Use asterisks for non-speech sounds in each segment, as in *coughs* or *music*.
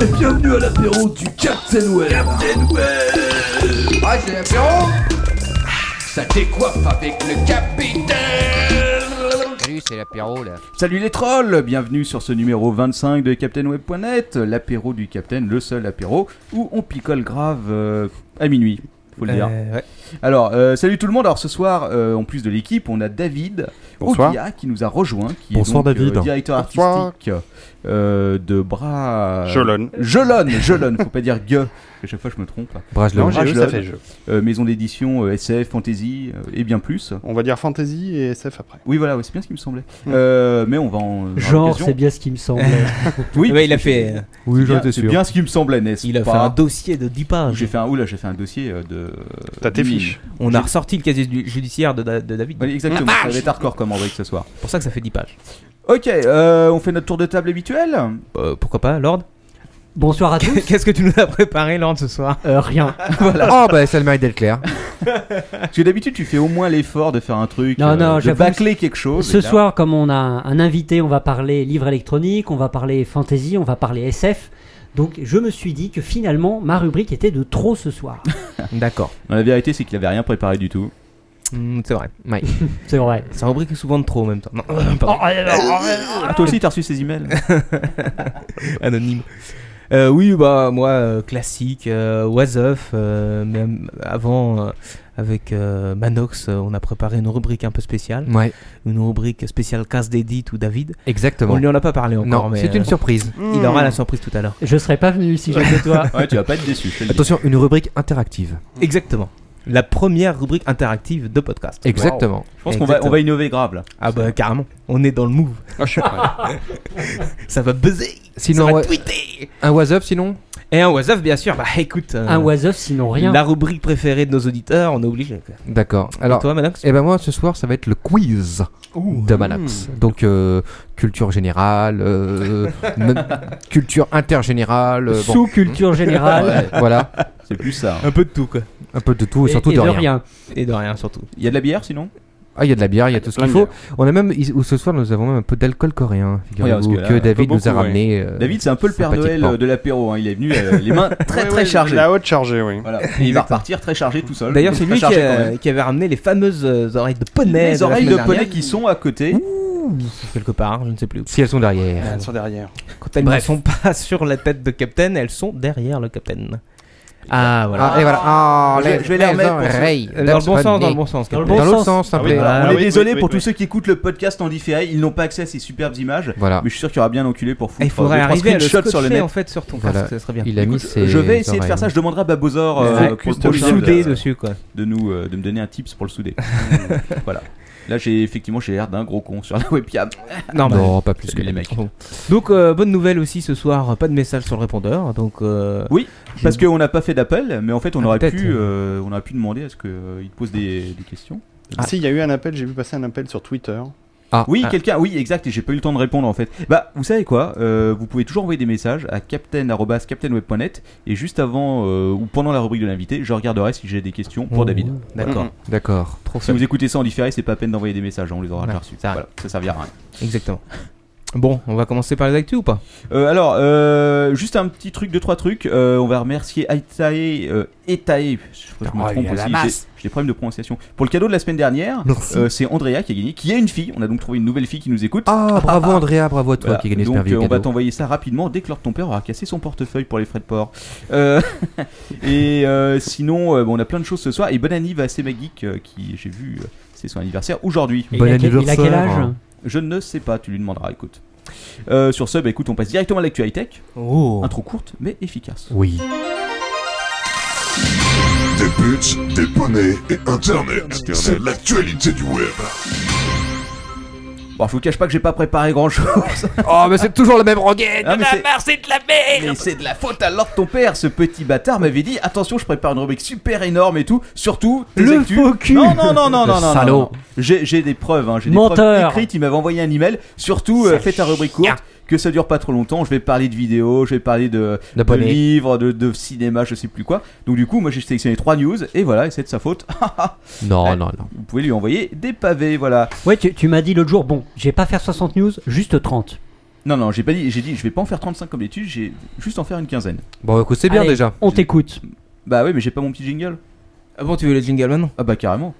Et bienvenue à l'apéro du Captain Well. Captain Well. Ah, c'est l'apéro Ça décoiffe avec le capitaine Salut, c'est l'apéro là. Salut les trolls, bienvenue sur ce numéro 25 de CaptainWeb.net, l'apéro du Captain, le seul apéro où on picole grave euh, à minuit, faut le dire. Euh, ouais. Alors, euh, salut tout le monde. Alors ce soir, euh, en plus de l'équipe, on a David Bonsoir. Odia qui nous a rejoint, qui Bonsoir, est donc, David. euh, directeur Bonsoir. artistique euh, de Bras... Jolonne. *laughs* Jolonne, Jolonne, faut pas dire Gue, parce que chaque fois je me trompe. Bragelonne. Non, j'ai- ça fait jeu. Euh, maison d'édition euh, SF, Fantasy euh, et bien plus. On va dire fantasy et SF après. Oui, voilà, ouais, c'est bien ce qui me semblait. Mm. Euh, mais on va en... Genre, c'est bien ce qui me semble. *laughs* Oui, Ouais, il a fait. euh, c'est Oui, j'en bien, étais c'est sûr. bien ce qui me semblait, n'est-ce il a pas fait un dossier de 10 pages. J'ai fait un... Oula, j'ai fait un dossier euh, de... T'as tes Mm. fiches. On j'ai- a ressorti le casier du- judiciaire de, Da- de David. Oui, exactement, ça va être hardcore comme rubrique ce soir. C'est pour ça que ça fait 10 pages. Ok, euh, on fait notre tour de table habituel Euh, pourquoi pas, Lord *laughs* Bonsoir à tous. Qu'est-ce que tu nous as préparé, Lord, ce soir Euh, rien. Oh, bah, ça le mérite d'être clair. Parce que d'habitude, tu fais au moins l'effort de faire un truc, euh, Non, non, de j'avoue, bâcler quelque chose. Ce Et là- soir, comme on a un invité, on va parler livre électronique, on va parler fantasy, on va parler SF. Donc, je me suis dit que finalement, ma rubrique était de trop ce *laughs* soir. D'accord. Non, la vérité, c'est qu'il avait rien préparé du tout. Hmm, c'est vrai. C'est vrai. Oh, eh ben, Ça rubrique souvent de trop en même temps. Non, *laughs* pardon. Ah, toi aussi, t'as reçu ces emails anonyme. Euh, oui, bah moi euh, classique, euh, was Up, euh, même avant euh, avec euh, Manox, euh, on a préparé une rubrique un peu spéciale, Ouais, une rubrique spéciale casse d'Edith ou David. On exactement. lui en a pas parlé encore, Non, mais c'est une euh, surprise. il aura la surprise tout à l'heure. Je serais pas venu si *laughs* j'étais toi. *laughs* Ouais, tu vas pas être déçu. je te le dis. Attention, une rubrique interactive. Exactement. La première rubrique interactive de podcast. Exactement. Je pense qu'on va, on va innover grave là. Ah bah carrément, on est dans le move. *laughs* Ça va buzzer, Sinon, ça va ouais, tweeter. un WhatsApp, sinon Et un was Up, bien sûr. Bah écoute, euh, Un was off, sinon rien. la rubrique préférée de nos auditeurs, on est obligé. D'accord. Alors Alors, toi, Manox, eh ben moi, ce soir, ça va être le quiz de Manax. Donc, euh, culture générale, euh, *laughs* même culture intergénérale. euh, bon, Sous-culture *laughs* générale. Ouais, Voilà, c'est plus ça. hein. un peu de tout quoi. un peu de tout et, et- surtout et de, rien. Et de rien surtout. Il y a de la bière sinon Ah, il y a de la bière, il y a tout ce qu'il faut. On a même, is- ou ce soir, nous avons même un peu d'alcool coréen, figurez-vous, parce que là, que, David pas nous a beaucoup, ramené. euh, David, c'est un peu le Père Noël sympathiquement. euh, de l'apéro. hein. Il est venu euh, les *laughs* mains très Ouais, très ouais, chargées. La haute chargée, oui. *laughs* Voilà. Et il va repartir très chargé tout seul. D'ailleurs, c'est Très lui qui, euh, chargé a- Euh, quand même. qui avait ramené les fameuses euh, oreilles de poney. Les de la oreilles de semaine poney dernière. qui sont à côté. quelque part, je ne sais plus. où. Si elles sont derrière. Elles sont derrière. Quand elles ne sont pas *laughs* sur la tête de Captain, elles sont derrière le Captain. Ah voilà. Ah, et voilà. Ah, Je- les- je vais les remettre pour ceux- oreilles dans le bon sens, dans le d'abonnés. bon sens. Dans le Captain. bon Dans l'autre sens, sens. s'il te Ah oui, plaît. voilà. On Ah est oui, désolé oui, pour oui, tous oui. ceux qui écoutent le podcast en différé. Ils n'ont pas accès à ces superbes images. Voilà. Mais je suis sûr qu'il y aura bien enculé pour foutre Ah. Eh, Il faudrait euh, deux, trois arriver à le screenshots sur le scotcher, net. en fait sur ton Voilà. casque, ça serait bien. Il a mis Écoute, ses. je vais essayer de faire ça. oreilles. Je demanderai à Babozor Ouais, euh, pour le De le prochain souder de, dessus quoi. de nous euh, de me donner un tips pour le *laughs* souder. voilà. Là, j'ai effectivement j'ai l'air d'un gros con sur la webcam. Normal. Non, pas plus que Salut les mecs. Donc euh, bonne nouvelle aussi ce soir, pas de message sur le répondeur. Donc euh, Oui, parce qu'on n'a pas fait d'appel, mais en fait, on Ah, aurait peut-être. pu euh, on aurait pu demander à ce qu'il te pose des, des questions. Ah. Si, il y a eu un appel, j'ai vu passer un appel sur Twitter. Oui, Ah. quelqu'un, oui, exact, et j'ai pas eu le temps de répondre en fait. Bah, vous savez quoi, euh, vous pouvez toujours envoyer des messages à captain.captainweb.net et juste avant euh, ou pendant la rubrique de l'invité, je regarderai si j'ai des questions pour Oh. David. d'accord. Mm. D'accord. Trop Si fun. vous écoutez ça en différé, c'est pas à peine d'envoyer des messages, hein, on les aura déjà Ouais, reçus. ça arrive. Voilà, ça servira à rien. Exactement. Bon, on va commencer par les actus ou pas Euh, alors, euh, juste un petit truc, deux, trois trucs. Euh, on va remercier Aitae, euh, Etae, je crois que je me Oh, il trompe y a la aussi, j'ai- masse. j'ai des problèmes de prononciation. Pour le cadeau de la semaine dernière, euh, c'est Andrea qui a gagné, qui est une fille. On a donc trouvé une nouvelle fille qui nous écoute. Ah, bravo Andrea, bravo à toi Voilà. qui gagnais ce Donc euh, merveilleux on va cadeau. t'envoyer ça rapidement dès que leur ton père aura cassé son portefeuille pour les frais de port. Euh, *laughs* et euh, sinon, euh, bon, on a plein de choses ce soir. Et bonne année à Sema Geek euh, qui j'ai vu, euh, c'est son anniversaire aujourd'hui. Et Bon il, a, quel- il a quel anniversaire. âge Je ne sais pas, tu lui demanderas. Écoute. Euh, sur ce, bah, écoute, on passe directement à l'actu high tech. Oh. Intro courte mais efficace. Oui. Des buts, des poneys et Internet. C'est l'actualité du web. Bon, je vous cache pas que j'ai pas préparé grand chose. Oh, mais c'est toujours la même rengaine mais c'est... de la merde Mais c'est de la faute à l'ordre de ton père, ce petit bâtard m'avait dit attention, je prépare une rubrique super énorme et tout, surtout tes Le actus. faux cul. Non, non, non, Le non, non, non, salaud. non, non. J'ai, j'ai des preuves, hein, j'ai des preuves Menteur. écrites, il m'avait envoyé un email, surtout euh, fais ta rubrique courte, que ça dure pas trop longtemps, je vais parler de vidéos, je vais parler de, de D'abonnés. livres, de, de cinéma, je sais plus quoi. Donc du coup, moi j'ai sélectionné trois news et voilà, et c'est de sa faute. *laughs* Ah. Non, non, non. Vous pouvez lui envoyer des pavés, voilà. Ouais, tu, tu m'as dit l'autre jour, bon, je vais pas faire 60 news, juste 30. Non, non, j'ai pas dit, j'ai dit, je vais pas en faire 35 comme d'habitude, j'ai juste en faire une quinzaine. Bon, écoute, c'est bien Allez, déjà. On t'écoute. Bah oui, mais j'ai pas mon petit jingle. Ah bon, tu veux le jingle maintenant Ah bah carrément.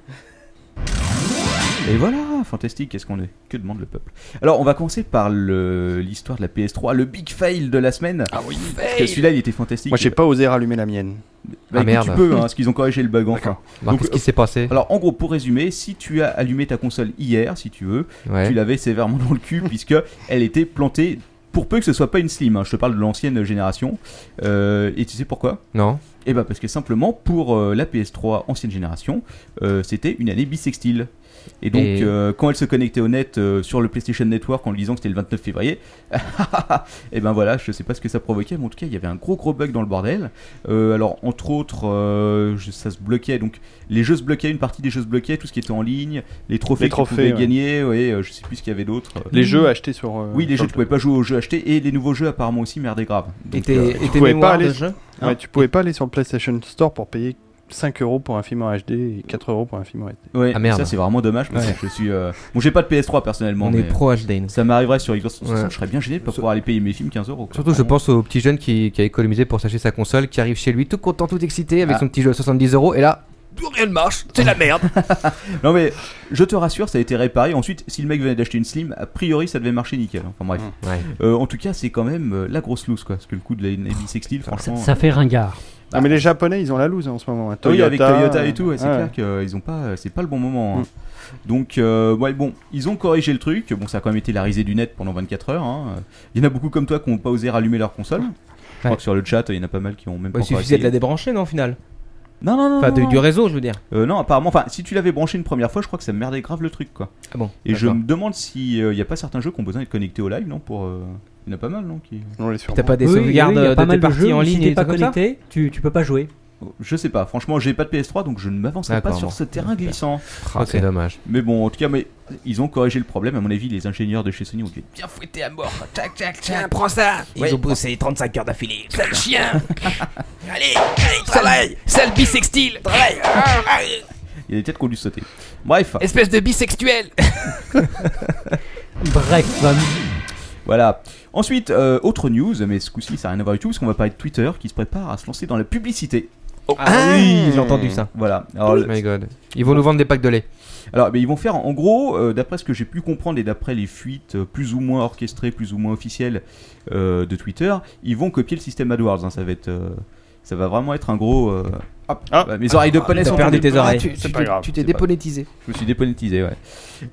Et voilà, fantastique, qu'est-ce qu'on est Que demande le peuple Alors, on va commencer par le- l'histoire de la PS3, le big fail de la semaine. Ah oui, Parce que celui-là, il était fantastique. Moi, j'ai pas osé rallumer la mienne. Bah, Ah, écoute, merde. Tu peux, hein, parce qu'ils ont corrigé le bug enfin. Bah, Donc, Qu'est-ce qui s'est passé Alors, en gros, pour résumer, si tu as allumé ta console hier, si tu veux, Ouais. tu l'avais sévèrement dans le cul, puisque elle était plantée. Pour peu que ce soit pas une slim, hein. je te parle de l'ancienne génération. Euh, et tu sais pourquoi Non Eh ben parce que simplement pour euh, la PS3 ancienne génération, euh, c'était une année bisextile. Et donc Et- euh, quand elle se connectait au net euh, sur le PlayStation Network en lui disant que c'était le 29 février, *laughs* et ben voilà, je sais pas ce que ça provoquait, mais en tout cas il y avait un gros gros bug dans le bordel. Euh, alors entre autres, euh, je- ça se bloquait, donc les jeux se bloquaient, une partie des jeux se bloquaient, tout ce qui était en ligne, les trophées, Les que tu trophées, pouvais ouais. gagner, ouais, euh, je sais plus ce qu'il y avait d'autre. Les jeux achetés sur. euh, oui, les jeux, sur le- tu pouvais pas jouer aux jeux achetés et les nouveaux jeux apparemment aussi merde et grave. Et Donc, euh, tes, et tes pouvais pas mémoires aller- de jeu Ah. Ouais, tu pouvais pas aller sur le PlayStation Store pour payer 5 euros pour un film en HD et 4 euros pour un film en HD. Ouais, Ah, merde. ça c'est vraiment dommage parce que je suis. euh, Bon, j'ai pas de PS3 personnellement, On mais est pro HD, nous. ça m'arriverait sur Xbox 360. Ouais. Je serais bien gêné de pas pouvoir aller payer mes films 15 euros. quoi. Surtout, je pense au petit jeune qui, qui a économisé pour s'acheter sa console, qui arrive chez lui tout content, tout excité, avec Ah. son petit jeu à 70 euros, et là, rien ne marche, c'est la merde. Non, mais je te rassure, ça a été réparé. Ensuite, si le mec venait d'acheter une Slim, a priori ça devait marcher nickel. Enfin bref. Ouais. Euh, en tout cas, c'est quand même euh, la grosse loose quoi. Parce que le coup de la la bisextile, Ça, franchement. ça fait ringard. Ah, mais les Japonais, ils ont la loose en ce moment. hein. Oui, avec Toyota et tout, ouais, c'est ouais. clair qu'ils ont pas, c'est pas le bon moment. hein. Mm. Donc, euh, ouais, bon, ils ont corrigé le truc. Bon, ça a quand même été la risée du net pendant 24 heures. hein. Il y en a beaucoup comme toi qui n'ont pas osé rallumer leur console. Je crois Ouais. que sur le chat, il y en a pas mal qui ont même pas il encore suffisait de la essayé. débrancher, non, au final Non, non, non. Enfin, non, de- non. du réseau, je veux dire. Euh, non, apparemment, enfin, si tu l'avais branché une première fois, je crois que ça merdait grave le truc, quoi. Ah bon Et je D'accord. me demande s'il n'y a pas certains jeux qui ont besoin d'être connectés au live, non Pour, euh, Il y en a pas mal, non qui... On les sûrement. T'as pas des Oui, sauvegardes oui, il y a pas de tes mal de parties jeux en où ligne si t'es et pas tout comme ça connecté, tu, tu peux pas jouer. Oh, Je sais pas, franchement, j'ai pas de PS3, donc je ne m'avancerai pas D'accord, sur bon. ce terrain glissant. Ah, Ok. C'est dommage. Mais bon, en tout cas, mais ils ont corrigé le problème. À mon avis, les ingénieurs de chez Sony ont dû être bien fouettés à mort. Tac, tac, tac. prends ça Ils Ouais. ont bossé 35 heures d'affilée. Travaille Sale bisextile Travaille Il y a des têtes qui ont dû sauter. Bref, Espèce de bisexuel Bref, voilà. Ensuite, euh, autre news, mais ce coup-ci, ça n'a rien à voir du tout, parce qu'on va parler de Twitter qui se prépare à se lancer dans la publicité. Ah oui, j'ai entendu ça. Voilà. Alors, Oh le- my god. Ils vont nous vendre des packs de lait. Alors, mais ils vont faire, en gros, euh, d'après ce que j'ai pu comprendre et d'après les fuites euh, plus ou moins orchestrées, plus ou moins officielles euh, de Twitter, ils vont copier le système AdWords. hein. ça va être, euh, ça va vraiment être un gros. euh, hop, Ah. bah, mes oreilles de poney T'as sont perdu tombées. tes oreilles. C'est pas grave. Tu t'es C'est pas- déponétisé. Je me suis déponétisé, ouais.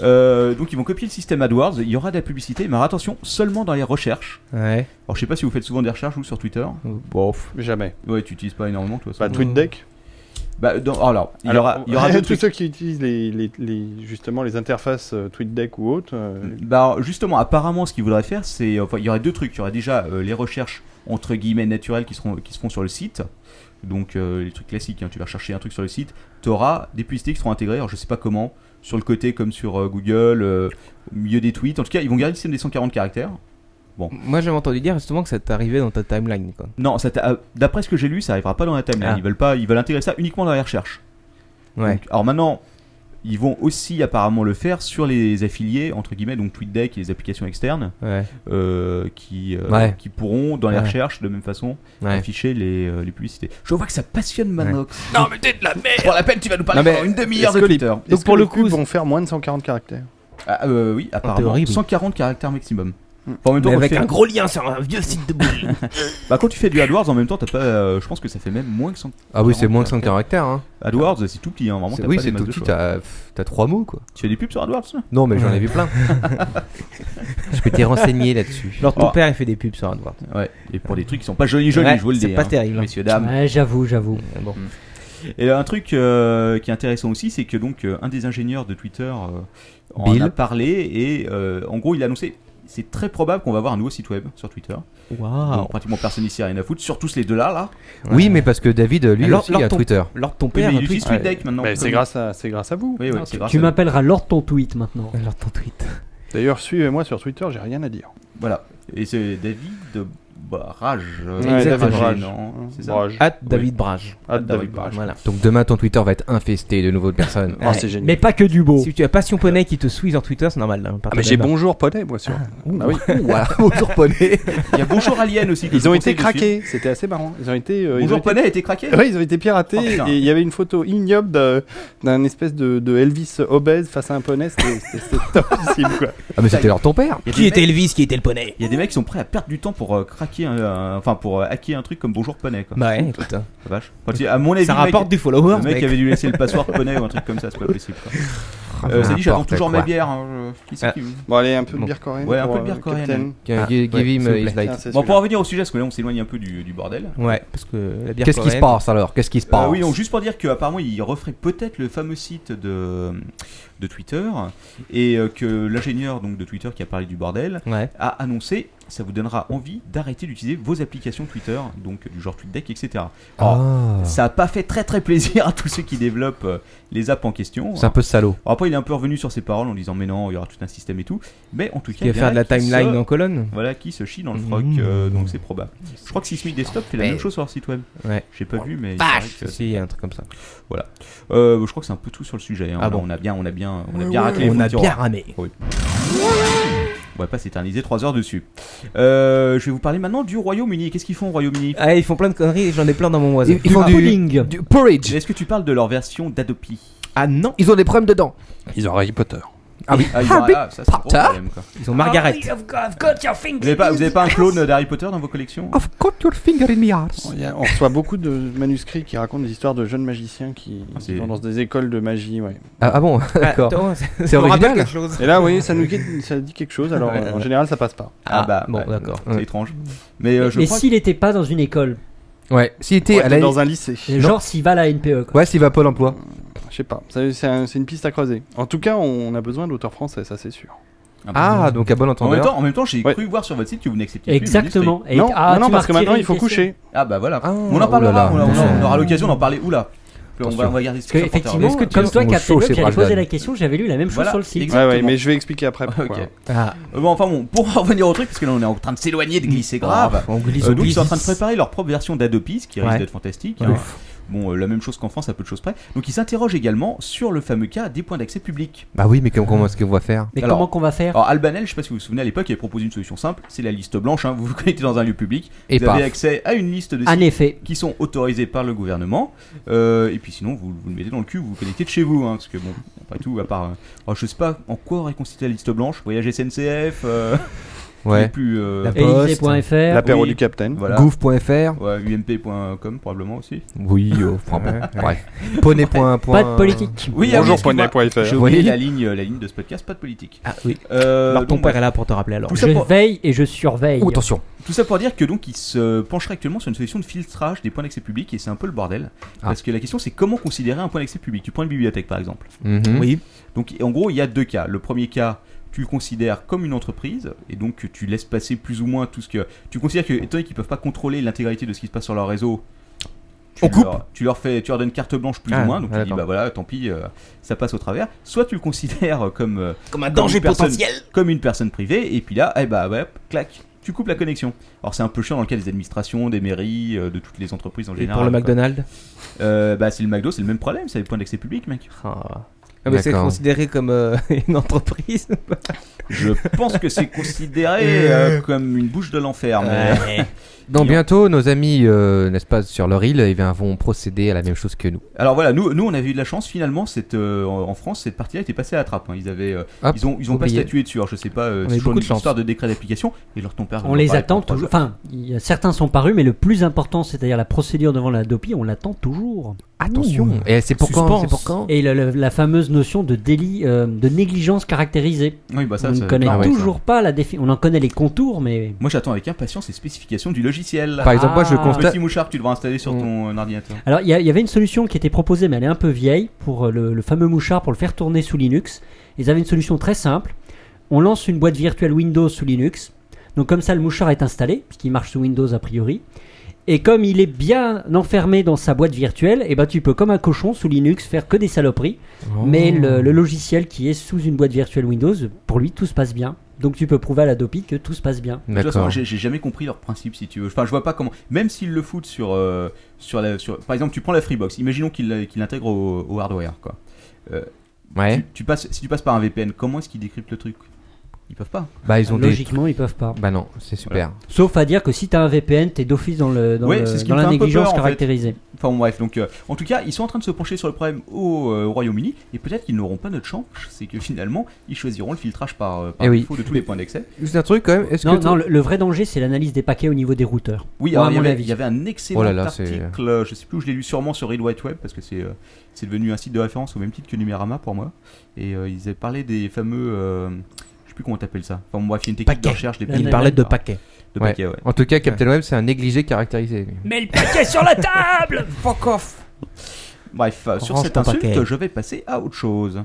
Euh, donc ils vont copier le système AdWords. Il y aura de la publicité, mais alors attention, seulement dans les recherches. Ouais. Alors, je sais pas si vous faites souvent des recherches ou sur Twitter. Bof. Jamais. Ouais, tu utilises pas énormément, toi. Bah, TweetDeck. Bah, dans- alors, Mm. il y Alors, aura, il y aura *laughs* tous deux trucs. ceux qui utilisent les, les- les- justement les interfaces euh, TweetDeck ou autres. euh, Bah alors, justement, apparemment, ce qu'ils voudraient faire, c'est enfin, il y aurait deux trucs. Il y aurait déjà euh, les recherches entre guillemets naturelles qui seront qui se font sur le site. Donc euh, les trucs classiques, hein, tu vas chercher un truc sur le site, tu auras des publicités qui seront intégrées. Alors je sais pas comment, sur le côté comme sur euh, Google, euh, au milieu des tweets. En tout cas, ils vont garder le système des 140 caractères. Moi, j'avais entendu dire justement que ça t'arrivait dans ta timeline. Quoi. Non, ça t'a- euh, d'après ce que j'ai lu, ça arrivera pas dans la timeline. Ah. Ils veulent pas, ils veulent intégrer ça uniquement dans les recherches. Ouais. Donc, alors maintenant, ils vont aussi apparemment le faire sur les affiliés entre guillemets, donc TweetDeck et les applications externes. ouais. euh, qui, euh, Ouais. qui pourront, dans les Ouais. recherches, de même façon, Ouais. afficher les, euh, les publicités. Je vois que ça passionne Manox. Non mais t'es de la merde Pour la peine, tu vas nous parler Non, mais pendant une demi-heure est-ce de que les- Twitter. est-ce pour que le les coup, pubs c'est- vont faire moins de 140 caractères. Ah, euh, oui, apparemment. horrible. 140 caractères maximum. Enfin, en même temps, Hmm. Mais quand, avec tu fais- un gros lien sur un vieux site de boule. *laughs* bah, quand tu fais du AdWords, en même temps, t'as pas, euh, je pense que ça fait même moins que 100. Ah oui, c'est moins de 100 caractères. Hein. AdWords, c'est tout petit, hein, vraiment. C'est- t'as Oui, pas des c'est masses tout de petit. hein. choix. T'as pff, t'as trois mots quoi. Tu fais des pubs sur AdWords toi Non, mais j'en Ouais. ai vu *laughs* plein. Je peux t'y renseigner là-dessus. Genre, ton Oh. père, il fait des pubs sur AdWords. Ouais, et pour des trucs qui sont pas jolis, jolis, Ouais, je vous le dis. c'est pas hein, terrible, hein. Messieurs, dames. ouais, j'avoue, j'avoue. Bon. Et là, un truc euh, qui est intéressant aussi, c'est que donc euh, un des ingénieurs de Twitter euh, en Bill. a parlé et euh, en gros il a annoncé c'est très probable qu'on va avoir un nouveau site web sur Twitter. Waouh. Donc, pratiquement personne ici a rien à foutre, surtout les deux là là. Oui, mais parce que David, lui Alors, aussi, alors il a ton- Twitter. Lors de ton Oui, père, mais il tweet- utilise TweetDeck maintenant. Mais c'est grâce à c'est grâce à vous. Oui, oui, Non, Ah, c'est tu- grâce Tu à- m'appelleras lors de ton tweet maintenant. Lors de ton tweet. D'ailleurs, suivez-moi sur Twitter, j'ai rien à dire. Voilà. Et c'est David Brage. euh, Ouais, David Brage, Brage. non, Hein, c'est ça. Brage. At David Brage. Ah, David David Brage. Voilà. Donc demain, ton Twitter va être infesté de nouveaux personnes. Ah, c'est génial. Mais pas que du beau. Si tu as Passion Poney qui te suit sur Twitter, c'est normal. hein, Ah, mais j'ai partenaire. bonjour Poney, moi, sûr. Ah oui. Voilà, bonjour poney. Il y a Bonjour Alien aussi. que je Ils ont vous été conseille de suivre. craqués, c'était assez marrant. Ils ont été. euh, ils ont Bonjour été- Poney a été craqué *laughs* Ouais, ils ont été piratés Oh, putain. et il y avait une photo ignoble d'un- d'un espèce de, de Elvis obèse face à un poney, c'était c'était- c'était *laughs* topissime quoi. Ah, mais c'était leur ton père. Il y a des Qui était mecs- Elvis, qui était le poney Il y a des mecs qui sont prêts à perdre du temps pour euh, craquer, un- un- enfin pour euh, hacker un truc comme Bonjour Poney quoi. Bah ouais, écoute. hein. La vache. Enfin, tu- à mon avis, Ça le mec- rapporte des le followers. mec, mec. avait dû laisser le passoire Poney ou un truc comme ça, c'est pas possible. Quoi. Euh, ça dit, j'attends N'importe toujours quoi. ma bière. hein, je- qui c'est Ah. qui- Bon allez, un peu de Bon. bière coréenne. Ouais, un pour, peu de bière euh, coréenne. Bah, Captain. Give, Ah, give ouais, him uh, s'il vous his plaît. light. Tiens, c'est Bon, celui-là. pour en revenir au sujet, parce que là on s'éloigne un peu du, du bordel. Ouais, parce que la bière Qu'est-ce qui se coréenne- passe alors Qu'est-ce qui se passe Euh, oui, donc juste pour dire qu'apparemment il referait peut-être le fameux site de, de Twitter et euh, que l'ingénieur donc de Twitter qui a parlé du bordel Ouais. a annoncé ça vous donnera envie d'arrêter d'utiliser vos applications Twitter, donc du genre TweetDeck, etc. Alors, Ah. Ça n'a pas fait très très plaisir à tous ceux qui développent euh, les apps en question. C'est un peu salaud. Alors après, il est un peu revenu sur ses paroles en disant mais non, il y aura tout un système et tout. Mais en tout cas, Qui va il y faire en de la qui timeline se- en colonne Voilà, qui se chie dans le froc, Mmh. euh, donc c'est probable. Je crois que Sismic Desktop fait la Mais- même chose sur leur site web. Ouais. J'ai pas vu, mais. il Vache. paraît que- Si, il y a un truc comme ça. Euh, je crois que c'est un peu tout sur le sujet. hein. Ah Là, bon. On a bien, on a bien, on a bien raclé. les On fonds a de tiroir. bien ramé. On va pas s'éterniser 3 heures dessus. Euh, je vais vous parler maintenant du Royaume-Uni. Qu'est-ce qu'ils font au Royaume-Uni Ah, ils font plein de conneries et j'en ai plein dans mon oiseau. Ils, ils font Du du, pudding. du porridge. Est-ce que tu parles de leur version d'Adopi Ah non, Ils ont des problèmes dedans. Ils ont Harry Potter. Ah oui. Ah, ils ont- Harry ah, ça c'est un gros Potter problème, quoi. ils ont Margaret. Vous avez pas, vous avez pas un clone d'Harry Potter dans vos collections I've got your finger in my arse. Il y a- On reçoit beaucoup de manuscrits qui racontent des histoires de jeunes magiciens qui Ah, qui c'est- vont dans des écoles de magie. Ouais. Ah, ah bon, *laughs* d'accord. Attends, C'est ça me rappelle original. quelque chose. Et là, oui, ça *laughs* nous guide- ça dit quelque chose. Alors Ouais, euh, en ouais. général, ça passe pas. Ah, bah bon, ouais. d'accord. C'est Ouais. étrange. Mais euh, je Mais crois s'il n'était pas dans une école, Ouais. S'il était Ouais, à la. Dans un lycée. genre s'il va à la NPE, quoi. Ouais, s'il va à Pôle emploi. Je sais pas. Ça- C'est un- c'est une piste à creuser. En tout cas, on a besoin d'auteurs français, ça c'est sûr. que- Ah, donc à bon En entendeur. même temps, en même temps, j'ai Ouais. cru voir sur votre site que vous n'acceptiez plus. le manuscrit. Exactement. Et- non, ah, non, non, tu m'as parce que retiré maintenant, une il faut question. coucher. Ah bah voilà. Ah, on en oh là parlera. là. on, a- on a- on aura Attention. l'occasion d'en parler. Oula. On va, on va garder ce Parce que, truc sur Twitter. effectivement, Est-ce que tu comme dis- toi, on Captain chauffe Bloc, ses j'avais Brajdan posé la question, j'avais lu la même chose Voilà, sur le site. exact. Ouais, ouais, Exactement. mais je vais expliquer après Ok. pourquoi. Ah, Euh, bon, enfin bon, pour *laughs* en revenir au truc, parce que là on est en train de s'éloigner de glisser Oh. grave. on glisse, Euh, on donc ils glisse. sont en train de préparer leur propre version d'Adopis, qui Ouais. risque d'être fantastique. Ouais. hein. Bon, euh, la même chose qu'en France, à peu de choses près. Donc ils s'interrogent également sur le fameux cas des points d'accès publics. Bah oui, mais comment, comment est-ce qu'on va faire Mais Alors- comment qu'on va faire Alors Albanel, je sais pas si vous vous souvenez à l'époque, il avait proposé une solution simple, c'est la liste blanche. hein. Vous vous connectez dans un lieu public, Et vous avez paf. accès à une liste de En sites effet. qui sont autorisés par le gouvernement. Euh, et puis sinon, vous, vous le mettez dans le cul, vous vous connectez de chez vous, hein, parce que bon, après tout, à part, euh, oh, je sais pas en quoi aurait constitué la liste blanche, voyage SNCF, euh, *laughs* Ouais. les plus euh, La Élysée.fr. Euh, L'apéro Oui. du Capitaine. voilà. Goof.fr. Ouais, ump.com probablement aussi. Oui, oh, enfin bon, bref. Poney. point- point- Pas de politique. Oui, Bonjour, ah oui, excuse-moi, J'ai poney.fr. oublié Oui. la ligne, la ligne de ce podcast, pas de politique. Ah oui. Euh, Alors ton donc, père est là pour te rappeler alors. Tout ça Je pour- veille et je surveille. Oh, attention. Tout ça pour dire que donc il se pencherait actuellement sur une solution de filtrage des points d'accès public et c'est un peu le bordel Ah. parce que la question c'est comment considérer un point d'accès public. Tu prends une bibliothèque par exemple. Mhm. Oui. Donc en gros il y a deux cas. Le premier cas tu le considères comme une entreprise et donc tu laisses passer plus ou moins tout ce que tu considères que étant donné qu'ils peuvent pas contrôler l'intégralité de ce qui se passe sur leur réseau. Tu On coupe. leur, tu leur fais, tu leur donnes carte blanche plus Ah, ou moins, donc tu dis d'accord. bah voilà, tant pis, euh, ça passe au travers. Soit tu le considères *laughs* comme euh, Comme un Comme danger une personne. potentiel. comme une personne privée, et puis là, eh bah, ouais, clac, tu coupes la connexion. Alors c'est un peu chiant dans le cas des administrations, des mairies, euh, de toutes les entreprises en Et général. pour le quoi. McDonald's. Euh, Bah c'est le McDo, c'est le même problème, c'est les points d'accès public, mec. Ah. Ah, mais c'est D'accord. considéré comme euh, *laughs* une entreprise. Je pense que c'est *laughs* considéré euh, comme une bouche de l'enfer. Mais... Donc Et on- bientôt, nos amis, euh, n'est-ce pas, sur leur île, ils vont procéder à la même chose que nous. Alors voilà, nous, nous on avait eu de la chance finalement, cette, euh, en France, cette partie-là était passée à la trappe. hein. Ils avaient, euh, Hop, ils ont, ils ont pas oublié. statué dessus. Alors je sais pas, euh, On a eu c'est toujours beaucoup une de chance. histoire de décret d'application, et leur ton père. On les attend toujours. Enfin, il y a- certains sont parus, mais le plus important, c'est-à-dire la procédure devant la DOPI, on l'attend toujours. Attention. Et c'est pour quand Suspense. C'est pour quand Et la, la- la fameuse notion de délit, euh, de négligence caractérisée. Oui, bah ça, on ne ça- connaît ah ouais, toujours pas la définition. On en connaît les contours, mais Moi j'attends avec impatience les spécifications du logiciel. Par exemple, moi, je Ah. constate. Petit mouchard que tu devras installer sur ton Mm. euh, ordinateur. Alors, il y, a- il y avait une solution qui était proposée, mais elle est un peu vieille, pour euh, le, le fameux mouchard, pour le faire tourner sous Linux. Ils avaient une solution très simple. On lance une boîte virtuelle Windows sous Linux. Donc, comme ça, le mouchard est installé, puisqu'il marche sous Windows a priori. Et comme il est bien enfermé dans sa boîte virtuelle, eh ben, tu peux, comme un cochon sous Linux, faire Oh. que des saloperies. Mais le, le logiciel qui est sous une boîte virtuelle Windows, pour lui, tout se passe bien. Donc tu peux prouver à la DOPI que tout se passe bien. De toute façon, D'accord. j'ai j'ai jamais compris leur principe, si tu veux. Enfin, je vois pas comment. Même s'ils le foutent sur, euh, sur, la, sur. Par exemple, tu prends la Freebox. Imaginons qu'ils la- qu'ils l'intègrent au, au hardware, quoi. Euh, Ouais. tu, tu passes, si tu passes par un VPN, comment est-ce qu'ils décryptent le truc Ils peuvent pas. Bah ils ont des. Logiquement, ils peuvent pas. Bah non, c'est super. Sauf à dire que si t'as un VPN, t'es d'office dans, le, dans, Ouais, le- c'est ce qui dans me la fait un peu négligence peur, en fait. caractérisée. Enfin, bon, bref. Donc, euh, en tout cas, ils sont en train de se pencher sur le problème au, euh, au Royaume-Uni. Et peut-être qu'ils n'auront pas notre chance. C'est que finalement, ils choisiront le filtrage par, euh, par Eh oui. défaut de tous les points d'accès. Juste un truc quand même. Est-ce Non, que non, le, le vrai danger, c'est l'analyse des paquets au niveau des routeurs. Oui, Ouais, alors, à il, y mon avait, avis. il y avait un excellent Oh là là, c'est- article, euh, je sais plus où je l'ai lu, sûrement sur Read White Web, parce que c'est euh, c'est devenu un site de référence au même titre que Numérama pour moi. Et euh, ils avaient parlé des fameux. euh, je sais plus comment t'appelles ça. Enfin, bref, il y a une technique Paquets. de recherche des Il paquets. parlait de paquets. De Ouais. paquets, ouais. En tout cas, Captain Web, c'est un négligé caractérisé. lui. Mets le paquet sur la table Fuck off Bref, euh, sur Range cette ton insulte, paquet. je vais passer à autre chose.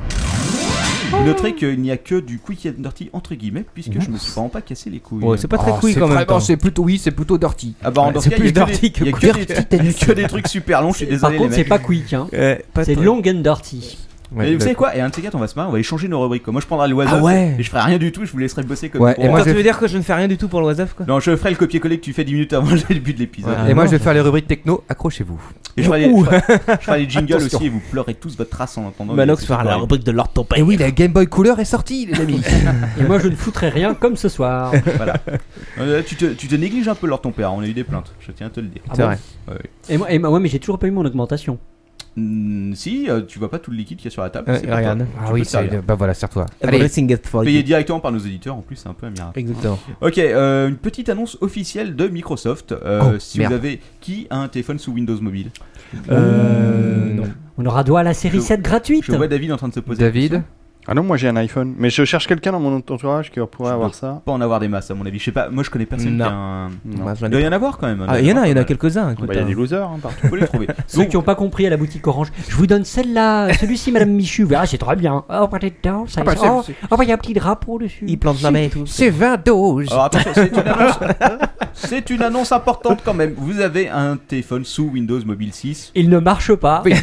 Noterez qu'il n'y a que du quick and dirty entre guillemets, puisque je me suis vraiment pas cassé les couilles. Ouais, c'est pas très Oh, couille c'est quand même. vraiment- c'est plutôt oui, c'est plutôt dirty. Ah bah en Ouais, tout c'est cas, il y a plus que dirty des- que il y a que des- il y a *laughs* que des trucs super longs, je suis Par désolé. les contre, c'est mecs. pas *laughs* quick, hein. Euh, c'est long and dirty. Ouais, Mais vous d'accord. savez quoi Et un de ces quatre, on va se marrer, on va échanger nos rubriques. quoi. Moi, je prendrai le oiseau Ah ouais. et je ferai rien du tout, je vous laisserai bosser comme Ouais, pour et moi, Attends, j'ai- tu veux dire que je ne fais rien du tout pour le WhatsApp quoi Non, je ferai le copier-coller que tu fais 10 minutes avant *laughs* le début de l'épisode. Ouais. Et moi, Ah, je vais non, faire les rubriques techno. Accrochez-vous. Et je ferai, les, je, ferai, je ferai les jingles Attention. aussi et vous pleurez tous votre race en entendant. Manox les- fera la rubrique de l'ordre ton Et oui, la Game Boy Couleur est sortie, les amis. Et moi, je ne foutrais rien comme *laughs* ce soir. Voilà. Euh, tu, te, tu te négliges un peu lors de ton père, on a eu des plaintes, je tiens à te le dire. Ah C'est bon vrai. Et moi, et moi- ouais, mais j'ai toujours pas eu mon augmentation. Hmm, si, euh, tu vois pas tout le liquide qu'il y a sur la table. Ouais, c'est Ah, pas regarde. toi. Tu Ah peux oui, te c'est. servir. Bah voilà, serre-toi. Allez. Everything is for Payé you. directement par nos éditeurs, en plus, c'est un peu un miracle. Exactement. Ok, euh, une petite annonce officielle de Microsoft. Euh, Oh, si merde. vous avez qui a un téléphone sous Windows Mobile Euh, On aura droit à la série Je- 7 gratuite. Je vois David en train de se poser. la David. question. Ah non, moi j'ai un iPhone, mais je cherche quelqu'un dans mon entourage qui pourrait Je avoir peux- ça. Pas en avoir des masses, à mon avis. Je sais pas, moi je connais personne Non. qui a un. Non. Bah, Bah, Il j'en ai doit y pas. en avoir quand même. hein. Ah, il y en a, il y en a quelques quelques-uns. Il écoute, y a hein. des losers hein, partout. Faut les *laughs* trouver. Ceux qui n'ont pas compris à la boutique Orange, je vous donne celle-là, celui-ci, Madame Michu. Vous verrez, Ah, c'est très bien. Oh, regardez dedans, Ah, ça. bah, c'est- oh, oh, bah, il y a un petit drapeau dessus. Ils plantent la main et tout. C'est 20 doses. Alors attention, c'est une annonce. *laughs* c'est une annonce importante quand même. Vous avez un téléphone sous Windows Mobile 6. Il ne marche pas. Oui.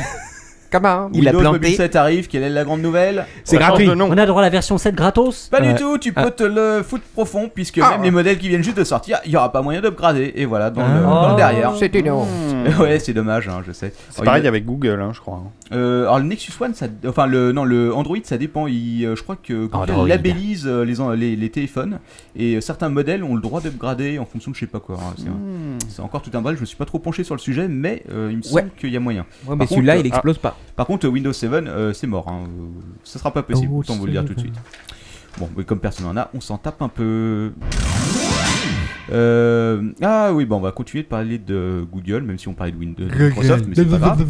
Comment Il a Windows planté. Mobile 7 arrive. Quelle est la grande nouvelle C'est On change gratuit. de nom. On a droit à la version 7 gratos. Pas Ouais. du tout. Tu peux te le foutre profond puisque même les modèles qui viennent juste de sortir, il y aura pas moyen d'upgrader. Et voilà dans, le, Ah. dans le derrière. C'était non. Hmm. *laughs* Ouais, c'est dommage, hein, je sais. C'est Alors, pareil il- avec Google, hein, je crois. hein. euh, alors le Nexus One, ça, enfin le non le Android, ça dépend. Il, euh, je crois que Google Android. labellise euh, les, en- les les téléphones et euh, certains modèles ont le droit d'upgrader en fonction de je sais pas quoi. hein, c'est un- Hmm. C'est encore tout un bal, je me suis pas trop penché sur le sujet, mais euh, il me semble qu'il y a moyen. Ouais, mais Par celui-là, contre, il explose pas. Par contre, euh, Windows 7, euh, c'est mort. Hein. euh, Ça sera pas possible, Oh, autant vous le dire tout de c'est- suite. Bon, mais comme personne n'en a, on s'en tape un peu. Euh, ah oui, bon, on va continuer de parler de Google, même si on parlait de Windows, de Microsoft, mais c'est pas *laughs* grave.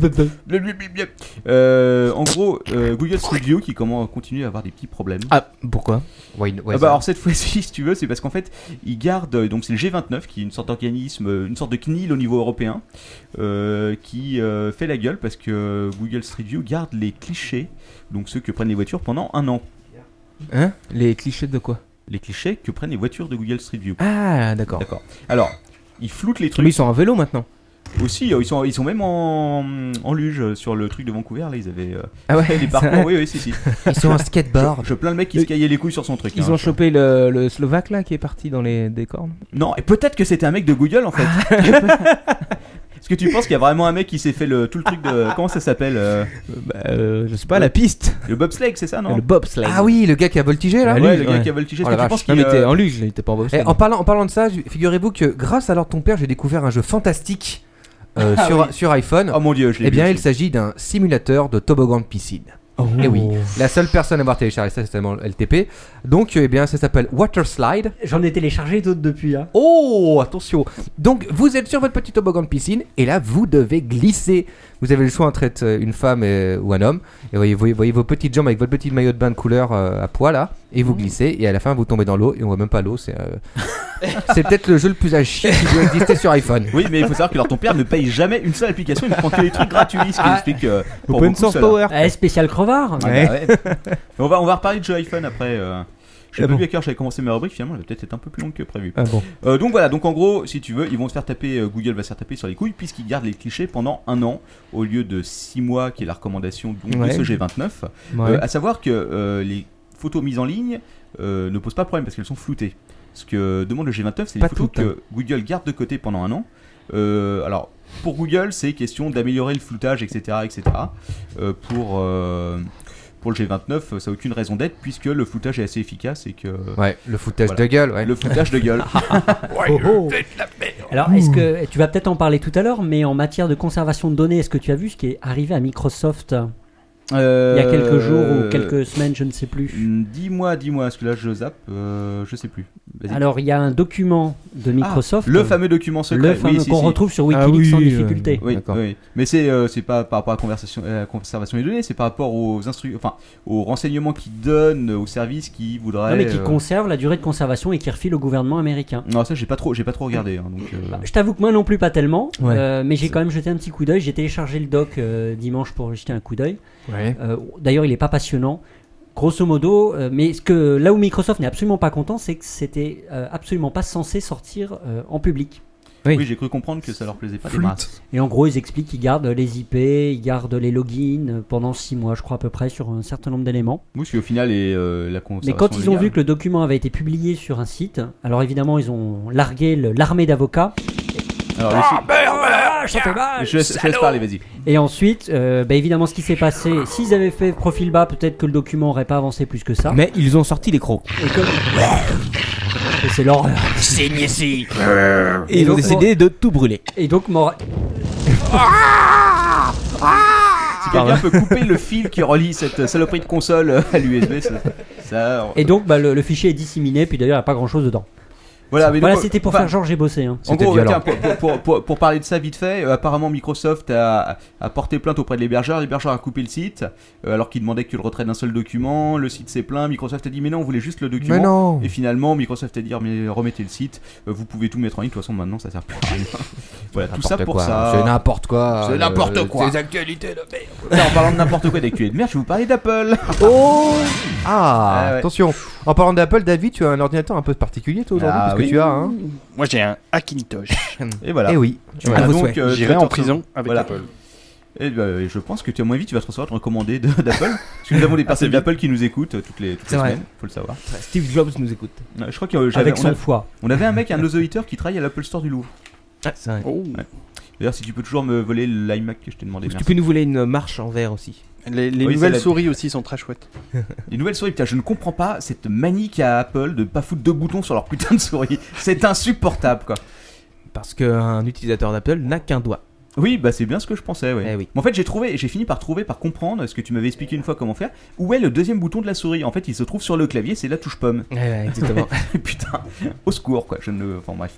Blablabla. Euh, en gros, euh, Google Studio qui comment, continue à avoir des petits problèmes. Ah, pourquoi Ouais, ouais, Ah bah ça. alors cette fois-ci, si tu veux, c'est parce qu'en fait, ils gardent euh, donc c'est le G29 qui est une sorte d'organisme, euh, une sorte de CNIL au niveau européen, euh, qui euh, fait la gueule parce que euh, Google Street View garde les clichés, donc ceux que prennent les voitures pendant un an, Hein Les clichés de quoi les clichés que prennent les voitures de Google Street View. Ah, d'accord. D'accord. Alors. Ils floutent les Mais ils trucs. sont en vélo maintenant. Aussi, euh, ils sont, ils sont même en, en luge euh, sur le truc de Vancouver. Là, ils avaient euh, Ah *laughs* fait *laughs* des parcours. Oui, oui, si, si. Ils sont en skateboard. Je plains le mec qui se caillait les couilles sur son truc. hein. Ils ont chopé le, le Slovaque là qui est parti dans les décors. Non, et peut-être que c'était un mec de Google en fait. Ah, *laughs* Est-ce que tu penses qu'il y a vraiment un mec qui s'est fait le, tout le truc de. Comment ça s'appelle euh, bah, euh, je sais pas, la piste. Le bobsleigh, c'est ça, non Ah Le bobsleigh. Ah oui, le gars qui a voltigé là. La Ouais, luge, le gars ouais. qui a voltigé. Est-ce Oh que la tu vache. penses Non, qu'il. mais t'es euh, en luge, là, il était pas en Eh, bobsleigh. en, parlant, en parlant de ça, ju- figurez-vous que grâce à leur ton père, j'ai découvert un jeu fantastique euh, Ah sur, oui. sur iPhone. Oh mon dieu, je l'ai eh bien, vu il aussi. s'agit d'un simulateur de toboggan de piscine. Oh. Eh oui, la seule personne à avoir téléchargé ça, c'est tellement LTP. Donc, euh, eh bien, ça s'appelle Water Slide. J'en ai téléchargé d'autres depuis. Hein. Oh, attention. Donc, vous êtes sur votre petit toboggan de piscine et là, vous devez glisser. Vous avez le choix entre être euh, une femme euh, ou un homme. Et voyez, voyez, voyez vos petites jambes avec votre petit maillot de bain de couleur euh, à poids là. Et Mmh. vous glissez. Et à la fin, vous tombez dans l'eau. Et on voit même pas l'eau. C'est euh, *laughs* c'est peut-être le jeu le plus à chier qui doit exister sur iPhone. Oui, mais il faut savoir que leur ton père ne paye jamais une seule application, il prend que les trucs gratuits, ce qui explique. euh, pour Ah. Open beaucoup source cela. power. Eh, spécial crevard. Ah bah *laughs* ouais. Mais on, va, on va reparler de jeu iPhone après. euh. Je Ah sais pas bon. plus à quelle heure j'avais commencé ma rubrique, finalement elle va peut-être être un peu plus longue que prévu. Ah bon. Euh, donc voilà, donc en gros, si tu veux, ils vont se faire taper, euh, Google va se faire taper sur les couilles puisqu'ils gardent les clichés pendant un an au lieu de six mois qui est la recommandation donc, Ouais. de ce G29. Ouais. Euh, à savoir que euh, les photos mises en ligne euh, ne posent pas problème parce qu'elles sont floutées. Ce que demande le G29, c'est Pas les photos toutes, hein. que Google garde de côté pendant un an. Euh, alors, pour Google, c'est question d'améliorer le floutage, etc. etc. Euh, pour, euh, pour le G29, ça n'a aucune raison d'être puisque le floutage est assez efficace et que. Ouais, le foutage Voilà. de gueule, ouais. Le floutage de gueule. Oh, oh. Alors, est-ce que tu vas peut-être en parler tout à l'heure, mais en matière de conservation de données, est-ce que tu as vu ce qui est arrivé à Microsoft *laughs* il y a quelques jours ou quelques semaines, je ne sais plus Mm, Euh, Dis-moi, dis-moi, parce que là je zappe, euh, je sais plus. Vas-y. Alors, il y a un document de Ah, Microsoft, le fameux document secret, le fameux oui, si, qu'on si. retrouve sur Ah Wikileaks oui, sans euh, difficulté. Oui, D'accord. oui. mais c'est euh, c'est pas par rapport à la conversation, à la conservation des données, c'est par rapport aux instru enfin aux renseignements qu'ils donnent aux services qui voudraient. Non, mais qui euh, conserve la durée de conservation et qui refile au gouvernement américain. Non, ça j'ai pas trop, j'ai pas trop regardé. hein, donc, euh, Bah, Je t'avoue que moi non plus pas tellement, Ouais. euh, mais j'ai quand même jeté un petit coup d'œil. J'ai téléchargé le doc euh, dimanche pour jeter un coup d'œil. Ouais. Euh, D'ailleurs, il n'est pas passionnant, grosso modo. euh, mais ce que là où Microsoft n'est absolument pas content, c'est que c'était euh, absolument pas censé sortir euh, en public. oui, oui. j'ai cru comprendre que ça leur plaisait pas des Flûte. masses. Et en gros, ils expliquent qu'ils gardent les IP, ils gardent les logins euh, pendant six mois, je crois à peu près, sur un certain nombre d'éléments. Oui, parce qu'au final, les, euh, la Mais conservation. quand ils ont légale- vu que le document avait été publié sur un site, alors évidemment, ils ont largué le- l'armée d'avocats. Alors, laissez- Ah, ça fait je, laisse, je laisse parler, vas-y. Et ensuite, euh, bah, évidemment, ce qui s'est passé, s'ils avaient fait profil bas, peut-être que le document aurait pas avancé plus que ça. Mais ils ont sorti les crocs. Et comme- Et c'est l'horreur. Signe ici. Et oh. ils ont donc, décidé de tout brûler. Et donc, Mora- Ah. Si quelqu'un peut couper le fil qui relie cette saloperie de console euh, à l'USB, ça. ça- et donc bah, le, le fichier est disséminé, puis d'ailleurs, il n'y a pas grand-chose dedans. voilà, mais donc, voilà, euh, c'était pour enfin, faire Georges et bosser. hein. En C'était gros, violent. tiens, pour, pour- pour- pour- pour parler de ça vite fait, euh, apparemment Microsoft a, a porté plainte auprès de l'hébergeur. L'hébergeur a coupé le site euh, alors qu'il demandait que tu le retrait d'un seul document. Le site s'est plaint. Microsoft a dit mais non, on voulait juste le document. Oh. Mais non Et finalement, Microsoft a dit mais remettez le site. euh, vous pouvez tout mettre en ligne. De toute façon, maintenant ça sert plus. à rien. *laughs* voilà, tout ça N'importe pour quoi. hein. ça. C'est n'importe Ah, quoi. C'est euh, n'importe quoi. c'est- actualités de merde. Là, en parlant de n'importe quoi d'actualité de merde, je vais vous parler d'Apple. Oh Ah, Ah ouais. Attention En parlant d'Apple, David, tu as un ordinateur un peu particulier toi aujourd'hui Ah Parce que oui. tu as un. Moi j'ai un *laughs* Hackintosh. Et voilà. Eh oui Tu vas À vos donc, souhaits. euh, te J'irai en transformer- prison avec voilà. Apple. Eh ben, je pense que tu à mon avis, tu vas te recevoir de recommandé de- d'Apple. parce que nous avons des personnes d'Apple qui nous écoutent euh, toutes les, toutes les C'est vrai. semaines. Faut le savoir. Steve Jobs nous écoute. Euh, Je crois que euh, j'avais Avec on son a- foie. On avait un mec, un ozoïteur qui travaille à l'Apple Store du Louvre. Ah, c'est vrai. Oh. D'ailleurs, si tu peux toujours me voler l'iMac que je t'ai demandé. Est-ce que Merci. tu peux nous voler une marche en verre aussi Les, les Oui, c'est nouvelles la- souris aussi sont très chouettes. Les nouvelles souris, putain, je ne comprends pas cette manie qu'a Apple de pas foutre deux boutons sur leur putain de souris. C'est insupportable, quoi. Parce qu'un utilisateur d'Apple n'a qu'un doigt. Oui, bah c'est bien ce que je pensais, ouais. Eh oui. Mais en fait, j'ai trouvé, j'ai fini par trouver, par comprendre ce que tu m'avais expliqué une fois comment faire. Où est le deuxième bouton de la souris En fait, il se trouve sur le clavier, c'est la touche pomme. *laughs* Ouais, ouais, *laughs* exactement. putain, au secours, quoi. Je ne, enfin bref,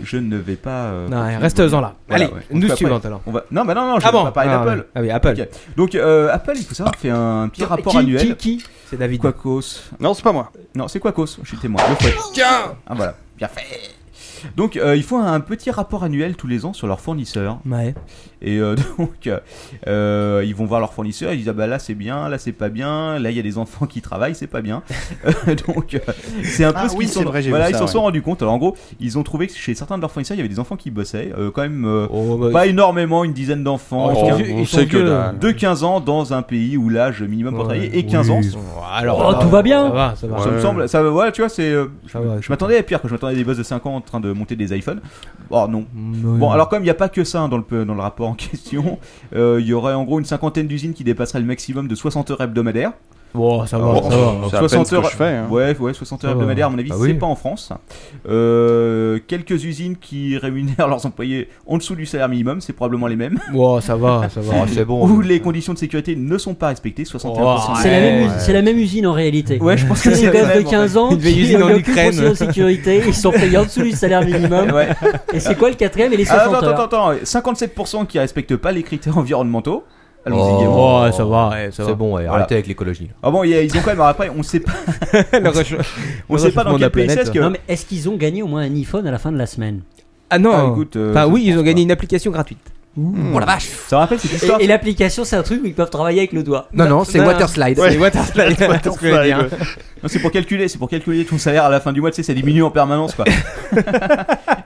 je ne vais pas. euh, Non, continuer. reste-en là. Voilà, Allez, ouais. On nous fait suivante après. alors. On va... Non, bah non, non, je Ah vais bon pas parler Ah, d'Apple. Ah oui, Apple. Ok. Donc, euh, Apple, il faut savoir, fait un petit rapport qui, annuel. Qui, qui C'est David. Quacos. Non, c'est pas moi. Non, c'est Quacos, je suis témoin. Le fouet. Tiens Ah voilà, bien fait. Donc, euh, ils font un petit rapport annuel tous les ans sur leurs fournisseurs. Ouais. Et euh, *laughs* donc, euh, euh, ils vont voir leurs fournisseurs, ils disent Ah bah là c'est bien, là c'est pas bien, là il y a des enfants qui travaillent, c'est pas bien. *laughs* Euh, donc, euh, c'est un peu Ah ce oui, qu'ils c'est sont. vrai, j'ai voilà, ils vu ça, s'en ouais. sont rendus compte. Alors en gros, ils ont trouvé que chez certains de leurs fournisseurs, il y avait des enfants qui bossaient, euh, quand même euh, Oh, bah, pas énormément, une dizaine d'enfants, Oh, ils sont quinze- vieux- on ils sont sait que vieux. dalle. de 15 ans dans un pays où l'âge minimum pour travailler est 15 ans. Alors, Oh, là, tout va bien. Ça va, ça va. Ça me Ouais. semble, ça, voilà, tu vois, c'est. euh, Ça va, Je m'attendais à pire quand je m'attendais à des boss de 5 ans en train de monter des iPhones. Oh non. Mm, Bon, alors comme il n'y a pas que ça hein, dans, le, pe- dans le rapport en *laughs* question, euh, il y aurait en gros une cinquantaine d'usines qui dépasseraient le maximum de 60 heures hebdomadaires. Bon, Oh, ça va, oh, Bon, ça va. c'est à peine ce que je fais. *laughs* hein. Ouais, ouais, 60 heures Ça va. hebdomadaires, à mon avis, Ah c'est oui. pas en France. Euh, quelques usines qui rémunèrent *laughs* leurs employés en dessous du salaire minimum, c'est probablement les mêmes. Bon, ça va, ça va. Oh, c'est Où bon. les conditions de sécurité ne sont pas respectées, 61%. Oh, C'est la, Ouais, même ouais. us- c'est la même usine en réalité. Ouais, je pense que C'est c'est des la gosses même, de 15 ans Une vieille qui usine en occupent Ukraine. conseiller en sécurité, ils sont payés en dessous du salaire minimum. Ouais. Et c'est quoi le quatrième et les 60 Ah, attends, heures attends, attends, 57% qui respectent pas les critères environnementaux. Allons-y, Oh. Guillaume. Oh, ça va, ouais, ça va. C'est *laughs* bon, ouais, Voilà. arrêtez avec l'écologie. Ah bon, il y a- ils ont quand même. alors Après, on sait pas, Le réchauff- on Le sait pas réchauffement dans de la quel pays c'est. planète. parce que- Non, mais est-ce qu'ils ont gagné au moins un iPhone à la fin de la semaine Ah Ah, non. écoute, euh, Enfin, je oui, ils pense ont pas. gagné une application gratuite. Oh la vache Ça me rappelle cette Et, histoire. et l'application, c'est un truc où ils peuvent travailler avec le doigt. Non, non, c'est non. Waterslide. C'est Waterslide. c'est ce que je veux dire. Non, c'est pour calculer, c'est pour calculer ton salaire à la fin du mois. Tu sais, ça diminue en permanence, quoi.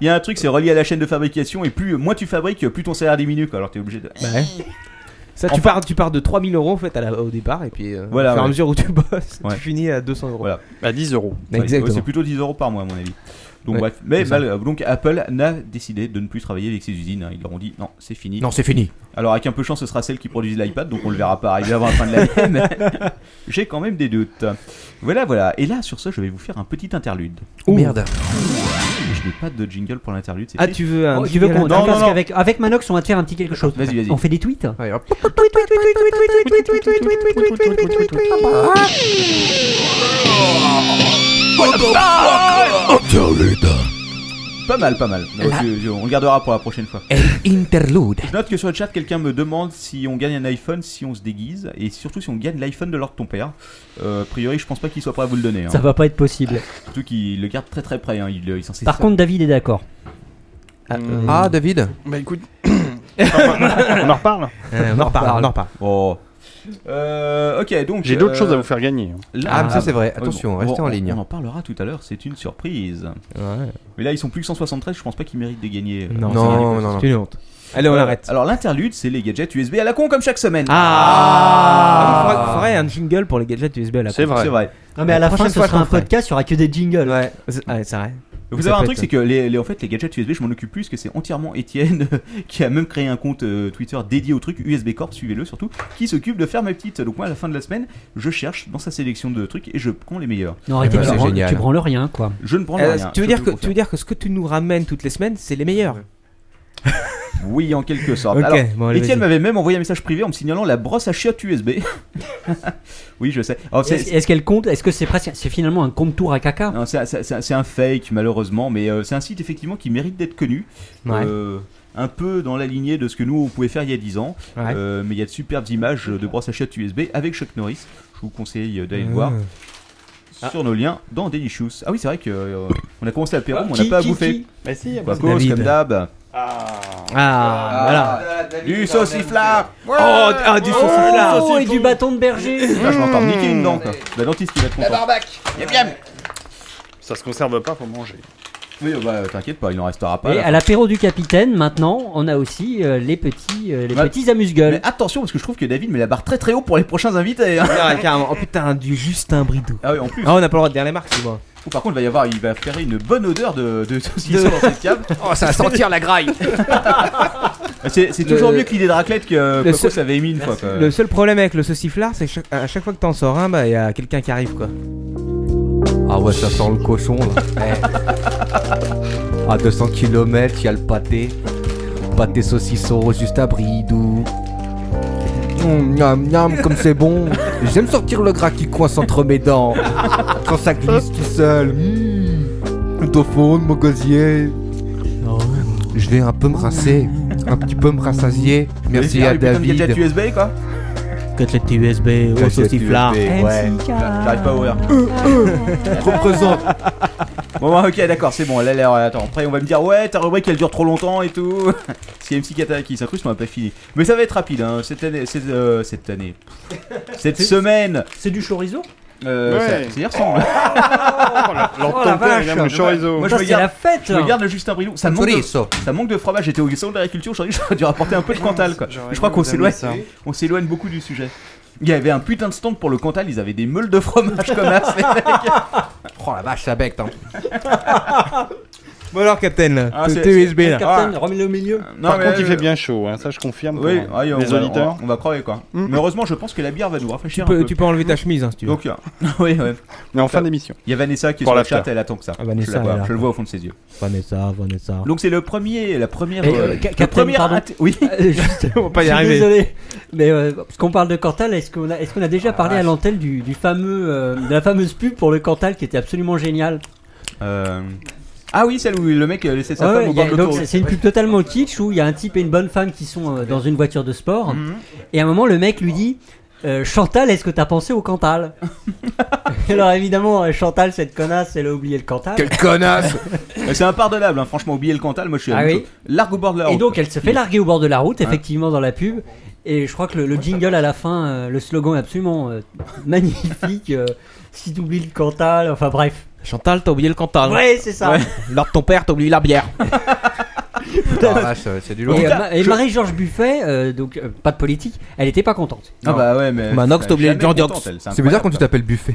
Il y a un truc, c'est relié à la chaîne de fabrication et plus, moins tu fabriques, plus ton salaire diminue, quoi. Alors t'es obligé de. Bah ouais. Ça, tu, pars, tu pars de 3000 euros en fait à la- au départ, et puis euh, Voilà, au fur et à ouais. mesure où tu bosses, Ouais. tu finis à 200 euros. Bah, Voilà. À 10 euros. Ouais, Exactement. C'est plutôt 10 euros par mois, à mon avis. Donc, Ouais, bref. Mais c'est ça. mal- donc, Apple n'a décidé de ne plus travailler avec ses usines. hein. Ils leur ont dit non, c'est fini. Non, c'est fini. Alors, avec un peu de chance, ce sera celle qui produisent l'iPad, donc on le verra pas arriver avant la fin de l'année. *laughs* mais J'ai quand même des doutes. Voilà, voilà. Et là, sur ce, je vais vous faire un petit interlude. Merde. Mais Je n'ai pas de jingle pour l'interlude. c'est Ah, triste. tu veux un. Oh, tu veux qu'on non, parce non, non. qu'avec avec Manox, on va te faire un petit quelque chose. Vas-y, vas-y. On fait des tweets Ouais, hop. Pas mal, pas mal. Non, Ah. je- je- on le gardera pour la prochaine fois. Interlude. Je note que sur le chat, quelqu'un me demande si on gagne un iPhone, si on se déguise, et surtout si on gagne l'iPhone de l'ordre de ton père. Euh, a priori, je pense pas qu'il soit prêt à vous le donner. hein. Ça va pas être possible. Surtout qu'il le garde très très près. hein. Il, il s'en sait Par ça. contre, David est d'accord. Ah, euh, Ah, David. Bah écoute, *laughs* on en reparle. euh, on en reparle, on en reparle. Oh. Euh, ok, donc. J'ai d'autres euh, choses à vous faire gagner. là- Ah, mais ça c'est vrai. bon, Attention, bon, restez en on- ligne. On en parlera tout à l'heure, c'est une surprise. Ouais. Mais là, ils sont plus que 173, je pense pas qu'ils méritent de gagner. euh, Non, de Non, gagner quoi que non, non. C'est une honte. Allez, on Euh, arrête. Alors l'interlude, c'est les gadgets USB à la con comme chaque semaine. Ah, Il faudrait, faudrait un jingle pour les gadgets USB là. C'est vrai. C'est vrai. Non, mais à La la fin, prochaine ce fois, sera je un t'en ferai. podcast, il y aura que des jingles. Ouais, c'est ouais, c'est vrai. Euh, Vous Ça savez un peut truc, être- c'est que les, les- en fait les gadgets USB, je m'en occupe plus, parce que c'est entièrement Étienne *laughs* qui a même créé un compte euh, Twitter dédié au truc USB Corp, suivez-le surtout, qui s'occupe de faire mes petites. Donc moi, à la fin de la semaine, je cherche dans sa sélection de trucs et je prends les meilleurs. Non, arrêtez, Eh ben, tu, c'est branles, génial. tu branles rien, quoi. Je ne prends Euh, rien. tu, veux je dire te que, le tu veux dire que ce que tu nous ramènes toutes les semaines, c'est les meilleurs confirme. Oui, en quelque sorte. Ok, Ah, bah Alors, bon, allez, Étienne vas-y. m'avait même envoyé un message privé en me signalant la brosse à chiottes USB. *laughs* oui, je sais. Alors, c'est- Est-ce est-ce qu'elle compte Est-ce que c'est presque, c'est finalement un compte tour à caca Non, c'est- c'est c'est- c'est un fake malheureusement, mais euh, c'est un site effectivement qui mérite d'être connu. Ouais. Euh, un peu dans la lignée de ce que nous on pouvait faire il y a 10 ans. Ouais. Euh, mais il y a de superbes images de brosses à chiottes USB avec Chuck Norris. Je vous conseille euh, d'aller le Ah. voir sur nos liens dans Delicious. Ah oui, c'est vrai que euh, on a commencé à l'apéro, Ah, mais on qui- n'a pas à qui- bouffer. qui Bah si, Quoi David. cause, comme d'hab. Ah, voilà. Du sauciflard Oh, ah, du sauciflard. Oh, et du bâton de berger Putain, Je vais encore niquer une dent quoi. La dentiste qui va être content. ça se conserve pas, faut manger. Oui, bah euh, t'inquiète pas, il n'en restera pas. Et là. à l'apéro du capitaine, maintenant, on a aussi euh, les petits, euh, les Ouais. petits amuse-gueules. Mais attention parce que je trouve que David met la barre très très haut pour les prochains invités. hein. Ah, carrément. Oh putain, du Justin Bridou. Ah oui, en plus. Ah, on n'a pas le droit de dire les marques, tu vois. Ou par contre, il va y avoir, il va faire une bonne odeur de, de saucisson dans cette cave. Oh, ça va sentir la graille. C'est, c'est Le- toujours mieux que l'idée de raclette que le Coco seul- avait émis une fois. quoi. Le seul problème avec le sauciflard, c'est que chaque- à chaque fois que t'en sors un, bah, il y a quelqu'un qui arrive, quoi. Ah ouais, ça sent le cochon. *laughs* Là. Eh. à 200 km, il y a le pâté. Pâté saucisson, juste à bridou. Mm, Miam miam, comme c'est bon. J'aime sortir le gras qui coince entre mes dents. Quand ça glisse tout seul. Mm. Tout au fond de mon gosier. Je vais un peu me rincer. Un petit peu me rassasier. Merci Ah à oui, putain, mais David. Il y a déjà USB quoi Gadget USB, au sauciflard. USB, ouais. J'arrive pas à ouvrir. Représente. Bon, bah, ok, d'accord, c'est bon. Là, là, ouais, attends. Après, on va me dire, ouais, ta rubrique elle dure trop longtemps et tout. *laughs* si MC Kata qui s'incruste, on va pas fini. Mais ça va être rapide, hein. Cette année. Cette, euh, cette année. Cette semaine. C'est du chorizo Euh, Ouais. Oh, ça, ça y ressemble. L'entempère, il aime le chorizo. Moi, je Ça, me c'est garde- la fête Je me garde *laughs* le Justin Bridou. Ah, Ça manque, de, Chorizo. ça manque de fromage. J'étais au salon de l'agriculture aujourd'hui, j'aurais *laughs* dû rapporter un peu de Cantal quoi. Je crois qu'on s'éloigne. On s'éloigne beaucoup du sujet. Il y avait un putain de stand pour le Cantal, ils avaient des meules de fromage *laughs* comme as. Oh la vache, ça bec, hein. Bon alors, Captain, là. Ah, t'es- c'est- t'es USB, là. Ah. Capitaine, remets-le au milieu. Non, Par mais- euh, contre, il fait bien chaud, hein, ça je confirme. Oui, pour, euh, aïe, on, les va, auditeurs. Hmm. on va- on va crever quoi. Mais heureusement, je pense que la bière va nous rafraîchir. Tu peux, un peu. tu peux enlever ta chemise hein, si tu veux. Donc, euh, *laughs* oui, ouais. Mais en fin Euh, d'émission. il y a Vanessa qui est Pour sur le l'after. chat, elle attend que ça. Ah, Vanessa, je, la vois, elle a- je le vois au fond de ses yeux. Vanessa, Vanessa. Donc, c'est le premier, la première. Et, euh, le Captain, premier pardon. atte- Oui, Euh, *laughs* juste, On va pas y je suis arriver. Désolé, mais euh, parce qu'on parle de Cantal, est-ce qu'on a, est-ce qu'on a déjà parlé à l'antenne du, du fameux, euh, de la fameuse pub pour le Cantal qui était absolument géniale Euh, Ah oui, celle où le mec euh, laissait sa Ah Ouais, femme au il y bord a- de donc l'autoroute. c'est- c'est une pub totalement kitsch où il y a un type et une bonne femme qui sont euh, dans une voiture de sport et à un moment le mec lui dit euh, Chantal, est-ce que t'as pensé au Cantal Alors évidemment, euh, Chantal, cette connasse, elle a oublié le Cantal. Quelle connasse. Mais C'est impardonnable, hein, franchement, oublier le Cantal, moi je suis Ah à la même oui. chose. Largue au bord de la route. Et donc elle se fait larguer au bord de la route, effectivement, dans la pub. Et je crois que le, le jingle à la fin, euh, le slogan est absolument euh, *laughs* magnifique. euh, si t'oublies le Cantal, enfin bref. Ah Chantal, t'as oublié le cantal. Ouais, c'est ça. *laughs* Lors de ton père, t'as oublié la bière. la vache, euh, Ah, c'est du lourd. Et, euh, Ma- et Marie-Georges Buffet, euh, donc euh, pas de politique, elle était pas contente. Ah bah ouais, mais. Bah, Nox, t'as oublié le Jamais Gordiox. contente, elle, C'est bizarre incroyable, quand tu quoi. t'appelles Buffet.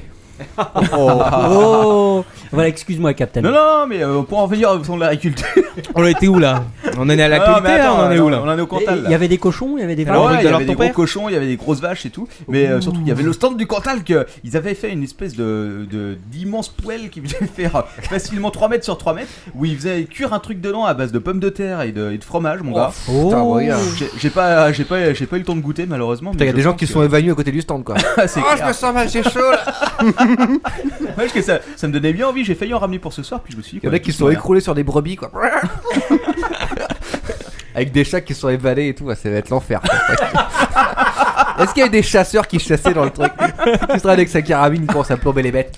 Oh Voilà, excuse-moi, Captain. Ah. *laughs* Non, non, mais euh, pour en venir au fond de l'agriculture. On était où là On en est à Ah, *laughs* la Non, mais qualité, là, attends, euh, on en est où là hein, On en est au Et- Cantal. Ah Il y avait des cochons, il y avait des vaches. Alors, ouais, il rubrique de y l'art avait ton des gros père cochons, il y avait des grosses vaches et tout, mais euh, surtout il y avait le stand du Cantal que ils avaient fait une espèce de de- d'immense poêle qui faisait *laughs* faire euh, facilement 3 mètres sur 3 mètres où ils faisaient cuire un truc dedans à base de pommes de terre et de, et de fromage, mon gars. Putain, bon, regarde. J'ai- J'ai pas j'ai pas j'ai pas eu le temps de goûter malheureusement. Putain, il y a des gens qui *laughs* sont évanouis à côté du stand, quoi. assez *laughs* oh, je me sens mal, j'ai chaud là. parce que ça ça me donnait bien envie, j'ai failli en ramener pour ce soir puis je me suis dit Il y en a ouais, qui se tout sont va bien. écroulés sur des brebis, quoi. *laughs* Avec des chats qui se sont évalés et tout, ouais, ça va être l'enfer. quoi. *laughs* Est-ce qu'il y a eu des chasseurs qui chassaient dans le truc Qui sera avec sa carabine pour ça plomber les bêtes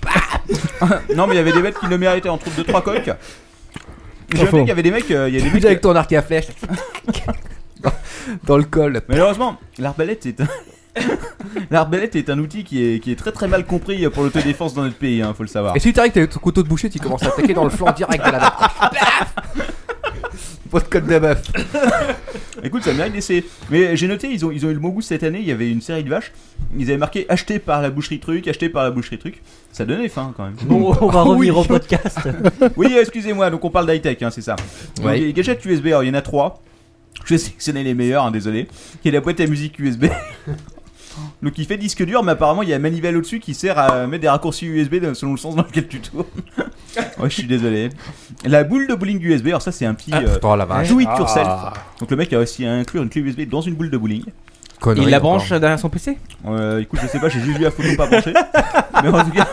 Non, mais il y avait des bêtes qui le méritaient en troupe de 3 coques. J'ai faux. vu qu'il y avait des mecs, euh, il y a des Tu mecs dis avec ton arc à flèche *laughs* dans, dans le col. Malheureusement, l'arbalète est un... *laughs* l'arbalète est un outil qui est, qui est très très mal compris pour l'autodéfense dans notre pays, hein, faut le savoir. Et si tu t'arrives avec ton couteau de boucher, tu commences à attaquer dans le flanc direct de la bête. Pas de code de bœuf. *laughs* Écoute, ça mérite d'essayer. Mais j'ai noté, ils ont, ils ont eu le bon goût cette année, il y avait une série de vaches, ils avaient marqué acheté par la boucherie truc, acheté par la boucherie truc. Ça donnait faim quand même. Bon, *laughs* on Ah va revenir au podcast. Oui, excusez-moi, donc on parle d'high-tech, hein, c'est ça. Donc, Ouais. les gadgets USB, alors il y en a trois. Je vais sélectionner les meilleurs, hein, désolé. Qui est la boîte à musique USB. donc il fait disque dur, mais apparemment il y a un manivelle au-dessus qui sert à mettre des raccourcis USB dans- selon le sens dans lequel tu tournes. ouais, je suis désolé. La boule de bowling USB, alors ça c'est un petit. euh, Ah, Putain, Oh, la vache. Ah. do it yourself. Donc le mec a aussi à inclure une clé USB dans une boule de bowling. Connerie, Il Oh. la encore. branche derrière son PC Euh, écoute, je sais pas, j'ai juste vu la photo pas branchée. mais en tout cas.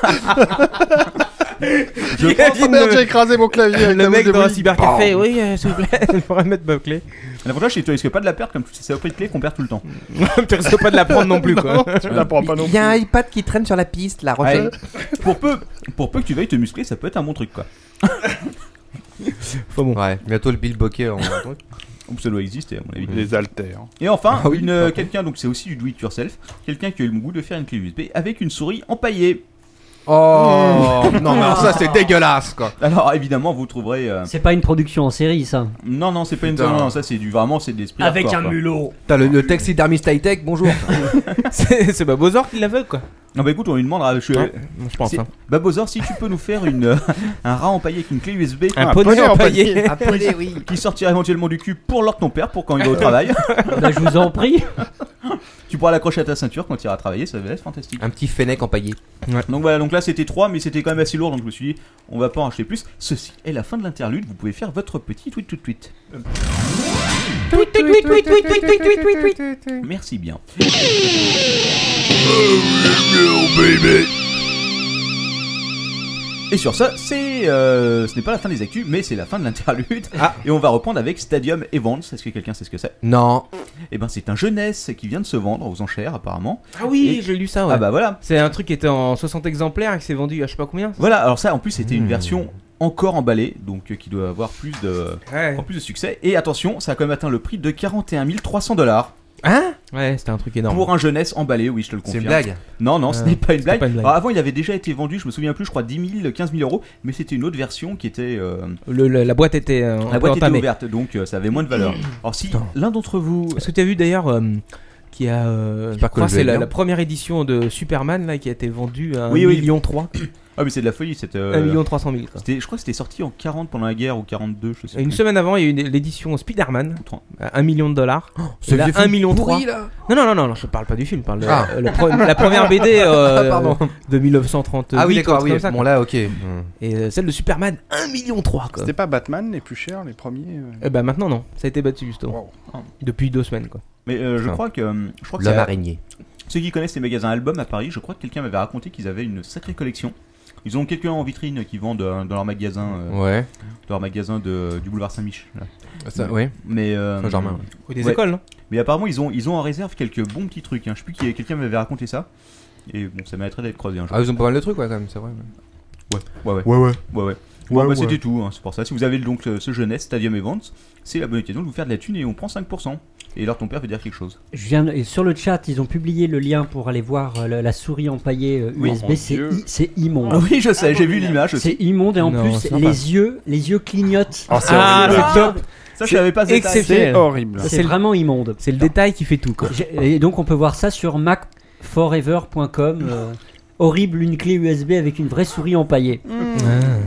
*laughs* je pense- Oh merde, j'ai écrasé mon clavier avec Le la mec boule de dans un bowling. cybercafé, oui, euh, s'il vous plaît, *laughs* je pourrais mettre ma clé. L'avantage, c'est que tu risques pas de la perdre comme c'est au prix de clé qu'on perd tout le temps. Tu risques pas de la prendre non *laughs* plus quoi. Non, tu la prends pas non Il y a un plus. iPad qui traîne sur la piste, là. refais. Ouais. pour, peu, pour peu que tu veuilles te muscler, ça peut être un bon truc quoi. Ouais, bientôt le Bill Bokeh *laughs* en Donc ça doit exister à mon avis. Les haltères. Et enfin, Ah oui, une, euh, pardon. quelqu'un, donc c'est aussi du do it yourself, quelqu'un qui a eu le goût de faire une clé USB avec une souris empaillée. Oh non, mais alors ça *laughs* c'est dégueulasse quoi. Alors évidemment, vous trouverez. euh, C'est pas une production en série, ça. Non, non, c'est pas une. Putain. Non, non, ça c'est du vraiment, c'est de l'esprit. Avec hardcore, un quoi. mulot. T'as le, le taxidermiste high tech, bonjour. *laughs* C'est c'est Babozor qui l'aveugle quoi. Non, bah écoute, on lui demandera. Je... Ouais, je pense. c'est- hein. Babozor, si tu peux nous faire une, euh, *laughs* un rat empaillé avec une clé USB Un Un poney poney empaillé. *laughs* Appelez, oui. qui sortira éventuellement du cul pour l'heure de ton père pour quand il *laughs* va au travail. Bah, je vous en prie. tu pourras l'accrocher à ta ceinture quand il ira travailler, ça va être fantastique. Un petit fennec empaillé. Donc voilà, donc là c'était 3, mais c'était quand même assez lourd, donc je me suis dit, on va pas en acheter plus. Ceci est la fin de l'interlude, vous pouvez faire votre petit tweet tweet tweet. Merci bien. Oh, Et sur ça, c'est, euh, ce n'est pas la fin des actus, mais c'est la fin de l'interlude. Ah. Et on va reprendre avec Stadium Events. Est-ce que quelqu'un sait ce que c'est Non. Eh ben, c'est un jeunesse qui vient de se vendre aux enchères, apparemment. Ah oui, j'ai lu ça. ouais. Ah bah voilà. C'est un truc qui était en 60 exemplaires et qui s'est vendu à je sais pas combien. Voilà. Alors ça, en plus, c'était Hmm. une version encore emballée, donc euh, qui doit avoir plus de, Ouais. encore plus de succès. Et attention, ça a quand même atteint le prix de 41 300 dollars Hein Ouais, c'était un truc énorme. pour un jeunesse emballé. Oui, je te le C'est confirme. une blague. Non, non, ce Euh, n'est pas une c'était blague. pas une blague. Alors, avant, il avait déjà été vendu, je me souviens plus, je crois 10 000, 15 000 euros, mais c'était une autre version qui était. euh, Le- le- la boîte était euh, un la peu boîte était entamée. ouverte, donc euh, ça avait moins de *coughs* valeur. Alors, si Putain. l'un d'entre vous. Est-ce que tu as vu d'ailleurs euh, qui a euh, je J'espère que crois le que jeu c'est est la, bien. la première édition de Superman là qui a été vendue à 1 Oui, oui. million 3 Ah, mais c'est de la folie, cette. euh, 1 million 300 000 quoi. c'était- Je crois que c'était sorti en 40 pendant la guerre ou 42, je sais Et Une plus. semaine avant, il y a eu une- l'édition Spider-Man Trente. à 1 million de dollars. ce là, vieux 1 Oh, film million pourri, 3. Non, non, non, non, non, je parle pas du film, je parle de- Ah. euh, le pro- la première *laughs* BD euh, Pardon. de 1938. Ah oui, un d'accord, truc oui. comme ça, Bon quoi. là, ok. Et euh, celle de Superman, 1 million 3 euh. quoi. C'était pas Batman les plus chers, les premiers euh, Eh ben maintenant non, ça a été battu justement. wow. Depuis deux semaines quoi. Mais euh, je Enfin. crois que. euh, Je crois que L'homme c'est- araignée. Ceux qui connaissent les magasins albums à Paris, je crois que quelqu'un m'avait raconté qu'ils avaient une sacrée collection. Ils ont quelqu'un en vitrine qui vend de- dans leur magasin, euh, Ouais. dans leur magasin de, du boulevard Saint-Mich. là. Ça, oui. Mais, euh, Saint-Germain, ouais. Ou des Ouais. écoles, non mais apparemment, ils ont, ils ont en réserve quelques bons petits trucs. hein. Je sais plus qui quelqu'un m'avait raconté ça. Et bon, ça mériterait d'être creusé un jour. Ah, ils ont pas mal de trucs, ouais, quand même, c'est vrai. Ouais, ouais, ouais. ouais. ouais, ouais. Bon, bah, C'était tout, hein, c'est pour ça. Si vous avez donc euh, ce jeunesse, Stadium Events, c'est la bonne occasion de vous faire de la thune et on prend 5%. Et alors ton père veut dire quelque chose. Je viens de- et sur le chat, ils ont publié le lien pour aller voir euh, la, la souris empaillée euh, Oui, USB. mon C'est Dieu. i- c'est Oh Ah immonde. oui, je Ah, sais, j'ai vu l'image aussi. C'est immonde et en Non, plus c'est sympa. les yeux, les yeux clignotent. Oh, c'est Ah, horrible. c'est top Ça, je savais pas cet Exceptionnel. aspect. C'est horrible. C'est vraiment immonde. C'est le détail qui fait tout, quoi. J'ai- Et donc on peut voir ça sur macforever.com. euh, horrible, une clé USB avec une vraie souris empaillée.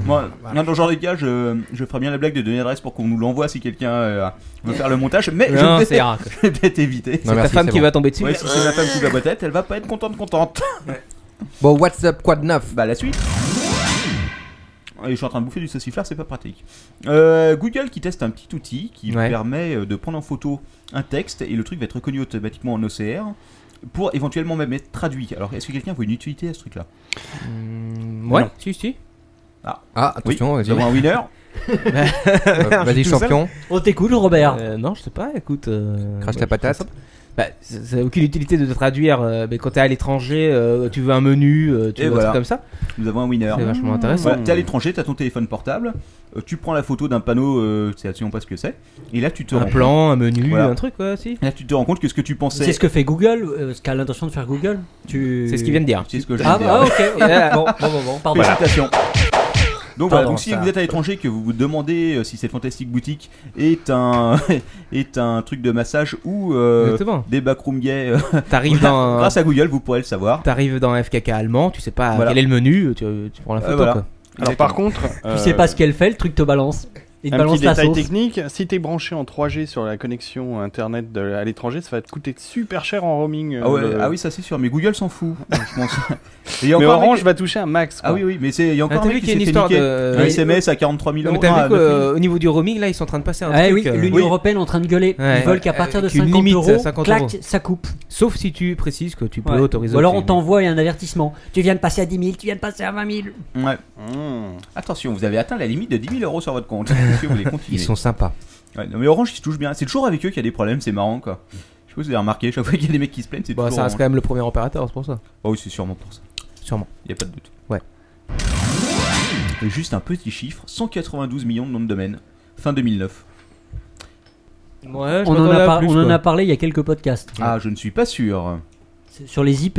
Moi, dans le genre de cas, je, je ferais bien la blague de donner l'adresse pour qu'on nous l'envoie si quelqu'un euh, veut faire le montage, mais Non, je, ça vais, ira, quoi. je vais peut-être éviter. Non, C'est ta merci, femme c'est qui bon. va tomber dessus. Ouais, si c'est ma femme qui la tête, elle va pas être contente, contente. Bon, what's up, quoi de neuf Bah, la suite. Et je suis en train de bouffer du sauciflard, c'est pas pratique. Euh, Google qui teste un petit outil qui Ouais. permet euh, de prendre en photo un texte et le truc va être reconnu automatiquement en OCR pour éventuellement même être traduit. Alors, est-ce que quelqu'un voit une utilité à ce truc-là Ouais, Non. Hmm, si, si. Ah, attention, oui, nous vas-y, avons un winner. Euh, *laughs* vas-y, tout seul. champion, On t'écoute, Oh, Robert. Euh, non, je sais pas, écoute. euh, Ah. crache bah, la patate. Bah, c'est c'est aucune utilité de traduire. euh, mais quand t'es à l'étranger, euh, tu veux un menu, euh, tu Et veux voilà. un truc comme ça. Nous avons un winner. C'est vachement intéressant. Voilà, t'es à l'étranger, t'as ton téléphone portable, euh, tu prends la photo d'un panneau, euh, tu sais absolument pas ce que c'est, et là tu te Un rends plan, un menu, Voilà. un truc, quoi, si. compte- Là tu te rends compte que ce que tu pensais, C'est ce que fait Google, euh, ce qu'a l'intention de faire Google. Tu... C'est ce qu'il vient de dire. c'est ce que je Ah, viens de dire. ah, ok. bon, bon, bon, bon, pardon. Félicitations. Donc voilà, Pardon, donc si ça. vous êtes à l'étranger, que vous vous demandez euh, si cette fantastique boutique est un *laughs* est un truc de massage ou euh, Exactement. Ah. des backrooms gays, euh, T'arrives dans, *laughs* grâce à Google, vous pourrez le savoir. t'arrives dans un FKK allemand, tu sais pas Voilà. quel est le menu, tu, tu prends la Euh, photo, voilà. quoi. Alors par contre, euh, Tu sais pas ce qu'elle fait, le truc te balance. Il te Un petit balance la détail sauce. technique, si t'es branché en 3G sur la connexion internet de- à l'étranger, ça va te coûter super cher en roaming. euh, Ah, ouais, le- ah oui, ça c'est sûr, mais Google s'en fout, *laughs* je pense. Et il y a mais encore un mec- Orange va toucher un max. quoi. Ah oui, oui, mais c'est il y a Ah, encore t'as un vu mec qui qu'il y a s'est une fait histoire niquer de- un SMS à 43 000 Non, euros. mais t'as ah, vu qu'au 9 000. niveau du roaming, là, ils sont en train de passer un Ah truc. oui, euh, l'Union oui. européenne est en train de gueuler. Ouais. Ils veulent qu'à partir de Avec une 50 limite, euros, 50 clac, euros. ça coupe. Sauf si tu précises que tu peux Ouais. autoriser. Ou alors on autre chose. t'envoie un avertissement. Tu viens de passer à 10 000, tu viens de passer à 20 000. Ouais. Mmh. Attention, vous avez atteint la limite de 10 000 euros sur votre *laughs* compte. Est-ce que vous voulez continuer Ils sont sympas. Ouais, non, mais Orange, ils se touchent bien. C'est toujours avec eux qu'il y a des problèmes, c'est marrant quoi. Je sais pas si vous avez remarqué, chaque fois qu'il y a des mecs qui se plaignent, c'est Bah, toujours. ça reste quand Orange. même le premier opérateur, c'est pour ça. Oh, oui, c'est sûrement pour ça. Sûrement. Il y a pas de doute. Ouais. Et Juste un petit chiffre 192 millions de noms de domaine. Fin 2009. Ouais, On en, a par- on en a parlé il y a quelques podcasts. Ah, je ne suis pas sûr. C'est Sur les IP.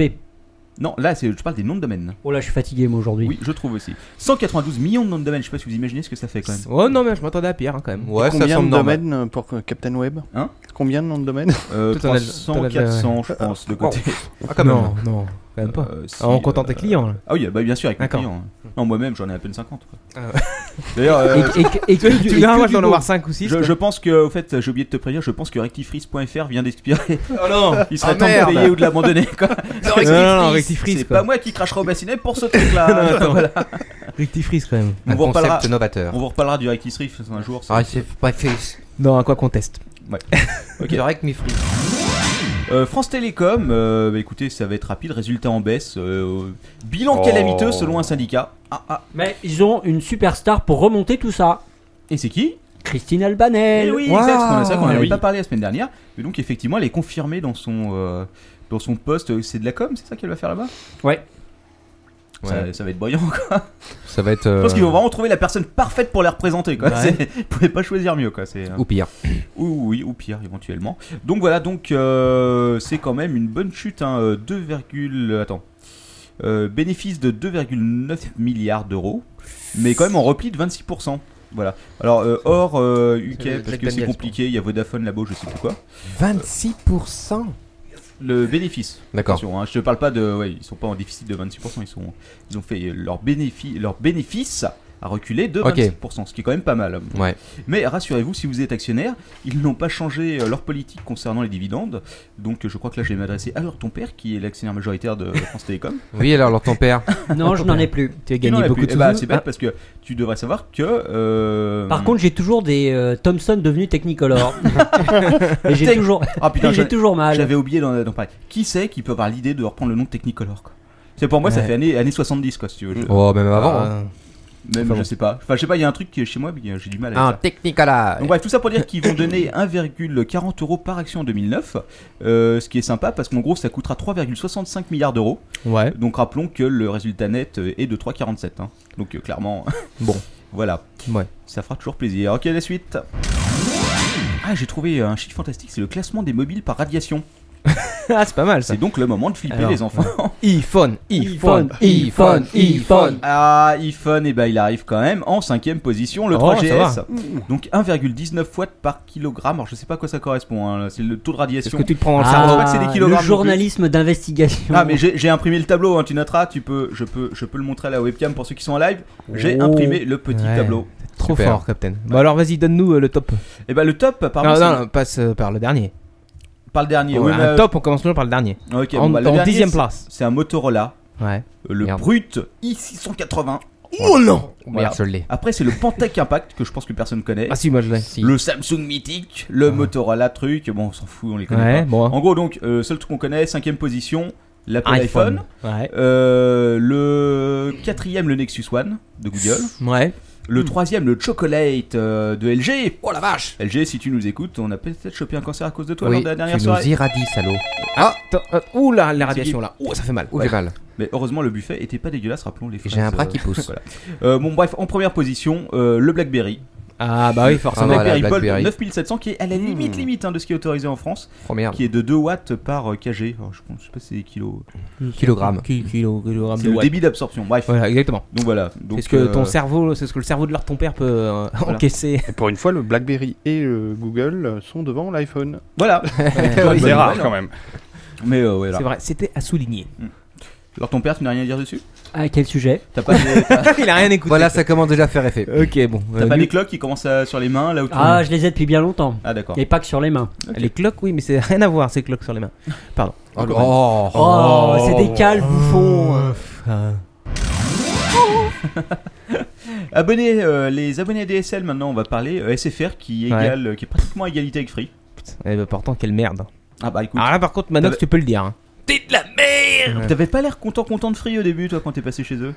Non, là, c'est- je parle des noms de domaine. Oh là, je suis fatigué moi aujourd'hui. Oui, je trouve aussi. 192 millions de noms de domaine. Je sais pas si vous imaginez ce que ça fait quand même. Oh non, mais je m'attendais à pire hein, quand même. Ouais, ça Combien semble de normal. domaines pour euh, Captain Web Hein Combien de noms de domaines Euh, Toi, t'en as- 300, t'en as- Oh, 400, je pense, de côté. Ah, quand même. non, non, quand même pas. Euh, si, Ah, on contente euh, tes clients là. Ah oui, bah bien sûr, avec mes D'accord. clients. Non, moi-même, j'en ai à peine 50. quoi. Ah *laughs* D'ailleurs, euh, Et, *laughs* et, et que du- Tu et verras, que moi du je dois en beau. avoir 5 ou 6. je, je pense que, au fait, j'ai oublié de te prévenir, je pense que rectifrice.fr vient d'expirer. Oh non Il serait Ah, temps merde. de payer ou de l'abandonner. quoi. Non, non, non, rectifrice C'est pas quoi. moi qui crachera au bassinet *laughs* pour ce truc-là. attends. Voilà. Rectifrice quand même. On Un vous reparlera. concept novateur. On vous reparlera du rectifrice un jour. ça- Ah, c'est pas fait. Non, à quoi qu'on teste Ok. Direct, mi frites. Euh, France Télécom, euh, bah, écoutez, ça va être rapide. Résultat en baisse. euh, bilan Oh. calamiteux selon un syndicat. Ah ah. Mais ils ont une superstar pour remonter tout ça. Et c'est qui Christine Albanel. Eh oui, Waouh. exact, on a ça qu'on Eh n'avait oui. pas parlé la semaine dernière. Mais donc, effectivement, elle est confirmée dans son, euh, dans son poste. C'est de la com, c'est ça qu'elle va faire là-bas Ouais. Ça, ça va être brillant. quoi. Ça va être. Je euh, pense qu'ils vont vraiment trouver la personne parfaite pour les représenter. Quoi. Ouais. C'est- *laughs* Ils pouvaient pas choisir mieux. Quoi. C'est, euh, Ou pire. Ou oui, ou pire éventuellement. Donc voilà, donc euh, c'est quand même une bonne chute, hein, euh, 2, virgule- attends, Euh, bénéfice de 2,9 milliards d'euros, mais quand même en repli de 26%. Voilà. Alors euh, hors euh, C'est le UK parce Jack que c'est Daniels, compliqué, il y a Vodafone là-bas, je sais plus quoi. 26% Le bénéfice. D'accord. Attention, hein, je te parle pas de, ouais, ils sont pas en déficit de 26%, ils sont, ils ont fait leur bénéfice, leur bénéfice a reculé de 26%, Ok. ce qui est quand même pas mal. Ouais. Mais rassurez-vous, si vous êtes actionnaire, ils n'ont pas changé euh, leur politique concernant les dividendes. Donc euh, je crois que là, je vais m'adresser à leur ton père, qui est l'actionnaire majoritaire de France Télécom. Oui, alors, alors ton *laughs* père. Non, je n'en ai plus. Tu as Il n'en gagné a beaucoup plus. de Eh bah, sous. c'est bête parce que tu devrais savoir que. euh, Par contre, j'ai toujours des euh, Thomson *laughs* devenus Technicolor. Et j'ai Tec- toujours, ah *laughs* putain, et j'en- j'ai toujours mal. j'avais oublié d'en d'en parler. Qui c'est qui peut avoir l'idée de reprendre le nom de Technicolor quoi c'est pour moi, ça Ouais. fait année, année 70, quoi, si tu veux. Je- Oh, même avant. hein. Ah, Même, Enfin je bon. Ah, sais pas. Enfin, je sais pas, il y a un truc qui est chez moi, mais j'ai du mal à Un Technicola. Donc bref, tout ça pour dire *coughs* qu'ils vont donner 1,40 euros par action en 2009, euh, ce qui est sympa parce qu'en gros ça coûtera 3,65 milliards d'euros. Ouais. Donc rappelons que le résultat net euh, est de 3,47. hein. Donc euh, clairement, *laughs* Bon. voilà, Ouais. ça fera toujours plaisir. Ok, la suite. Ah, j'ai trouvé un chiffre fantastique, c'est le classement des mobiles par radiation. *laughs* ah, c'est pas mal ça. C'est donc le moment de flipper Alors, les enfants. iPhone, iPhone, iPhone, iPhone, iPhone. iPhone. Ah, iPhone, et ben il arrive quand même en cinquième position, le Oh, 3GS. ça Donc 1,19 watts par kilogramme. Alors je sais pas à quoi ça correspond, hein. c'est le taux de Est-ce radiation. que tu te prends dans le Ah, cerveau pas que c'est des le kilogrammes non plus. journalisme d'investigation. Ah mais j'ai j'ai imprimé le tableau, hein, tu noteras, tu peux, je peux, je peux le montrer à la webcam pour ceux qui sont en live. J'ai Oh. imprimé le petit Ouais. tableau. Trop Super. fort, Captain. Bah alors vas-y, donne-nous euh, le top. Et ben le top, Non, pardon, non, non, passe euh, par le dernier. par le dernier. Voilà, Oui, mais, un euh, top, on commence toujours par le dernier. ok, en bon, bah, le en dernier, dixième c'est- place. C'est un Motorola, Ouais. euh, le Merde. brut i680. Oh, Merde, je l'ai. Après c'est le Pantech Impact que je pense que personne connaît. Ah si, moi je l'ai. Le Samsung mythique, le Motorola truc, bon on s'en fout, on les connaît Ouais, pas. Hein bon. hein. En gros donc, euh, seul truc qu'on connaît, cinquième position, l'Apple iPhone. iPhone. Ouais. Euh, le quatrième, le Nexus One de Google. Ouais. Hmm. Le troisième, le Chocolate euh, de LG. Oh la vache LG, si tu nous écoutes, on a peut-être chopé un cancer à cause de toi lors Oui, de la tu dernière nous soirée. irradies, salaud. Ah, attends, euh, ouh là, la radiation là. Ouh, ça fait mal. Ou j'ai Oh, mal. Ah, Mais heureusement, le buffet était pas dégueulasse, rappelons les phrases, J'ai un bras euh, qui pousse. voilà. Euh, bon, bref, en première position, euh, le Blackberry. Ah bah oui, Un forcément. Ah, voilà, Blackberry Bold Blackberry. Hmm. 9700 qui est à la limite, limite hein, de ce qui est autorisé en France, *laughs* Oh merde. qui est de 2 watts par euh, kg. Alors, je, pense- je sais pas si c'est des kilos. Kilogramme. Qui- kilo- kilogramme C'est de le watts. débit d'absorption, bref. Voilà, exactement. Donc voilà. Donc, C'est ce que ton euh, cerveau, c'est ce que le cerveau de leur ton père peut euh, Voilà. encaisser. Et pour une fois, le BlackBerry et le Google sont devant l'iPhone. Voilà. Eh C'est rare quand même. Mais euh, ouais, là. C'est vrai, c'était *laughs* à souligner. Alors, ton père, tu n'as rien à dire dessus À Ah, quel sujet T'as pas *laughs* des- Il a rien écouté. Voilà, ça commence déjà à faire effet. Ok, bon. T'as Euh, pas nous- des cloques qui commencent à- sur les mains là où tu- Ah, je les ai depuis bien longtemps. Ah, d'accord. Et pas que sur les mains. Les cloques, oui, mais c'est rien à voir ces cloques sur les mains. Pardon. Oh, oh, Oh, c'est des cales, bouffons. Abonnés, euh, les abonnés DSL maintenant, on va parler euh, SFR qui Ouais. égale, euh, qui est pratiquement à égalité avec Free. Eh ben pourtant, quelle merde. Ah bah écoute, Alors là, par contre, Manox, T'avais- tu peux le dire. hein. Euh, t'avais pas l'air content content de Free au début toi quand t'es passé chez eux.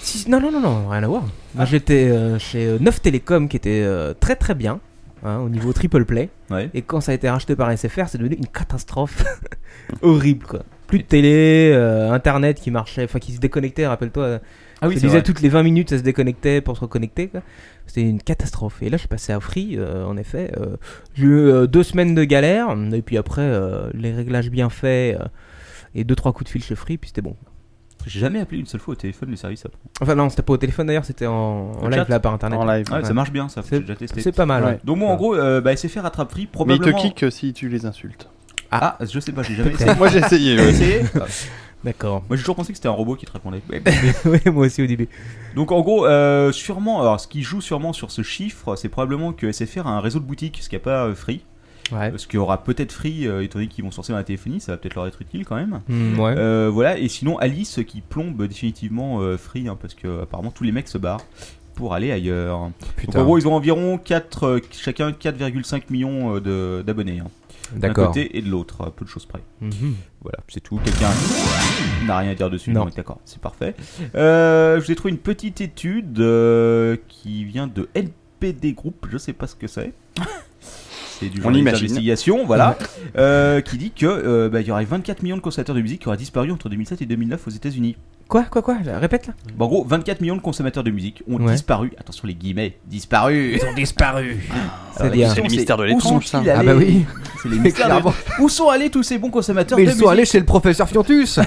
Si- non, non, non, non, rien à voir. Ah. Moi, j'étais euh, chez euh, 9 Télécom qui était euh, très très bien hein, au niveau triple play. Ouais. Et quand ça a été racheté par SFR, c'est devenu une catastrophe *laughs* horrible quoi. Plus de télé, euh, internet qui marchait, enfin qui se déconnectait, rappelle-toi. Ah je te disais toutes les 20 minutes, ça se déconnectait pour se reconnecter. quoi. C'était une catastrophe. Et là, je suis passé à Free, euh, en effet. euh, j'ai eu euh, deux semaines de galère, et puis après, euh, les réglages bien faits, euh, et deux trois coups de fil chez Free, puis c'était bon. J'ai jamais appelé une seule fois au téléphone le service. après. Enfin non, c'était pas au téléphone d'ailleurs, c'était en, en Le live chat. là par internet. En live. Ah, Ça Ouais. marche bien ça. J'ai déjà testé. C'est pas mal. Ouais. ouais. Donc moi en gros, euh, bah, SFR rattrape Free Mais ils te probablement. kick si tu les insultes. Ah, je sais pas, j'ai jamais essayé. *laughs* Moi j'ai essayé. J'ai ouais. essayé. Ah, D'accord. *laughs* Moi j'ai toujours pensé que c'était un robot qui te répondait. *laughs* oui, moi aussi au début. Donc en gros, euh, sûrement, alors ce qui joue sûrement sur ce chiffre, c'est probablement que SFR a un réseau de boutiques, ce qu'il n'y a pas euh, Free. Ouais. Ce qui aura peut-être Free, euh, étant donné qu'ils vont sortir dans la téléphonie, ça va peut-être leur être utile quand même. Hmm, ouais. Euh, voilà, et sinon Alice euh, qui plombe définitivement euh, Free, hein, parce que euh, apparemment tous les mecs se barrent pour aller ailleurs. Donc en Putain. gros, ils ont environ 4, euh, chacun 4,5 millions euh, de- d'abonnés, hein, d'un D'accord. côté et de l'autre, à peu de choses près. Mhm. Voilà, c'est tout. Quelqu'un n'a rien à dire dessus. Non. donc D'accord, c'est parfait. Euh, je vous ai trouvé une petite étude euh, qui vient de NPD Group. Je sais pas ce que c'est. C'est du On genre imagine. d'investigation, voilà. Euh, qui dit que euh, bah, il y aurait 24 millions de consommateurs de musique qui auraient disparu entre 2007 et 2009 aux États-Unis. Quoi, quoi, quoi là, Répète là. Bon, en gros, 24 millions de consommateurs de musique ont Ouais. disparu. Attention les guillemets, disparu. Ils ont disparu. Alors, C'est-à-dire- la question, C'est le mystère de où l'étrange, sont-ils ça. Ah allés bah oui. C'est les mystères de- Clairement. Où sont allés tous ces bons consommateurs Mais de ils sont musique allés chez le professeur Fiontus.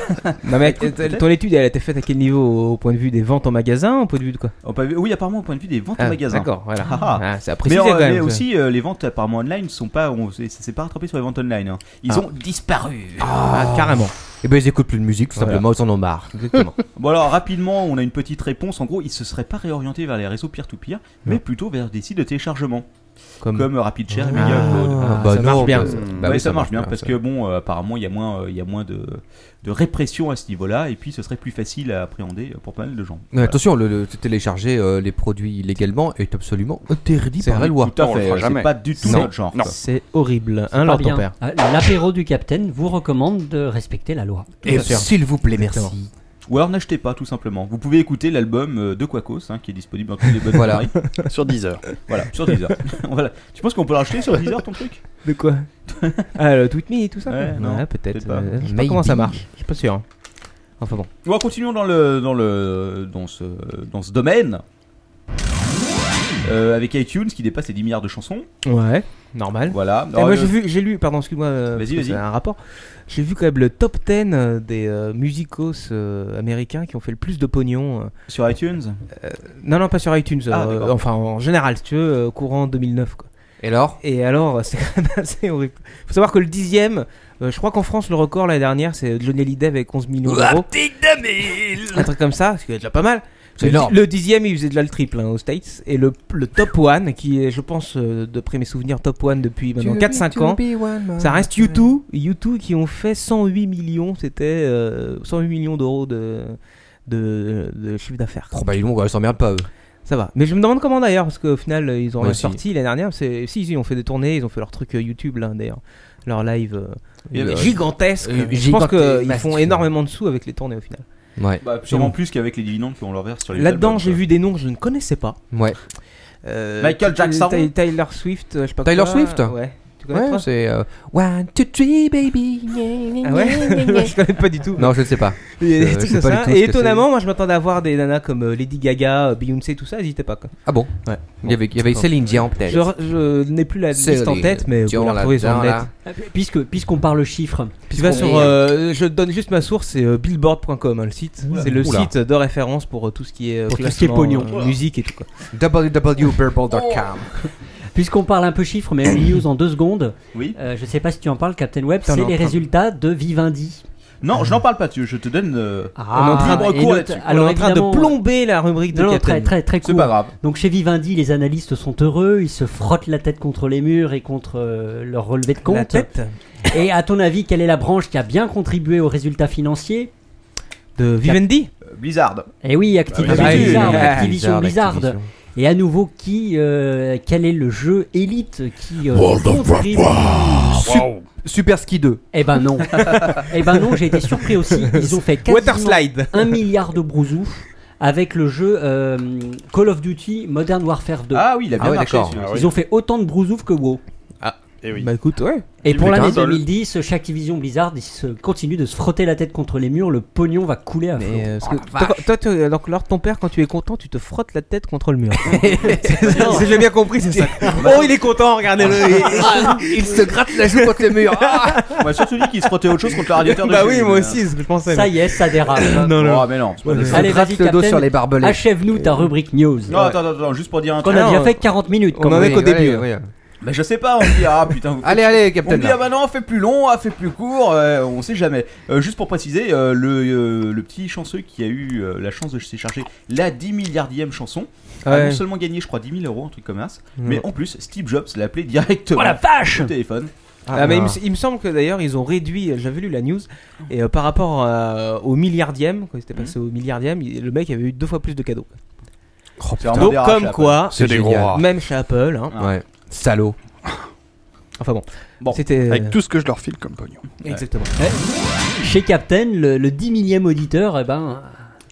Non mais Écoute, t- peut-être. ton étude, elle a été faite à quel niveau Au point de vue des ventes en magasin Au point de vue de quoi Oh, pas- Oui, apparemment au point de vue des ventes en Ah, magasin. D'accord, voilà. Ah, ah. Ah, c'est à Mais, préciser en- quand même. mais ça. aussi, euh, les ventes apparemment online sont pas. On, c'est- ça s'est pas rattrapé sur les ventes online. hein. Ils Ah. ont disparu. Ah, carrément. Et ben ils écoutent plus de musique, tout Voilà. simplement, ils en ont marre. Exactement. Bon, alors rapidement, on a une petite réponse. En gros, ils se seraient pas réorientés vers les réseaux peer-to-peer, mais Non. plutôt vers des sites de téléchargement, Comme. comme euh, RapidShare et Ah, MediaUpload. ah, bah ça non, marche bien. bah- ça. bah Ouais, oui, ça, marche bien, parce ça. que bon, euh, apparemment, il y a moins, euh, il y a moins de, de répression à ce niveau-là, et puis ce serait plus facile à appréhender euh, pour pas mal de gens. Mais attention, le, le- télécharger euh, les produits illégalement est absolument interdit C'est par la vrai, loi. Tout à on le fait, fera c'est jamais. pas du tout Non. notre genre. Non. ça. C'est horrible. Hein, Pas alors bien. ton père. Ah, L'apéro du Capitaine vous recommande de respecter la loi. Et sûr. S'il vous plaît, merci. Exactement. Ou alors n'achetez pas, tout simplement. Vous pouvez écouter l'album euh, de Quacos, hein, qui est disponible dans toutes les bonnes Voilà. librairies. Sur 10 heures. Voilà, *laughs* sur Deezer. voilà. Tu penses qu'on peut l'acheter sur Deezer ton truc De quoi Ah, le Tweet Me, tout ça Ouais, quoi. non, peut-être. peut-être pas. Euh, je sais pas Maybe. comment ça marche. Je suis pas sûr. hein. Enfin bon. Bon, continuons dans le dans le dans ce dans ce domaine. euh, avec iTunes qui dépasse les 10 milliards de chansons. Ouais, normal. Oh, Voilà. Et Alors, euh, moi, j'ai vu, j'ai lu, pardon, excuse-moi, euh, Vas-y, parce que vas-y. c'est un rapport. J'ai vu quand même le top 10 euh, des euh, musicos euh, américains qui ont fait le plus de pognon. euh. Sur iTunes Non, non, pas sur iTunes. Ah, euh, d'accord. enfin, en général, si tu veux, euh, courant 2009. Quoi. Et alors Et alors, *laughs* c'est quand même assez horrible. Faut savoir que le dixième, euh, je crois qu'en France, le record l'année dernière, c'est Johnny Hallyday avec 11 millions d'euros. Un truc comme ça, ce qui est déjà pas mal. C'est Le- énorme. Le dixième, il faisait déjà le triple hein, aux States. Et le, le top one, qui est, je pense, euh, d'après mes souvenirs, top one depuis maintenant 4-5 ans. Ça reste U2, U2 qui ont fait 108 millions, c'était euh, 108 millions d'euros de, de, de chiffre d'affaires. Oh bah ils vont, ils s'emmerdent pas eux. Ça va. Mais je me demande comment d'ailleurs, parce qu'au final, euh, ils ont Ouais, rien si. sorti l'année dernière. C'est... Si, si, ils ont fait des tournées, ils ont fait leur truc euh, YouTube là d'ailleurs. Leur live euh, Il y avait- gigantesque. Euh, je pense gigantesque, qu'ils massif. font énormément de sous avec les tournées au final. Ouais. Bah, sûrement plus qu'avec les dividendes qu'on leur verse sur les Là-dedans, albums, j'ai quoi. vu des noms que je ne connaissais pas. Ouais. Euh, Michael Ty- Jackson. Ty- Tyler Swift, euh, je sais pas Tyler quoi. Swift Ouais. Tu connais Ouais, toi c'est euh, One, two, three, baby. Ah ouais *laughs* Je connais pas du tout. Non, je ne sais pas. Et, Euh, je tout sais pas ça. du tout Et ce que étonnamment, moi je m'attendais à voir des nanas comme euh, Lady Gaga, euh, Beyoncé, tout ça, j'hésitais pas. Quoi. Ah bon Ouais. Il y avait, il y avait Bon. Céline Dion peut-être. Je, je n'ai plus la liste en Céline tête, mais vous Dion, la retrouvez sur là-dedans, le net. là. Ah, Puisque, puisqu'on parle chiffres, Tu vas sur, est- euh, je donne juste ma source, c'est euh, billboard.com, hein, le site. Oula. C'est le Oula. site de référence pour euh, tout ce qui est euh, Pour tout ce qui est classement, pognon. euh, musique et tout quoi. www.purple.com. puisqu'on parle un peu chiffres, mais une news en deux secondes, Oui. euh, je sais pas si tu en parles, Captain Web, Putain, c'est non, les attends. résultats de Vivendi. Non, je n'en parle pas, tu, je te donne. euh, Ah, On est en train de- libre et cours note- là-dessus. Alors, Alors, On est en train de évidemment, euh, plomber la rubrique de Non, non, Captain. très, très, très C'est court. pas grave. Donc chez Vivendi, les analystes sont heureux, ils se frottent la tête contre les murs et contre euh, leur relevé de compte. La tête Et à ton avis, quelle est la branche qui a bien contribué aux résultats financiers de Vivendi. Euh, Blizzard. Eh oui, Activision Ah oui. Blizzard. Ah, Activision Blizzard. Et à nouveau, qui, euh, quel est le jeu élite qui euh, World of contribue Super Ski 2. Oh. Eh ben non. eh ben non, j'ai été surpris aussi. Ils ont fait quasiment Waterslide. un milliard de brousouf avec le jeu euh, Call of Duty Modern Warfare 2. Ah oui, il a Ah bien ouais, marché. d'accord. celui-là. Ils ont fait autant de brousouf que WoW. Eh oui. Bah écoute, ouais. Et pour Putain, l'année seul. 2010, chaque Activision Blizzard il se continue de se frotter la tête contre les murs, le pognon va couler à flot. Mais euh, parce que toi, toi, tu- donc lors de ton père, quand tu es content, tu te frottes la tête *laughs* contre le mur. *laughs* Si j'ai bien compris, c'est ça. oh, il est content, regardez-le. Il se gratte la joue contre le mur. Ah On m'a surtout dit qu'il se frottait autre chose contre le radiateur de *laughs* *laughs* bah chez oui, lui, moi mais- aussi, c'est ce que je pensais. Ça mais- y est, ça dérape. Non, non. Oh, mais non. c'est pas Il se possible. Allez, gratte vas-y, le dos Captain. sur les barbelés. Achève-nous ta rubrique news. Non, attends, attends, juste pour dire un Qu'on truc. a Ah, déjà on- fait 40 minutes. on quand en même. est qu'au Oui, début. hein. oui, oui. Mais je sais pas, on me dit, ah putain, vous Allez, allez, Captain. On me dit ah bah non, fais plus long, ah, fais plus court, euh, on sait jamais. Euh, juste pour préciser, euh, le, euh, le petit chanceux qui a eu euh, la chance de se charger la 10 milliardième chanson a Ouais. non seulement gagné, je crois, 10 000 euros, un truc comme ça, Ouais. mais en plus, Steve Jobs l'a appelé directement Oh la vache au téléphone. Ah, mais il me, il me semble que d'ailleurs ils ont réduit, j'avais lu la news, et euh, par rapport euh, au milliardième, quand il s'était passé au milliardième, il- le mec avait eu deux fois plus de cadeaux. C'est vraiment Donc des comme rachats, quoi, C'est des gros rats. même chez Apple, hein. Ah. Ouais. Salaud. enfin bon, Bon. c'était... euh, Avec tout ce que je leur file comme pognon. Exactement. Chez Captain, le, le 10 millième auditeur, eh ben.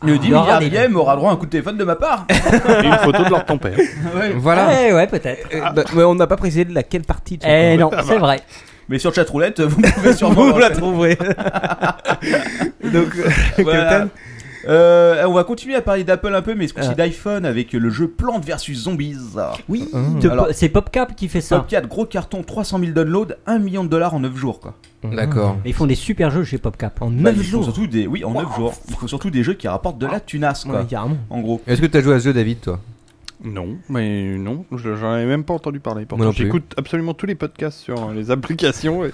Le 10 il y aura des- milliardième aura droit à un coup de téléphone de ma part. *laughs* *laughs* Et une photo de leur ton père. Ouais. Voilà. Eh ouais, peut-être. Euh, bah, mais on n'a pas précisé de laquelle partie. tu Eh vois. non, c'est vrai. Mais sur chatroulette, vous pouvez sûrement. *laughs* Vous la trouverez. Donc, euh, Voilà. Captain, Ah. Euh, on va continuer à parler d'Apple un peu, mais ce coup-ci d'iPhone avec le jeu Plante vs Zombies. Oui, Hum. de- Alors- c'est PopCap qui fait ça. Top 4, gros carton, 300 000 downloads, 1 million de dollars en 9 jours quoi. D'accord. Mais Ils font des super jeux chez PopCap. en Bah, 9 ils font jours. surtout des... Oui, en 9 jours. Il faut surtout des jeux qui rapportent de la tunasse, quoi. Ouais, carrément. En gros. Est-ce que t'as joué à ce jeu, David, toi Non, mais non, je- j'en ai même pas entendu parler. Moi Pourtant, non plus. j'écoute absolument tous les podcasts sur euh, les applications. et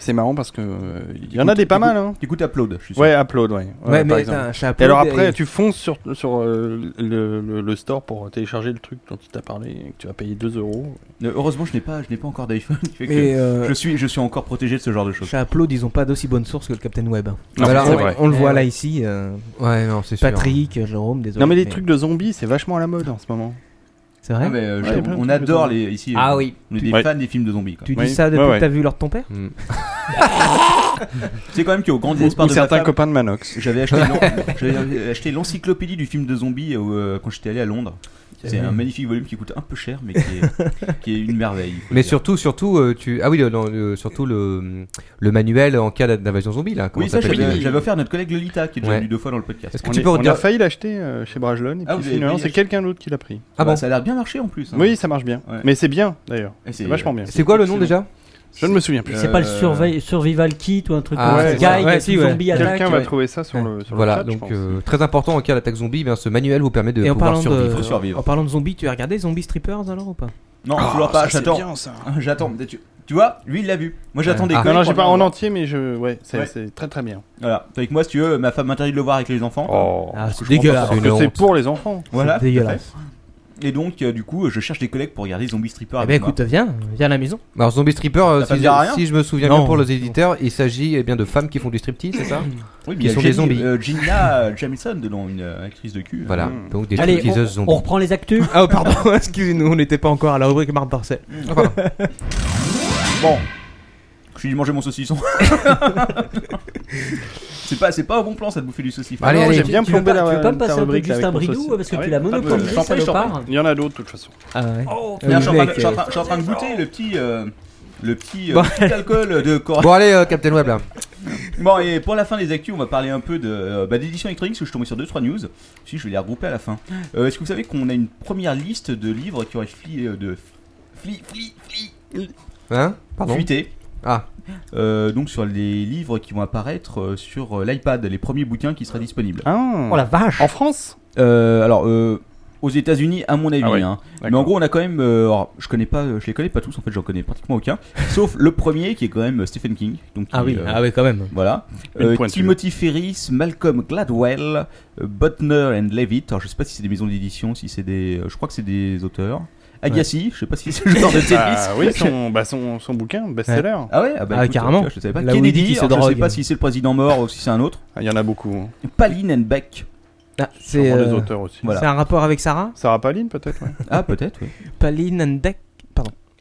C'est marrant parce que euh, il y en a des pas mal. Hein. Écoute, upload, je suis sûr. Ouais, Upload, ouais. Ouais, Ouais, par mais euh, exemple. t'as un chapeau. Et alors des- après, tu fonces sur, sur euh, le, le- le store pour télécharger le truc dont tu t'as parlé et que tu vas payer 2 euros. Euh, Heureusement, je n'ai pas, je n'ai pas encore d'iPhone. qui fait que Mais, euh, je, suis, je suis encore protégé de ce genre de choses. chez Apple, ils ont pas d'aussi bonne source que le Captain Web. Non, Voilà, c'est on, vrai. on le Eh voit ouais. là ici. euh, Ouais, non, c'est sûr. Patrick, Jérôme, désolé. Non, mais les trucs de zombies, c'est vachement à la mode en ce moment. C'est vrai Ah, mais, euh, Ouais, j'ai- il y a plein de on trucs adore dedans. les ici. Ah euh, oui. On est des Ouais. fans des films de zombies. Quoi. Tu dis Oui. ça depuis Ouais, que ouais. t'as vu l'heure de ton père Hmm. C'est quand même qu'au grand Ou, espoir ou de ma certains femme, copains de Manox. *laughs* j'avais acheté l'en- j'avais acheté l'encyclopédie du film de zombies euh, quand j'étais allé à Londres. C'est un magnifique volume qui coûte un peu cher, mais qui *laughs* est, qui est une merveille. il faut Mais dire. surtout, surtout, euh, tu. Ah oui, le- le- le- surtout le, le manuel en cas d'invasion zombie, là. Comment Oui, ça ça, s'appelle j'avais j'avais offert à notre collègue Lolita qui est déjà Ouais. venu deux fois dans le podcast. Est-ce que On tu est- peux on a redire. failli l'acheter euh, chez Bragelonne, et Ah, puis vous avez finalement, pris c'est acheter quelqu'un d'autre qui l'a pris. Ah Ah bon bon Ça a l'air bien marché en plus. hein. Oui, ça marche bien. Ouais. Mais c'est bien, d'ailleurs. Et C'est vachement bien. C'est quoi le nom déjà Je ne me souviens plus. Euh, C'est pas le survi- Survival Kit ou un truc Ah, comme ça. ouais, Guide, ouais, si, to ouais. zombie attack. Quelqu'un va ouais. trouver ça sur le sur le Voilà, chat, je donc pense. euh, très important en cas d'attaque zombie, eh bien, ce manuel vous permet de Et en pouvoir parlant survivre. de, Faut survivre. en parlant de zombies, tu as regardé Zombie Strippers alors ou pas Non, Ah, toujours ça, pas, c'est j'attends. bien, ça. *laughs* J'attends. Tu, tu vois, lui il l'a vu. Moi j'attends des Ah. Non, collègues non, j'ai pour pas le en voir. entier, mais je. Ouais, c'est Ouais. c'est très très bien. Voilà, T'es avec moi si tu veux, ma femme m'interdit de le voir avec les enfants. Oh. Ah, dégueulasse. c'est dégueulasse. Parce une que c'est honte. pour les enfants. Voilà. dégueulasse. Et donc, euh, du coup, je cherche des collègues pour regarder Zombie Stripper. Eh avec ben moi. écoute, viens, viens à la maison. Alors, Zombie Stripper, euh, Ça si, me dit rien si je me souviens Non. bien pour les éditeurs, il s'agit eh bien de femmes qui font du striptease, c'est ça Mm. oui, mais qui il y a sont des Jenny- zombies. euh, Gina euh, Jamison dedans, une euh, actrice de cul. Voilà, Mm. donc des Allez, on, stripteaseuses on zombies. reprend les actus. Ah, oh, pardon, *laughs* excusez-nous, on n'était pas encore à la rubrique Marc Dorcel. Bon, je suis dit manger mon saucisson. *laughs* c'est pas, c'est pas un bon plan ça de bouffer du saucisson. Allez, Non, allez, j'ai tu, bien tu veux plombé pas, la tu veux pas ta me passer un peu rubrique juste avec un ton bridou sauce. parce que Ah tu ouais, l'as pas de- monopolisé, j'en prie, j'en prie. salopard. Il y en a d'autres, de toute façon. Ah ouais. D'ailleurs, je suis en Le train- mec, je suis en euh, train- je suis en train de goûter le petit, euh, le petit, euh, petit alcool de Cora. Bon, allez, euh, Captain Web, là. Bon, et pour la fin des actus, on va parler un peu de, euh, bah, d'édition électronique, parce que je suis tombé sur 2-3 news. Si, je vais les regrouper à la fin. Euh, est-ce que vous savez qu'on a une première liste de livres qui auraient fli, euh, de, fli, fli, fli, Hein Pardon fuité Ah, Euh, donc sur les livres qui vont apparaître euh, sur euh, l'iPad, les premiers bouquins qui seraient disponibles. Hein Ah. Oh la vache En France Euh, alors, euh, aux États-Unis, à mon avis, Ah ouais. hein. mais D'accord. en gros, on a quand même. euh, alors, je connais pas, euh, je les connais pas tous. En fait, j'en connais pratiquement aucun, sauf le premier qui est quand même euh, Stephen King. Donc, Ah qui, oui, euh, ah oui, quand même. Voilà. Une Euh, pointure. Timothy Ferris, Malcolm Gladwell, euh, Butner and Levitt. Alors, je sais pas si c'est des maisons d'édition, si c'est des. euh, je crois que c'est des auteurs. Agassi, je sais pas si c'est le *laughs* genre de tennis. Bah oui, son, bah, son, son bouquin, best-seller. *laughs* Ah ouais, ah bah Ah, écoute, carrément. tu vois, Je savais pas. Là où il dit Kennedy, qu'il se alors, je sais drogue. pas si c'est le président mort ou si c'est un autre. Ah, Il y en a beaucoup. hein. Palin and Beck. Ah, c'est Sûrement euh, des auteurs aussi. voilà. c'est un rapport avec Sarah Sarah Palin, peut-être, ouais. Ah, peut-être, oui. Pauline and Deck.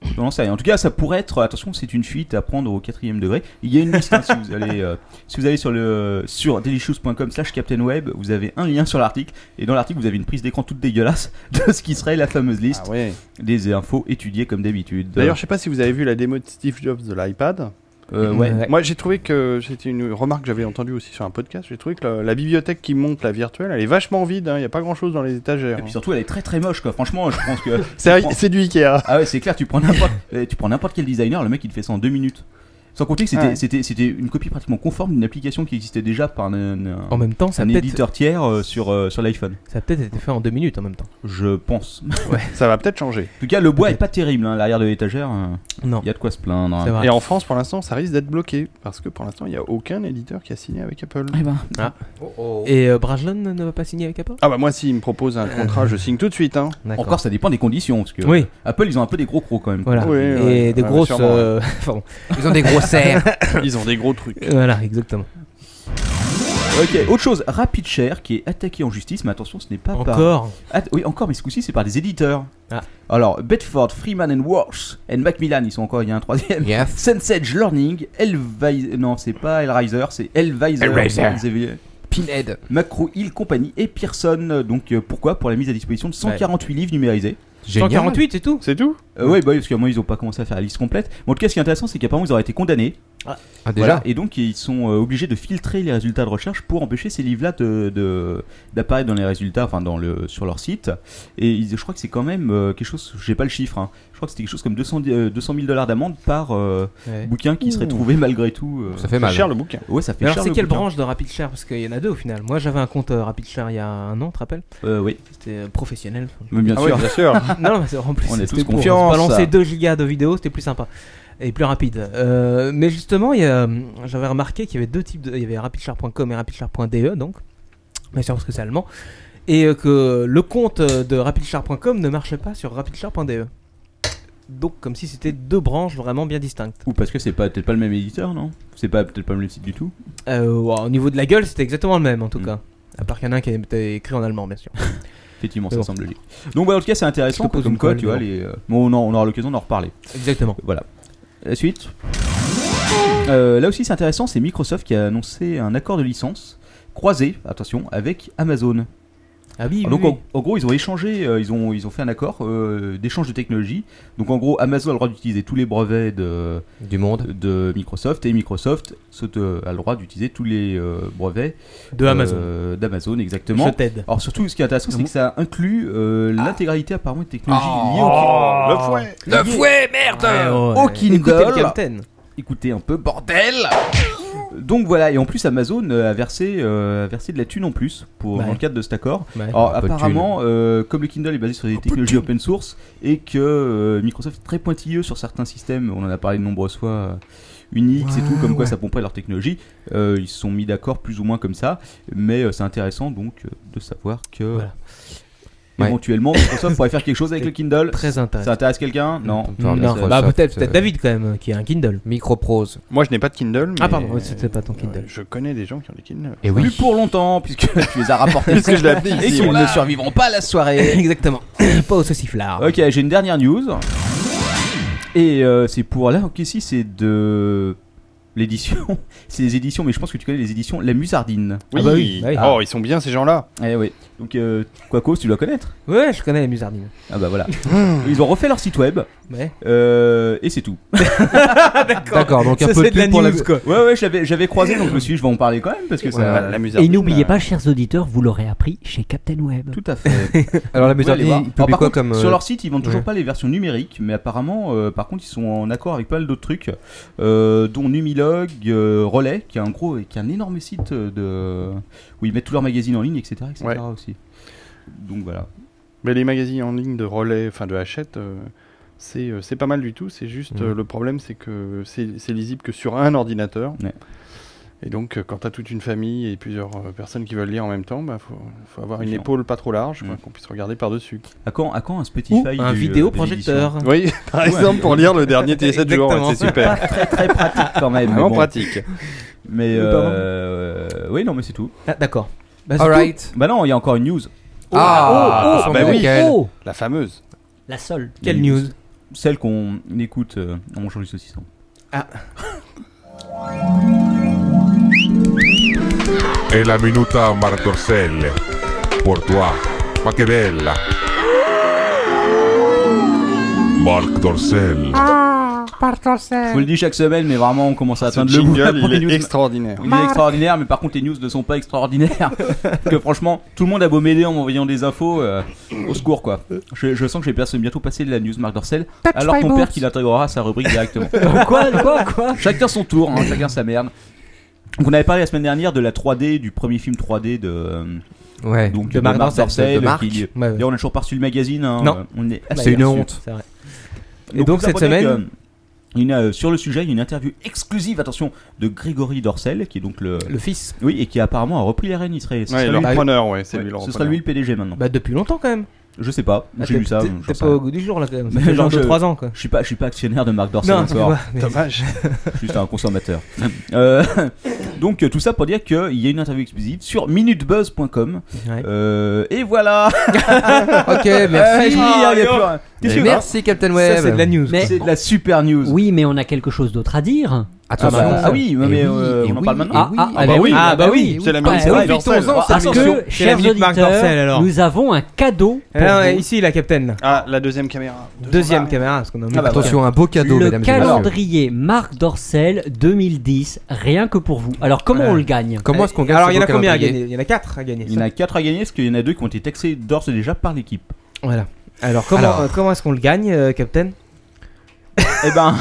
Je n'en sais rien. En tout cas, ça pourrait être. Attention, c'est une fuite à prendre au quatrième degré. Il y a une liste. hein, si, vous allez, euh, si vous allez sur, le, sur delicious.com/slash captainweb, vous avez un lien sur l'article. Et dans l'article, vous avez une prise d'écran toute dégueulasse *laughs* de ce qui serait la fameuse liste Ah ouais. des infos étudiées comme d'habitude. D'ailleurs, je sais pas si vous avez vu la démo de Steve Jobs de l'iPad. Euh, ouais. Ouais. Moi, j'ai trouvé que c'était une remarque que j'avais entendue aussi sur un podcast. J'ai trouvé que la, la bibliothèque qui monte, la virtuelle, elle est vachement vide. hein. Il n'y a pas grand-chose dans les étagères. Et puis hein. surtout, elle est très très moche, quoi. Franchement, je pense que. *laughs* C'est prends- c'est *laughs* du Ikea. Ah ouais, c'est clair, tu prends n'importe euh, tu prends n'importe quel designer, le mec il te fait ça en deux minutes. Sans compter que c'était Ouais. c'était c'était une copie pratiquement conforme d'une application qui existait déjà par un, Oh, un- En même temps, ça a un peut-être éditeur tiers euh, sur, euh, sur l'iPhone. ça a peut-être été fait en deux minutes en même temps. Je pense. Ça va peut-être changer. En tout cas, le bois est pas terrible, hein, l'arrière de l'étagère. euh, Non. Il y a de quoi se plaindre. hein. C'est vrai. Et en France, pour l'instant, ça risque d'être bloqué. Parce que pour l'instant, il n'y a aucun éditeur qui a signé avec Apple. Et euh, Bragelonne ne va pas signer avec Apple Ah bah moi, s'il me propose un contrat, je signe tout de suite. Hein. Encore, ça dépend des conditions. Parce que Oui. Apple, ils ont un peu des gros crocs quand même. Voilà. Oui, et ouais. des Ah, grosses. sûrement, ouais. euh, *laughs* enfin bon. ils ont des gros cerfs. Ils ont des gros trucs. *laughs* Voilà, exactement. Ok, autre chose, RapidShare qui est attaqué en justice, mais attention, ce n'est pas par Encore. Att- oui, encore, mais ce coup-ci, c'est par des éditeurs. Ah. Alors, Bedford, Freeman and Walsh and Macmillan, ils sont encore, il y a un troisième. Yeah. Sunsedge Learning, Elvise, non, c'est pas Elriser, c'est Elviser. Elriser. Vous avez- Pinhead. Macro Hill Company et Pearson. Donc, euh, pourquoi Pour la mise à disposition de 148 livres numérisés. Génial. 148 et tout C'est tout Euh, ouais, bah, oui, parce que moi, ils ont pas commencé à faire la liste complète. Mais en tout cas, ce qui est intéressant, c'est qu'apparemment, ils auraient été condamnés. Ah, déjà Voilà, et donc, ils sont euh, obligés de filtrer les résultats de recherche pour empêcher ces livres-là de- de- d'apparaître dans les résultats, enfin, dans le, sur leur site. Et ils- je crois que c'est quand même euh, quelque chose, j'ai pas le chiffre, hein. je crois que c'était quelque chose comme 200, euh, 200 000 dollars d'amende par euh, Ouais. bouquin qui serait trouvé malgré tout. euh. Ça fait C'est mal. cher le bouquin. Ouais, ça fait Mais alors, cher, c'est le quelle bouquin. branche de RapidShare Parce qu'il y en a deux au final. Moi, j'avais un compte euh, RapidShare il y a un an, tu te rappelles Euh, Oui, C'était euh, professionnel. Mais bien Ah sûr. oui, bien sûr. *laughs* *laughs* non, mais c'est- en plus, On est c'était tous pour euh, confiance. Balancer 2 gigas de vidéos, c'était plus sympa et plus rapide. Euh, mais justement, il y a, hum, j'avais remarqué qu'il y avait deux types de, il y avait rapidshare.com et rapidshare.de E, donc, bien sûr parce que c'est allemand, et euh, que le compte euh, de rapidshare.com ne marchait pas sur rapidshare.de. E. Donc comme si c'était deux branches vraiment bien distinctes. Ou parce que c'est pas- peut-être pas le même éditeur, non C'est pas peut-être pas le même site du tout. Euh, ouais, au niveau de la gueule, c'était exactement le même en tout Mm. cas. À part qu'il y en a un qui était écrit en allemand, bien sûr. Effectivement, Mais ça bon. semble logique. Donc, ouais, en tout cas, c'est intéressant Je te pose comme une quoi, colle, tu vois. mais Les... euh, bon, on, en- on aura l'occasion d'en reparler. Exactement. Voilà. La suite. Euh, là aussi, c'est intéressant, c'est Microsoft qui a annoncé un accord de licence croisé, attention, avec Amazon. Ah oui, Alors donc oui, oui. En, en gros, ils ont échangé, euh, ils, ont, ils ont fait un accord euh, d'échange de technologie. Donc en gros, Amazon a le droit d'utiliser tous les brevets de, du monde de Microsoft et Microsoft saute, euh, a le droit d'utiliser tous les euh, brevets De euh, Amazon. d'Amazon, exactement. Je t'aide. Alors surtout, ce qui est intéressant, Ah c'est que ça inclut euh, l'intégralité apparemment de technologies liées Oh, au le fouet. Le fouet, merde Ouais, au ouais. Kindle. Écoutez le Captain. Écoutez un peu, bordel Donc voilà, et en plus Amazon euh, a versé, euh, a versé de la thune en plus pour, Ouais. dans le cadre de cet accord. Ouais. Alors Un peu de apparemment, euh, comme le Kindle est basé sur des technologies open source et que euh, Microsoft est très pointilleux sur certains systèmes, on en a parlé de nombreuses fois, euh, Unix et tout, comme quoi ça pomperait leur technologie, euh, ils se sont mis d'accord plus ou moins comme ça, mais euh, c'est intéressant donc euh, de savoir que... Voilà. Ouais. Éventuellement, Microsoft pourrait faire quelque chose *laughs* avec le Kindle. Très Ça intéressant. intéresse quelqu'un Non. Enfin, Non, Microsoft, bah, peut-être euh, peut-être David quand même, qui a un Mm. Kindle. Microprose. Moi, je n'ai pas de Kindle. Ah mais- pardon, ouais, c'était pas ton Kindle. Ouais, Je connais des gens qui ont des Kindle. Et Plus pour longtemps, puisque *laughs* tu les as rapportés. Puisque je l'ai appelé et ici. qu'ils voilà. ne survivront pas à la soirée. *laughs* Exactement. pas au sauciflard. Ok, j'ai une dernière news. Et euh, c'est pour là, ok, si c'est de l'édition, *laughs* c'est les éditions, mais je pense que tu connais les éditions La Musardine. Oui. Ah bah oui, bah oui. Oh, ils sont bien ces gens-là. Eh oui. Donc euh, Quaco, tu dois connaître. Ouais, je connais les musardines. *laughs* Ah bah voilà. Ils ont refait leur site web Ouais. euh, et c'est tout. D'accord, donc un Ça, peu de c'est de la pub pour la news, quoi. Ouais ouais, j'avais j'avais croisé donc je me suis, dit, je vais en parler quand même parce que ça. La, euh, la musique. Et n'oubliez pas, chers auditeurs, vous l'aurez appris chez Captain Web. Tout à fait. Alors la Vous pouvez musique aller voir. il Alors, publie par quoi contre, comme sur euh, leur site, ils vendent toujours ouais. pas les versions numériques, mais apparemment, euh, par contre, ils sont en accord avec pas mal d'autres trucs, euh, dont Numilog, euh, Relais, qui est un gros, qui est un énorme site euh, de où ils mettent tous leurs magazines en ligne, etc., etc. Ouais. aussi. Donc voilà. Mais les magazines en ligne de relais, enfin de Hachette, euh, c'est euh, c'est pas mal du tout. C'est Mm. juste euh, le problème, c'est que c'est c'est lisible que sur un ordinateur. Ouais. Et donc, euh, quand t'as toute une famille et plusieurs euh, personnes qui veulent lire en même temps, bah, faut, faut avoir une Chiant. épaule pas trop large, quoi, Mm. qu'on puisse regarder par-dessus. À quand, à quand un Spotify Ou un du, euh, vidéo des éditions projecteur. *laughs* Oui, par Ouais. exemple, pour lire le dernier TSA du jour, ouais, Exactement. *laughs* c'est super. Très très pratique Ah, quand même. Vraiment mais Ah, bon. pratique. Mais Oui, pardon. euh, oui, non, mais c'est tout. Ah, d'accord. Bah, c'est Alright. Bah non, il y a encore une news. Ah, oh, attention, bah oui. Michael. Oh La fameuse. La seule. tout. Bah Quelle news Celle qu'on écoute euh, en mangeant du saucisson. E la minuta Martorselle. Pour toi. Ma che bella. Marc Dorcel. Je vous le dis chaque semaine, mais vraiment, on commence à Ce atteindre le bout. jingle, après il les est news. extraordinaire. Il est extraordinaire, mais par contre, les news ne sont pas extraordinaires. que franchement, tout le monde a beau m'aider en m'envoyant des infos. euh, au secours, quoi. Je, je sens que je vais perso- bientôt passer de la news, Marc Dorcel. alors qu'on perd qu'il intégrera sa rubrique directement. *laughs* quoi, quoi, quoi chacun son tour, hein, chacun sa merde. Donc, on avait parlé la semaine dernière de la 3D, du premier film 3D de, euh, Ouais. donc, de de Marc Marc Dorcel, Dorcel. de Marc. qui- Ouais, ouais. D'ailleurs, on a toujours pas reçu le magazine. hein, Non. euh, on est Bah, C'est bien une sûr, honte. c'est vrai. Et vous donc, cette apprenez semaine- que, une, euh, sur le sujet, il y a une interview exclusive, attention, de Grégory Dorcel, qui est donc le, Le fils. oui, et qui apparemment a repris les rênes. Il serait, ce Ouais, serait le lui- repreneur, ouais, c'est lui le ce serait repreneur. lui le PDG maintenant. Bah, depuis longtemps quand même. Je sais pas, Ah, j'ai t'es- lu ça. t'es- j'en T'es sais pas rien. au goût du jour là quand même. Mais Ça fait genre, genre de je- 3 ans quoi. Je suis pas, je suis pas actionnaire de Marc Dorcel Non, tu encore. vois, mais- Dommage. Je suis juste un *laughs* consommateur. Euh, donc euh, tout ça pour dire qu'il y a une interview exclusive sur minutebuzz.com. Ouais. Euh, et voilà. *laughs* Ok, Eh, je merci. dis, hein, Ah, *laughs* il y a plus rien. Qu'est-ce que- Merci Captain Web. Ça, c'est de la news. Mais- C'est de la super news. Oui, mais on a quelque chose d'autre à dire. Ah, Attention. bah, ah oui, mais, Eh euh, oui, on en eh parle oui, maintenant. eh oui, Ah, eh ah, oui. bah oui, ah bah oui. C'est la Ah, même ouais, chose. profitons-en, Ah, cette Parce émission. que, chers minute Marc Dorcel, auditeurs, alors. nous avons un cadeau pour Alors, vous. ici la capitaine. Ah, la deuxième caméra. Deuxième caméra parce qu'on a mis Ah bah, Attention, un beau cadeau, le mesdames et messieurs. calendrier Marc Dorcel 2010, rien que pour vous. Alors comment Ouais. on le gagne Comment est-ce qu'on gagne Alors ce il y en beau a combien à calendrier gagner Il y en a 4 à gagner. Il y en a 4 à gagner parce qu'il y en a 2 qui ont été taxés d'ores et déjà par l'équipe. *laughs* Voilà. Alors comment Alors. euh, comment est-ce qu'on le gagne euh, capitaine Eh ben,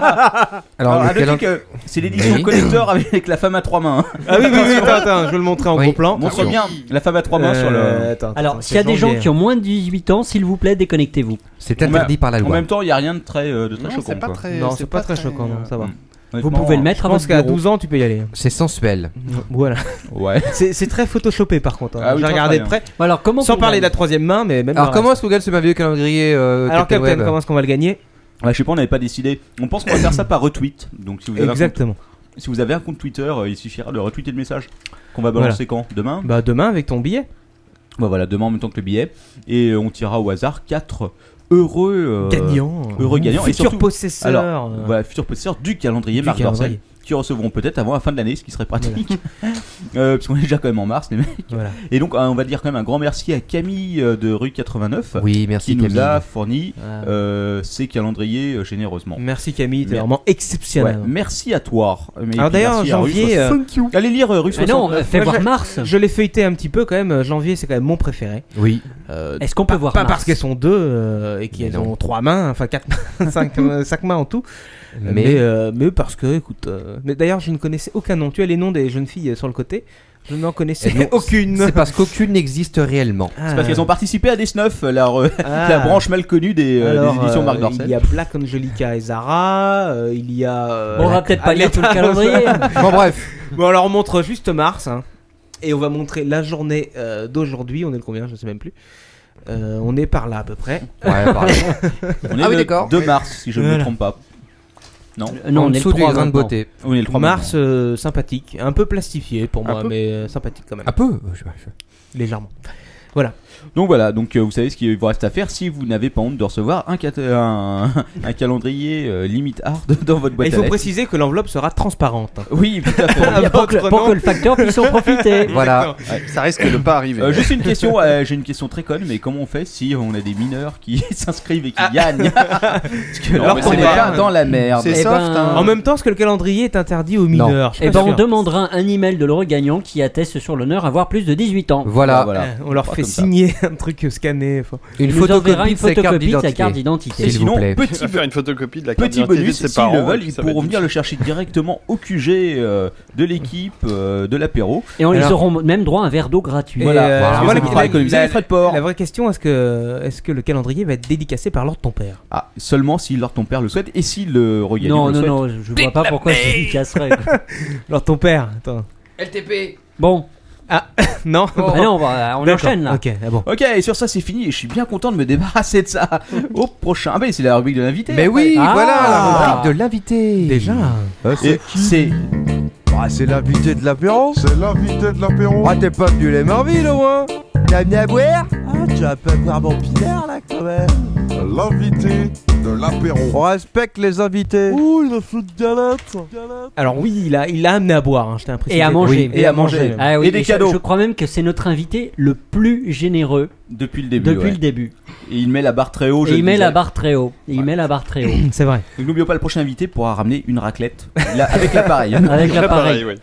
Alors, alors, le à noter calendrier- que c'est l'édition Oui. collector avec la femme à trois mains. hein. Ah oui oui oui, attends, attends, je vais le montrer en Oui. gros plan. Montre oui. bien la femme à trois mains sur le. Euh, attends, attends, Alors attends, s'il y a c'est des gens janvier. qui ont moins de 18 ans, s'il vous plaît, déconnectez-vous. C'est interdit par la En loi. même temps, il n'y a rien de très, euh, de très Non, choquant. c'est pas quoi. très. Non, c'est pas très choquant, non, ça va. Mm. Vous Honnêtement, pouvez le Je mettre à pense votre qu'à bureau. 12 ans, tu peux y aller. C'est sensuel. Voilà. Ouais. C'est c'est très photoshopé par contre. hein. Ah oui, J'ai très, regardé de très près. Alors comment Sans qu'on parler de la gagne troisième main, mais même. Alors le comment reste. est-ce qu'on gagne ce merveilleux calendrier euh, Alors Captain capitaine, Web comment est-ce qu'on va le gagner Ouais, je sais pas, on n'avait pas décidé. On pense qu'on va faire ça par retweet. Donc si vous avez, un compte, Exactement. si vous avez un compte Twitter, euh, il suffira de retweeter le message qu'on va balancer quand Demain Bah demain avec ton billet. Bah voilà, demain en même temps que le billet. Et euh, on tirera au hasard 4 heureux euh, Gagnant. heureux gagnant. Et Futur surtout- possesseur. Alors, euh, voilà, futur possesseur du calendrier du Marc calendrier. Dorcel. qui recevront peut-être avant la fin de l'année, ce qui serait pratique. *laughs* Euh, parce qu'on est déjà quand même en mars, les mecs. Voilà. Et donc, euh, on va dire quand même un grand merci à Camille euh, de rue 89 Oui, merci, qui nous Camille. a fourni Ah. euh, ses calendriers euh, généreusement. Merci Camille, t'es Mer- vraiment exceptionnel. Ouais, merci à toi. Mais Alors puis d'ailleurs, en merci à Rue janvier, euh, 60. allez lire euh, Rue Mais non, 60. euh, fais Moi, voir je- Mars. je l'ai feuilleté un petit peu quand même. Janvier, c'est quand même mon préféré. Oui. Euh, Est-ce qu'on peut pas- voir Pas Mars parce qu'elles sont deux euh, et Mais qu'elles non. ont trois mains, enfin quatre, mains, *laughs* cinq, euh, cinq mains en tout. Mais, Mais, euh, mais parce que, écoute. euh, mais d'ailleurs, je ne connaissais aucun nom. Tu as les noms des jeunes filles euh, sur le côté. Je n'en connaissais non, aucune. *laughs* c'est parce qu'aucune n'existe réellement. Ah. C'est parce qu'elles ont participé à des snuff, la, re- *laughs* Ah. la branche mal connue des, euh, des Alors, éditions euh, Marc Il y Dorcel. a Black Angelica et Zara. euh, il y a. euh, Bon, on va peut-être pas lire tout *laughs* le Aletta- calendrier. Bon, bref. Bon, alors on montre juste mars. hein. et on va montrer la journée euh, d'aujourd'hui. On est le combien Je ne sais même plus. Euh, on est par là à peu près. *laughs* Ouais, pardon. On est Ah oui, le d'accord. 2 mars, si je ne me Voilà. trompe pas. Non, Non, en on est dessous le du 3 grain de maintenant. beauté. on est le 3 Mars, euh, sympathique. Un peu plastifié pour Un moi, peu. mais euh, sympathique quand même. Un peu je- je- Légèrement. Donc voilà, donc euh, vous savez ce qu'il vous reste à faire si vous n'avez pas honte de recevoir un, cat- *laughs* un, un calendrier euh, limite hard *laughs* dans votre Et boîte il à faut lettres. préciser que l'enveloppe sera transparente. hein. Oui, tout à *laughs* fait. Un Pour que, ventre, pour non que le facteur puisse en *laughs* profiter. Voilà. Ça risque de pas arriver. Euh, juste une question, euh, j'ai une question très conne, mais comment on fait si on a des mineurs qui *laughs* s'inscrivent et qui gagnent Parce que Alors là, qu'on on est est déjà pas- dans la merde. C'est Eh soft, ben, hein. En même temps, est-ce que le calendrier est interdit aux mineurs Je suis Et pas ben on sûr. demandera un email de l'heureux gagnant qui atteste sur l'honneur avoir plus de 18 ans. Voilà. Voilà. Euh, On leur Pas fait comme ça. signer *laughs* un truc euh, scanné. faut- Une Il nous enverra photocopie une de sa carte photocopie de sa carte d'identité. Et d'identité. S'il vous sinon, plaît. Tu vas petit, faire une photocopie de *laughs* la carte petit d'identité de bonus, ses s'ils parents. le veulent, ils ça va être pourront venir utile. le chercher directement au QG euh, de l'équipe, euh, de l'apéro. Et on Alors- ils auront même droit à un verre d'eau gratuit. Voilà. Et, euh, Parce que voilà, ça nous fera la- économiser la- les frais de port. La vraie question, est-ce que, est que le calendrier va être dédicacé par l'ordre de ton père Ah, seulement si leur ton père le souhaite et si le regagne Non, le non, souhaite. non, je vois pas pourquoi je lui casserais. L'ordre de ton père attends. LTP. Bon, *laughs* Non Bah non, on, va- on D'accord. enchaîne là. Ok, ah bon. Ok, et sur ça c'est fini et je suis bien content de me débarrasser de ça. Au prochain. Ah ben c'est la rubrique de l'invité. Mais oui, Ah. voilà la rubrique de l'invité. Euh, Déjà Et c'est Bah, c'est l'invité de l'apéro. C'est l'invité de l'apéro. Ah, t'es pas venu les Marville au moins T'as amené à boire Ah, tu vas pas boire mon pinard là quand même. L'invité de l'apéro. On respecte les invités. Ouh, la foot galette. Alors oui, il a, il a amené à boire, hein, je t'ai impressionné. Et à manger. et à manger. Ah oui, et des je- cadeaux Je crois même que c'est notre invité le plus généreux depuis le début. depuis ouais. le début. Et il met la barre très haut. je Et le il met disais. la barre très haut. Et Il met la barre très haut. *laughs* C'est vrai. Donc n'oublions pas le prochain invité pourra ramener une raclette là, avec *laughs* l'appareil. Avec l'appareil. Pareil, ouais.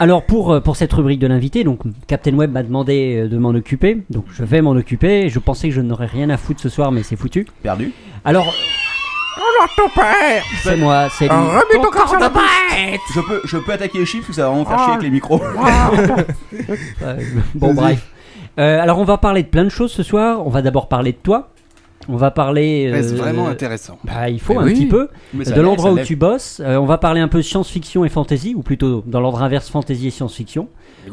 Alors pour, euh, pour cette rubrique de l'invité, donc Captain Web m'a demandé euh, de m'en occuper, donc je vais m'en occuper. Je pensais que je n'aurais rien à foutre ce soir, mais c'est foutu. Perdu. Alors, c'est moi, c'est Oh, lui. Je peux, je peux attaquer les chiffres ou ça va vraiment Ah. faire chier avec les micros *laughs* Ouais, bon bref. Euh, alors on va parler de plein de choses ce soir. On va d'abord parler de toi. On va parler. euh, Reste vraiment intéressant. bah, il faut Mais un oui. petit peu Mais ça de lève, l'endroit ça où lève. tu bosses. Euh, on va parler un peu science-fiction et fantasy, ou plutôt dans l'ordre inverse fantasy et science-fiction.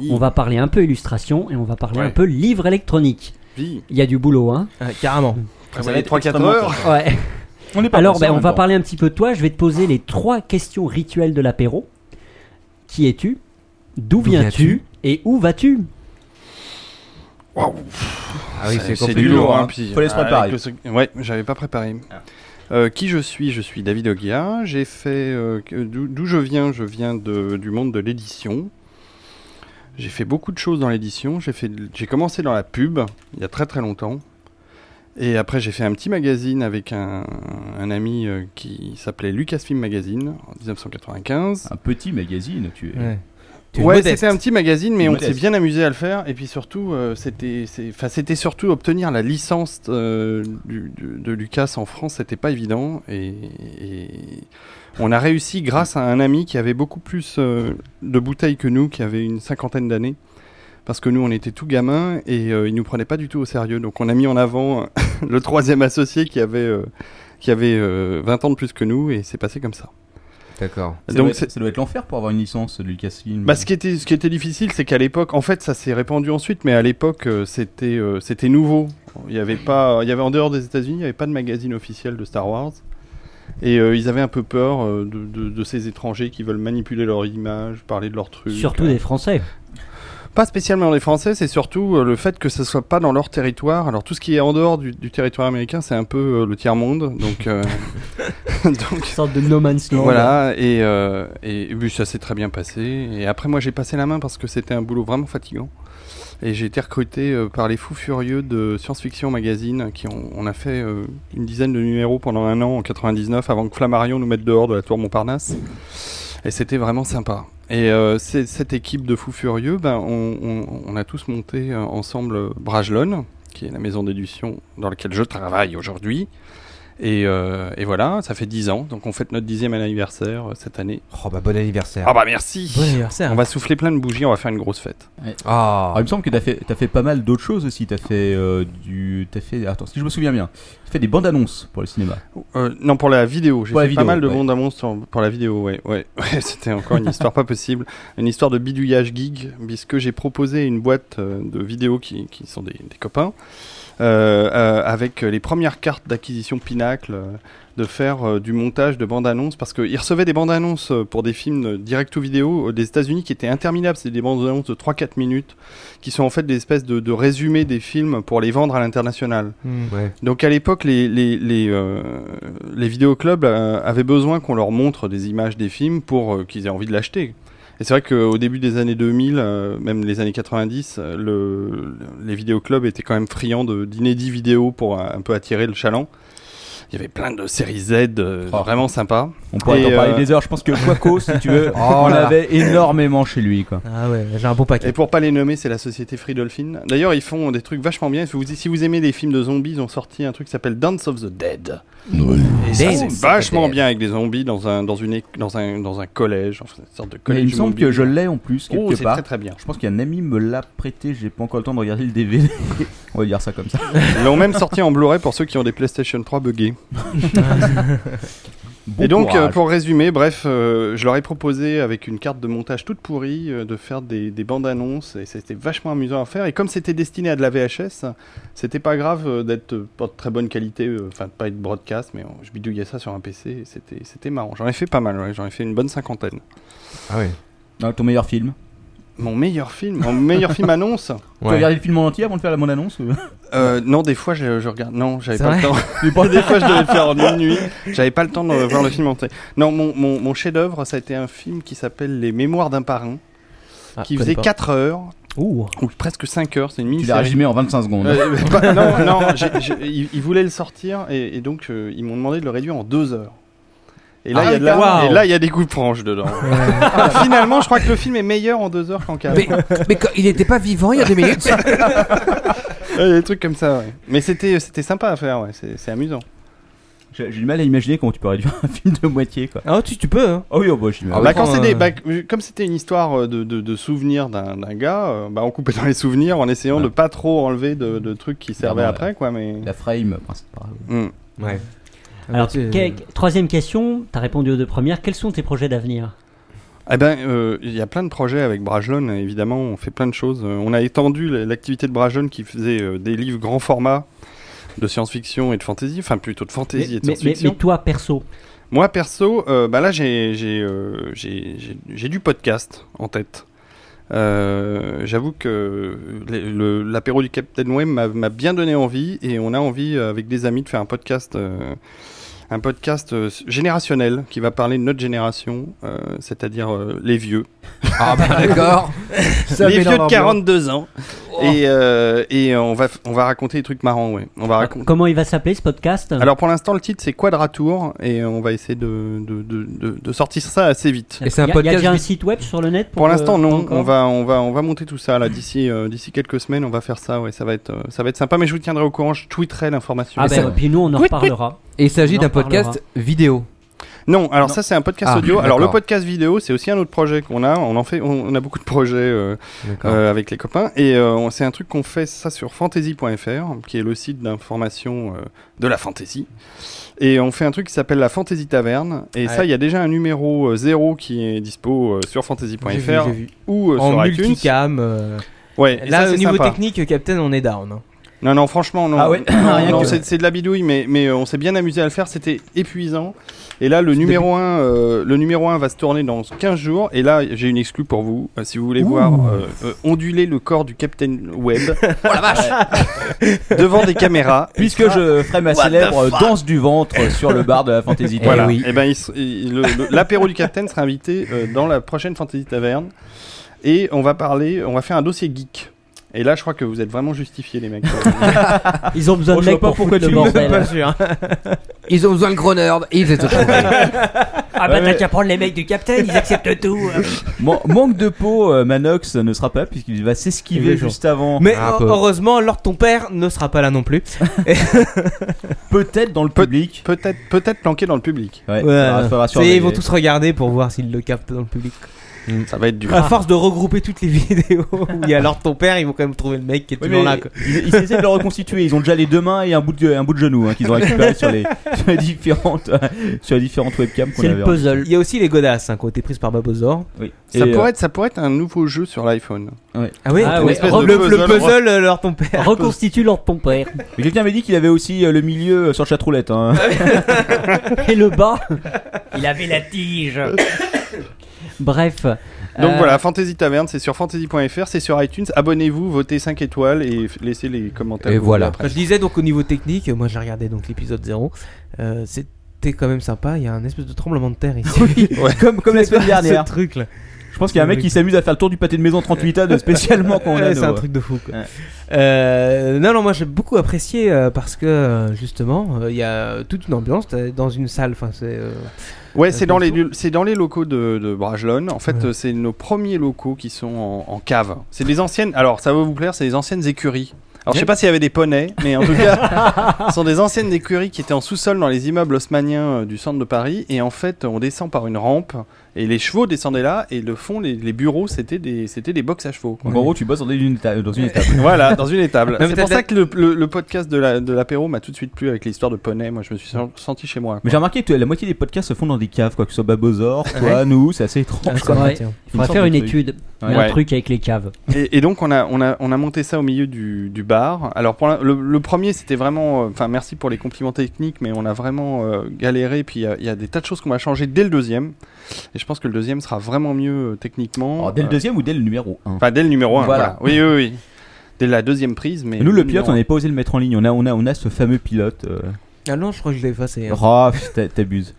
On va parler un peu illustration et on va parler Ouais. un peu livre électronique. Vie. Il y a du boulot, hein. Ah, carrément. Ça Ça va va être 3-4 extrêmement heures. Ouais. On est pas Alors, passé ben, en on même va temps. parler un petit peu de toi. Je vais te poser les trois questions rituelles de l'apéro. Qui es-tu D'où D'où viens-tu viens-tu Et où vas-tu Ah oui, c'est C'est compliqué. du lourd. hein, hein. puis- Faut les se préparer. avec le- Ouais, j'avais pas préparé. Euh, qui je suis Je suis David Oguia. J'ai fait. euh, que- D'où d'où je viens Je viens de- du monde de l'édition. J'ai fait beaucoup de choses dans l'édition. J'ai fait. de- J'ai commencé dans la pub il y a très très longtemps. Et après, j'ai fait un petit magazine avec un, un ami euh, qui s'appelait Lucasfilm Magazine en 1995. Un petit magazine, tu es. Ouais. Tu es Ouais, modeste. c'était un petit magazine, mais T'es on modeste. s'est bien amusé à le faire. Et puis surtout, euh, c'était, c'est- enfin, c'était surtout obtenir la licence euh, du- du- de Lucas en France, c'était pas évident. Et, et on a réussi grâce à un ami qui avait beaucoup plus euh, de bouteilles que nous, qui avait une cinquantaine d'années. Parce que nous, on était tout gamins et euh, il nous prenait pas du tout au sérieux. Donc, on a mis en avant euh, *laughs* le troisième associé qui avait, euh, qui avait euh, 20 ans de plus que nous et c'est passé comme ça. D'accord. Ça, Donc, doit c'est- être, ça doit être l'enfer pour avoir une licence de Lucasfilm. Bah, ce, qui était, ce qui était difficile, c'est qu'à l'époque, en fait, ça s'est répandu ensuite, mais à l'époque, euh, c'était euh, c'était nouveau. Il y avait pas, il y avait en dehors des États-Unis, il n'y avait pas de magazine officiel de Star Wars, et euh, ils avaient un peu peur euh, de, de- de ces étrangers qui veulent manipuler leur image, parler de leurs trucs. Surtout Euh, des Français. Pas spécialement les Français, c'est surtout euh, le fait que ce soit pas dans leur territoire. Alors tout ce qui est en dehors du, du territoire américain, c'est un peu euh, le tiers monde, donc. euh, *laughs* Donc, sorte de no man's land. Voilà, et, euh, et, oui, ça s'est très bien passé. Et après, moi, j'ai passé la main parce que c'était un boulot vraiment fatigant. Et j'ai été recruté euh, par les fous furieux de Science Fiction Magazine, qui ont, on a fait euh, une dizaine de numéros pendant un an en 99, avant que Flammarion nous mette dehors de la tour Montparnasse. Et c'était vraiment sympa. Et euh, c'est- cette équipe de fous furieux, ben, on, on- on a tous monté euh, ensemble Brajlon, qui est la maison d'édition dans laquelle je travaille aujourd'hui. Et, euh, et voilà, ça fait 10 ans, donc on fête notre dixième anniversaire euh, cette année. Oh bah bon anniversaire. Ah bah merci Bon anniversaire. On va souffler plein de bougies, on va faire une grosse fête. Ah. Alors, il me semble que t'as fait, t'as fait pas mal d'autres choses aussi. T'as fait euh, du, t'as fait, attends, si je me souviens bien, t'as fait des bandes annonces pour le cinéma. Euh, non, pour la vidéo. J'ai Pour fait la vidéo, pas mal de ouais. bandes annonces sur- pour la vidéo, ouais. ouais. *laughs* Ouais, C'était encore une histoire pas possible. Une histoire de bidouillage gig, puisque j'ai proposé une boîte euh, de vidéos qui, qui sont des, des copains, euh, euh, avec euh, les premières cartes d'acquisition Pinacle, euh, de faire euh, du montage de bandes annonces, parce qu'ils recevaient des bandes annonces euh, pour des films euh, direct ou vidéo euh, des États-Unis qui étaient interminables. C'est des bandes annonces de 3-4 minutes, qui sont en fait des espèces de, de résumés des films pour les vendre à l'international. Hmm. Ouais. Donc à l'époque, les, les, les, euh, les vidéoclubs euh, avaient besoin qu'on leur montre des images des films pour euh, qu'ils aient envie de l'acheter. Et c'est vrai qu'au début des années 2000, euh, même les années 90, euh, le, les vidéoclubs étaient quand même friands de- d'inédits vidéos pour euh, un peu attirer le chaland. Il y avait plein de séries Z euh, Oh. vraiment sympa. On pourrait Et, en parler euh, des heures. Je pense que Quaco, si tu *laughs* veux, Oh on là là. avait énormément chez lui, quoi. Ah ouais, j'ai un bon paquet. Et pour pas les nommer, c'est la société Free Dolphin. D'ailleurs, ils font des trucs vachement bien. Si vous, si vous aimez les films de zombies, ils ont sorti un truc qui s'appelle Dance of the Dead. Et ça, Dead. Ah c'est vachement bien avec des zombies dans un, dans une, é- dans un, dans un collège, enfin, une sorte de Mais collège. il me semble zombie. que je l'ai en plus Oh, quelque c'est part. très très bien. Je pense qu'un ami me l'a prêté. J'ai pas encore le temps de regarder le DVD. *laughs* on va dire ça comme ça. Ils l'ont même sorti en Blu-ray pour ceux qui ont des PlayStation 3 buggés. Bon et donc, euh, courage. pour résumer, bref, euh, je leur ai proposé avec une carte de montage toute pourrie euh, de faire des, des bandes annonces et c'était vachement amusant à faire. Et comme c'était destiné à de la VHS, c'était pas grave euh, d'être euh, pas de très bonne qualité, euh, enfin de pas être broadcast, mais on- je bidouillais ça sur un PC et c'était c'était marrant. J'en ai fait pas mal, ouais, j'en ai fait une bonne cinquantaine. Ah ouais. Ah, ton meilleur film. Mon meilleur film, mon meilleur film annonce Tu as regardé le film en entier avant de faire la bande *laughs* annonce ou- Euh, non, des fois je, je regarde. Non, j'avais C'est pas le vrai temps. *laughs* des fois je devais le faire en une nuit. J'avais pas le temps de voir le film entier. Non, mon, mon, mon chef-d'œuvre, ça a été un film qui s'appelle Les Mémoires d'un parrain, Ah, qui je faisait connais pas. 4 heures, Ouh. ou presque 5 heures. C'est une Tu l'as mini-série. résumé en 25 secondes. Euh, *laughs* pas- non, non, j'ai- j'ai- ils, ils voulaient le sortir et, et donc euh, ils m'ont demandé de le réduire en 2 heures. Et Ah là, il y a de la- waouh. et là, il y a des coups de franche dedans. Ah, Ah, Finalement, je crois que le film est meilleur en 2 heures qu'en 4. Mais, mais quand- il n'était pas vivant *laughs* il y a deux minutes. Ouais, des trucs comme ça, ouais. Mais c'était c'était sympa à faire, ouais. c'est c'est amusant. J'ai j'ai du mal à imaginer comment tu peux réduire un *laughs* film de moitié, quoi. Ah, tu, tu peux, hein. Oh oui, oh, bah, je suis Ah Bah, oui, quand prends, c'est des- euh, bah, c- comme c'était une histoire euh, de, de, de souvenirs d'un d'un gars, euh, bah, on coupait dans les souvenirs en essayant Ouais. de pas trop enlever de, de trucs qui servaient Clairement, après, quoi. Mais La frame, enfin, c'est pas grave. Mm. Ouais. Alors, tu- euh, que- troisième question, t'as répondu aux deux premières. Quels sont tes projets d'avenir Eh ben, euh, il y a plein de projets avec Brajlon. et Évidemment, on fait plein de choses. Euh, On a étendu l- l'activité de Brajlon qui faisait euh, des livres grand format de science-fiction et de fantasy, enfin plutôt de fantasy et de mais, science-fiction. mais toi, perso, Moi perso, euh, bah là j'ai j'ai euh, j'ai- j'ai- j'ai du podcast en tête. Euh, J'avoue que le- le- l'apéro du Captain Web m'a m'a bien donné envie et on a envie euh, avec des amis de faire un podcast, euh, un podcast euh, générationnel qui va parler de notre génération, euh, c'est-à-dire euh, les vieux Ah bah d'accord. *laughs* Ça les met dans vieux de l'ambiance. 42 ans. Et, euh, et on, va, f- on va raconter des trucs marrants, ouais. On Ah. va raconter. comment il va s'appeler ce podcast Alors pour l'instant, le titre c'est Quadratour et on va essayer de, de, de, de- de sortir ça assez vite. Et c'est un Il y a- Il y a podcast déjà un vi- site web sur le net Pour le- euh, l'instant, non. encore hein. On va, on, va, on va monter tout ça là d'ici euh, d'ici quelques semaines. On va faire ça, ouais. Ça va être, euh, ça va être sympa, mais je vous tiendrai au courant. Je tweeterai l'information. Ah Mais ben, ça- puis nous, on en Tweet, tweet. reparlera. Et il s'agit On en d'un podcast vidéo. Non, alors ça c'est un podcast Ah, audio. Alors le d'accord. podcast vidéo, c'est aussi un autre projet qu'on a. On en fait, on, on a beaucoup de projets. euh, D'accord. euh, avec les copains. Et euh, on- c'est un truc qu'on fait ça sur fantasy.fr, qui est le site d'information euh, de la fantasy. Et on fait un truc qui s'appelle la Fantasy Taverne. Et ça, il y a déjà un numéro euh, zéro qui est dispo euh, sur fantasy.fr J'ai vu, j'ai vu. ou euh, En sur iTunes. multicam. euh, Ouais, et Là, ça, au c'est niveau sympa. technique, Captain, on est down. hein. Non, non, franchement, non. Ah ouais, *coughs* Non, rien non, que- c'est c'est de la bidouille, mais, mais euh, on s'est bien amusé à le faire. C'était épuisant. Et là, le numéro, 1, euh, le numéro 1 va se tourner dans 15 jours. Et là, j'ai une exclue pour vous. Euh, si vous voulez voir euh, euh, onduler le corps du Captain Web Oh la vache *laughs* devant des caméras. Puisque je ferai ma What the célèbre fuck danse du ventre sur le bar de la fantaisie. Voilà. Tour. Et ben, il s- il- le- le- l'apéro du Capitaine sera invité euh, dans la prochaine Fantasy Taverne. Et on va parler, on va faire un dossier geek. Et là, je crois que vous êtes vraiment justifiés, les mecs. Ils ont besoin Bon, de je mecs vois pas pour foutre le pourquoi tu me le bordel. fais pas sûr. Ils ont besoin de gros nerds, et ils les *laughs* ont trouvés. Ah bah t'as qu'à prendre les mecs du Captain, ils acceptent tout. Man- manque de peau, euh, Manox ne sera pas là puisqu'il va Il est s'esquiver chaud. juste avant. Mais Un heu- peu. heureusement, Lord ton père ne sera pas là non plus. Peut-être dans le Peut- public. Peut-être, peut-être planqué dans le public. Ouais, Ouais, faudra- faudra ouais. surveiller. Et ils vont Euh, tous regarder pour voir s'ils le captent dans le public. Ça va être dur. À force de regrouper toutes les *laughs* vidéos où il y a Lord ton père, ils vont quand même trouver le mec qui est Oui, toujours mais là. quoi. Ils, ils essaient de le reconstituer. Ils ont déjà les deux mains et un bout de, un bout de genou hein, qu'ils ont récupéré sur les, *laughs* sur les différentes, *laughs* sur les différentes webcams qu'on C'est avait. hein. le puzzle. Il y a aussi les godasses hein, qui ont été prises par Babozor. Oui. Ça euh, Et, euh, pourrait, être, ça pourrait être un nouveau jeu sur l'iPhone. Ah oui, Ah Une ouais, espèce re- de le, le puzzle, puzzle- euh, Lord ton père. Reconstitue l'ordre de ton père. euh, mais Quelqu'un avait dit qu'il avait aussi euh, le milieu euh, sur chatroulette. Hein. Ah Et le bas. *laughs* Il avait la tige. Bref. Donc Euh, voilà, Fantasy Taverne, c'est sur fantasy.fr, c'est sur iTunes. Abonnez-vous, votez 5 étoiles et f- laissez les commentaires. Et que vous voilà. voulez après. Je disais donc au niveau technique, moi j'ai regardé donc l'épisode 0. euh, c'était quand même sympa. Il y a un espèce de tremblement de terre ici. *laughs* *laughs* Comme, comme la C'est semaine quoi dernière. Ce truc là. Je pense qu'il y a un mec qui s'amuse à faire le tour du pâté de maison 38 a de *laughs* spécialement quand on a Ouais, nos- c'est un truc de fou. quoi. Ouais. Euh, non, non, moi j'ai beaucoup apprécié euh, parce que euh, justement, euh, il y a toute une ambiance t'es dans une salle. Enfin, c'est. euh, Ouais, c'est dans, les, bonjour. c'est dans les locaux de, de Brajlon. En fait, Ouais. euh, c'est nos premiers locaux qui sont en, en cave. C'est des anciennes. Alors, ça va vous plaire, c'est des anciennes écuries. Alors, je sais pas s'il y avait des poneys, mais en tout cas, ce sont des anciennes écuries qui étaient en sous-sol dans les immeubles haussmanniens euh, du centre de Paris. Et en fait, on descend par une rampe et les chevaux descendaient là. Et le fond, les, les bureaux, c'était des, c'était des box à chevaux. quoi. En gros, tu bosses dans une, éta- dans une étape. voilà, dans une étable. Non, mais C'est t'as pour de la- ça que le, le- le podcast de la- de l'apéro m'a tout de suite plu avec l'histoire de poney. Moi, je me suis sen- senti chez moi. Mais j'ai remarqué que la moitié des podcasts se font dans des caves, quoi que ce soit Babozor, toi, nous, c'est assez étrange. c'est vrai. ah, tiens. Il faudra faire une sorte de truc. étude. Il y a Ouais. un truc avec les caves. Et, et donc on a, on, a, on a monté ça au milieu du, du bar. Alors pour la- le, le premier c'était vraiment, euh, enfin merci pour les compliments techniques, mais on a vraiment euh, galéré. Puis il y a- il y, a des tas de choses qu'on va changer dès le deuxième. Et je pense que le deuxième sera vraiment mieux euh, techniquement. Alors, Oh, dès le Euh, deuxième ou dès le numéro 1 Enfin dès le numéro un. Voilà. Voilà. Oui oui oui. Dès la deuxième prise, mais. Nous, le numéro pilote, on un. n'avait pas osé le mettre en ligne. On a, on a, on a ce fameux pilote. Euh... Ah non, je crois que je l'ai effacé. hein. Oh, pff, t'a- *laughs* t'abuses.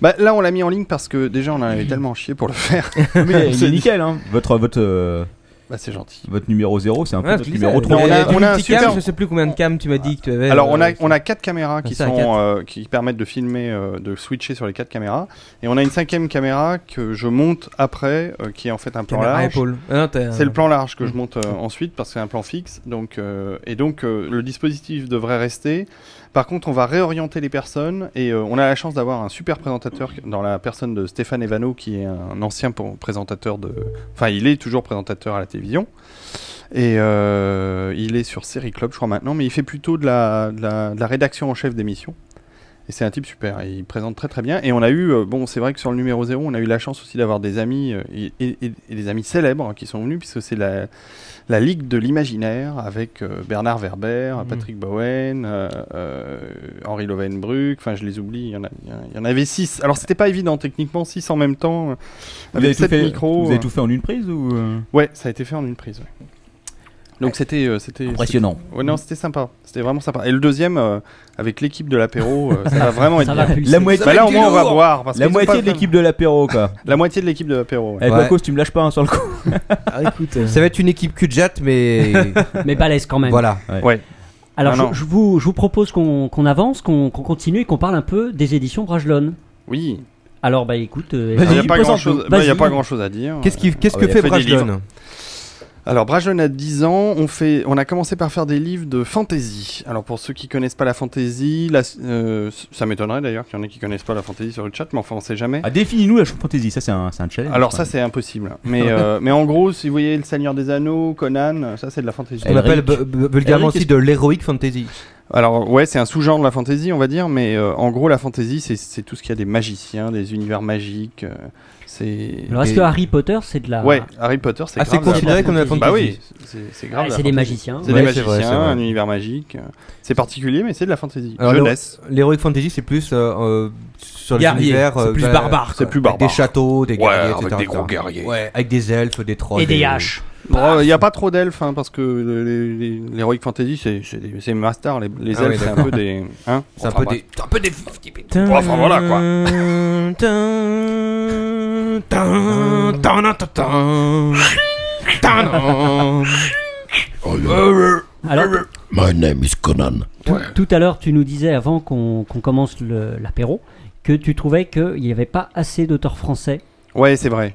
Bah, là on l'a mis en ligne parce que déjà on en avait tellement chié pour le faire. *laughs* Mais il C'est- est nickel, hein. Votre, votre, euh, Bah c'est gentil. votre numéro 0, c'est un peu Ouais, notre ah, je numéro disais, euh, 3. on il y a- du on a un multicam, super- Je sais plus combien de cam tu m'as dit que tu avais. Alors euh, on a sur- on a quatre caméras qui c'est à sont quatre. euh, qui permettent de filmer euh, de switcher sur les quatre caméras et on a une cinquième caméra que je monte après euh, qui est en fait un plan Caméra large. épaule. Ah non, t'as- C'est le plan large que je monte euh, ensuite parce que c'est un plan fixe donc euh, et donc euh, le dispositif devrait rester. Par contre, on va réorienter les personnes et euh, on a la chance d'avoir un super présentateur dans la personne de Stéphane Evano qui est un ancien pour- présentateur de enfin il est toujours présentateur à la télévision. Et euh, il est sur Série Club, je crois maintenant, mais il fait plutôt de la, de la, de la rédaction en chef d'émission. Et c'est un type super, et il présente très très bien. Et on a eu, euh, bon, c'est vrai que sur le numéro 0, on a eu la chance aussi d'avoir des amis, euh, et, et- et- et des amis célèbres hein, qui sont venus, puisque c'est la, la Ligue de l'Imaginaire avec euh, Bernard Werber, Mhm. Patrick Bowen, euh, euh, Henri Lovenbruck, enfin je les oublie, il y en, a- il y en a- il y en avait 6. Alors c'était pas évident techniquement, 6 en même temps, euh, Vous avez, avec tout 7 fait, micros. vous avez euh, tout fait en une prise ou euh, Ouais, ça a été fait en une prise. ouais. Donc c'était euh, c'était Impressionnant. c'était- Ouais non, c'était sympa. C'était vraiment sympa. Et le deuxième euh, avec l'équipe de l'apéro, euh, ça *laughs* va vraiment être Ça bien. va plus. La moitié, Bah là au moins on va boire parce la qu'ils sont pas moitié Bah de vraiment- l'équipe de l'apéro, quoi. la moitié de l'équipe de l'apéro. ouais. Avec Ouais. Wacos, tu me lâches pas un sur le coup. Ah, écoute, euh, Ça va être une équipe cul de jatte, *laughs* mais Mais balèze quand même. voilà. Alors, Non, je- non. Je, vous, je vous propose qu'on qu'on avance, qu'on qu'on continue et qu'on parle un peu des éditions Brajlon. Oui. Alors, bah écoute, euh, Il n'y a, Vas-y, pas grand présente-nous. chose- bah, il y a Vas-y. pas grand chose à dire. Qu'est-ce qui- qu'est-ce Ah que bah, il a fait fait des Brajlon Alors Brajlon a 10 ans, on, fait, on a commencé par faire des livres de fantasy. Alors pour ceux qui connaissent pas la fantasy, la- euh, ça m'étonnerait d'ailleurs qu'il y en ait qui connaissent pas la fantasy sur le chat, mais enfin on sait jamais. Ah, définis-nous la fantaisie, ça c'est un, c'est un challenge. Alors quoi. ça c'est impossible. Mais, euh, mais en gros, si vous voyez Le Seigneur des Anneaux, Conan, ça c'est de la fantasy. On Elric. appelle bu- bu- vulgairement Elric, aussi de l'heroic fantasy. Alors ouais, c'est un sous-genre de la fantasy, on va dire, mais euh, en gros la fantasy, c'est- c'est tout ce qu'il y a des magiciens, des univers magiques. euh, c'est. Alors, est-ce Et- que Harry Potter, c'est de la. Ouais, Harry Potter, c'est. Ah, grave c'est considéré comme de la Bah fantasy. oui, c'est- c'est grave. Ah, de la c'est des fantasy. magiciens. C'est des Ouais, c'est magiciens, vrai, c'est vrai. un univers magique. C'est particulier, mais c'est de la fantasy. Alors, Jeunesse. l'héro- L'Heroic Fantasy, c'est plus euh, euh, sur les Guerrier, univers. euh, c'est plus bah, barbare, quoi. C'est plus avec barbare. Des châteaux, des Ouais, guerriers, avec etc., des gros etc. guerriers. Ouais, avec des elfes, des trolls. Et des haches. Bon, il n'y a pas trop d'elfes, hein, parce que le- les- les- l'Heroic Fantasy, c'est- c'est des- c'est Master. Les, les Ah elfes, ouais, c'est un d'accord. peu des. Hein C'est un Enfin, peu bref. des. c'est un peu des. Bon, enfin, voilà, quoi. Alors, Oh, My name is Conan. Tout, tout à l'heure, tu nous disais avant qu'on qu'on commence le- l'apéro que tu trouvais qu'il n'y avait pas assez d'auteurs français. Ouais, c'est vrai.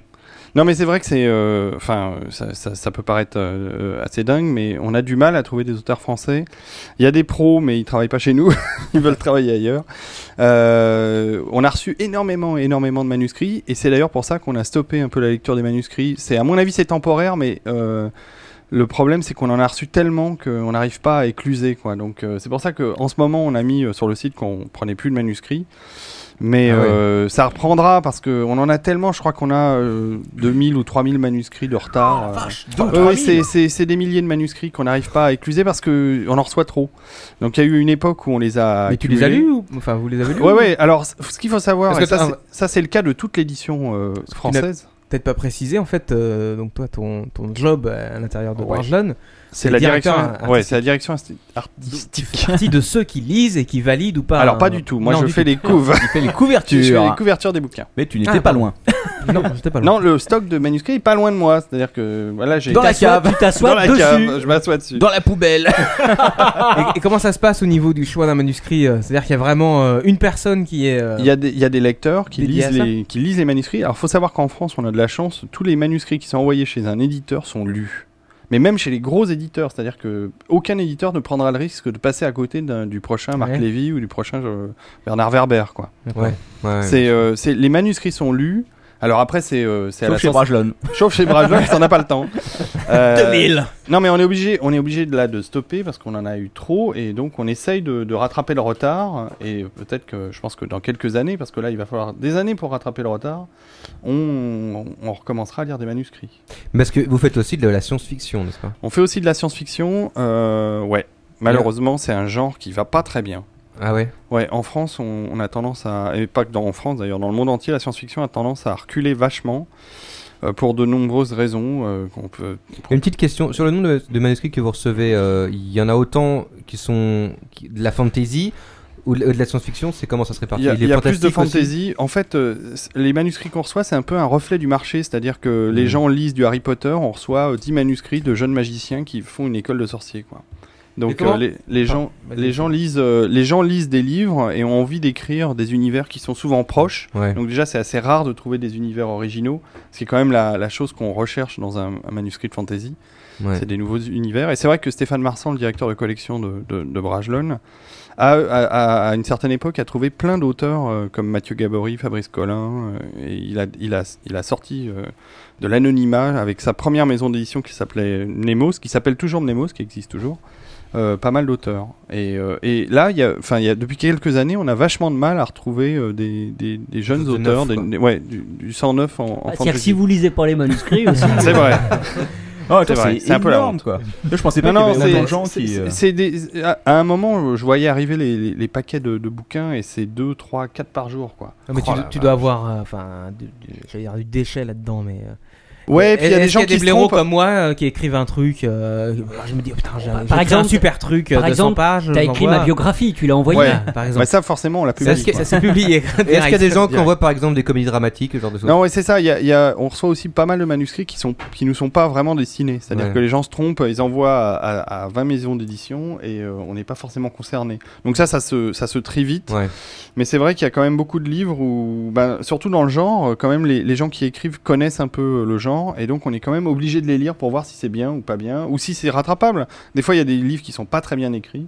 Non, mais c'est vrai que c'est. euh, Enfin, euh, ça, ça- ça peut paraître euh, assez dingue, mais on a du mal à trouver des auteurs français. Il y a des pros, mais ils travaillent pas chez nous. *laughs* ils veulent travailler ailleurs. Euh, on a reçu énormément, énormément de manuscrits, et c'est d'ailleurs pour ça qu'on a stoppé un peu la lecture des manuscrits. C'est, à mon avis, c'est temporaire, mais. euh, le problème, c'est qu'on en a reçu tellement qu'on n'arrive pas à écluser, quoi. Donc, euh, c'est pour ça qu'en ce moment, on a mis euh, sur le site qu'on prenait plus de manuscrits. Mais Ah ouais. euh, ça reprendra parce qu'on en a tellement, je crois qu'on a euh, 2000 ou 3000 manuscrits de retard. euh. Ouais, ouais, c'est- c'est c'est des milliers de manuscrits qu'on n'arrive pas à écluser parce qu'on en reçoit trop. Donc il y a eu une époque où on les a. Mais tu les as accumulés. lus ou Enfin, vous les avez lus Bah, Ouais, ou- ouais. Alors c- ce qu'il faut savoir, Parce que et ça, t'as un- c'est- ça c'est le cas de toute l'édition euh, française. Peut-être pas précisé, en fait, euh, donc toi, ton, ton job à l'intérieur de Ouais. Barcelone, C'est la direction. Ouais, c'est la direction insti- C'est artistique. partie de ceux qui lisent et qui valident ou pas. Alors pas hein. du tout. Moi Non, je du fais tout. les *laughs* couves. Il fait les *laughs* Je fais les couvertures. couvertures des bouquins. Mais tu Ah, n'étais pas pardon. loin. *laughs* Non, j'étais pas loin. Non, le stock de manuscrits est pas loin de moi. C'est-à-dire que voilà, j'ai Dans la cave. Tu *laughs* t'assois Dans la dessus. cave, je m'assois dessus. Dans la poubelle. Et, et comment ça se passe au niveau du choix d'un manuscrit euh, C'est-à-dire qu'il y a vraiment euh, une personne qui est. euh, Il y, a des, il y a des lecteurs qui Dédié à lisent, ça les, qui lisent les manuscrits. Alors, faut savoir qu'en France, on a de la chance. Tous les manuscrits qui sont envoyés chez un éditeur sont lus. Mais même chez les gros éditeurs, c'est-à-dire que aucun éditeur ne prendra le risque de passer à côté d'un- du prochain Marc Ouais. Lévy ou du prochain euh, Bernard Werber. Quoi. D'accord. Ouais. Ouais. C'est, euh, c'est- les manuscrits sont lus. Alors après, c'est, euh, c'est à Sauf la chez sens- Brajlon. *laughs* Sauf chez Brajlon, ça n'a pas le *laughs* temps. Euh, oh, Non, mais on est obligé, on est obligé de là de stopper parce qu'on en a eu trop et donc on essaye de, de rattraper le retard et peut-être que je pense que dans quelques années, parce que là il va falloir des années pour rattraper le retard, on, on recommencera à lire des manuscrits. Parce que vous faites aussi de la science-fiction, n'est-ce pas On fait aussi de la science-fiction, euh, ouais. Malheureusement, c'est un genre qui va pas très bien. Ah ouais Ouais, en France, on, on a tendance à, et pas que dans en France d'ailleurs, dans le monde entier, la science-fiction a tendance à reculer vachement euh, pour de nombreuses raisons euh, qu'on peut. Une petite question sur le nombre de, de manuscrits que vous recevez. euh, Il y en a autant qui sont qui- de la fantasy ou de, ou de la science-fiction. C'est comment ça se répartit Il y a, Les il y a plus de fantastiques aussi fantasy. En fait, euh, c- les manuscrits qu'on reçoit, c'est un peu un reflet du marché. C'est-à-dire que les Mhm. gens lisent du Harry Potter, on reçoit euh, 10 manuscrits de jeunes magiciens qui font une école de sorciers. Quoi. Mais Donc comment euh, les, les gens, vas-y. les, gens lisent, euh, les gens lisent des livres et ont envie d'écrire des univers qui sont souvent proches. Ouais. Donc déjà, c'est assez rare de trouver des univers originaux, ce qui est quand même la, la chose qu'on recherche dans un, un manuscrit de fantasy. ouais. C'est des nouveaux univers. Et c'est vrai que Stéphane Marsan, le directeur de collection de, de, de Brajlon, a, a- a- à une certaine époque, a trouvé plein d'auteurs euh, comme Mathieu Gabory, Fabrice Collin. euh, et il, a, il, a, il a sorti euh, de l'anonymat avec sa première maison d'édition qui s'appelait Nemos, qui s'appelle toujours Nemos, qui existe toujours. euh, pas mal d'auteurs. Et, euh, et là, il y a, enfin, il y a, depuis quelques années, on a vachement de mal à retrouver euh, des, des, des jeunes De neuf, auteurs, des, quoi. des- ouais, du, du 109 en, en Ah, C'est-à-dire que fantasy. si vous lisez pas *laughs* les manuscrits euh, aussi. C'est vrai. Ah, C'est toi, vrai, c'est un peu la honte quoi. Toi, Je pensais pas Non, qu'il y non, avait autant c'est- de gens c'est- qui. euh, c'est- c'est des- à- à un moment, je voyais arriver les, les- les paquets de, de bouquins et c'est 2, 3, 4 par jour. Quoi. Ah, mais tu, Oh la tu vache. dois avoir euh, enfin du, du- j'allais dire du déchet là-dedans mais euh, Ouais, et puis il y a est-ce des gens qu'il qui se blaireaux trompent. comme moi euh, qui écrivent un truc euh, je me dis oh, putain j'ai j'ai Par écrit un exemple, super truc par euh, de 100 exemple, pages T'as écrit ma j'envoie. biographie, tu l'as envoyée. Ouais. par Bah, exemple ça, forcément, on l'a ça, publié. se- ça s'est publié Et Est-ce qu'il y a des *laughs* gens qui direct. envoient par exemple des comédies dramatiques, ce genre de choses Non, ouais, c'est ça. il y a- il y a- on reçoit aussi pas mal de manuscrits qui sont qui nous sont pas vraiment destinés. C'est-à-dire Ouais. que les gens se trompent, ils envoient à, à- à 20 maisons d'édition et euh, on n'est pas forcément concerné. Donc ça, ça se ça se trie vite. Ouais. Mais c'est vrai qu'il y a quand même beaucoup de livres où, ben, surtout dans le genre, euh, quand même les, les gens qui écrivent connaissent un peu euh, le genre et donc on est quand même obligé de les lire pour voir si c'est bien ou pas bien ou si c'est rattrapable. Des fois, il y a des livres qui sont pas très bien écrits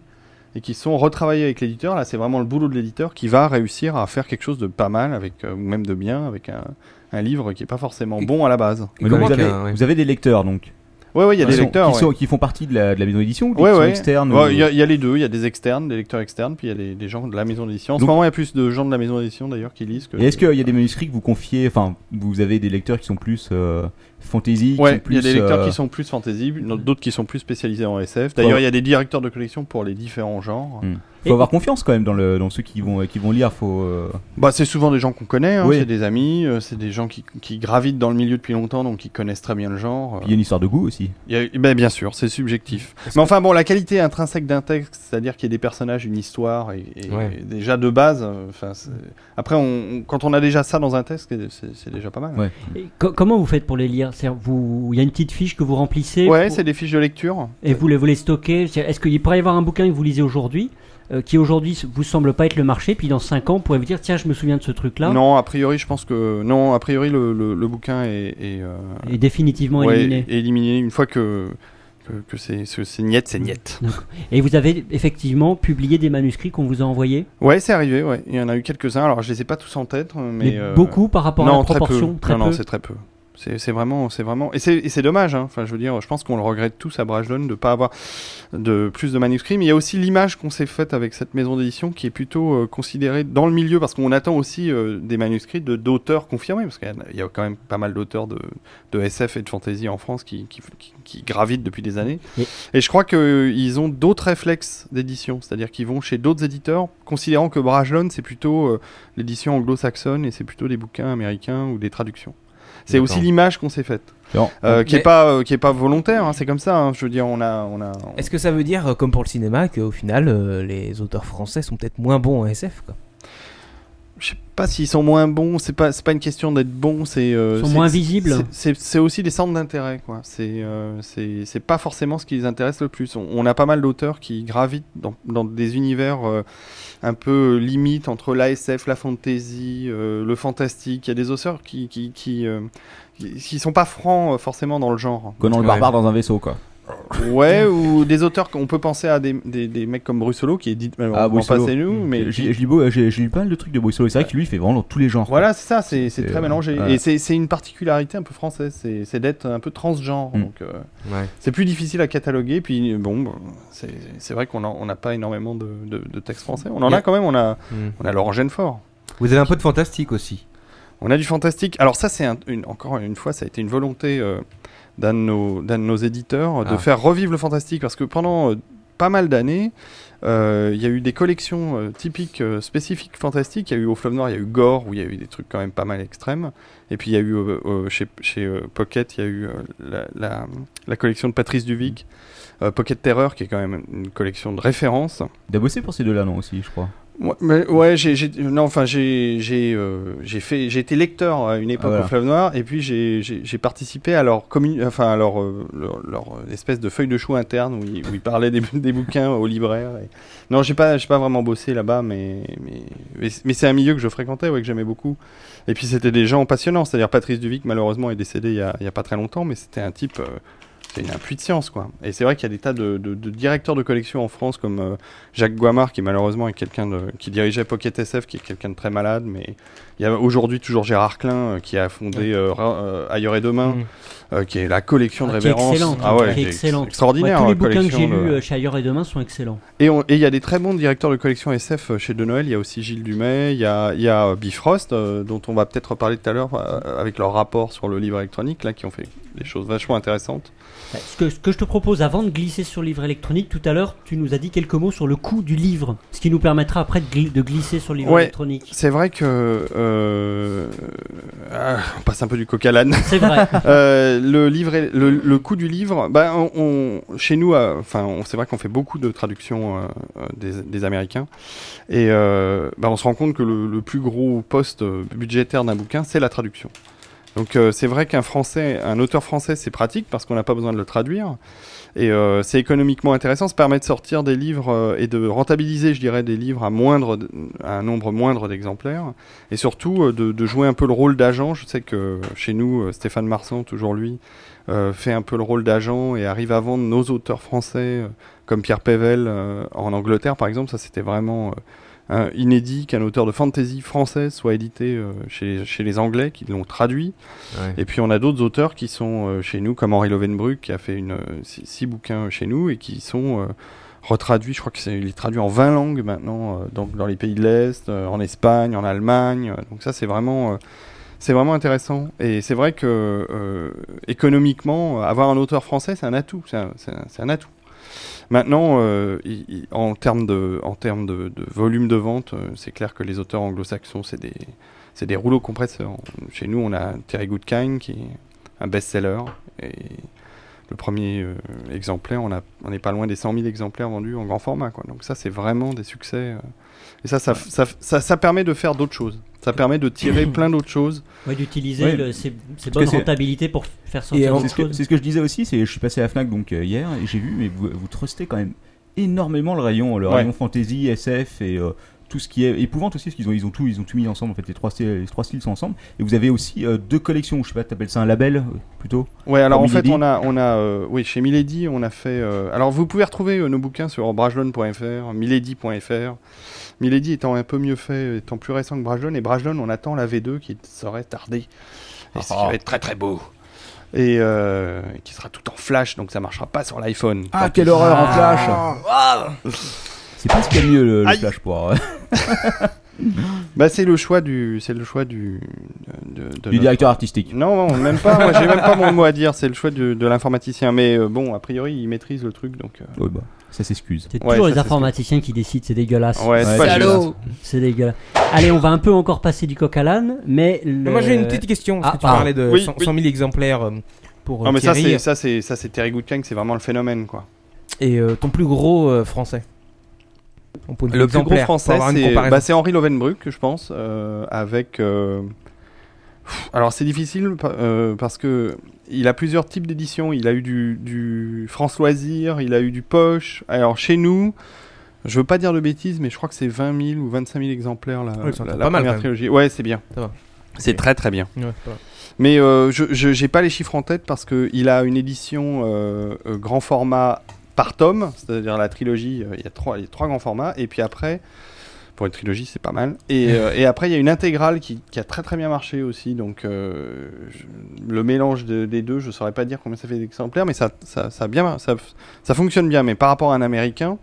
et qui sont retravaillés avec l'éditeur. Là, c'est vraiment le boulot de l'éditeur qui va réussir à faire quelque chose de pas mal avec euh, ou même de bien avec un, un livre qui est pas forcément bon à la base. mais donc, Comment vous, avez, qu'un- ouais. vous avez des lecteurs donc. Ouais, ouais, il y a Qui des sont- lecteurs, Qui, sont- ouais. qui font partie de la, de la maison d'édition ou des Ouais, qui sont ouais. externes euh. Ouais, ou- Il y, a- il y a les deux, il y a des externes, des lecteurs externes, puis il y a les, les gens de la maison d'édition. En ce Donc- moment, il y a plus de gens de la maison d'édition d'ailleurs qui lisent que. Et est-ce qu'il y a des manuscrits que vous confiez Enfin, vous avez des lecteurs qui sont plus euh, fantasy qui sont Ouais, il plus, y a des lecteurs euh, qui sont plus fantasy, d'autres qui sont plus spécialisés en SF. D'ailleurs, il y a des directeurs de collection pour les différents genres. Hmm. Faut avoir confiance quand même dans, le, dans ceux qui vont, qui vont lire. Faut, euh, Bah, c'est souvent des gens qu'on connaît, hein, Oui. c'est des amis, euh, c'est des gens qui, qui gravitent dans le milieu depuis longtemps, donc ils connaissent très bien le genre. puis Il y a une histoire de goût aussi. Il y a- ben, bien sûr, c'est subjectif. Mais enfin bon, la qualité intrinsèque d'un texte, c'est-à-dire qu'il y ait des personnages, une histoire, et, et- Ouais. et déjà de base, euh, enfin, c'est- après, on- on- quand on a déjà ça dans un texte, c'est- c'est c'est déjà pas mal. Ouais. Et co- comment vous faites pour les lire C'est-à-dire, vous- Il y a une petite fiche que vous remplissez Ouais, pour- c'est des fiches de lecture. et vous les, vous les stockez. C'est-à-dire, Est-ce qu'il pourrait y avoir un bouquin que vous lisez aujourd'hui euh, qui aujourd'hui s- vous semble pas être le marché, puis dans 5 ans, vous pourrez vous dire tiens, je me souviens de ce truc-là Non, a priori, je pense que non, a priori, le, le- le bouquin est, est, euh, Et définitivement ouais, éliminé. est éliminé une fois que que, que c'est que c'est niette, c'est niette. D'accord. Et vous avez effectivement publié des manuscrits qu'on vous a envoyés Ouais, c'est arrivé. Ouais, il y en a eu quelques-uns. Alors, je les ai pas tous en tête, euh, mais, Mais euh, beaucoup par rapport à non, la proportion, Très peu. très non, non, peu. Ah, c'est très peu. C'est c'est vraiment, c'est vraiment, et c'est et c'est dommage. hein. Enfin, je veux dire, je pense qu'on le regrette tous à Brajlon de pas avoir de plus de manuscrits. Mais il y a aussi l'image qu'on s'est faite avec cette maison d'édition qui est plutôt euh, considérée dans le milieu parce qu'on attend aussi euh, des manuscrits de d'auteurs confirmés parce qu'il y en a- il y, a quand même pas mal d'auteurs de, de SF et de fantasy en France qui, qui, qui- qui gravitent depuis des années. Et- Et je crois qu'ils ont d'autres réflexes d'édition, c'est-à-dire qu'ils vont chez d'autres éditeurs, considérant que Brajlon, c'est plutôt euh, l'édition anglo-saxonne et c'est plutôt des bouquins américains ou des traductions. C'est D'accord. aussi l'image qu'on s'est faite, Alors, euh, qui Mais- n'est pas, euh, qui est pas volontaire, hein, c'est comme ça, hein, je veux dire, on a... On a on- Est-ce que ça veut dire, euh, comme pour le cinéma, qu'au final, euh, les auteurs français sont peut-être moins bons en SF quoi Je sais pas s'ils sont moins bons, c'est pas, c'est pas une question d'être bons, c'est... euh, Ils sont c'est- moins c'est- visibles. c'est- C'est c'est aussi des centres d'intérêt, quoi. C'est euh, c'est- c'est pas forcément ce qui les intéresse le plus. On, on a pas mal d'auteurs qui gravitent dans, dans des univers euh, un peu limites entre l'ASF, la fantasy, euh, le fantastique. Il y a des auteurs qui, qui, qui, euh, qui- qui sont pas francs euh, forcément dans le *laughs* genre. Conan le Ouais. barbare dans un vaisseau, quoi. Ouais, ou des auteurs qu'on peut penser à des, des, des mecs comme Brussolo qui est dit Ah, on Brussolo. nous, mais Euh, J'ai j'ai lu, beau- euh, j'ai- j'ai lu pas mal de trucs de Bruxelles. C'est vrai que lui, il fait vraiment dans tous les genres. quoi. Voilà, c'est ça, c'est c'est C'est, très euh, mélangé. voilà. Et c'est c'est une particularité un peu française, c'est c'est d'être un peu transgenre. Mm. Donc, euh, Ouais. c'est plus difficile à cataloguer. Puis, bon, bon, c'est c'est vrai qu'on en- on n'a pas énormément de, de- de textes français. On en Y a- a quand même, on a, Mm. on a Laurent Genefort. Vous avez un peu de fantastique aussi. On a du fantastique. Alors ça, c'est un- une, encore une fois, ça a été une volonté euh, d'un de, nos- d'un de nos éditeurs euh, de Ah. faire revivre le fantastique parce que pendant euh, pas mal d'années, euh, il y a eu des collections euh, typiques, euh, spécifiques fantastiques. Il y a eu Au Fleuve Noir, il y a eu Gore, où il y a eu des trucs quand même pas mal extrêmes. Et puis il y a eu euh, euh, chez, chez, euh, Pocket, il y a eu euh, la, la- la collection de Patrice Duvig, euh, Pocket Terror, qui est quand même une collection de référence. Il a bossé pour ces deux-là, non, aussi, je crois. Ouais, mais- ouais, j'ai, j'ai- non, enfin, j'ai, j'ai, euh, j'ai fait, j'ai été lecteur à une époque Ah, voilà. au Fleuve Noir, et puis j'ai, j'ai, j'ai participé à leur commun- enfin, à leur, euh, leur, leur, euh, espèce de feuille de chou interne où ils, où ils parlaient des, *laughs* des bouquins aux libraires. et- Non, j'ai pas, j'ai pas vraiment bossé là-bas, mais, mais, mais, c'est- mais c'est un milieu que je fréquentais, ouais, que j'aimais beaucoup. Et puis c'était des gens passionnants, c'est-à-dire Patrice Duvic, malheureusement, est décédé il y a, il y a pas très longtemps, mais c'était un type, euh, c'est une impuissance, quoi. Et c'est vrai qu'il y a des tas de, de- de directeurs de collection en France, comme euh, Jacques Guamard, qui malheureusement est quelqu'un de- qui dirigeait Pocket SF, qui est quelqu'un de très malade, mais il y a aujourd'hui toujours Gérard Klein, euh, qui a fondé euh, Ra- euh, Ailleurs et Demain, Mm. euh, qui est la collection de Ah, qui est révérence. excellente, Ah ouais, qui est ex- excellente. extraordinaire. hein, Ouais, tous la les bouquins que j'ai collection de- lus euh, chez Ailleurs et Demain sont excellents. et on- et il y a des très bons directeurs de collection SF chez De Noël. Il y a aussi Gilles Dumay, il y a, il y a Bifrost, euh, dont on va peut-être parler tout à l'heure euh, avec leur rapport sur le livre électronique, là, qui ont fait des choses vachement intéressantes. Bah, Ce que, ce que je te propose avant de glisser sur le livre électronique, tout à l'heure, tu nous as dit quelques mots sur le coût du livre, ce qui nous permettra après de, gli- de glisser sur le livre Ouais. électronique. C'est vrai que. euh, ah, on passe un peu du coq à l'âne. C'est *laughs* vrai. Euh, le livre, est- le, le coût du livre, bah, on, on- chez nous, euh, enfin, on- c'est vrai qu'on fait beaucoup de traductions euh, euh, des, des Américains, et euh, bah, on se rend compte que le, le plus gros poste euh, budgétaire d'un bouquin, c'est la traduction. Donc euh, c'est vrai qu'un français, un auteur français, c'est pratique parce qu'on n'a pas besoin de le traduire, et euh, c'est économiquement intéressant, ça permet de sortir des livres euh, et de rentabiliser, je dirais, des livres à moindre, à un nombre moindre d'exemplaires et surtout euh, de, de jouer un peu le rôle d'agent. Je sais que chez nous, euh, Stéphane Marsan, toujours lui, euh, fait un peu le rôle d'agent et arrive à vendre nos auteurs français, euh, comme Pierre Pével euh, en Angleterre par exemple. Ça, c'était vraiment euh, euh, inédit qu'un auteur de fantasy français soit édité euh, chez, chez les Anglais qui l'ont traduit. Ouais. Et puis on a d'autres auteurs qui sont euh, chez nous, comme Henri Lovenbruck qui a fait une, euh, six, six bouquins chez nous et qui sont euh, retraduits. Je crois qu'il est traduit en 20 langues maintenant, euh, donc dans les pays de l'Est, euh, en Espagne, en Allemagne. euh, Donc ça, c'est vraiment. euh, c'est vraiment intéressant et c'est vrai que euh, économiquement, euh, avoir un auteur français, c'est un atout. C'est un- c'est un- c'est un atout. Maintenant, euh, il- il- en termes de, en termes de, de volume de vente, euh, c'est clair que les auteurs anglo-saxons, c'est des, c'est des rouleaux compresseurs. Chez nous, on a Terry Goodkind qui est un best-seller. Et le premier euh, exemplaire, on, a, on est pas loin des 100 000 exemplaires vendus en grand format. Quoi. Donc ça, c'est vraiment des succès. euh. Et ça ça, ça, ça, ça permet de faire d'autres choses. Ça permet de tirer plein d'autres choses. Ouais, d'utiliser Ouais. le- ces, Parce ces bonnes que c'est- rentabilités pour faire Et sortir en- autre c'est ce, que, chose. c'est ce que je disais aussi, c'est je suis passé à Fnac donc euh, hier et j'ai vu mais vous, vous trustez quand même énormément le rayon, le Ouais. rayon fantasy, SF et euh, tout ce qui est épouvante aussi parce qu'ils ont ils ont tout ils ont tout mis ensemble en fait les trois styles, les trois styles sont ensemble et vous avez aussi euh, deux collections, je sais pas t'appelles ça un label euh, plutôt. Ouais, alors Comme en il fait, dit. on a, on a, euh, oui, chez Milady, on a fait. euh, alors, vous pouvez retrouver euh, nos bouquins sur brajlon.fr, milady.fr. Milady étant un peu mieux fait, étant plus récent que Brajlon, et Brajlon, on attend la V2 qui saurait tarder, et ce qui va être très très beau, et euh, qui sera tout en flash, donc ça marchera pas sur l'iPhone. Ah, Tant quelle pis. horreur, en flash. C'est pas ce qu'il y a de mieux le, le Aïe. flash pour euh, Bah, c'est le choix du, c'est le choix du, de- de du notre- directeur artistique. Non, non, même pas. Moi, j'ai même pas mon mot à dire. C'est le choix du- de l'informaticien. Mais euh, bon, a priori, il maîtrise le truc, donc. euh, Ouais, bah, ça s'excuse. C'est Ouais, toujours ça, c'est les ce que- informaticiens qui décident, c'est dégueulasse. euh, Ouais, c'est Ouais, pas c'est dégueulasse. C'est dégueulasse. Allez, on va un peu encore passer du coq à l'âne, mais. le- Mais Moi j'ai une petite question, parce Ah, que tu pardon. parlais de Oui, 100 oui. 000 exemplaires euh, pour euh, Non mais ça Thierry. c'est ça c'est ça c'est Terry Goodkind, c'est vraiment le phénomène quoi. Et euh, ton plus gros euh, français On peut Le plus gros exemplaire, pour français avoir une c'est comparaison. bah, c'est Henri Lovenbruck je pense euh, avec euh, pff, alors c'est difficile pa- euh, parce que il a plusieurs types d'éditions, il a eu du, du France Loisir, il a eu du Poche. Alors chez nous, je veux pas dire de bêtises mais je crois que c'est 20 000 ou 25 000 exemplaires la, Ouais, ça la- fait la pas mal, première quand même. trilogie. Ouais, c'est bien. Ça va. C'est très très bien. Ouais, voilà. Mais euh, je- je n'ai pas les chiffres en tête parce qu'il a une édition euh, euh, grand format par tome, c'est-à-dire la trilogie, euh, il y, a trois, il y a trois grands formats, et puis après, pour une trilogie c'est pas mal, et, euh, et après il y a une intégrale qui, qui a très très bien marché aussi, donc euh, je- le mélange de- des deux, je ne saurais pas dire combien ça fait d'exemplaires, mais ça, ça, ça, a bien, ça, ça fonctionne bien, mais par rapport à un Américain,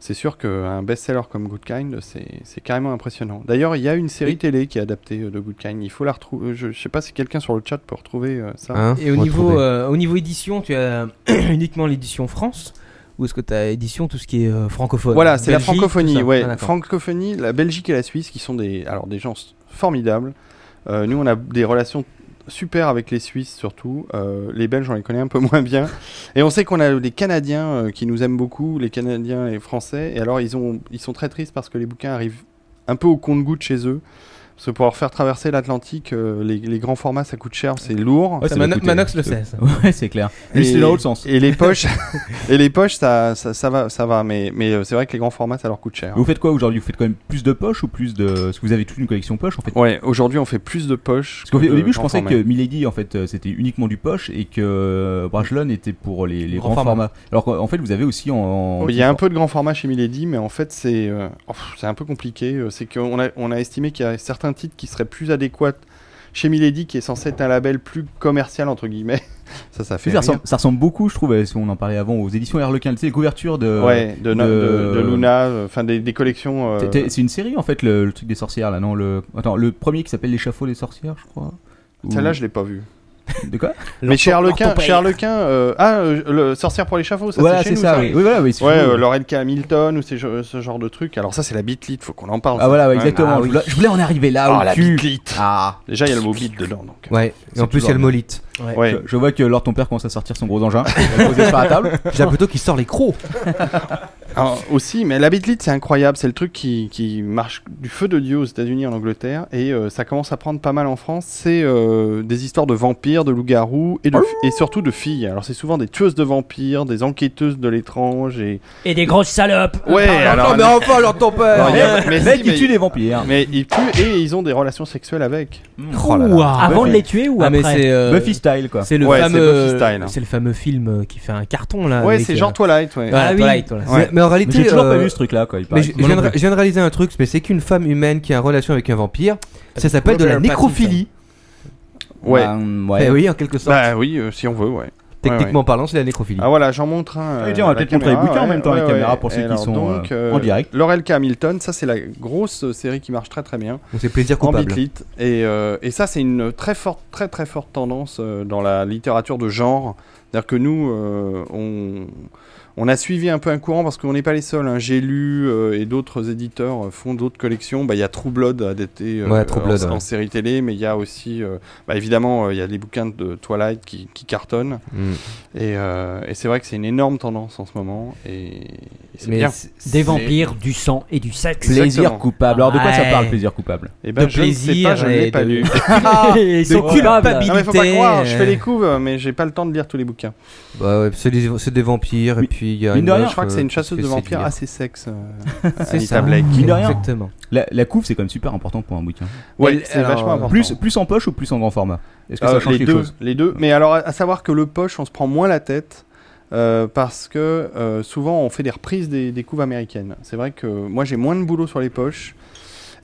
c'est sûr qu'un best-seller comme Good Kind, c'est c'est carrément impressionnant. D'ailleurs, il y a une série télé qui est adaptée euh, de Good Kind. Il faut la retrouver. Je, je sais pas si quelqu'un sur le chat peut retrouver euh, ça. Hein, Et au faut niveau, retrouver. euh, au niveau édition, tu as *clears throat* uniquement l'édition France ou est-ce que tu as édition tout ce qui est euh, francophone Voilà, c'est la Belgique, tout francophonie. ça Ouais, Ah, d'accord. francophonie, la Belgique et la Suisse qui sont des, alors des gens s- formidables. Euh, nous, on a des relations super avec les Suisses surtout. Euh, les Belges, on les connaît un peu *laughs* moins bien. Et on sait qu'on a des Canadiens euh, qui nous aiment beaucoup, les Canadiens et les Français. Et alors, ils, ont, ils sont très tristes parce que les bouquins arrivent un peu au compte-goutte chez eux. Parce que pour leur faire traverser l'Atlantique, euh, les, les grands formats, ça coûte cher, c'est lourd. Ouais, Ça, ça va Mano- coûter- Manox le sait. ça. *laughs* Ouais, c'est clair. Mais c'est dans l'autre sens. Et *laughs* les poches, *laughs* et les poches, ça, ça, ça va, ça va. Mais, mais euh, c'est vrai que les grands formats, ça leur coûte cher. Vous faites quoi aujourd'hui Vous faites quand même plus de poches ou plus de Parce que vous avez toute une collection poche en fait. Ouais, aujourd'hui on fait plus de poches. Parce qu'au que au de début, je grands pensais formats. que Milady, en fait, euh, c'était uniquement du poche et que euh, Brajlon était pour les, les Grand grands format. formats. Alors qu'en en fait, vous avez aussi en. en- Il y a un peu de grand format chez Milady, mais en fait c'est euh, oh, pff, c'est un peu compliqué. Euh, C'est qu'on a, on a estimé qu'il y a certains titres qui seraient plus adéquats chez Milady, qui est censé être un label plus commercial entre guillemets. Ça, ça *laughs* fait. Ça rire. ressemble, ça ressemble beaucoup, je trouve, à ce qu'on en parlait avant, aux éditions Harlequin, tu sais, les couvertures de. ouais, de, no- euh, de- de- de Luna, euh, enfin des, des collections. euh, T'es- t'es- C'est une série en fait, le, le truc des sorcières là, non le... Attends, le premier qui s'appelle L'échafaud des sorcières, je crois. Ou- Celle-là, je l'ai pas vue. De quoi Mais chez Harlequin, chez Harlequin, euh, ah, euh, le Sorcière pour l'échafaud, ça Voilà, c'est chez c'est nous. ça, oui. Oui, voilà, oui, c'est Ouais, chez nous. euh, Laurel Hamilton ou ces ge- ce genre de trucs. Alors ça, c'est la bitlite, faut qu'on en parle. Ah voilà, ouais, Ouais. exactement. Ah, je, voulais, je voulais en arriver là Ah, au la cul. bitlite. Ah, Déjà, il y a le mot bit dedans, donc. Ouais, et en C'est plus il y a le toujours molite. Ouais. Euh, je, je vois que Lord ton père commence à sortir son gros *laughs* engin. Il va le poser sur la table. J'ai plutôt qu'il sort les crocs. Alors, aussi, mais la bitlite, c'est incroyable. C'est le truc qui, qui marche du feu de Dieu aux États-Unis, en Angleterre, et euh, ça commence à prendre pas mal en France. C'est euh, des histoires de vampires, de loups-garous, et, de- et surtout de filles. Alors, c'est souvent des tueuses de vampires, des enquêteuses de l'étrange, et. Et des grosses salopes. Ouais, alors. mais enfin, alors ton père Non, il y a- mais Mec, si, il mais- tue les vampires. mais ils tuent et ils ont des relations sexuelles avec. Mmh. Ouah. Avant Ouais, de les tuer ou Oh Ah, mais après c'est euh, Oh Buffy style quoi. c'est le Ouais, c'est fameux Buffy style, hein. c'est le fameux film euh, qui fait un carton là. ouais, avec, Ah, c'est euh, genre Twilight, ouais. voilà, Ah oui. Twilight, voilà. Ouais. Mais Mais en réalité. Mais j'ai toujours pas euh, vu ce truc-là, quoi, il Mais paraît. je, je Moi viens non de, plus. je viens de réaliser un truc, mais c'est qu'une femme humaine qui a une relation avec un vampire, ça s'appelle de la Robert nécrophilie. Ouais. Eh oui, en quelque sorte. Bah oui, euh, si on veut, ouais. Techniquement parlant, c'est la nécrophilie. Ah voilà, j'en montre un. Ah oui, tiens, on va à la peut-être montrer les caméra, bouquins en même temps à la caméra pour Et ceux qui alors, sont, donc, euh, en direct. Laurel K. Hamilton, ça c'est la grosse série qui marche très très bien. On s'est plaisir En coupable. beat-lit. Et, euh, et ça c'est une très forte, très très forte tendance euh, dans la littérature de genre. C'est-à-dire que nous, euh, on, on a suivi un peu un courant parce qu'on n'est pas les seuls. hein. J'ai lu euh, et d'autres éditeurs euh, font d'autres collections. Bah, Il y a True Blood a été euh, Ouais, True en- Blood, en, ouais. série télé, mais il y a aussi, euh, bah, évidemment, euh, il y a les bouquins de Twilight qui, qui cartonnent. Mm. Et, euh, et c'est vrai que c'est une énorme tendance en ce moment. Et, et c'est Mais bien. c'est- Des vampires, du sang et du sexe. Plaisir Exactement. coupable. Alors de quoi ça Ouais. parle, plaisir coupable Eh ben, de je ne sais plaisir pas, je ne et l'ai pas de- lu. *laughs* Ils sont Ah, de Non, Ah, coupables. mais faut pas culpabilité, croire, je fais les euh, couves, mais j'ai pas le temps de lire tous les bouquins. Bah ouais, c'est des, c'est des vampires, et puis il y a mine une de rien, meuf, Je crois que c'est euh, une chasseuse qu'est-ce que de c'est vampires que assez sexe. euh, C'est Anita ça. Blake. Mine de rien. Exactement. La, la couve, c'est quand même super important pour un bouquin. Ouais, Elle- c'est alors, vachement euh, important. Plus, plus en poche ou plus en grand format Est-ce que Euh, ça change les quelque deux, chose Ah. les deux. Mais alors, à- à savoir que le poche, on se prend moins la tête euh, parce que euh, souvent on fait des reprises des, des couves américaines. C'est vrai que moi j'ai moins de boulot sur les poches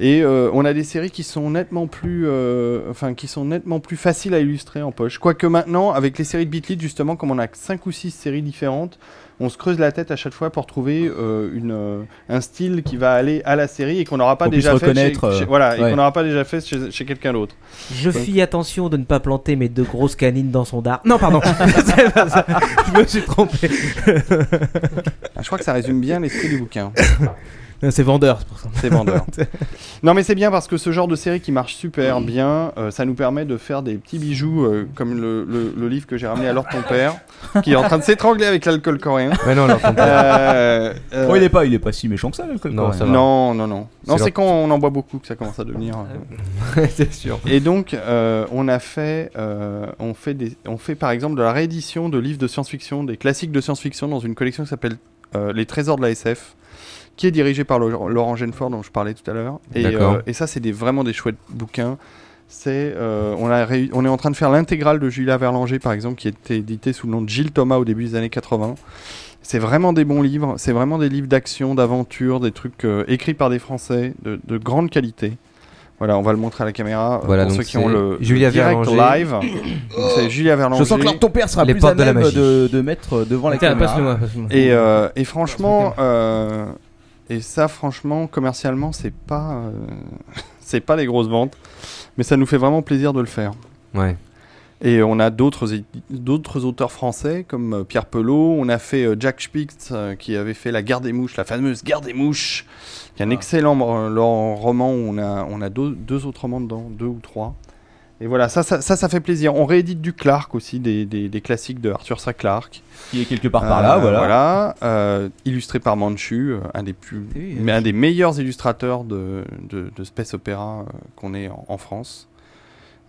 et euh, on a des séries qui sont nettement plus, euh, enfin qui sont nettement plus faciles à illustrer en poche. Quoique maintenant, avec les séries de Beatlit, justement, comme on a cinq ou six séries différentes. On se creuse la tête à chaque fois pour trouver euh, une, euh, un style qui va aller à la série et qu'on n'aura pas Qu'on puisse déjà fait chez, reconnaître, euh, chez- voilà et ouais. qu'on n'aura pas déjà fait chez- chez quelqu'un d'autre. Je fis attention de ne pas planter mes deux grosses canines dans son dard. Non, pardon. C'est pas ça. Je me suis trompé. Ah, je crois que ça résume bien l'esprit du bouquin. Non, C'est vendeur, c'est pour ça. C'est vendeur. non, mais c'est bien parce que ce genre de série qui marche super bien, euh, ça nous permet de faire des petits bijoux euh, comme le, le- le livre que j'ai ramené alors ton père, qui est en train de s'étrangler avec l'alcool coréen. Ouais, non, alors, *laughs* Euh, euh, Oh, il est pas, il est pas si méchant que ça. l'alcool, Non, quand ça même. va. Non, non, non. C'est Non, leur- c'est quand on en boit beaucoup que ça commence à devenir. euh, c'est sûr. Et donc, euh, on a fait, euh, on fait des, on fait par exemple de la réédition de livres de science-fiction, des classiques de science-fiction dans une collection qui s'appelle euh, Les Trésors de la SF, qui est dirigée par Lo- Laurent Genefort dont je parlais tout à l'heure. Et, D'accord. euh, et ça, c'est des, vraiment des chouettes bouquins. C'est, euh, on, a réu- on est en train de faire l'intégrale de Julia Verlanger, par exemple, qui était édité sous le nom de Gilles Thomas au début des années 80. C'est vraiment des bons livres, c'est vraiment des livres d'action, d'aventure, des trucs euh, écrits par des Français de, de grande qualité. Voilà, on va le montrer à la caméra euh, Voilà, pour donc ceux qui ont c'est le, le Julia direct Verlanger. live. Donc c'est Julia Verlanger. Je sens que leur ton père sera Les plus à portes de la même magie. de, de mettre devant la Tiens, caméra. passe-le-moi. passe-le-moi. Et, euh, et franchement, euh, et ça, franchement, commercialement, c'est pas, euh, *laughs* c'est pas les grosses ventes, mais ça nous fait vraiment plaisir de le faire. Ouais. Et on a d'autres édi- d'autres auteurs français comme euh, Pierre Pelot. On a fait euh, Jack Spitz euh, qui avait fait La Guerre des Mouches, la fameuse Guerre des Mouches, qui est Ah. un excellent euh, lo- roman où on a, on a deux, deux autres romans dedans, deux ou trois. Et voilà, ça, ça, ça, ça fait plaisir. On réédite du Clark aussi, des, des- des classiques de Arthur C. Clarke. Qui est quelque part par là, Euh, voilà. euh, illustré par Manchu, euh, un des, plus, T'as vu, mais un des meilleurs illustrateurs de, de, de space opéra euh, qu'on ait en, en France.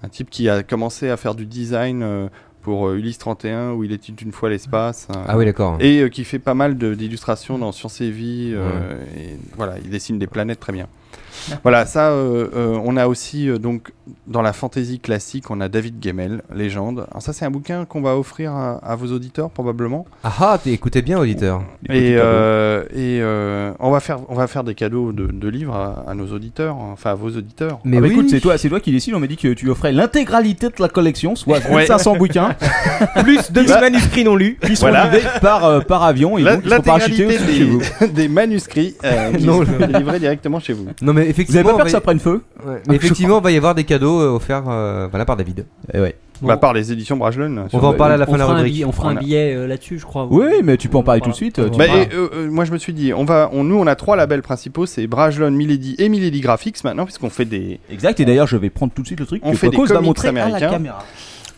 Un type qui a commencé à faire du design euh, pour euh, Ulysse 31, où il était une fois l'espace. euh, Ah oui, d'accord. Et euh, qui fait pas mal de- d'illustrations dans Science et Vie. euh, et voilà, il dessine des planètes très bien. Voilà, ça, euh, euh, on a aussi, euh, donc, dans la fantasy classique, on a David Gemmel, Légende. Alors ça, c'est un bouquin qu'on va offrir à- à vos auditeurs, probablement. Ah ah, t'es- écoutez bien, auditeur. Et, euh, et euh, on, va faire, on va faire des cadeaux de, de livres à, à nos auditeurs, hein, enfin à vos auditeurs. Mais Ah bah oui. écoute, c'est toi, c'est toi qui décide. On m'a dit que tu offrais l'intégralité de la collection, soit 500 bouquins, plus de Bah- *laughs* manuscrits non lus. qui sont Voilà. livrés par, euh, par avion et La- donc ils sont pas achetés L'intégralité chez vous. des, *laughs* des manuscrits *laughs* euh, qui Non, sont livrés directement chez vous. Non, mais Vous avez effectivement, pas peur que on ça va- prenne feu ouais, mais effectivement, on va y avoir des cadeaux euh, offerts euh, voilà, par David. Eh ouais. Bah, par les éditions Brajlon. On va en parler à la fin on de la fera un rubrique. billet- on fera un Voilà. billet euh, là-dessus, je crois. Oui, mais tu peux en parler tout Voilà. de suite. tu Bah, parles. et, euh, euh, moi je me suis dit, on va, on, nous on a trois labels principaux, c'est Brajlon, Milady et Milady Graphics maintenant, puisqu'on fait des. Exact, et d'ailleurs, je vais prendre tout de suite le truc On que fait des Quacos va comics montrer à Ah, la américains. caméra.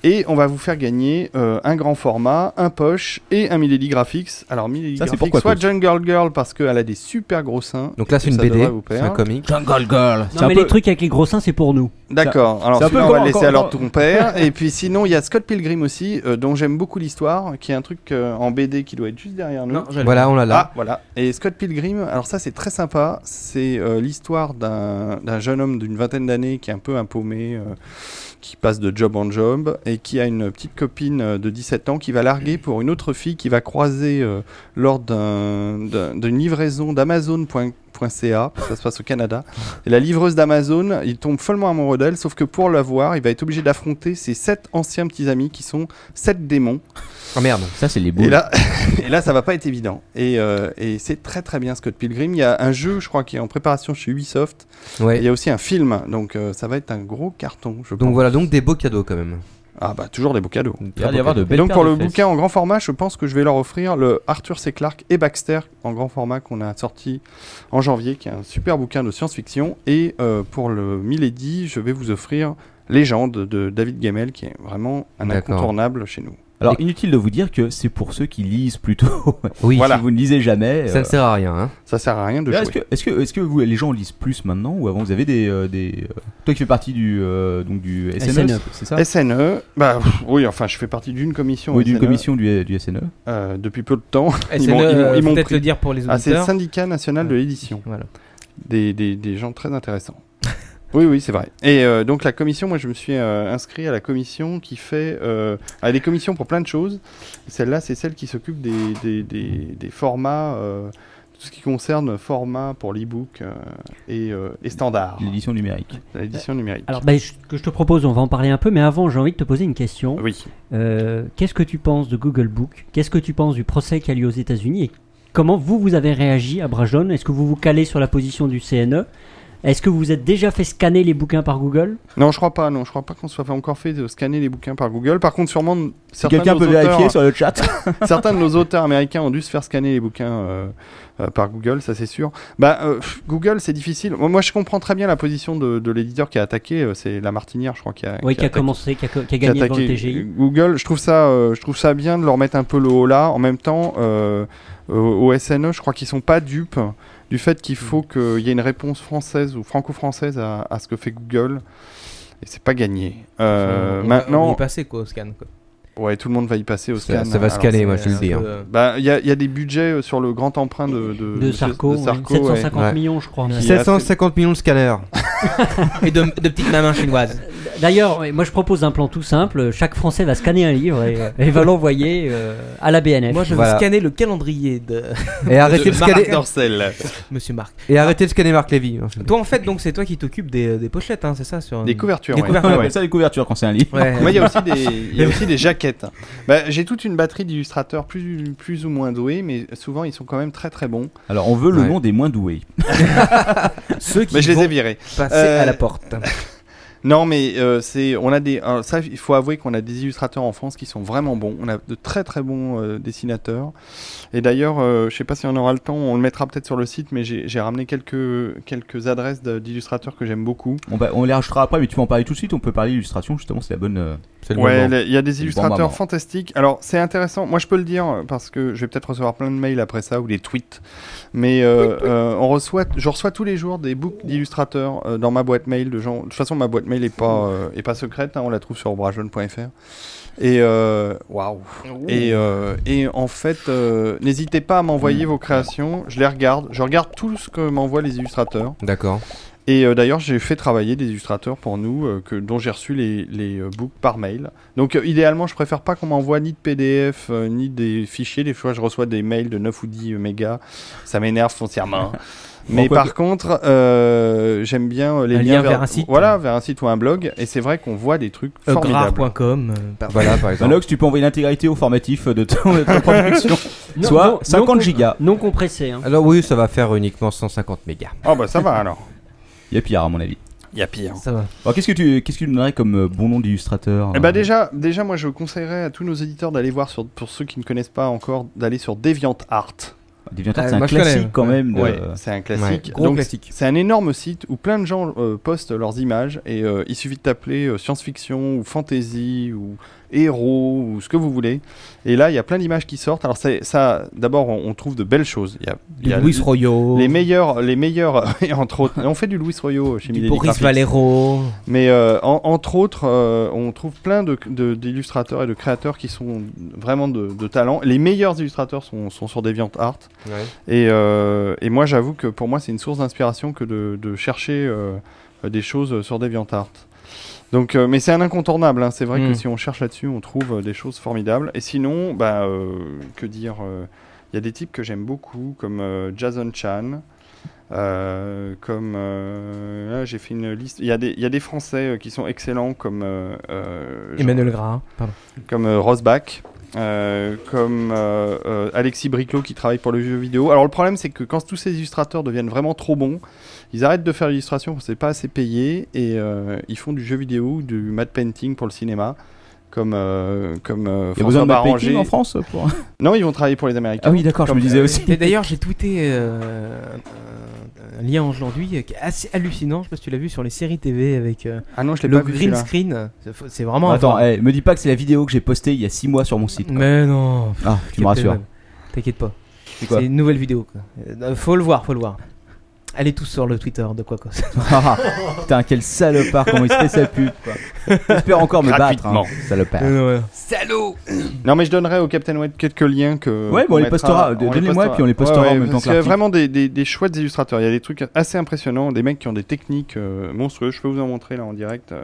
Et on va vous faire gagner euh, un grand format, un poche et un Milady Graphics. Alors Milady Ça, c'est Graphics, pourquoi soit cause Jungle Girl parce qu'elle a des super gros seins. Donc là, c'est Et une ça BD, devrait vous c'est plaire. un comic. Jungle Girl. Non, mais les trucs avec les gros seins, c'est pour nous. D'accord. Alors c'est un peu celui-là, on va quand- le laisser quand- alors quand- *laughs* ton père. Et puis sinon, il y a Scott Pilgrim aussi, euh, dont j'aime beaucoup l'histoire, qui est un truc euh, en BD qui doit être juste derrière nous. Voilà, on l'a là. Ah, voilà. Et Scott Pilgrim, alors ça c'est très sympa, c'est euh, l'histoire d'un d'un jeune homme d'une vingtaine d'années qui est un peu un paumé, euh, qui passe de job en job, et et qui a une petite copine euh, de 17 ans qui va larguer pour une autre fille qui va croiser euh, lors d'un- d'un- d'une livraison d'Amazon.ca, ça se passe au Canada. Et la livreuse d'Amazon, il tombe follement amoureux d'elle, sauf que pour la voir, il va être obligé d'affronter ses sept anciens petits amis qui sont sept démons. Oh merde. Ça, c'est les Et là, *laughs* et là, ça va pas être évident. Et, euh, et c'est très très bien Scott Pilgrim. Il y a un jeu, je crois, qui est en préparation chez Ubisoft. Ouais. Et Il y a aussi un film, donc euh, ça va être un gros carton, je Donc pense. voilà, donc des beaux cadeaux quand même. Ah bah toujours des beaux cadeaux. Il va y avoir de Et belles donc paires pour de le fesses. bouquin en grand format, je pense que je vais leur offrir le Arthur C. Clarke et Baxter en grand format qu'on a sorti en janvier, qui est un super bouquin de science-fiction. Et euh, pour le Milady, je vais vous offrir Légende de David Gamel, qui est vraiment un D'accord. incontournable chez nous. Alors, inutile de vous dire que c'est pour ceux qui lisent plutôt. *laughs* Oui. euh, Voilà. Si vous ne lisez jamais. euh. Ça ne sert à rien. hein. Ça sert à rien de Est-ce jouer. que, est-ce que, est-ce que vous, les gens lisent plus maintenant ou avant vous avez des. euh, des euh, Toi qui fais partie du, euh, donc du SNE, c'est ça SNE, bah pff, oui, enfin je fais partie d'une commission. Oui, E. d'une SNE. commission du, E, du SNE. Euh, depuis peu de temps. SNE, m'ont- m'ont- euh, m'ont peut-être pris. le dire pour les Ah, c'est le auditeurs. syndicat national de l'édition. Des, des- des gens très intéressants. *laughs* oui, oui, c'est vrai. Et euh, donc la commission, moi je me suis euh, inscrit à la commission qui fait... Euh, à des commissions pour plein de choses. Celle-là, c'est celle qui s'occupe des, des, des- des formats... euh, tout ce qui concerne format pour l'e-book euh, et, euh, et standard. L'édition numérique. L'édition numérique. Alors, bah, je- que je te propose, on va en parler un peu, mais avant, j'ai envie de te poser une question. Euh, Oui. Qu'est-ce que tu penses de Google Book Qu'est-ce que tu penses du procès qui a lieu aux États-Unis Et comment vous, vous avez réagi à Brajon Est-ce que vous vous calez sur la position du CNE Est-ce que vous vous êtes déjà fait scanner les bouquins par Google Non, je crois pas. Non, je crois pas qu'on se soit fait encore fait de scanner les bouquins par Google. Par contre, sûrement certains quelqu'un de peut nos auteurs- euh, vérifier sur le chat. certains de nos auteurs américains ont dû se faire scanner les bouquins euh, euh, par Google, ça c'est sûr. Bah, euh, pff, Google, c'est difficile. Moi, moi, je comprends très bien la position de, de l'éditeur qui a attaqué. euh, C'est la Martinière, je crois, qui a, Oui, qui a attaqué- commencé, qui a, co- qui euh, a gagné devant le attaqué TGI. Google, je trouve ça, euh, je trouve ça bien de leur mettre un peu le haut là. En même temps, euh, euh, au SNE, je crois qu'ils sont pas dupes du fait qu'il faut qu'il y ait une réponse française ou franco-française à, à ce que fait Google. Et c'est pas gagné. Euh, On- on- maintenant, On y passait quoi au scan quoi. Ouais, tout le monde va y passer au Ça- scan. ça va Alors, scanner, c'est- moi, je te le c'est- dis, hein. euh, Bah, il y, a- il y a des budgets euh, sur le grand emprunt de de, De monsieur- Sarko, oui. 750 millions, je crois. Qui est assez- 750 millions de scanners. Et de, de petites mamans chinoises. D'ailleurs, ouais, moi je propose un plan tout simple. Chaque Français va scanner un livre et, euh, et va l'envoyer euh, à la BNF. Moi je vais scanner le calendrier de. Et *laughs* arrêtez de Marc scanner- Dorcel. Monsieur Marc. Et arrêtez de scanner Marc Lévy. Toi en fait, donc c'est toi qui t'occupes des, des pochettes, hein, c'est ça sur... Des couvertures, *laughs* Des ouais. couvertures. On appelle ça des couvertures quand c'est un livre. Ouais. Moi, il y a aussi des, il y a aussi des jaquettes. Bah, J'ai toute une batterie d'illustrateurs plus, plus ou moins doués, mais souvent ils sont quand même très très bons. Alors, on veut le Ouais. nom des moins doués. *laughs* Ceux mais je les ai virés. passer Euh, à *laughs* la porte. Non, mais euh, c'est, on a des, alors ça, il faut avouer qu'on a des illustrateurs en France qui sont vraiment bons. On a de très très bons euh, dessinateurs. Et d'ailleurs, euh, je sais pas si on aura le temps, on le mettra peut-être sur le site, mais j'ai j'ai ramené quelques quelques adresses de- d'illustrateurs que j'aime beaucoup. On, va- on les rachètera après, mais tu peux en parler tout de suite. On peut parler d'illustration, justement, c'est la bonne. euh, c'est le Ouais, bon moment. les- il y a C'est des le bon illustrateurs moment. fantastiques. Alors, c'est intéressant. Moi, je peux le dire euh, parce que je vais peut-être recevoir plein de mails après ça ou des tweets. Mais euh, euh, on reçoit, je reçois tous les jours des books d'illustrateurs euh, dans ma boîte mail de gens. De toute façon, ma boîte mail est pas euh, est pas secrète. hein, on la trouve sur brajeune.fr. Et euh, waouh. Et euh, et en fait, euh, n'hésitez pas à Mm. m'envoyer vos créations. Je les regarde. Je regarde tout ce que m'envoient les illustrateurs. D'accord. Et euh, d'ailleurs, j'ai fait travailler des illustrateurs pour nous, euh, que, dont j'ai reçu les, les euh, books par mail. Donc, euh, idéalement, je préfère pas qu'on m'envoie ni de PDF, euh, ni des fichiers. Des fois, je reçois des mails de 9 ou 10 mégas. Ça m'énerve *laughs* foncièrement. Mais Pourquoi par contre, euh, j'aime bien euh, les Un liens lien vers un site. Euh, Voilà, vers un site ou un blog. Et c'est vrai qu'on voit des trucs formidables. Agrar.com. euh, Manox, tu peux envoyer l'intégralité au formatif de ton, de ta production. Non, soit non, 50 non, gigas. Non *laughs* compressé. hein. Alors oui, ça va faire uniquement 150 mégas. Oh bah ça va alors. Il y a pire, à mon avis. Il y a pire. Ça va. Alors, qu'est-ce que tu qu'est-ce que tu donnerais comme euh, bon nom d'illustrateur hein Eh ben déjà, déjà, moi, je conseillerais à tous nos éditeurs d'aller voir, sur, pour ceux qui ne connaissent pas encore, d'aller sur DeviantArt. DeviantArt, Ah, c'est un moi, je classique connais. quand même de- Ouais, c'est un classique. Ouais, gros Donc, classique. C'est un énorme site où plein de gens euh, postent leurs images et euh, il suffit de taper euh, science-fiction ou fantasy ou héros ou ce que vous voulez. Et là, il y a plein d'images qui sortent. Alors c'est- ça, d'abord, on, on trouve de belles choses. Il y a, il y a Louis l- Royo. les meilleurs, les meilleurs, *laughs* et entre autres, on fait du Louis Royo chez Du Milady Boris Graphics. Valero. Mais euh, en- entre autres, euh, on trouve plein de- de- d'illustrateurs et de créateurs qui sont vraiment de, de talent. Les meilleurs illustrateurs sont, sont sur DeviantArt. Ouais. Et, euh, et moi, j'avoue que pour moi, c'est une source d'inspiration que de, de chercher euh, des choses sur DeviantArt. Donc, euh, mais c'est un incontournable. hein. C'est vrai Mm. que si on cherche là-dessus, on trouve euh, des choses formidables. Et sinon, bah, euh, que dire euh, Il y a des types que j'aime beaucoup, comme euh, Jason Chan. euh, comme euh, là, j'ai fait une liste. Il y a des, il y a des Français euh, qui sont excellents, comme euh, euh, genre- Emmanuel Grain, pardon. comme euh, Rosbach, euh, comme euh, euh, Alexis Briclot qui travaille pour le jeu vidéo. Alors le problème c'est que quand tous ces illustrateurs deviennent vraiment trop bons, ils arrêtent de faire l'illustration parce que c'est pas assez payé et euh, ils font du jeu vidéo, ou du matte painting pour le cinéma. Comme, euh, comme euh, Il y a besoin François de matte painting Barranger. en France pour. Non, ils vont travailler pour les Américains. Ah oui, d'accord, je me Comme- disais aussi. euh, Et d'ailleurs, j'ai tweeté euh, un- un lien aujourd'hui euh, qui est assez hallucinant. Je sais pas si tu l'as vu sur les séries TV avec euh, Ah non, je l'ai le pas vu, green celui-là. screen. C'est- C'est vraiment. Attends, affreux. eh, me dis pas que c'est la vidéo que j'ai postée il y a 6 mois sur mon site. quoi. Mais non. Ah, tu me rassures. T'inquiète pas. C'est quoi C'est une nouvelle vidéo. quoi. Euh, faut le voir, faut le voir. Allez tous sur le Twitter de quoi quoi. Ah, Putain, quel salopard, comment il se fait sa pub, quoi. J'espère encore me battre, hein, Gratuitement. salopard. Euh, Salaud Non, mais je donnerai au Captain Web quelques liens que. Ouais, qu'on bon, on les mettra- postera. De- on les donnez-les-moi, postera. puis on les postera en même temps parce que qu'il y a l'article. vraiment des, des, des chouettes illustrateurs. Il y a des trucs assez impressionnants, des mecs qui ont des techniques euh, monstrueuses. Je peux vous en montrer là en direct, euh,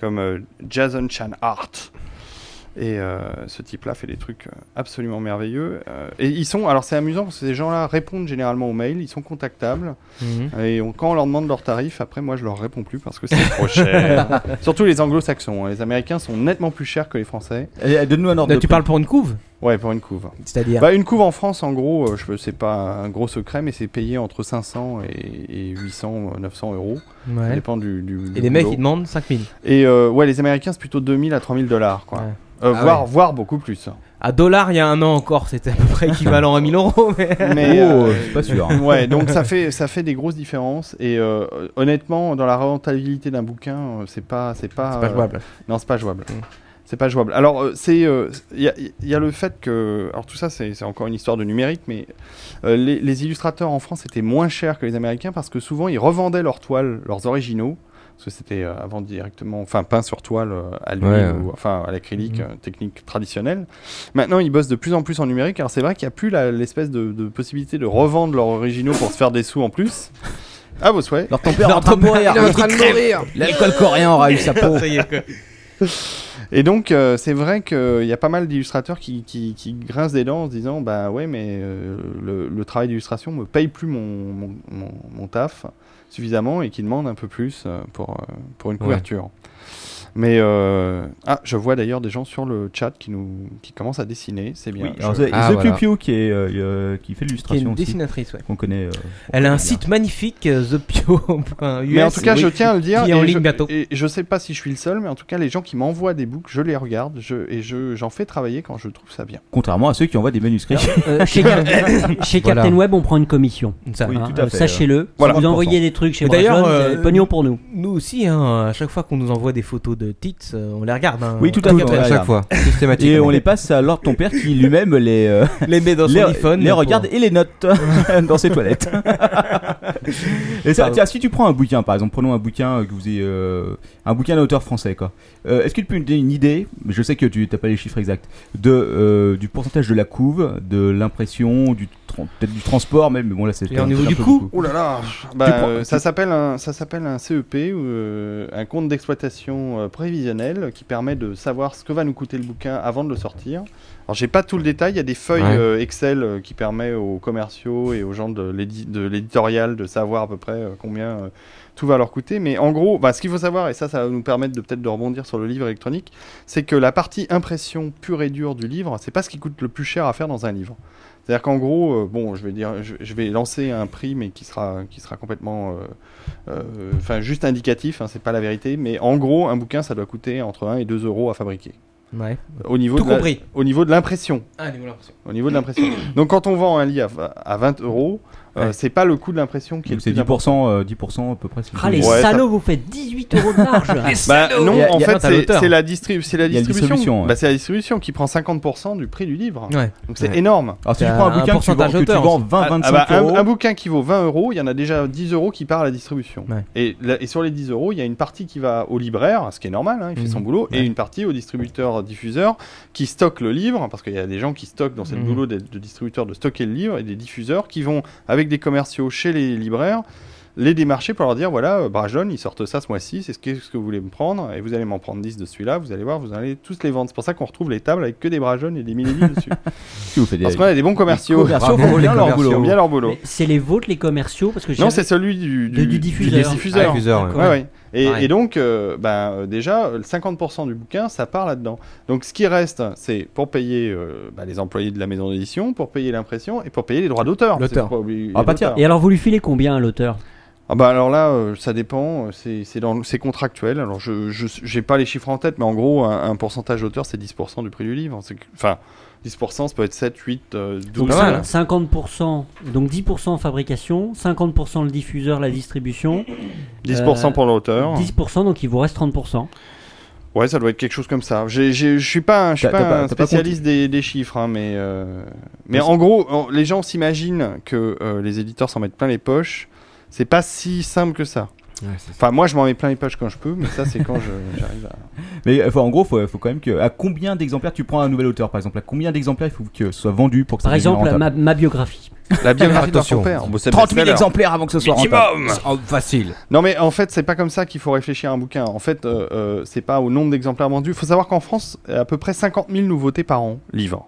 comme euh, Jason Chan Art. Et euh, ce type-là fait des trucs euh, absolument merveilleux. Euh, et ils sont, alors c'est amusant parce que ces gens-là répondent généralement aux mails, ils sont contactables. Mhm. Et on- quand on leur demande leurs tarifs, après moi je leur réponds plus parce que c'est *laughs* trop cher. Surtout les anglo-saxons, hein. les américains sont nettement plus chers que les français. Eh, Donne-nous un ordre Là, de tu prix. parles pour une couve Ouais, pour une couve. C'est-à-dire Bah, une couve en France, en gros, euh, je peux- c'est pas un gros secret, mais c'est payé entre 500 et, et 800, euh, 900 euros. Ça Ouais. dépend du. du- du Et les mecs boulot. ils demandent 5000. Et euh, ouais, les Américains, c'est plutôt 2000 à 3000 dollars, quoi. Ouais. Euh, Ah voire, voire beaucoup plus. À dollars il y a un an encore, c'était à peu près équivalent à 1000 euros. *laughs* Mais... *laughs* Mais, Oh, euh, je suis pas sûr. hein. ouais, donc ça fait, ça fait des grosses différences. Et euh, honnêtement, dans la rentabilité d'un bouquin, euh, c'est pas. C'est pas, C'est pas euh, jouable. Non, c'est pas jouable. Mm. C'est pas jouable. Alors, euh, c'est euh, il y, a- il y a le fait que alors tout ça c'est c'est encore une histoire de numérique, mais euh, les, les illustrateurs en France étaient moins chers que les Américains parce que souvent ils revendaient leurs toiles, leurs originaux, parce que c'était euh, avant directement, enfin peint sur toile euh, à l'huile Ouais, ouais. ou enfin à Mm. l'acrylique, euh, technique traditionnelle. Maintenant ils bossent de plus en plus en numérique. Alors c'est vrai qu'il n'y a plus la- l'espèce de, de possibilité de revendre leurs originaux pour se faire des sous en plus. Ah, bah, À vos souhaits. Leur tempère en train de Il est en mourir. train de mourir L'alcool coréen aura eu sa peau. Et donc, euh, c'est vrai qu'il y a pas mal d'illustrateurs qui, qui, qui grincent des dents en se disant Bah ouais, mais euh, le, le travail d'illustration me paye plus mon, mon, mon, mon taf suffisamment et qui demandent un peu plus euh, pour, euh, pour une Ouais. couverture. Mais euh, ah, je vois d'ailleurs des gens sur le chat qui, nous, qui commencent à dessiner, c'est bien. Oui, Je- alors, c'est- Ah, The voilà. Pew Pew qui, est, euh, euh, qui fait Qui est une l'illustration aussi. dessinatrice, ouais. Qu'on connaît. euh, Elle a un bien. site magnifique, euh, thepio.us. Mais en tout cas, je tiens à le dire. Qui est en et ligne je, bientôt. et je sais pas si je suis le seul, mais en tout cas, les gens qui m'envoient des books, je les regarde je, et je, j'en fais travailler quand je trouve ça bien. Contrairement à ceux qui envoient des manuscrits. Ah. Euh, chez, Cap- chez Voilà. Captain Web, on prend une commission. Ça. Oui, Hein, tout à euh, fait. Sachez-le. Voilà. Si vous envoyez des trucs chez Mais d'ailleurs, Brajon, euh, euh, pognon pour nous. Nous aussi, hein, à chaque fois qu'on nous envoie des photos de tits, euh, on les regarde. hein. Oui, tout à fait, Captain on À regarde. chaque fois, systématiquement. Et on les passe à Lord ton père qui lui-même les, euh, *laughs* les met dans son les, iPhone. les pour- regarde et les note *laughs* dans ses *laughs* toilettes. et ça, Pardon. tiens, si tu prends un bouquin, par exemple, prenons un bouquin euh, que vous ayez, euh, un bouquin d'un auteur français, quoi. Euh, Est-ce que tu peux me donner une idée Je sais que tu n'as pas les chiffres exacts de euh, du pourcentage de la couve, de l'impression, du tra- peut-être du transport, même. Mais bon, là, c'est Et au peut-être niveau un du peu coût beaucoup. Oh là là bah, prends- euh, tu- ça s'appelle un ça s'appelle un CEP ou euh, un compte d'exploitation euh, prévisionnel qui permet de savoir ce que va nous coûter le bouquin avant de le sortir. Alors j'ai pas tout le détail, il y a des feuilles Ouais. euh, Excel euh, qui permet aux commerciaux et aux gens de l'édi- de l'éditorial de savoir à peu près euh, combien euh, tout va leur coûter. Mais en gros, bah, ce qu'il faut savoir, et ça, ça va nous permettre de peut-être de rebondir sur le livre électronique, c'est que la partie impression pure et dure du livre, c'est pas ce qui coûte le plus cher à faire dans un livre. C'est-à-dire qu'en gros, euh, bon, je vais dire, je, je vais lancer un prix, mais qui sera, qui sera complètement, euh, euh, enfin, juste indicatif. hein, c'est pas la vérité, mais en gros, un bouquin, ça doit coûter entre 1 et 2 euros à fabriquer. Euh, Ouais. Au niveau Tout de la- compris. au niveau de l'impression. Ah, niveau l'impression. Au niveau de l'impression. Donc quand on vend un lit à, à 20 euros, euh, Ouais. c'est pas le coût de l'impression qui est le Donc, C'est plus important. 10%, euh, 10% à peu près. c'est Ah, les tout. Ouais, ça- salauds, vous faites 18 euros de marge. *laughs* Bah, non, Il y a- en il y a- fait, non, t'as c'est l'auteur. c'est la, distrib- c'est la Il y a la distribution. distribution, ouais. Bah, c'est la distribution qui prend 50% du prix du livre. Ouais. Donc c'est Ouais. énorme. Alors, si tu T'as prends un bouquin un que tu vends, pourcentage que tu auteur vends Ah, 20, 25 ah bah, un- euros. Un, bouquin qui vaut 20 euros, il y en a déjà 10 euros qui part à la distribution. Ouais. Et, là- et sur les 10 euros, il y a une partie qui va au libraire, ce qui est normal, hein, il fait son Mhm. boulot, et Ouais. une partie au distributeur-diffuseur qui stocke le livre, parce qu'il y a des gens qui stockent dans cette Mhm. boulot de, de distributeur de stocker le livre, et des diffuseurs qui vont avec des commerciaux chez les libraires les démarcher pour leur dire voilà, euh, Brajlon, ils sortent ça ce mois-ci, c'est ce que, ce que vous voulez me prendre, et vous allez m'en prendre 10 de celui-là, vous allez voir, vous allez tous les vendre. C'est pour ça qu'on retrouve les tables avec que des Brajlon et des Millennium dessus. fait des- Parce qu'on a des bons des commerciaux, commerciaux qui font Bravo, les bien leur commerciaux, boulot. bien leur boulot. Mais C'est les vôtres, les commerciaux parce que Non, j'avais- c'est celui du, de- du diffuseur. des diffuseurs. Ah, diffuseur, Ouais, ouais. ouais. Et, Pareil. et donc, euh, ben, euh, déjà, euh, le 50% du bouquin, ça part là-dedans. Donc, ce qui reste, c'est pour payer euh, bah, les employés de la maison d'édition, pour payer l'impression et pour payer les droits d'auteur. L'auteur. C'est pas oublié- Ah, bah, tiens. l'auteur. Et alors, vous lui filez combien à l'auteur Ah bah alors là, euh, ça dépend, euh, c'est c'est dans- c'est contractuel. Alors je n'ai pas les chiffres en tête, mais en gros, un, un pourcentage d'auteur, c'est 10% du prix du livre. C'est que- Enfin, 10%, ça peut être 7, 8, euh, 12. Donc cin- 50%, donc 10% fabrication, 50% le diffuseur, la distribution. 10% pour l'auteur. 10%, donc il vous reste 30%. Ouais, ça doit être quelque chose comme ça. J'ai- j'ai- Je suis pas, un- je suis T'as- pas t'as pas- un t'as pas spécialiste des, des chiffres, hein, mais euh, mais Parce- en gros, en- les gens s'imaginent que euh, les éditeurs s'en mettent plein les poches. C'est pas si simple que ça. Ouais, enfin, moi, je m'en mets plein les poches quand je peux, mais ça, c'est quand je- *laughs* j'arrive à. Mais euh, faut- en gros, faut, faut quand même que. À combien d'exemplaires tu prends un nouvel auteur, par exemple À combien d'exemplaires il faut que ce soit vendu pour que ça Par devienne exemple, ma, rentable ma biographie. La biographie de Attention. son père. Bon, c'est 30 000 best-seller. exemplaires avant que ce soit Minimum. rentable. Oh, facile. Non mais en fait c'est pas comme ça qu'il faut réfléchir à un bouquin. En fait euh, euh, c'est pas au nombre d'exemplaires vendus. Il faut savoir qu'en France il y a à peu près 50 000 nouveautés par an livres.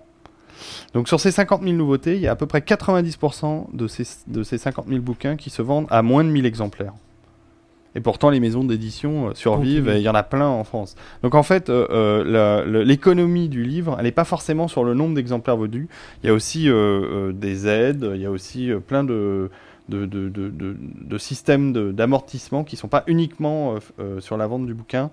Donc sur ces 50 000 nouveautés il y a à peu près 90% de ces, de ces 50 000 bouquins qui se vendent à moins de 1000 exemplaires. Et pourtant les maisons d'édition euh, survivent et il y en a plein en France. Donc en fait euh, euh, la- le- l'économie du livre elle n'est pas forcément sur le nombre d'exemplaires vendus. Il y a aussi euh, euh, des aides, il y a aussi euh, plein de de, de, de, de, de systèmes de- d'amortissement qui sont pas uniquement euh, f- euh, sur la vente du bouquin.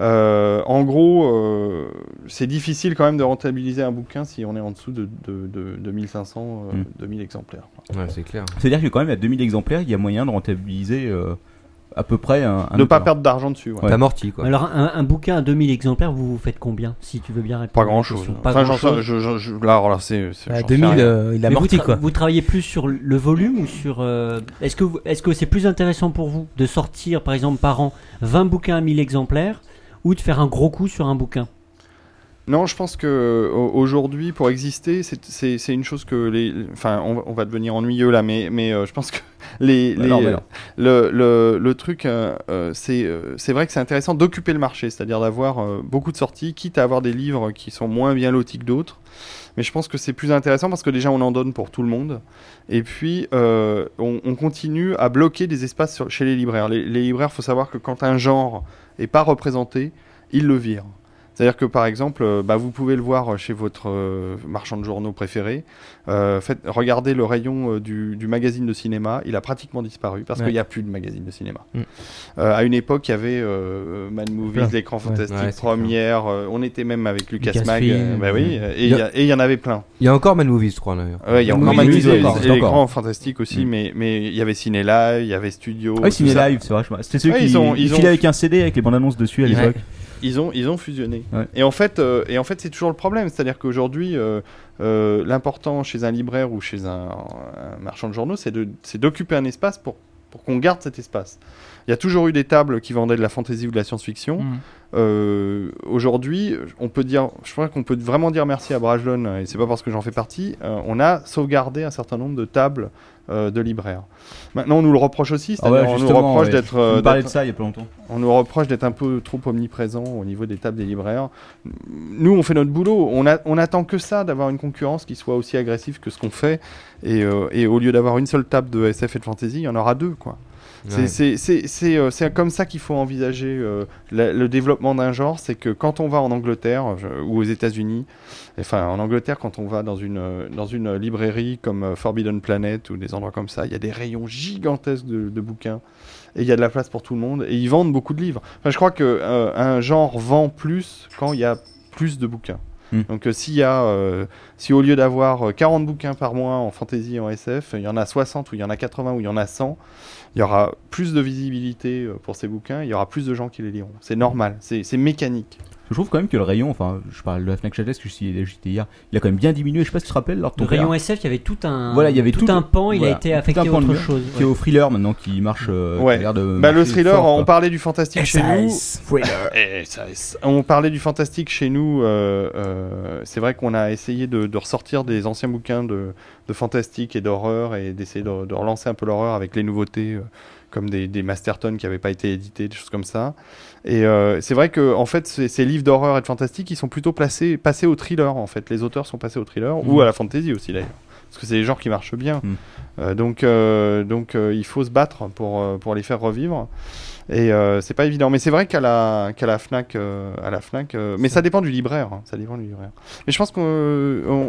Euh, en gros, euh, c'est difficile quand même de rentabiliser un bouquin si on est en dessous de, de, de, de 1500, euh, Mm. 2000 exemplaires. c'est clair. C'est-à-dire que quand même, à 2000 exemplaires, il y a moyen de rentabiliser euh, à peu près un. un De pas auteur. perdre d'argent dessus, ouais. T'amortis, quoi. Alors, un, un bouquin à 2000 exemplaires, vous vous faites combien Si tu veux bien répondre. Pas à la grand chose. question. Pas Enfin, j'en grand-chose. sais- je, je- je- là, alors là, c'est. c'est- j'en À sais 2000, rien. euh, il a Mais amorti, vous, quoi. vous travaillez plus sur le volume ou sur. euh, Est-ce que vous- est-ce que c'est plus intéressant pour vous de sortir, par exemple, par an, 20 bouquins à 1000 exemplaires ou de faire un gros coup sur un bouquin Non, je pense que euh, au- aujourd'hui, pour exister, c'est- c'est c'est une chose que les. Enfin, on, va- on va devenir ennuyeux là, mais, mais euh, je pense que les. Bah les, non, mais euh, non. Le, le, le truc, euh, euh, c'est euh, c'est vrai que c'est intéressant d'occuper le marché, c'est-à-dire d'avoir euh, beaucoup de sorties, quitte à avoir des livres qui sont moins bien lotis que d'autres. Mais je pense que c'est plus intéressant parce que déjà on en donne pour tout le monde. Et puis euh, on, on continue à bloquer des espaces sur- chez les libraires. Les, les libraires, faut savoir que quand un genre est pas représenté, ils le virent. C'est-à-dire que par exemple, euh, bah, vous pouvez le voir chez votre euh, marchand de journaux préféré. Euh, faites, regardez le rayon euh, du, du magazine de cinéma, il a pratiquement disparu parce Ouais. qu'il n'y a plus de magazine de cinéma. Mm. Euh, à une époque, il y avait euh, euh, Mad Plein. Movies, l'écran Ouais. fantastique, Ouais, c'est clair. première. euh, on était même avec Lucas, Lucasfilm, Mag. euh, bah oui, Mm. ouais. et il y, a- et il y en avait plein. Il y a encore Mad Movies, je crois. d'ailleurs. Ouais, il y a Mad encore Mad Movies, Movies, ouais, et- encore, et encore. l'écran fantastique aussi, mais mais il y avait Ciné Live, il y avait Studio. Mm. Ah Oui, tout Ciné ça. Live, c'est vrai. je me- C'était ceux Ouais, qui ils ont- ils ils ont filaient avec un CD avec les bandes annonces dessus à ils- l'époque. Ils ont, ils ont fusionné. Ouais. Et en fait, euh, et en fait, c'est toujours le problème. C'est-à-dire qu'aujourd'hui, euh, euh, l'important chez un libraire ou chez un, un marchand de journaux, c'est de- c'est d'occuper un espace pour, pour qu'on garde cet espace. Il y a toujours eu des tables qui vendaient de la fantasy ou de la science-fiction. Mm. Mhm. Euh, Aujourd'hui, on peut dire, je crois qu'on peut vraiment dire merci à Brajlon, et c'est pas parce que j'en fais partie. euh, on a sauvegardé un certain nombre de tables euh, de libraires. Maintenant, on nous le reproche aussi, Ah c'est-à-dire ouais, on nous justement, reproche ouais. d'être. Tu me euh, parlais d'être- de ça il y a pas longtemps. on nous reproche d'être un peu trop omniprésent au niveau des tables des libraires. Nous, on fait notre boulot. On, a- on attend que ça, d'avoir une concurrence qui soit aussi agressive que ce qu'on fait. Et, euh, et au lieu d'avoir une seule table de SF et de fantasy, il y en aura deux, quoi. C'est- Ouais. C'est c'est- c'est, euh, c'est comme ça qu'il faut envisager euh, la- le développement d'un genre. C'est que quand on va en Angleterre je- ou aux États-Unis, enfin en Angleterre, quand on va dans une, euh, dans une librairie comme euh, Forbidden Planet ou des endroits comme ça, il y a des rayons gigantesques de, de bouquins et il y a de la place pour tout le monde et ils vendent beaucoup de livres. Enfin, je crois que euh, un genre vend plus quand il y a plus de bouquins. Mm. Donc euh, s'il y a, euh, si au lieu d'avoir euh, 40 bouquins par mois en fantasy et en SF, il y en a 60 ou il y en a 80 ou il y en a 100, il y aura plus de visibilité euh, pour ces bouquins, il y aura plus de gens qui les liront. C'est normal, c'est c'est mécanique. Je trouve quand même que le rayon, enfin, je parle de la Fnac Châtellès que je suis j'étais hier, il a quand même bien diminué. Je sais pas si tu te rappelles lors de ton Le rayon père. SF, il y avait tout un- voilà, il y avait tout un pan, il a été tout un affecté à pan de autre mur chose, Qui est ouais. au thriller maintenant, qui marche. euh, qui Ouais. a l'air de Bah, le marcher thriller, fort, on quoi. parlait du fantastique chez nous. Euh, SAS, thriller. Eh, SAS. On parlait du fantastique chez nous. euh, euh, c'est vrai qu'on a essayé de, de ressortir des anciens bouquins de, de fantastique et d'horreur et d'essayer de, de relancer un peu l'horreur avec les nouveautés euh, comme des, des Masterton qui n'avaient pas été édités, des choses comme ça. Et euh, c'est vrai que en fait, ces, ces livres d'horreur et de fantastique, ils sont plutôt placés, passés au thriller en fait. Les auteurs sont passés au thriller ou Mmh. à la fantasy aussi d'ailleurs, parce que c'est des genres qui marchent bien. Euh, donc euh, donc euh, il faut se battre pour euh, pour les faire revivre. Et euh, c'est pas évident, mais c'est vrai qu'à la qu'à la Fnac, euh, à la Fnac, euh, mais ça dépend du libraire, hein, ça dépend du libraire. Mais je pense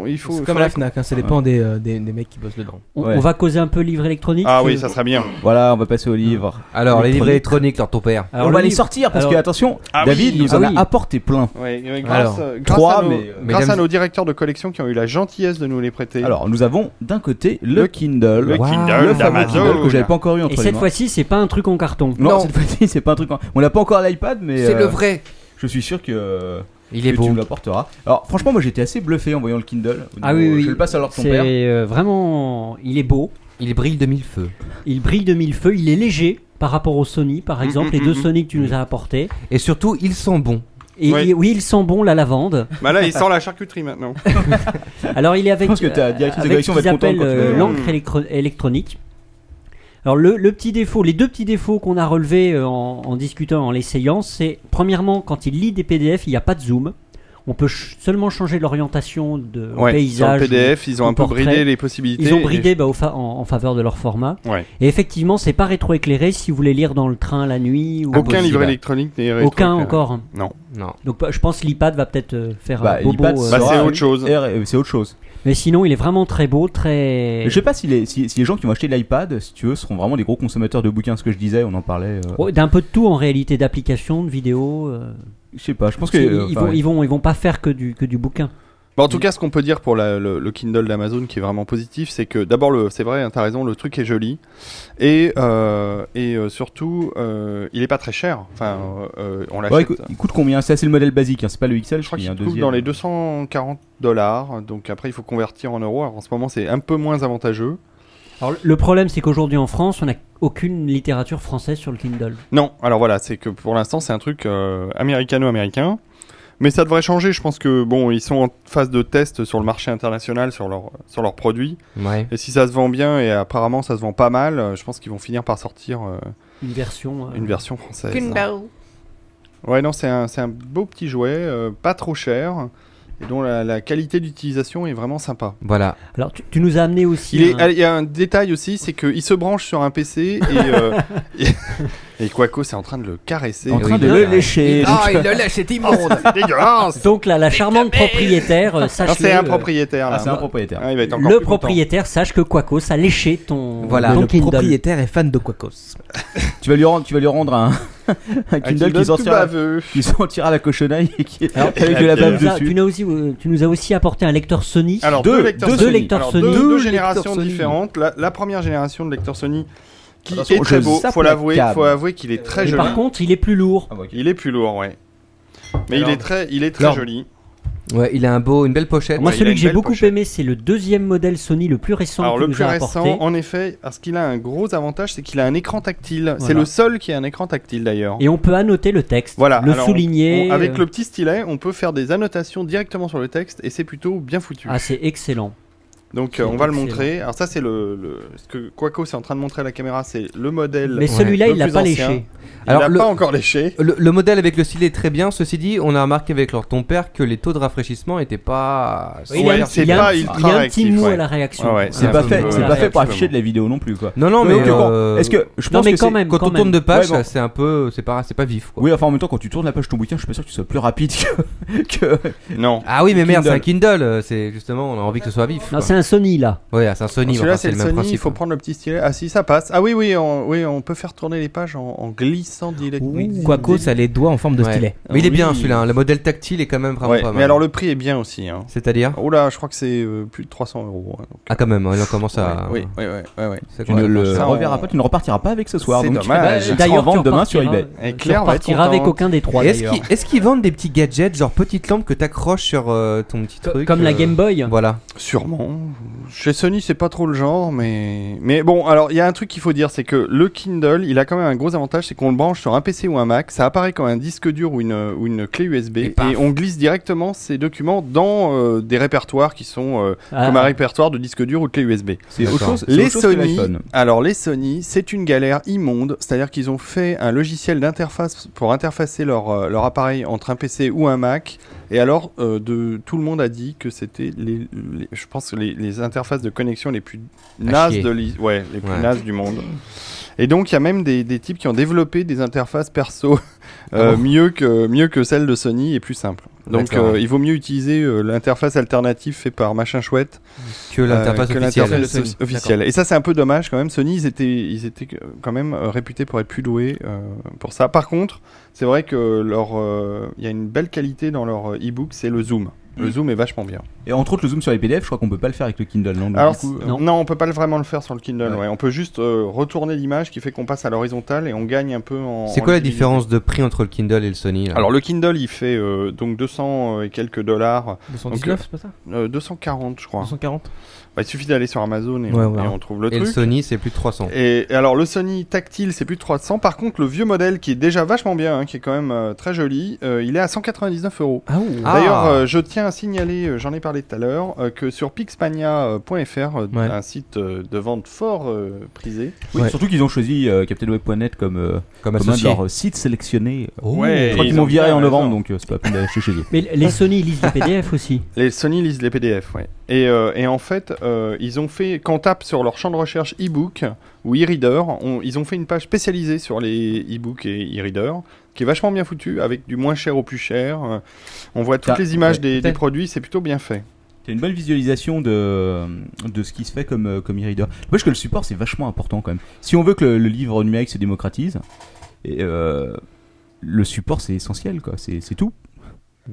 qu'il faut. C'est comme la Fnac, hein, ça dépend des, euh, des, des mecs qui bossent dedans. On, on va causer un peu livre électronique. Ah euh, oui, ça serait bien. Voilà, on va passer aux livres. Alors, les livres électroniques, leur ton père. Alors, on le va les livre- sortir parce que, alors- attention, Ah David oui, nous ah en oui. a apporté plein. Ouais, mais grâce, Alors, euh, grâce trois, à nos, mais, euh, grâce mesdames- à nos directeurs de collection qui ont eu la gentillesse de nous les prêter. Alors, nous avons d'un côté le, Le- Kindle. le Wow. Kindle Le fameux fameux d'Amazon. Kindle que j'avais pas encore eu entre Et les cette mains. fois-ci, c'est pas un truc en carton. non, Non. cette fois-ci, *laughs* c'est pas un truc. en- On n'a pas encore l'iPad, mais C'est euh, le vrai. Je suis sûr que Il est que tu beau. me l'apporteras. Alors, franchement, moi, j'été assez bluffé en voyant le Kindle. Ah Donc, oui, euh, oui. Je le passe alors à ton C'est père. euh, vraiment, il est beau, Il brille de mille feux. il brille de mille feux, il est léger par rapport au Sony, par Mm, exemple, les deux Sony que tu nous as apportés. Et surtout, ils sont bons. Et Ouais. il- oui, il sent bon la lavande. Bah là, il sent la charcuterie maintenant. Alors, il est avec. euh, pense que ta directrice de avec collection ce va être qu'ils contente appellent, quand tu euh, vas- l'encre électro- électronique. Alors, le, le petit défaut, les deux petits défauts qu'on a relevés euh, en, en discutant, en l'essayant, c'est premièrement, quand il lit des PDF, il n'y a pas de zoom. On peut ch- seulement changer l'orientation de au *laughs* Ouais, paysage. sur le PDF, ils ont au un peu portrait. bridé les possibilités. Ils ont et- bridé bah, au fa- en, en faveur de leur format. Ouais. Et effectivement, c'est pas rétroéclairé si vous voulez lire dans le train la nuit ou Aucun livre bah. électronique n'est aucun rétroéclairé. encore. Non. Donc bah, je pense que l'iPad va peut-être euh, faire Bah, un bobo. l'iPad euh, Bah, sera- c'est autre chose. R- euh, C'est autre chose. Mais sinon, il est vraiment très beau, très. Je sais pas si les, si, si les gens qui ont acheté l'iPad, si tu veux, seront vraiment des gros consommateurs de bouquins. Ce que je disais, on en parlait. euh, Ouais, D'un peu de tout en réalité, d'applications, de vidéos. euh, Je sais pas. Je pense que. ils, euh, ils enfin, vont, ils vont, ils vont pas faire que du que du bouquin. Bah, en tout cas, ce qu'on peut dire pour la- le, le Kindle d'Amazon qui est vraiment positif, c'est que d'abord, le- c'est vrai, hein, t'as raison, le truc est joli. Et, euh, et euh, surtout, euh, il est pas très cher. Enfin, euh, euh, on ouais, l'achète. il, coûte, il coûte combien Ça, c'est le modèle basique. hein, C'est pas le XL. je crois il y qu'il a un coûte deuxième. dans les 240 dollars. Donc après, il faut convertir en euros. Alors, en ce moment, c'est un peu moins avantageux. Alors le problème, c'est qu'aujourd'hui en France, on n'a aucune littérature française sur le Kindle. Non, alors voilà, c'est que pour l'instant, c'est un truc euh, américano-américain. Mais ça devrait changer. Je pense que, bon, ils sont en phase de test sur le marché international, sur leurs sur leurs produits. Ouais. Et si ça se vend bien, et apparemment ça se vend pas mal, euh, je pense qu'ils vont finir par sortir euh, Une version. euh, une version française. hein. Ah. Ouais, non, c'est un, c'est un beau petit jouet, euh, pas trop cher, et dont la, la qualité d'utilisation est vraiment sympa. Voilà. Alors tu, tu nous as amené aussi. Il, est, un- il y a un détail aussi, c'est qu'il se branche sur un PC, et, *laughs* euh, et, et Quaco, c'est en train de le caresser. En train Oui, de oui, le oui. lécher. Ah, il le lèche, c'est immonde. *laughs* dégueulasse Donc là, la charmante propriétaire, euh, sache Non, c'est un le- propriétaire, là. Ah, c'est un propriétaire. Ah, il va être encore Le plus content. propriétaire, sache que Quacos a léché ton, Voilà. ton le Kindle. propriétaire est fan de Quacos. Tu vas lui rendre, tu vas lui rendre un, *laughs* un Un Kindle qui tout sortira, baveux. qui sortira la cochonnerie et qui, avec et la de la bière. bave Ça, dessus. tu, nous as aussi, euh, tu nous as aussi apporté un lecteur Sony. Alors, Deux- deux, lecteurs deux Sony. lecteurs Alors, Sony. deux- Deux deux lecteurs générations Sony. différentes. La, la première génération de lecteurs Sony qui Attention, est très je beau, zappe faut la l'avouer, cave. faut avouer qu'il est très Mais joli. par contre, il est plus lourd. Ah, bah, ok. Il est plus lourd, ouais. Mais Alors- il est très, il est très Alors- joli. Ouais, il a un beau, une belle pochette. Moi, il a celui une que j'ai belle beaucoup pochette. aimé, c'est le deuxième modèle Sony, le plus récent Alors que le nous plus a récent, apporté. en effet, parce qu'il a un gros avantage, c'est qu'il a un écran tactile. C'est Voilà. le seul qui a un écran tactile d'ailleurs. Et on peut annoter le texte, Voilà. le alors, on- souligner. on- avec euh, le petit stylet, on peut faire des annotations directement sur le texte et c'est plutôt bien foutu. Ah, c'est excellent. Donc euh, on va le excellent. montrer. Alors ça c'est le, le- ce que Quaco c'est en train de montrer à la caméra, c'est le modèle. Mais celui-là, le il l'a plus pas ancien. léché. Il Alors, l'a le- pas encore léché. Le, le modèle avec le stylet est très bien. Ceci dit, on a remarqué avec leur ton père que les taux de rafraîchissement étaient pas. Oui, il, y a, un- c'est il y a pas un- ultra il y a un petit réactif, mot ouais. à la réaction. Ouais, ouais, C'est Ah, pas c'est fait, bon. c'est Ouais, pas fait pour absolument. afficher de la vidéo non plus, quoi. Non, non, mais Donc, bon, euh, Est-ce que je Non, pense mais que quand c'est- même, quand, quand on tourne même. de page, Ouais, bon. c'est un peu, c'est pas, c'est pas vif. Quoi. Oui, enfin en même temps, quand tu tournes la page de ton bouquin, je suis pas sûr que tu sois plus rapide que. *laughs* que- Non. Ah oui, mais Le merde, c'est un Kindle. euh, C'est justement, on a envie que ce soit vif. Non, quoi. c'est un Sony là. Ouais, c'est un Sony. Celui-là, enfin, c'est le, même Sony, principe. hein. il faut prendre le petit stylet. Ah si, ça passe. Ah oui, oui, on, oui, on peut faire tourner les pages en, en glissant directement. Quacos a les doigts en forme de Ouais. stylet. Mais il est Oui. bien celui-là. hein. Le modèle tactile est quand même vraiment Ouais, pas mal. Mais alors le prix est bien aussi. Hein. C'est-à-dire Oh là, je crois que c'est euh, plus de 300 euros. hein, donc. Ah, quand même, on commence à. Oui, oui, oui, oui, oui. C'est Tu quoi, ne le bah, ça, on- reverras pas, tu ne repartiras pas avec ce soir. C'est donc dommage. Ah, il sera en Bah, D'ailleurs, vente tu demain sur repartiras- eBay. Et Tu Claire va être repartiras avec contente. aucun des trois Et Est-ce d'ailleurs. qu'ils est-ce qu'ils vendent des petits gadgets, genre petites lampes que t'accroches sur euh, ton petit truc Comme la euh, Game Boy. Voilà. Sûrement. Chez Sony, c'est pas trop le genre, mais mais bon, alors il y a un truc qu'il faut dire, c'est que le Kindle, il a quand même un gros avantage, c'est qu'on le branche sur un PC ou un Mac, ça apparaît comme un disque dur ou une, ou une clé USB, et, paf. on glisse directement ces documents dans euh, des répertoires qui sont euh, Ah. comme un répertoire de disque dur ou de clé USB. C'est autre chose- c'est Ah, Les autre chose que Sony, l'iPhone. alors les Sony, c'est une galère immonde, c'est-à-dire qu'ils ont fait un logiciel d'interface pour interfacer leur, euh, leur appareil entre un PC ou un Mac. Et alors, euh, de, tout le monde a dit que c'était, les, les- je pense, que les, les interfaces de connexion les plus À nazes, chier. de l'hi- ouais, les plus Ouais. nazes du monde. Et donc, il y a même des, des types qui ont développé des interfaces perso euh, Ah bon mieux, que, mieux que celles de Sony et plus simples. Donc, D'accord. euh, il vaut mieux utiliser euh, l'interface alternative faite par machin chouette Que l'interface Euh, que officielle. l'interface Sony. offi- officielle. D'accord. Et ça, c'est un peu dommage quand même. Sony, ils étaient, ils étaient euh, quand même euh, réputés pour être plus doués euh, pour ça. Par contre, c'est vrai que leur, euh, il y a une belle qualité dans leur euh, e-book, c'est le zoom. Le Mm. zoom est vachement bien. Et entre autres, le zoom sur les PDF, je crois qu'on peut pas le faire avec le Kindle, non Donc, Alors, du coup, c'est- euh, non. on peut pas le- vraiment le faire sur le Kindle. ouais. On peut juste euh, retourner l'image, qui fait qu'on passe à l'horizontale et on gagne un peu en. C'est en quoi la lisibilité. différence de prix entre le Kindle et le Sony là Alors le Kindle il fait euh, donc 200 et quelques dollars. 219, Donc, euh, c'est pas ça euh, 240 je crois. 240 Bah, il suffit d'aller sur Amazon et, Ouais, on, voilà. et on trouve le Et truc. le Sony, c'est plus de 300. Et et alors le Sony tactile c'est plus de 300. Par contre le vieux modèle qui est déjà vachement bien, hein, qui est quand même euh, très joli, euh, il est à 199 euros. D'ailleurs Ah. euh, je tiens à signaler, euh, j'en ai parlé tout à l'heure, euh, que sur pixpania.fr, euh, Ouais. un site euh, de vente fort euh, prisé, oui, surtout qu'ils ont choisi euh, CaptainWeb.net comme, euh, Comme un de associé. leurs euh, sites sélectionnés. oh. Ouais, je crois et qu'ils ils m'ont ont viré bien en novembre, raison. donc euh, c'est pas la peine d'aller chez eux. Mais les Sony lisent les PDF aussi. Les Sony lisent les PDF, ouais. Et, euh, et en fait, euh, ils ont fait, quand on tape sur leur champ de recherche e-book ou e-reader, on- ils ont fait une page spécialisée sur les e-books et e-reader, qui est vachement bien foutue, avec du moins cher au plus cher. Euh, On voit toutes Ça, les images ouais, des, des peut-être. produits, c'est plutôt bien fait. T'as une bonne visualisation de, de ce qui se fait comme, euh, comme e-reader. N'empêche que le support, c'est vachement important quand même. Si on veut que le, le livre numérique se démocratise, et, euh, le support, c'est essentiel, quoi. C'est c'est tout.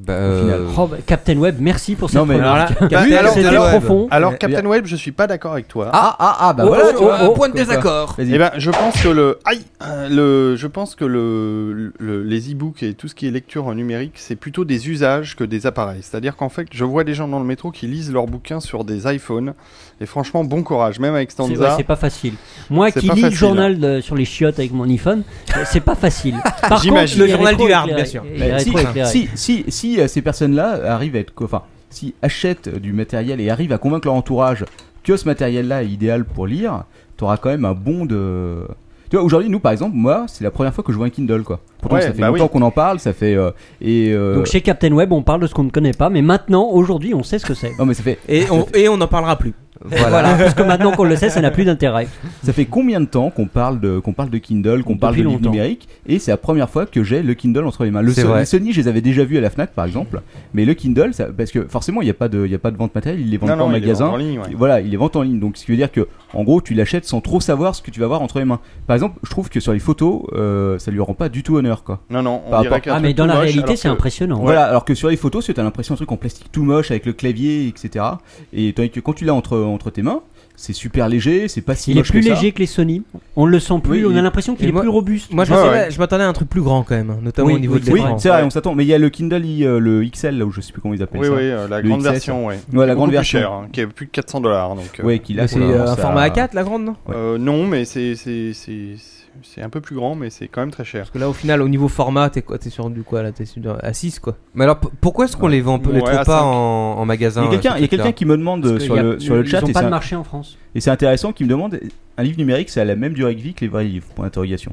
Euh. Au final. Oh, bah, Captain Web, merci pour cette Non, mais *laughs* alors remarque. là, Captain- C'était alors, Captain Web. profond. Alors, euh, Captain Web, je suis pas d'accord avec toi. Ah, ah, ah, Oh, bah voilà, tu vois, point de comme quoi. désaccord. Vas-y. Eh ben, je pense que le, aïe, euh, le, je pense que le, le- les e-books et tout ce qui est lecture numérique, c'est plutôt des usages que des appareils. C'est-à-dire qu'en fait, je vois des gens dans le métro qui lisent leurs bouquins sur des iPhones. Et franchement, bon courage, même avec C'est Stanza. ouais, c'est pas facile. Moi c'est qui pas lis le facile. journal de- sur les chiottes avec mon iPhone, euh, c'est pas facile. Par contre, J'imagine. il est rétroéclairé. Il est Mais si, rétroéclairé. si, si, si, euh, ces personnes-là arrivent à être. co- Enfin, si achètent du matériel et arrivent à convaincre leur entourage que ce matériel-là est idéal pour lire, t'auras quand même un bond de. Tu vois, aujourd'hui, nous par exemple, moi, c'est la première fois que je vois un Kindle, quoi. Pourtant, Ouais, ça fait bah longtemps oui. qu'on en parle, ça fait. euh, et, euh, Donc chez Captain Web, on parle de ce qu'on ne connaît pas, mais maintenant, aujourd'hui, on sait ce que *laughs* c'est. Non, mais ça fait. Et on et on n'en parlera plus. Voilà, parce que maintenant qu'on le sait, ça n'a plus d'intérêt. Ça fait combien de temps qu'on parle de qu'on parle de Kindle, qu'on parle de Depuis livres longtemps. numériques et c'est la première fois que j'ai le Kindle entre les mains. Le C'est Sony- vrai. les Sony, je les avais déjà vus à la Fnac par exemple, mais le Kindle ça- parce que forcément il n'y a pas de il y a pas de vente matérielle, ils les vendent Non, pas en non, ils les magasin. vendent en ligne, ouais. Voilà, ils les vendent en ligne. Donc ce qui veut dire que en gros, tu l'achètes sans trop savoir ce que tu vas avoir entre les mains. Par exemple, je trouve que sur les photos, euh, ça lui rend pas du tout honneur quoi. Non, non, on Par dirait rapport- qu'un Ah, mais truc dans tout la moche, réalité, alors c'est que- impressionnant. hein. Voilà, Ouais. alors que sur les photos, tu as l'impression un truc en plastique tout moche avec le clavier, etc. Et tandis que quand tu l'as entre entre tes mains, c'est super léger, c'est pas si Il est moche plus que ça. léger que les Sony. On le sent Oui, plus, on il- a l'impression qu'il et est moi- plus robuste. Moi, je Ouais, m'attendais- ouais. je m'attendais à un truc plus grand quand même, hein, notamment Oui, au niveau oui, de Oui, l'écran. c'est vrai, on s'attend. Mais il y a le Kindle, i, euh, le XL, là où je sais plus comment ils appellent Oui, ça. oui, euh, la Le grande XS. version, ouais. Ouais, la Beaucoup grande plus version. chère, hein, qui est plus de 400 dollars. Donc, euh, Ouais, qui là, Mais pour c'est, l'instant, euh, un ça- format A4, la grande, non Euh, non, mais c'est, c'est, c'est, c'est un peu plus grand, mais c'est quand même très cher. Parce que là, au final, au niveau format, t'es quoi T'es sur du quoi là T'es sur du- à 6 quoi. Mais alors, p- pourquoi est-ce qu'on les vend les Ouais, trouve à pas cinq. en, en magasin Il y hein, a quelqu'un euh, ce il y a truc-là quelqu'un qui me demande Parce euh, que sur y a- le, sur le ils chat. ont et pas c'est de un- marché en France. Et c'est intéressant qui me demande un livre numérique, c'est à la même durée que vie que les vrais livres Point d'interrogation.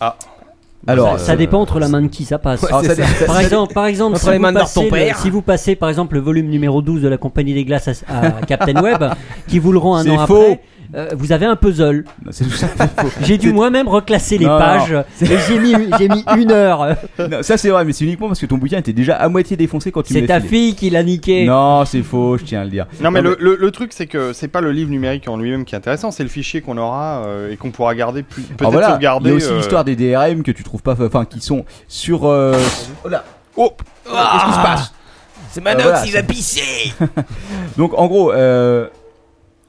Ah. Alors, ça, ça euh, dépend entre la main de qui ça passe. Ouais, Alors, c'est Ah, ça- ça- par ça- exemple, par exemple, Entre si, les vous mains de passez ton le- père. si vous passez par exemple le volume numéro 12 de la Compagnie des Glaces à, *laughs* à Captain Web, qui vous le rend un C'est an faux. après, euh, vous avez un puzzle. C'est tout à fait faux. J'ai dû C'est- moi-même reclasser les Non, non, pages non. et j'ai mis, j'ai mis *laughs* une heure. *laughs* Non, ça c'est vrai, mais c'est uniquement parce que ton bouquin était déjà à moitié défoncé quand tu me C'est l'as ta filé. fille qui l'a niqué. Non, c'est faux, je tiens à le dire. Non mais, le, le- le truc c'est que c'est pas le livre numérique en lui-même qui est intéressant, c'est le fichier qu'on aura euh, et qu'on pourra garder plus peut-être Alors Ah, voilà, sauvegarder. il y a aussi euh, l'histoire des DRM que tu trouves pas, enfin qui sont sur. euh, Oh là Oh Qu'est-ce qui se passe C'est Manox, voilà, il a c'est- pissé Donc en gros, euh,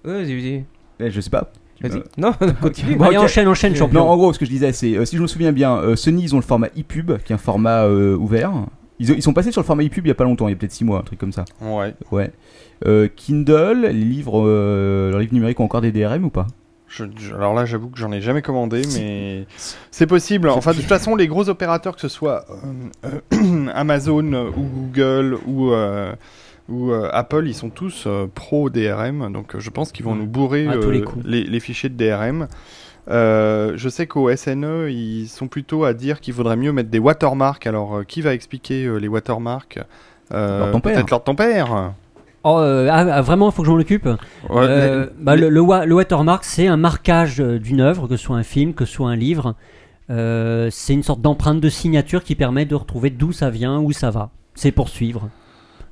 Ouais, vas-y, vas-y. eh, je sais pas. Vas-y. Non, *laughs* continue. Bon, Allez, ok. enchaîne, enchaîne, Oh. champion. Non, en gros, ce que je disais, c'est euh, si je me souviens bien, euh, Sony ils ont le format ePub, qui est un format euh, ouvert. Ils, ont- ils sont passés sur le format ePub il y a pas longtemps, il y a peut-être 6 mois, un truc comme ça. Ouais. Ouais. Euh, Kindle, les livres, euh, leurs livres numériques ont encore des DRM ou pas Je- je- alors là, j'avoue que j'en ai jamais commandé, mais c'est possible. Enfin, de toute façon, les gros opérateurs, que ce soit euh, euh, *clears throat* Amazon euh, ou Google ou, euh, ou euh, Apple, ils sont tous euh, pro DRM, donc euh, je pense qu'ils vont nous bourrer Mm. À tous euh, les coups. les, les fichiers de DRM. Euh, je sais qu'au SNE, ils sont plutôt à dire qu'il vaudrait mieux mettre des watermarks. Alors, euh, qui va expliquer euh, les watermarks Euh, Leur tempère. Peut-être leur tempère. Oh, euh, ah, ah, vraiment, il faut que je m'en occupe. Euh, mais- bah, le, le wa- le watermark, c'est un marquage euh, d'une œuvre, que ce soit un film, que ce soit un livre. Euh, c'est une sorte d'empreinte de signature qui permet de retrouver d'où ça vient, où ça va. C'est pour suivre.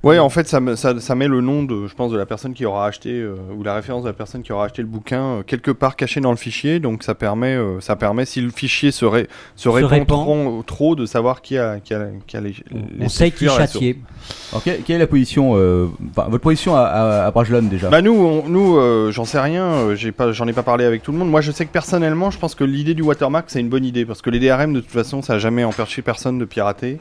Ouais, en fait, ça, me- ça, ça met le nom de, je pense, de la personne qui aura acheté euh, ou la référence de la personne qui aura acheté le bouquin euh, quelque part caché dans le fichier. Donc ça permet, euh, ça permet si le fichier se, ré- se répand, répand. Trop, trop, de savoir qui a, qui a, qui a les, On sait qui châtier. Alors, quelle, quelle est la position euh, enfin, Votre position à, à, à Brajlon déjà Bah nous, on- nous, euh, j'en sais rien. euh, J'ai pas, j'en ai pas parlé avec tout le monde. Moi, je sais que personnellement, je pense que l'idée du watermark c'est une bonne idée parce que les DRM de toute façon, ça a jamais empêché personne de pirater.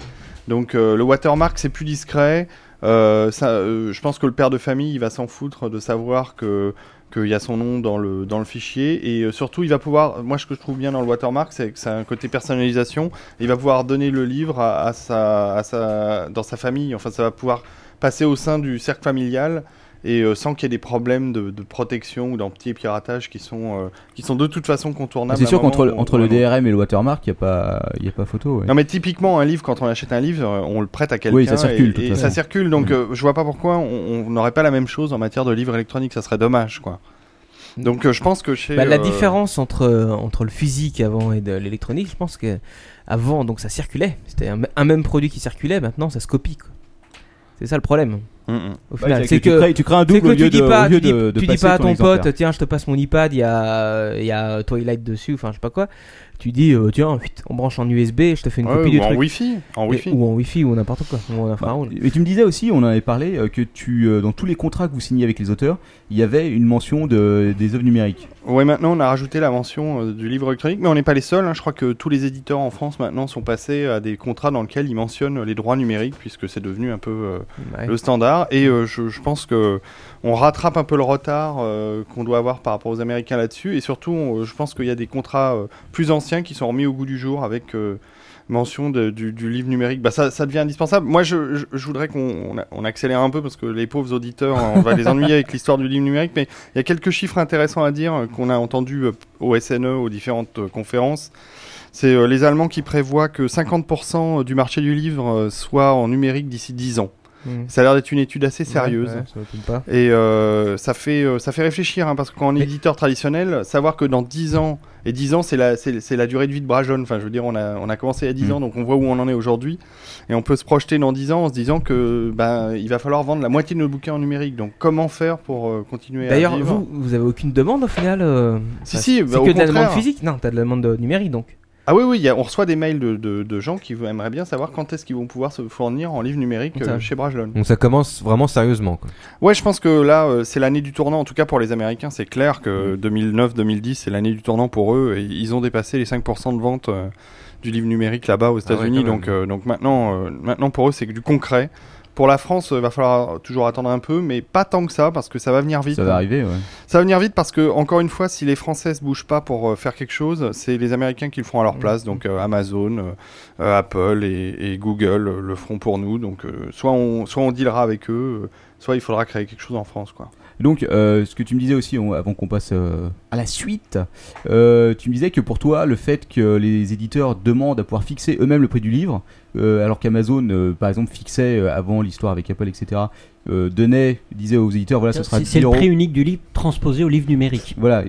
Donc euh, le watermark c'est plus discret. Euh, ça, euh, je pense que le père de famille, il va s'en foutre de savoir que qu'il y a son nom dans le dans le fichier et euh, surtout il va pouvoir. Moi, ce que je trouve bien dans le watermark, c'est que ça a un côté personnalisation. Il va pouvoir donner le livre à, à sa à sa dans sa famille. Enfin, ça va pouvoir passer au sein du cercle familial et euh, sans qu'il y ait des problèmes de, de protection ou d'anti-piratage qui sont euh, qui sont de toute façon contournables. C'est sûr à un moment qu'entre le- où- entre le DRM et le watermark, il n'y a, pas- y a pas photo. ouais. non mais typiquement un livre quand on achète un livre euh, on le prête à quelqu'un Oui, ça circule, de toute et, et façon. Mm. ça circule donc euh, je vois pas pourquoi on on n'aurait pas la même chose en matière de livres électroniques ça serait dommage quoi. Donc euh, je pense que chez Mm. Bah, La euh, différence entre, euh, entre le physique avant et de l'électronique, je pense que avant donc ça circulait, c'était un, un même produit qui circulait, maintenant ça se copie. quoi. C'est ça le problème. Mm, mm. Au Bah, final, c'est que tu crées- tu crées un double c'est que au lieu tu dis de- pas, au lieu tu dis, de- de tu dis passer pas à ton ton exemplaire. pote, tiens, je te passe mon iPad, il y a, euh, il y a Twilight dessus, enfin je sais pas quoi. Tu dis, euh, tiens, huit, on branche en USB, je te fais une Ouais, copie ou du en truc. Wi-Fi, en Et- Wi-Fi. ou en Wi-Fi ou n'importe quoi, ou en Bah, infrarouge. et tu me disais aussi, on en avait parlé, euh, que tu, euh, dans tous les contrats que vous signez avec les auteurs, il y avait une mention de, des œuvres numériques. Ouais, maintenant on a rajouté la mention euh, du livre électronique, mais on n'est pas les seuls. hein. Je crois que tous les éditeurs en France maintenant sont passés à des contrats dans lesquels ils mentionnent les droits numériques, puisque c'est devenu un peu euh, Ouais. le standard. Et euh, je, je pense que on rattrape un peu le retard euh, qu'on doit avoir par rapport aux Américains là-dessus. Et surtout, on- je pense qu'il y a des contrats euh, plus anciens qui sont remis au goût du jour avec euh, mention de- du, du livre numérique. Bah, ça, ça devient indispensable. Moi, je, je- je voudrais qu'on on a- on accélère un peu parce que les pauvres auditeurs, on va les ennuyer avec l'histoire du livre numérique. Mais il y a quelques chiffres intéressants à dire euh, qu'on a entendus euh, au SNE, aux différentes euh, conférences. C'est euh, les Allemands qui prévoient que 50% du marché du livre euh, soit en numérique d'ici 10 ans. Mm. Ça a l'air d'être une étude assez sérieuse. Ouais, ouais, ça m'étonne pas. Et euh, ça, fait, euh, ça fait réfléchir, hein, parce qu'en éditeur traditionnel, savoir que dans 10 ans, et 10 ans c'est la, c'est, c'est la durée de vie de Brajon, enfin je veux dire, on a, on a commencé à 10 Mm. ans, donc on voit où on en est aujourd'hui, et on peut se projeter dans 10 ans en se disant que ben, il va falloir vendre la moitié de nos bouquins en numérique, donc comment faire pour euh, continuer à D'ailleurs, vivre vous, vous avez aucune demande au final euh, Si, enfin, si, c'est bah, que au de la demande contraire. physique Non, t'as de la demande de- numérique donc. Ah oui, oui, il y a- on reçoit des mails de, de, de gens qui aimeraient bien savoir quand est-ce qu'ils vont pouvoir se fournir en livre numérique euh, Putain. chez Bragelonne. Donc ça commence vraiment sérieusement. Quoi. Ouais, je pense que là, euh, c'est l'année du tournant. En tout cas, pour les Américains, c'est clair que 2009-2010, c'est l'année du tournant pour eux. Et ils ont dépassé les 5% de vente euh, du livre numérique là-bas aux États-Unis. quand même. donc, euh, donc maintenant, euh, maintenant, pour eux, c'est que du concret. Pour la France, il va falloir toujours attendre un peu, mais pas tant que ça, parce que ça va venir vite. Ça va arriver, ouais. Ça va venir vite parce que, encore une fois, si les Français se bougent pas pour euh, faire quelque chose, c'est les Américains qui le feront à leur Mm. place. Donc euh, Amazon, euh, euh, Apple et, et Google euh, le feront pour nous. Donc euh, soit, on, soit on dealera avec eux, euh, soit il faudra créer quelque chose en France. Quoi. Donc, euh, ce que tu me disais aussi, on- avant qu'on passe euh, à la suite, euh, tu me disais que pour toi, le fait que les éditeurs demandent à pouvoir fixer eux-mêmes le prix du livre, euh, alors qu'Amazon, euh, par exemple, fixait euh, avant l'histoire avec Apple, etc., euh, donnait, disait aux éditeurs, voilà, ce sera C'est 10 c'est le euros. prix unique du livre transposé au livre numérique. Voilà.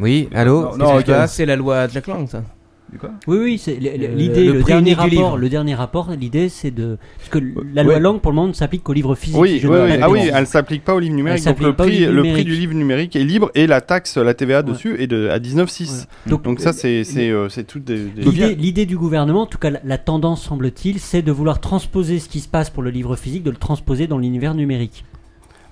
Oui, allô Non, qu'est-ce non, qui ok. se passe C'est la loi Jack Lang, ça. Oui, oui, c'est l- l- Euh, l'idée, le le, prix dernier unique du livre. rapport, le dernier rapport, l'idée c'est de. Parce que la loi Ouais. langue pour le moment ne s'applique qu'au livre physique. Oui, si je oui, ne oui. me Ah oui, trompe. elle s'applique pas au livre numérique. Elle donc le s'applique pas au prix, livre le prix numérique. du livre numérique est libre et la taxe, la TVA dessus est de, à 19,6. Ouais. Donc, Donc ça, c'est c'est, euh, c'est tout des... des- L'idée, l'idée du gouvernement, en tout cas la, la tendance semble-t-il, c'est de vouloir transposer ce qui se passe pour le livre physique, de le transposer dans l'univers numérique.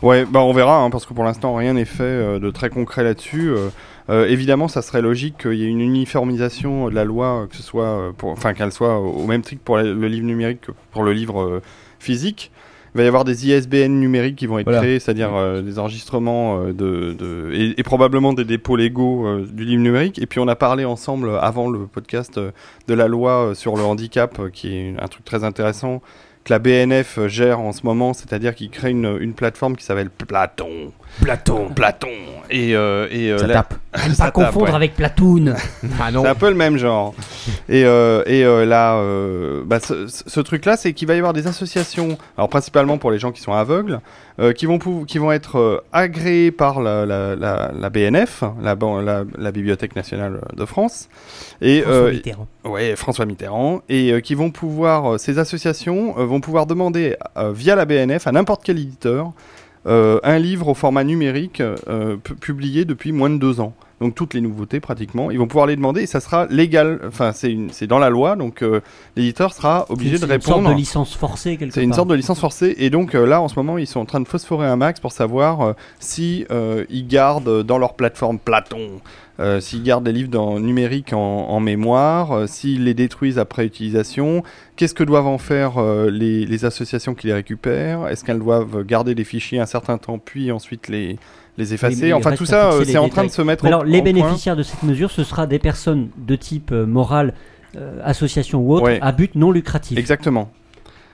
Ouais, bah on verra, hein, parce que pour l'instant rien n'est fait euh, de très concret là-dessus. Euh, euh, évidemment, ça serait logique qu'il y ait une uniformisation de la loi, euh, que ce soit, euh, pour- enfin qu'elle soit au au même titre pour la- le livre numérique que pour le livre euh, physique. Il va y avoir des ISBN numériques qui vont être Voilà. créés, c'est-à-dire euh, des enregistrements euh, de, de- et, et probablement des dépôts légaux euh, du livre numérique. Et puis on a parlé ensemble euh, avant le podcast euh, de la loi euh, sur le handicap, euh, qui est un truc très intéressant que la BNF euh, gère en ce moment, c'est-à-dire qu'il crée une, une plateforme qui s'appelle Platon. Platon, Platon. Et, euh, et euh, Ça la- tape. Ça Ne pas tape, confondre ouais. avec Platoon. C'est un peu le même genre. Et, euh, et euh, là, euh, bah, ce, ce- ce truc-là, c'est qu'il va y avoir des associations, alors principalement pour les gens qui sont aveugles, euh, qui, vont pou- qui vont être euh, agréées par la, la- la- la BNF, la, ban- la- la Bibliothèque nationale de France, et François euh, hein. Mitterrand. ouais, François Mitterrand, et euh, qui vont pouvoir, euh, ces associations euh, vont pouvoir demander euh, via la BNF à n'importe quel éditeur euh, un livre au format numérique euh, pu- publié depuis moins de deux ans. Donc toutes les nouveautés pratiquement, ils vont pouvoir les demander et ça sera légal. Enfin, c'est une- c'est dans la loi, donc euh, l'éditeur sera obligé C'est de une sorte répondre. hein. de licence forcée, quelque C'est une part. sorte de licence forcée et donc euh, là en ce moment ils sont en train de phosphorer un max pour savoir euh, si euh, ils gardent euh, dans leur plateforme Platon, euh, s'ils gardent les livres dans, numériques en, en mémoire, euh, s'ils les détruisent après utilisation, qu'est-ce que doivent en faire euh, les, les associations qui les récupèrent, est-ce qu'elles doivent garder les fichiers un certain temps puis ensuite les les effacer. Les- les enfin restes tout à ça fixer, euh, les c'est en détails. train de se mettre. Mais Alors, en- les en point. bénéficiaires de cette mesure, ce sera des personnes de type euh, morale, euh, association ou autre, Ouais. à but non lucratif. Exactement.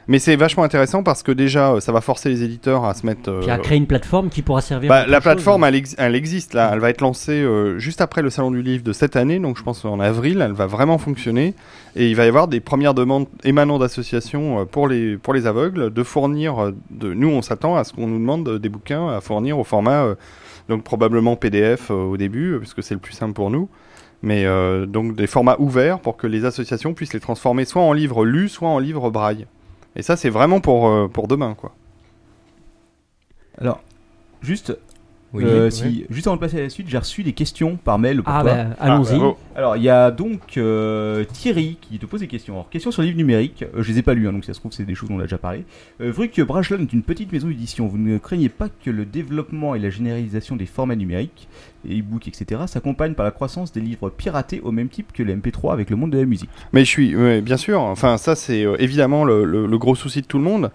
Mais c'est vachement intéressant parce que déjà euh, ça va forcer les éditeurs à se mettre. euh, Puis à créer une plateforme qui pourra servir. Bah, la à autre chose. hein. plateforme, elle, ex- elle existe là. Elle va être lancée euh, juste après le salon du livre de cette année, donc je pense en avril. Elle va vraiment fonctionner et il va y avoir des premières demandes émanant d'associations euh, pour les pour les aveugles de fournir. euh, De nous, on s'attend à ce qu'on nous demande euh, des bouquins à fournir au format euh, donc probablement PDF euh, au début, euh, puisque c'est le plus simple pour nous. Mais euh, donc des formats ouverts pour que les associations puissent les transformer soit en livres lus, soit en livres braille. Et ça, c'est vraiment pour euh, pour demain, quoi. Alors, juste. Oui. euh, Oui. si- juste avant de passer à la suite, j'ai reçu des questions par mail. Pour Ah toi. bah, allons-y. bravo. Alors, il y a donc euh, Thierry qui te pose des questions. Alors, question sur le livre numérique. Euh, je les ai pas lus, hein, donc si ça se trouve, c'est des choses dont on a déjà parlé. Euh, vu que Brajlon est une petite maison d'édition, vous ne craignez pas que le développement et la généralisation des formats numériques, e-books, etc., s'accompagnent par la croissance des livres piratés au même type que le MP3 avec le monde de la musique Mais je suis, ouais, bien sûr. Enfin, ça c'est euh, évidemment le, le- le gros souci de tout le monde,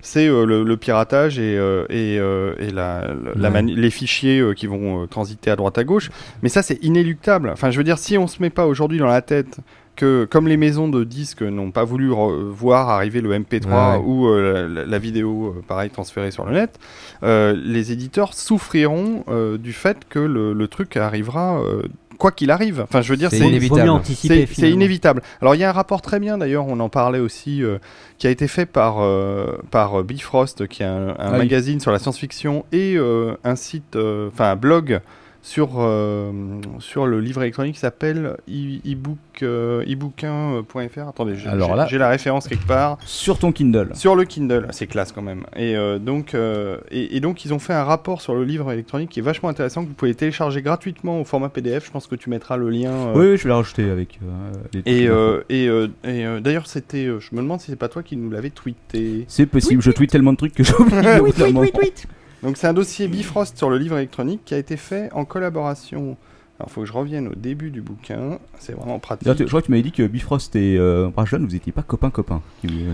c'est euh, le, le piratage et, euh, et, euh, et la, la Ouais. mani- les fichiers euh, qui vont euh, transiter à droite à gauche. Mais ça c'est inéluctable. Enfin, je veux dire, si on se met pas aujourd'hui dans la tête que, comme les maisons de disques n'ont pas voulu re- voir arriver le MP3 Ouais. ou euh, la, la vidéo, euh, pareil, transférée sur le net, euh, les éditeurs souffriront euh, du fait que le, le truc arrivera. euh, Quoi qu'il arrive, enfin je veux dire, C'est inévitable. Vaut mieux anticiper, C'est- C'est finalement. inévitable. Alors il y a un rapport très bien d'ailleurs, on en parlait aussi, euh, qui a été fait par euh, par euh, Bifrost, qui est un, un Ah oui. magazine sur la science-fiction et euh, un site, euh, enfin un blog sur euh, sur le livre électronique qui s'appelle e- ebook euh, ebookin.fr. Attendez, j'ai- Alors j'ai là- j'ai la référence quelque part. sur ton Kindle. Sur le Kindle, c'est classe quand même. Et, euh, donc, euh, et, et donc, ils ont fait un rapport sur le livre électronique qui est vachement intéressant, que vous pouvez télécharger gratuitement au format PDF. Je pense que tu mettras le lien. euh, Oui, oui, je vais la rajouter avec. euh, les- et, euh, et, euh, et, euh, d'ailleurs, c'était. euh, je me demande si c'est pas toi qui nous l'avais tweeté. C'est possible, je tweet Ah, tellement de trucs que *laughs* j'oublie. au bout d'un moment. Donc, c'est un dossier Bifrost sur le livre électronique qui a été fait en collaboration. Alors, faut que je revienne au début du bouquin. C'est vraiment pratique. D'ailleurs, tu- Je crois que tu m'avais dit que Bifrost et euh, Brajlon, vous étiez pas *laughs* copains-copains. Qui-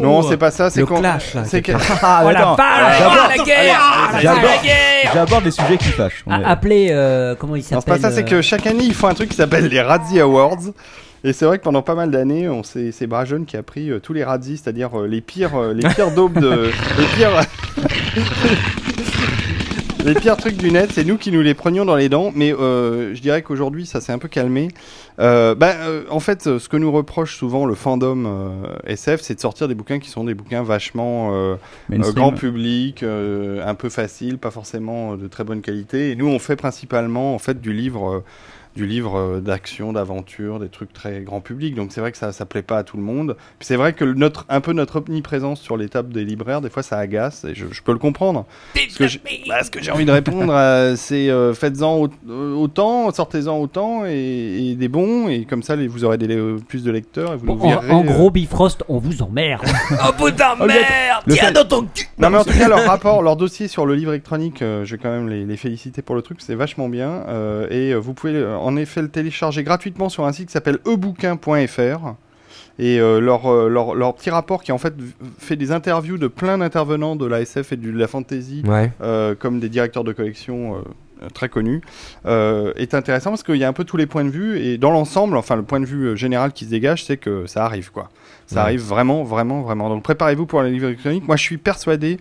Non, Oh, c'est pas ça. C'est le quand. clash, là, c'est que- *laughs* Ah, mais attends, j'aborde- Ah, la guerre j'aborde- J'aborde les sujets qui fâchent. Ah, A- appeler, euh, comment il Non, s'appelle c'est pas ça. C'est euh, que chaque année, ils font un truc qui s'appelle les Radzi Awards. Et c'est vrai que pendant pas mal d'années, on s'est- c'est Brajeune qui a pris euh, tous les Radzi, c'est-à-dire euh, les pires, euh, les pires daubes *laughs* de, les pires. *laughs* Les pires trucs du net, c'est nous qui nous les prenions dans les dents, mais euh, je dirais qu'aujourd'hui ça s'est un peu calmé. Euh, bah, euh, en fait, euh, ce que nous reproche souvent le fandom euh, SF, c'est de sortir des bouquins qui sont des bouquins vachement euh, Mainstream. euh, grand public, euh, un peu facile, pas forcément euh, de très bonne qualité. Et nous, on fait principalement en fait du livre. euh, du livre euh, d'action, d'aventure, des trucs très grand public. Donc c'est vrai que ça ça plaît pas à tout le monde. Puis c'est vrai que le- notre un peu notre omniprésence sur les tables des libraires, des fois ça agace et je, je peux le comprendre. Ce que j'ai bah, ce que j'ai *laughs* envie de répondre, euh, c'est euh, faites-en au- euh, autant, sortez-en autant et, et des bons et comme ça les- vous aurez des le- plus de lecteurs et vous Bon, nous en, verrez, en euh, gros, Bifrost, on vous emmerde. Oh putain, merde Le fait- Non, mais en tout cas, leur rapport, leur dossier sur le livre électronique, euh, je vais quand même les, les féliciter pour le truc, c'est vachement bien. euh, et euh, vous pouvez euh, en effet le télécharger gratuitement sur un site qui s'appelle ebouquin.fr. Et euh, leur, euh, leur, leur petit rapport qui en fait v- fait des interviews de plein d'intervenants de la SF et de la fantasy, Ouais. euh, comme des directeurs de collection euh, très connus, euh, est intéressant parce qu'il y a un peu tous les points de vue. Et dans l'ensemble, enfin le point de vue euh, général qui se dégage, c'est que ça arrive quoi. Ça Ouais. arrive vraiment, vraiment, vraiment. Donc préparez-vous pour les livres électroniques. Moi, je suis persuadé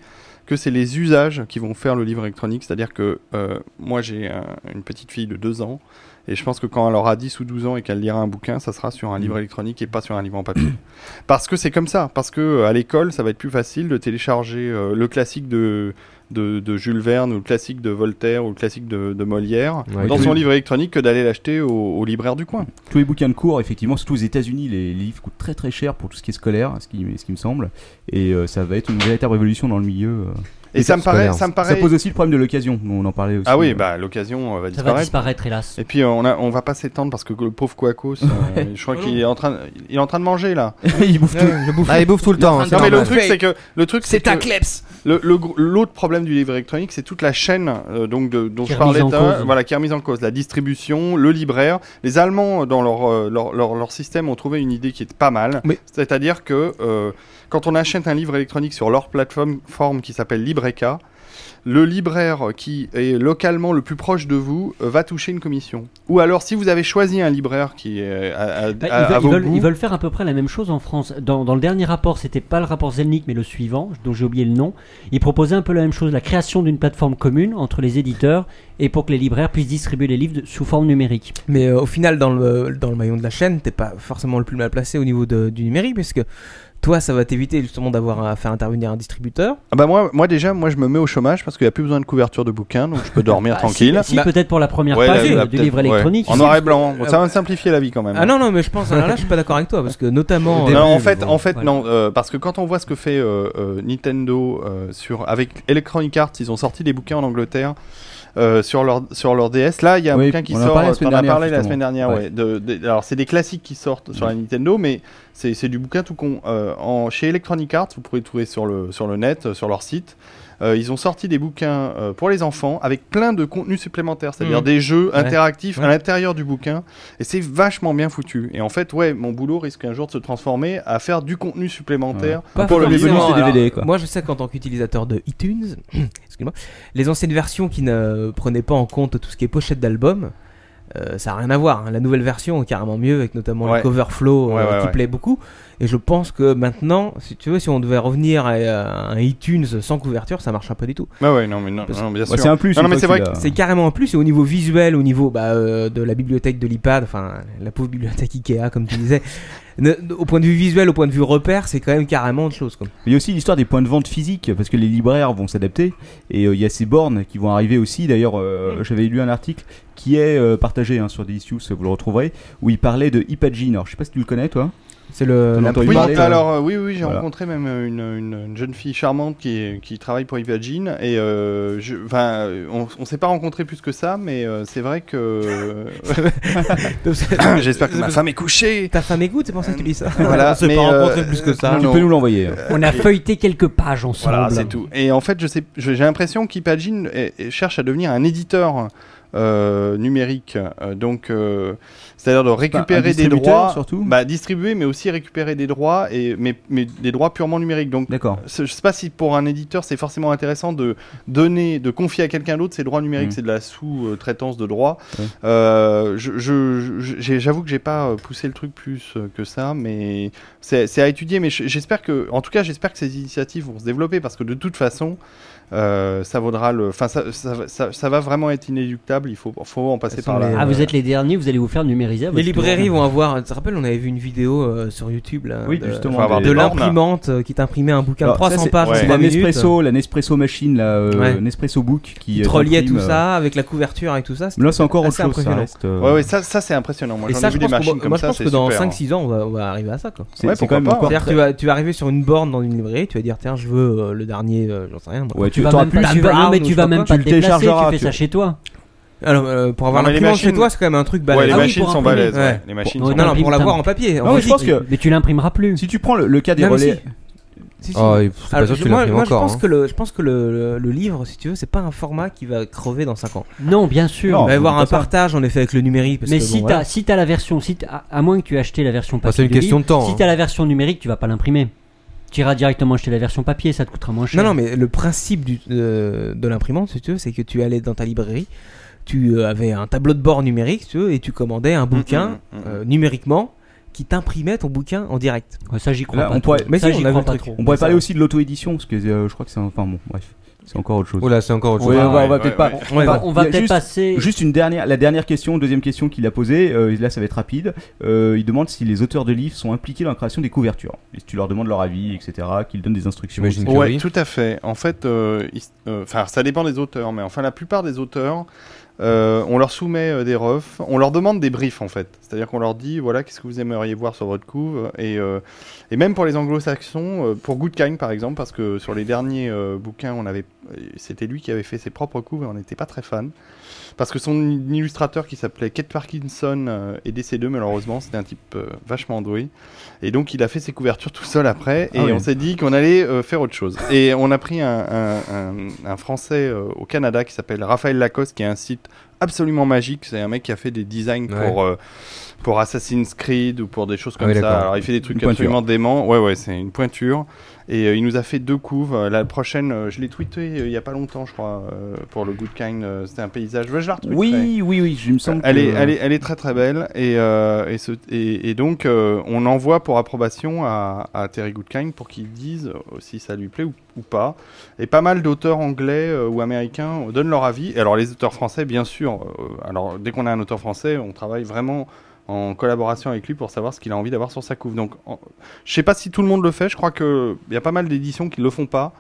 que c'est les usages qui vont faire le livre électronique. C'est-à-dire que euh, moi, j'ai un- une petite fille de 2 ans. Et je pense que quand elle aura 10 ou 12 ans et qu'elle lira un bouquin, ça sera sur un livre électronique et pas sur un livre en papier. *clears throat* Parce que c'est comme ça. Parce que euh, à l'école, ça va être plus facile de télécharger euh, le classique de, de, de Jules Verne ou le classique de Voltaire ou le classique de, de Molière Ouais, dans oui. son livre électronique que d'aller l'acheter au, au libraire du coin. Tous les bouquins de cours, effectivement, surtout aux États-Unis, les, les livres coûtent très très cher pour tout ce qui est scolaire, ce qui, ce qui me semble. Et euh, ça va être une véritable révolution dans le milieu. euh, Et ça me paraît- scolaire. ça me paraît- pose aussi le problème de l'occasion. dont On en parlait aussi. Ah oui, bah l'occasion euh, va Ça disparaître. va disparaître, hélas. Et puis euh, on, a, on va pas s'étendre parce que le pauvre Quacos, euh, je crois qu'il est en train, il est en train de manger là. il bouffe tout. Ah, il bouffe tout le temps, c'est Non mais le normal. truc c'est que le truc C'est un que kleps. le- le gr- L'autre problème du livre électronique, c'est toute la chaîne euh, donc de, dont Qui est je parlais, remise en hein, cause. voilà, qui est remise en cause, la distribution, le libraire. Les Allemands euh, dans leur euh, leur, leur- leur système ont trouvé une idée qui est pas mal, c'est-à-dire que euh, quand on achète un livre électronique sur leur plateforme forme qui s'appelle Libreka, le libraire qui est localement le plus proche de vous euh, va toucher une commission. Ou alors, si vous avez choisi un libraire qui est euh, à, à- Bah, à- ils, veulent, à vos ils veulent- goûts- ils veulent faire à peu près la même chose en France. Dans, dans le dernier rapport, c'était pas le rapport Zelnick, mais le suivant, dont j'ai oublié le nom. Ils proposaient un peu la même chose, la création d'une plateforme commune entre les éditeurs et pour que les libraires puissent distribuer les livres de- sous forme numérique. Mais euh, au final, dans le, dans le maillon de la chaîne, t'es pas forcément le plus mal placé au niveau de- du numérique, puisque toi, ça va t'éviter justement d'avoir à faire intervenir un distributeur. Ah bah moi, moi déjà, moi je me mets au chômage parce qu'il n'y a plus besoin de couverture de bouquin, donc je peux dormir Ah, tranquille. si, si, Bah, peut-être pour la première Ouais, page là, de- là, du peut-être, livre ouais. électronique. En Si- noir et blanc, hein. Ah, ça va me simplifier la vie quand même. hein. Ah non, non, mais je pense, alors là, je suis pas d'accord avec toi, parce que notamment. euh, Non, en fait, en fait, voilà. non, euh, parce que quand on voit ce que fait euh, euh, Nintendo euh, sur avec Electronic Arts, ils ont sorti des bouquins en Angleterre euh, sur leur sur leur DS. Là, il y a un Oui, bouquin qui on en a sort. parlé la euh, semaine T'en as dernière, parlé la justement. semaine dernière, ouais. Ouais. Mm. De- de- alors c'est des classiques qui sortent sur la Nintendo, mais c'est c'est du bouquin tout con. Euh, en, chez Electronic Arts, vous pouvez le trouver sur le sur le net, euh, sur leur site. Euh, ils ont sorti des bouquins euh, pour les enfants avec plein de contenus supplémentaires, c'est-à-dire Mhm. des jeux Ouais. interactifs à Ouais. l'intérieur du bouquin, et c'est vachement bien foutu. Et en fait, ouais, mon boulot risque un jour de se transformer à faire du contenu supplémentaire Pas pour le forcément, bonus alors, Moi, je sais qu'en tant qu'utilisateur de iTunes, *clears throat* excuse-moi, les anciennes versions qui ne prenaient pas en compte tout ce qui est pochette d'album, euh, ça n'a rien à voir. hein. La nouvelle version est carrément mieux, avec notamment Ouais. le cover flow euh, Ouais, ouais, qui ouais. plaît beaucoup. Et je pense que maintenant, si tu veux, si on devait revenir à euh, un iTunes sans couverture, ça marchera pas du tout. Bah ouais, non, mais non, non, bien Parce- sûr. Non, non, mais c'est vrai que- c'est carrément un plus. Et au niveau visuel, au niveau bah, euh, de la bibliothèque de l'iPad, enfin la pauvre bibliothèque Ikea, comme tu disais, *laughs* ne- au point de vue visuel, au point de vue repère, c'est quand même carrément autre chose. Quoi. Il y a aussi l'histoire des points de vente physiques, parce que les libraires vont s'adapter, et euh, il y a ces bornes qui vont arriver aussi. D'ailleurs, euh, Mm. j'avais lu un article qui est euh, partagé hein, sur Delicious, vous le retrouverez, où il parlait de Hypagine. Alors, je sais pas si tu le connais, toi C'est le. T'en as entendu Oui, parler, toi alors euh, oui, oui, j'ai hein. Voilà. rencontré même euh, une, une- une jeune fille charmante qui, est- qui travaille pour Ivagine et euh, je, enfin, euh, on, on s'est pas rencontré plus que ça, mais euh, c'est vrai *laughs* que *laughs* j'espère que ma femme est couchée. Ta femme écoute, c'est pour Euh, ça que tu dis ça. Voilà, on s'est mais, pas euh, rencontrés plus que ça. non, non. *laughs* On a feuilleté quelques pages ensemble. Voilà, c'est tout. Et en fait, je sais, je- j'ai l'impression qu'Ipagine cherche à devenir un éditeur euh, numérique, Euh, donc euh, c'est-à-dire de récupérer des distributeur, droits, surtout bah, distribuer, mais aussi récupérer des droits et mais, mais des droits purement numériques. Donc, d'accord. Je sais pas si pour un éditeur c'est forcément intéressant de donner, de confier à quelqu'un d'autre ses droits numériques, Mm. Mhm. c'est de la sous-traitance de droits. Ouais. Euh, je- je- je- j'ai- J'avoue que j'ai pas euh, poussé le truc plus euh, que ça, mais c'est c'est à étudier. Mais je- j'espère que, en tout cas, j'espère que ces initiatives vont se développer parce que de toute façon, euh, ça vaudra le. Enfin, ça, ça va- ça- ça va vraiment être inéluctable câble, il faut, faut en passer par là. Ah, vous êtes les derniers, vous allez vous faire numériser. à Les votre librairies tour. vont avoir. Tu te rappelles, on avait vu une vidéo euh, sur YouTube là, Oui, de, justement, de des bornes. l'imprimante euh, qui t'imprimait un bouquin de Alors, 300 ça, c'est- pages c'est en la 20 minutes. Nespresso, la Nespresso machine, la euh, Ouais. Nespresso Book qui, Qui euh, te reliait t'imprime, tout euh, ça avec la couverture et tout ça. Mais là, c'est encore autre assez chose, ça impressionnant. reste, euh, Ouais, ouais, ça, ça c'est impressionnant. Moi, Et j'en ça, ai je vu des pense qu'on- machines comme moi, ça. je pense c'est que dans super, hein. 5-6 ans, on va, on va arriver à ça. quoi. C'est- Ouais, c'est quand pourquoi même pas. encore C'est-à-dire, très- tu vas, tu vas arriver sur une borne dans une librairie, tu vas dire tiens, je veux euh, le dernier, euh, j'en sais rien. moi. Ouais, Tu vas t'auras même plus pas, le tu vas- non, brown mais ou tu je sais vas pas même quoi. Tu pas te le déplacer, tu téléchargeras, fais tu- ça chez toi. Alors, euh, pour avoir Non, mais les l'imprimante chez machines- toi, c'est quand même un truc Ouais, balèze. les Ah oui, machines pour sont imprimer. balèzes. ouais. Ouais. Les machines Pour- sont Non, non, t'imprimes, pour l'avoir t'im- en papier. en Non, mais je physique. pense que Mais tu l'imprimeras plus. si tu prends le, le cas des Non, mais relais, si. Si, si. Ah, Oh, il- c'est pas Alors, sûr que je- tu moi, l'imprimes moi, je encore. pense hein. que le, je pense que le, le- le livre, si tu veux, c'est pas un format qui va crever dans 5 ans. Oh, Non, bien sûr. Non, Il va y avoir pas un ça. partage en effet avec le numérique. Parce mais que, si bon, t'as voilà. si t'as la version, si t'as- à, à moins que tu aies acheté la version papier, Enfin, c'est une du question livre, de temps, Si hein. t'as la version numérique, tu vas pas l'imprimer. Tu iras directement acheter la version papier, ça te coûtera moins cher. Non, non, mais le principe du, euh, de, de l'imprimante, si tu veux, c'est que tu allais dans ta librairie, tu euh, avais un tableau de bord numérique, si tu veux, et tu commandais un bouquin mm, mm. euh, numériquement qui t'imprimait ton bouquin en direct. Ouais, ça j'y crois Là, pas. on trop. pourrait- mais ça si, j'y on avait crois le pas truc. trop. on pourrait Ça parler va. aussi de l'auto-édition, parce que euh, je crois que c'est un- enfin bon, bref, c'est encore autre chose. Oh là, c'est encore autre Ouais, chose. on va, on va ouais, peut-être ouais, pas. ouais. On va- Enfin, on va il y a peut-être juste- passer. Juste une dernière, la dernière question, deuxième question qu'il a posée, euh, là ça va être rapide. Euh, il demande si les auteurs de livres sont impliqués dans la création des couvertures. Et tu leur demandes leur avis, etc., qu'ils donnent des instructions. J'imagine etc. que Ouais, oui. tout à fait. En fait, euh, ils- euh, 'fin, ça dépend des auteurs, mais enfin la plupart des auteurs, euh, on leur soumet euh, des refs, on leur demande des briefs en fait. C'est-à-dire qu'on leur dit voilà qu'est-ce que vous aimeriez voir sur votre couve et euh, et même pour les anglo-saxons, euh, pour Goodkind par exemple, parce que sur les derniers euh, bouquins, on avait c'était lui qui avait fait ses propres couves et on n'était pas très fan. Parce que son illustrateur qui s'appelait Kate Parkinson euh, est décédé malheureusement, c'était un type euh, vachement doué. Et donc il a fait ses couvertures tout seul après, et Ah oui. on s'est dit qu'on allait euh, faire autre chose. Et on a pris un, un- un- un Français euh, au Canada qui s'appelle Raphaël Lacoste, qui est un site absolument magique. C'est un mec qui a fait des designs Ouais. pour, euh, pour Assassin's Creed ou pour des choses Ah comme oui, ça. d'accord. Alors il fait des trucs Une pointure. absolument déments. Ouais, ouais, c'est une pointure. Et euh, il nous a fait deux couves. Euh, la prochaine, euh, je l'ai tweeté euh, il y a pas longtemps, je crois, euh, pour le Good Kind. euh, C'était un paysage. Ouais, je la retweeterai. Oui, oui, oui, je il me semble. Elle que- est, elle, est, elle est très très belle et, euh, et, ce- et- et donc euh, on envoie pour approbation à, à Terry Goodkind pour qu'il dise euh, si ça lui plaît ou, ou pas. Et pas mal d'auteurs anglais euh, ou américains donnent leur avis. Et alors les auteurs français bien sûr. euh, alors dès qu'on a un auteur français, on travaille vraiment en collaboration avec lui pour savoir ce qu'il a envie d'avoir sur sa couve. Donc en- je sais pas si tout le monde le fait. Je crois qu'il y a pas mal d'éditions qui le font pas.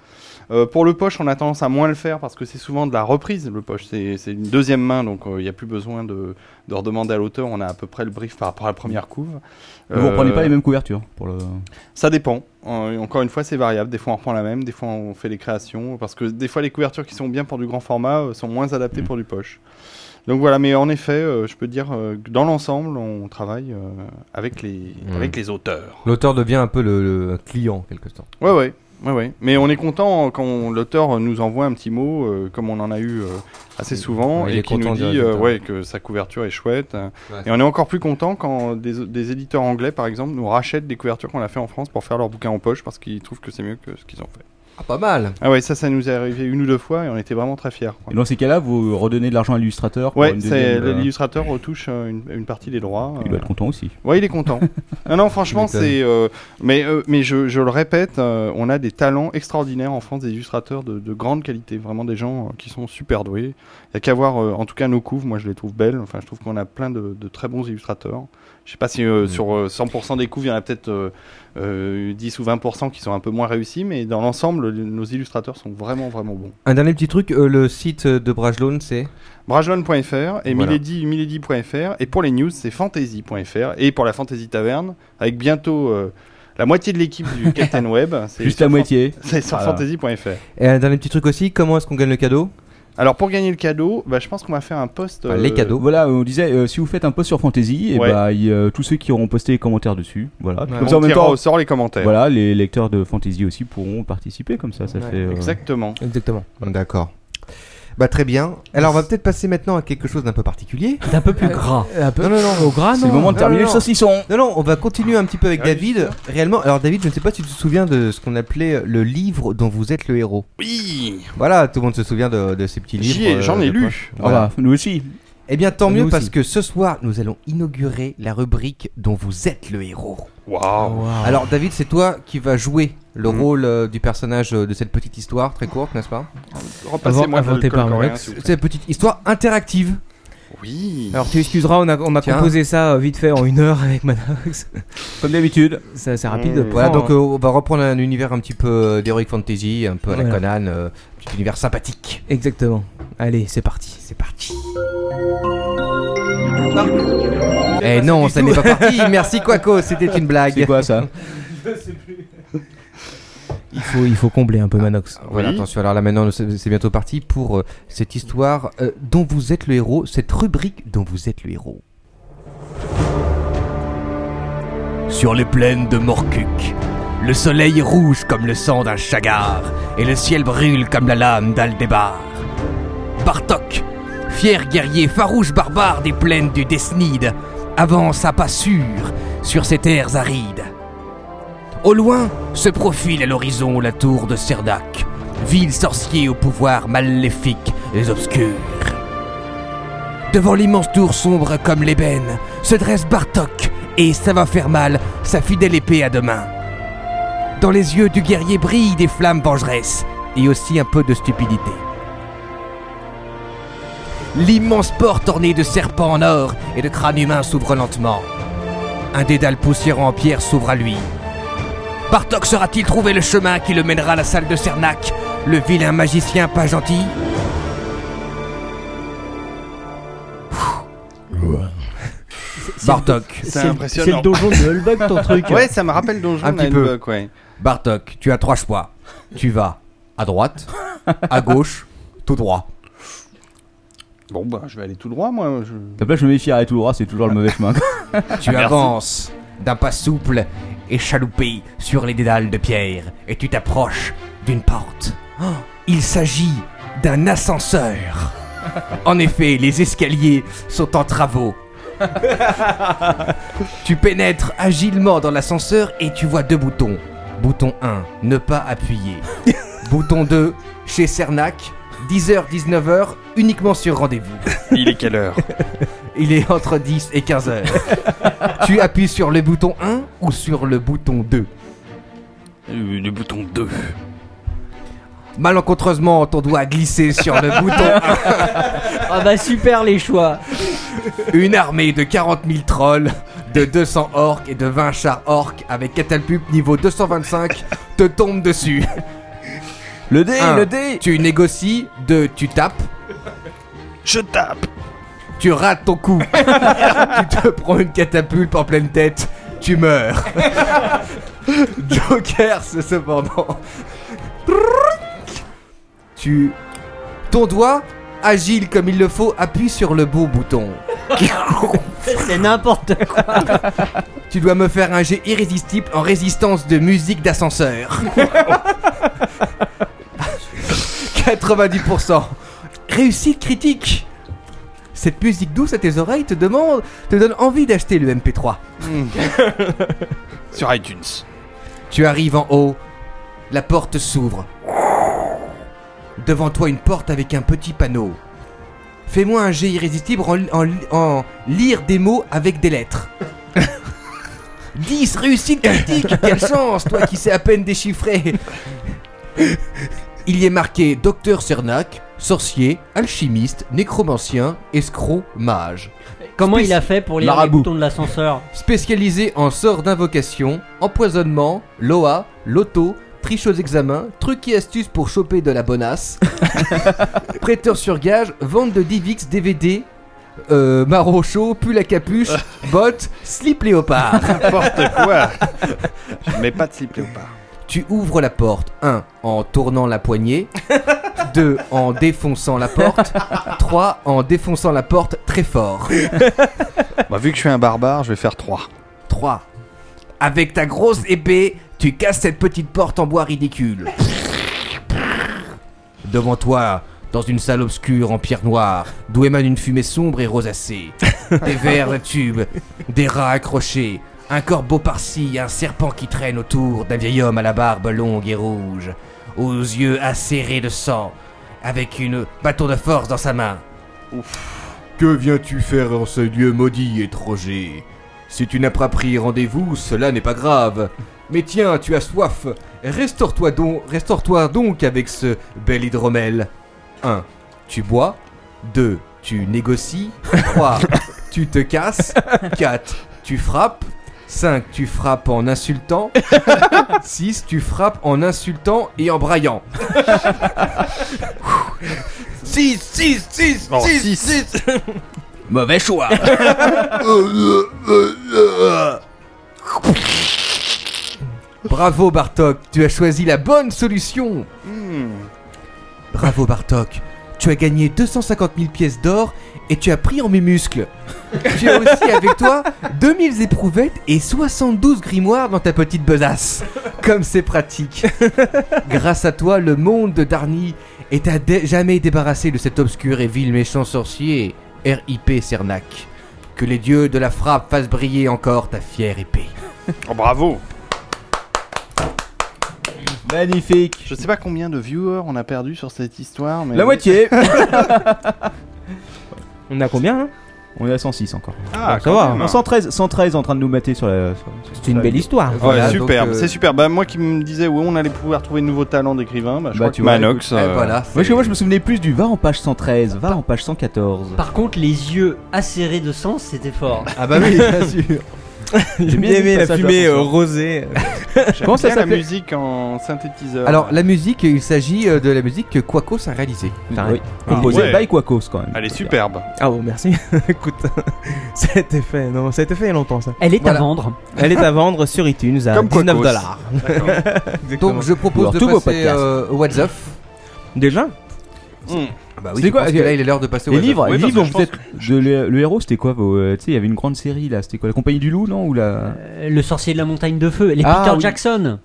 Euh, pour le poche, on a tendance à moins le faire parce que c'est souvent de la reprise. Le poche, c'est c'est une deuxième main, donc euh, il n'y a plus besoin de, de redemander à l'auteur. On a à peu près le brief par rapport à la première couve. Vous Euh, reprenez pas les mêmes couvertures pour le. Ça dépend. Euh, encore une fois, c'est variable. Des fois, on reprend la même. Des fois, on fait des créations parce que des fois, les couvertures qui sont bien pour du grand format euh, sont moins adaptées pour du poche. Donc voilà, mais en effet, euh, je peux dire euh, que dans l'ensemble, on travaille euh, avec les Mm. avec les auteurs. L'auteur devient un peu le, le client, en quelque sorte. Ouais, ouais. Ouais, ouais. Mais on est content quand on- l'auteur nous envoie un petit mot, euh, comme on en a eu euh, assez souvent, Ouais, il et est qui nous content du dit euh, résultat. ouais, que sa couverture est chouette. euh. Ouais. Et on est encore plus content quand des, des éditeurs anglais, par exemple, nous rachètent des couvertures qu'on a fait en France pour faire leur bouquin en poche parce qu'ils trouvent que c'est mieux que ce qu'ils ont fait. Ah, pas mal. Ah ouais, ça, ça nous est arrivé une ou deux fois et on était vraiment très fiers. quoi. Et dans ces cas-là, vous redonnez de l'argent à l'illustrateur. pour Ouais, une c'est deuxième, le- euh, l'illustrateur retouche euh, une, une partie des droits. Il euh, doit être content aussi. Ouais, il est content. non, non, franchement, Tu m'étonnes. c'est. euh, mais euh, mais je, je le répète, euh, on a des talents extraordinaires en France, des illustrateurs de, de grande qualité, vraiment des gens euh, qui sont super doués. Il y a qu'à voir, euh, en tout cas, nos couves, moi je les trouve belles. Enfin, je trouve qu'on a plein de, de très bons illustrateurs. Je sais pas si euh, sur euh, 100% des couves, il y en a peut-être euh, euh, 10 ou 20% qui sont un peu moins réussis, mais dans l'ensemble, le- nos illustrateurs sont vraiment, vraiment bons. Un dernier petit truc, euh, le site de Brajlon, c'est Brajlon.fr et Voilà. Milady, Milady.fr. Et pour les news, c'est Fantasy.fr. Et pour la Fantasy Taverne, avec bientôt euh, la moitié de l'équipe du Captain Web. c'est Juste sur à fan- moitié. C'est sur Voilà. Fantasy.fr. Et un dernier petit truc aussi, comment est-ce qu'on gagne le cadeau Alors pour gagner le cadeau, bah, je pense qu'on va faire un post. Enfin, les euh, cadeaux. Voilà, on disait euh, si vous faites un post sur Fantasy, et Ouais. bah, il y a tous ceux qui auront posté les commentaires dessus, voilà. Ouais. Comme ça on en même tirera temps, au sort les commentaires. voilà, les lecteurs de Fantasy aussi pourront participer comme ça. Ça Ouais, fait. euh, Exactement. Exactement. D'accord. Bah très bien. Alors on va peut-être passer maintenant à quelque chose d'un peu particulier. T'es un peu plus gras. Non non non. C'est le moment de Ah Non, terminer non, le non. saucisson. Non non, on va continuer un petit peu Ah avec David. Réellement, alors David, je ne sais pas si tu te souviens de ce qu'on appelait le livre dont vous êtes le héros. Oui. Voilà, tout le monde se souvient de, de ces petits livres. J'y ai- euh, j'en ai de lu. poche. Ah Voilà. bah, nous aussi. Eh bien tant Nous mieux aussi. parce que ce soir, nous allons inaugurer la rubrique dont vous êtes le héros. Waouh. Ah. Alors David, c'est toi qui vas jouer le Mhm. rôle euh, du personnage euh, de cette petite histoire très courte, n'est-ce pas Repassez-moi votre Avant- inventé alcool par coréen, Manox. s'il vous plaît. C'est une petite histoire interactive Oui. Alors tu excuseras, on a, on a Tiens. composé ça euh, vite fait en une heure avec Manox. Comme d'habitude. *laughs* Ça, c'est rapide. Voilà, Prends, donc euh, on va reprendre un univers un petit peu euh, d'Heroic Fantasy, un peu à la Voilà. Conan, euh, petit univers sympathique. euh, Exactement. Allez, c'est parti. C'est parti. Eh non, ça n'est pas parti. Merci Quaco, c'était une blague. C'est quoi ça Il faut, il faut combler un peu Manox. Ah, Voilà, Oui. attention, alors là maintenant c'est c'est bientôt parti pour euh, cette histoire euh, dont vous êtes le héros, cette rubrique dont vous êtes le héros. Sur les plaines de Morcuc, le soleil est rouge comme le sang d'un chagar et le ciel brûle comme la lame d'Aldébar. Bartok, fier guerrier farouche barbare des plaines du Desnide, avance à pas sûr sur ces terres arides. Au loin se profile à l'horizon la tour de Cerdac, ville sorcier au pouvoir maléfique et obscur. Devant l'immense tour sombre comme l'ébène, se dresse Bartok, et ça va faire mal, sa fidèle épée à deux mains. Dans les yeux du guerrier brillent des flammes vengeresses, et aussi un peu de stupidité. L'immense porte ornée de serpents en or et de crânes humains s'ouvre lentement. Un dédale poussiérant en pierre s'ouvre à lui, Bartok saura-t-il trouver le chemin qui le mènera à la salle de Cernac Le vilain magicien pas gentil Bartok, C'est le- impressionnant. C'est le donjon de Hulbug ton truc. *laughs* Ah Ouais, ça me rappelle Donjon Un petit peu. Landbuck, ouais. Bartok, tu as trois choix. Tu vas à droite, à gauche, tout droit. Bon, bah, je vais aller tout droit, moi. je- Donc là, je me méfie à tout droit, c'est toujours le mauvais *laughs* chemin. Tu avances d'un pas souple et chaloupé sur les dédales de pierre et tu t'approches d'une porte. Oh, Il s'agit d'un ascenseur. En effet, les escaliers sont en *laughs* travaux. tu pénètres agilement dans l'ascenseur et tu vois deux boutons. Bouton 1, ne pas *laughs* appuyer. Bouton 2, chez Cernac, 10h-19h, uniquement sur rendez-vous. Il est quelle heure *laughs* Il est entre 10 et 15 heures. tu appuies sur le bouton 1 ou sur le bouton 2 Le bouton 2. Malencontreusement, ton doigt a glissé sur le bouton 1. Ah bah super les choix. Une armée de 40 000 trolls, de 200 orques et de 20 chars orques avec catapultes niveau 225 te tombe dessus. Le dé, Un. le dé Tu négocies, 2 tu tapes, Je tape tu rates ton *laughs* coup. tu te prends une catapulte en pleine tête, tu *laughs* meurs. Joker, c'est cependant. Tu. Ton doigt, agile comme il le faut, appuie sur le beau bouton. C'est n'importe quoi. Tu dois me faire un jet irrésistible en résistance de musique d'ascenseur. 90%. Réussite critique. Cette musique douce à tes oreilles te demande, te donne envie d'acheter le MP3. Sur iTunes. Tu arrives en haut, la porte s'ouvre. Devant toi une porte avec un petit panneau. Fais-moi un jet irrésistible en, en- en lire des mots avec des lettres. 10 réussites critiques, quelle chance, toi qui sais à peine déchiffrer. Il y est marqué Docteur Cernac, sorcier, alchimiste, nécromancien, escroc, mage. Comment Spéc- il a fait pour lire Marabout. les boutons de l'ascenseur Spécialisé en sorts d'invocation, empoisonnement, loa, loto, triche aux examens, trucs et astuces pour choper de la bonasse, prêteur sur gage, vente de Divix DVD, euh, marron chaud, pull à capuche, bottes, slip léopard. N'importe quoi *laughs* Je mets pas de slip léopard. Tu ouvres la porte, 1 en tournant la poignée, 2 en défonçant la porte, 3 en défonçant la porte très fort. Bah, vu que je suis un barbare, je vais faire 3. 3. Avec ta grosse épée, tu casses cette petite porte en bois ridicule. Devant toi, dans une salle obscure en pierre noire, d'où émane une fumée sombre et rosacée. Des vers de tubes, des rats accrochés, un corbeau par-ci, un serpent qui traîne autour d'un vieil homme à la barbe longue et rouge, aux yeux acérés de sang, avec une bâton de force dans sa main. Que viens-tu faire en ce lieu maudit, étranger si tu n'as pas pris rendez-vous, cela n'est pas grave. Mais tiens, tu as soif. Restaure-toi donc, restaure-toi donc avec ce bel hydromel. 1. Tu bois. 2. tu négocies. *laughs* 3. tu te casses. 4. Tu frappes. 5. Tu frappes en *laughs* insultant. 6. Tu frappes en insultant et en *laughs* braillant. 6, 6, 6, Bon, 6, six. 6. Mauvais choix. Bravo Bartok, tu as choisi la bonne solution. Bravo Bartok, tu as gagné 250 000 pièces d'or et tu as pris en mes muscles. tu as aussi avec toi 2000 éprouvettes et 72 grimoires dans ta petite besace. Comme c'est pratique. Grâce à toi, le monde de Darny est à dé- jamais débarrassé de cet obscur et vil méchant sorcier, R.I.P. Cernac. Que les dieux de la frappe fassent briller encore ta fière épée. Oh, bravo Magnifique Je sais pas combien de viewers on a perdu sur cette histoire, mais... La *laughs* moitié On a combien là On est à 106 encore. Ah, ça va. même. Non, 113, 113 en train de nous mater sur la. sur- sur- C'est sur une la belle vidéo. histoire. Ouais, Voilà, superbe, donc, euh, c'est super. Bah, moi qui me disais où on allait pouvoir trouver de nouveaux talents d'écrivain, bah, je Bah, crois tu que vois, Manox. écoute, euh, eh, voilà, Ouais, parce que moi je me souvenais plus du va en page 113, va en page 114. Par contre, les yeux acérés de sens, c'était fort. Ah bah oui, bien sûr. J'ai bien aimé le la passage fumée d'ascenseur. euh, rosée. j'aime Comment ça bien la s'appelait musique en synthétiseur. Euh, Alors la musique, il s'agit euh, de la musique que Quacos a réalisée. Putain, Ah Oui. Composé ouais. by Quacos quand même. Elle est superbe. Ah bon, merci. *laughs* Écoute, ça a été fait. Non, ça a été fait il y a longtemps ça. Elle est Voilà. à vendre. Elle est à vendre sur iTunes à Comme Quacos. 19 dollars. Donc je propose Pour de tous vos passer podcasts. euh, au What's Up. déjà Hmm. Bah oui, je pense Parce que que- là il est l'heure de passer au euh, Les What's Up. livres, Oui, les parce livres, que je vous êtes. de le, le héros, c'était quoi vos. euh, Tu sais, il y avait une grande série là, c'était quoi La Compagnie du Loup, non Ou la. Euh, le sorcier de la montagne de feu. Les Ah, Peter oui. Jackson.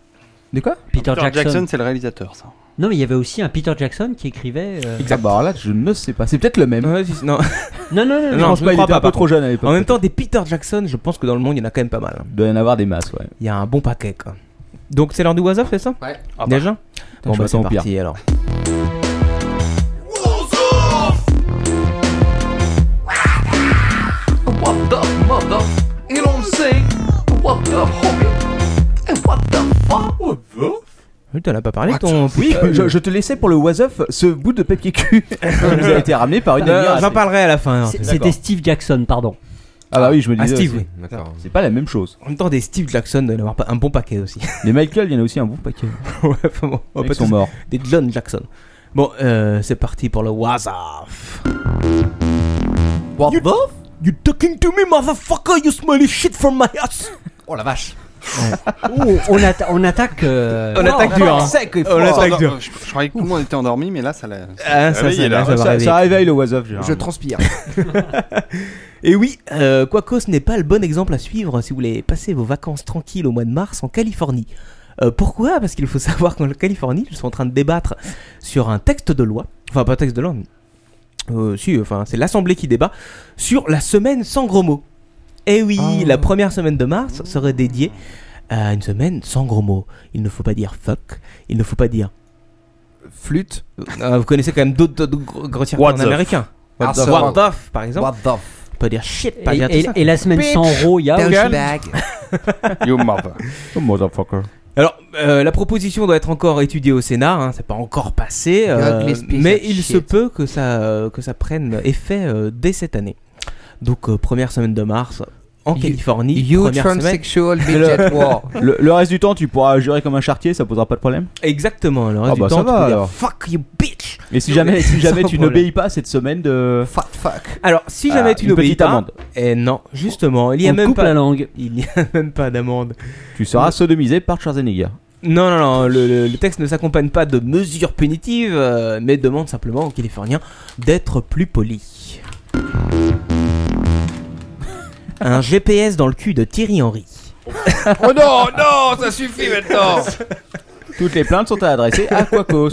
De quoi Peter, Peter Jackson. Jackson, c'est le réalisateur, ça. Non, mais il y avait aussi un Peter Jackson qui écrivait. euh, Exact. Bah alors là, je ne sais pas. C'est peut-être le même. Ouais, si- Non. Non, non, non. Je non. non, pense je pas, il ne crois était pas, un peu par trop jeune à l'époque. En même temps, des Peter Jackson, je pense que dans le monde, il y en a quand même pas mal. hein. il doit y en avoir des masses, ouais. Il y a un bon paquet quoi. Donc c'est l'heure du What's Up, c'est ça Ouais. Déjà Bon je bah m'attends c'est au pire. parti alors. What the mother? You don't say what the homie? And what the fuck? What the? Oui, t'en as pas parlé ton. Oui, euh, je, je te laissais pour le was Up ce bout de papier cul *laughs* qui nous a été ramené par une Euh, amie. hein, J'en parlerai à la fin. alors. C'est- C'était D'accord. Steve Jackson, pardon. Ah bah oui, je me Ah disais. Steve, c'est- oui. D'accord. C'est pas la même chose. En même temps, des Steve Jackson, il doit y en avoir pas- un bon paquet aussi. Les Michael, il y en a aussi un bon paquet. *laughs* ouais, enfin bon, on Ils va Oh, pas sont tous- morts. Des John Jackson. Bon, euh, c'est parti pour le What's Up. What You- You talking to me, motherfucker, you smelly shit from my ass. Oh la vache. Oh, on, atta- on attaque. euh, On attaque Oh, dur. hein. On attaque dur. Oh, Je, je croyais que tout le monde était endormi, mais là, ça l'a. Ah, ça, réveillé, ça, là. là, ça va Ça, réveiller. ça réveille Ah, le was Up, généralement. Je transpire. Et oui, euh, Quacos n'est pas le bon exemple à suivre si vous voulez passer vos vacances tranquilles au mois de mars en Californie. Euh, pourquoi Parce qu'il faut *laughs* savoir qu'en Californie, ils sont en train de débattre sur un texte de loi. Enfin, pas texte de loi, mais... Euh, si, enfin, c'est l'Assemblée qui débat sur la semaine sans gros mots. Eh oui, Ah. la première semaine de mars serait dédiée à une semaine sans gros mots. Il ne faut pas dire fuck, il ne faut pas dire... *laughs* Flûte. Euh, vous connaissez quand même d'autres d'autres gro- grossières What en the f- américain. What the Ah, what the f, par exemple. What the On peut dire shit, pas Et, dire tout et- ça. et la semaine sans roue, il y a aussi- douchebag. You mother. Oh, motherfucker. Alors, euh, la proposition doit être encore étudiée au Sénat, hein, c'est pas encore passé, euh, Ugly piece mais of il shit. se peut que ça, euh, que ça prenne effet euh, dès cette année. Donc, euh, première semaine de mars en You- Californie, You première semaine. transsexual bitch at war. Le, le reste du temps, tu pourras jurer comme un chartier, ça posera pas de problème. Exactement, le Ah reste du bah, ça temps, tu va, peux dire alors. fuck you bitch. Et si jamais, si jamais Sans tu problème. n'obéis pas cette semaine de. Fat fuck. Alors, si jamais Ah, tu une n'obéis petite pas, amende. et non, justement, il y a on te même coupe pas, la langue. il n'y a *laughs* même pas d'amende. Tu seras sodomisé par Schwarzenegger. Non, non, non, le, le- le texte ne s'accompagne pas de mesures punitives, euh, mais demande simplement aux Californiens d'être plus polis. Un GPS dans le cul de Thierry Henry. Oh non, non, ça suffit maintenant. Toutes les plaintes sont à adresser à Quacos.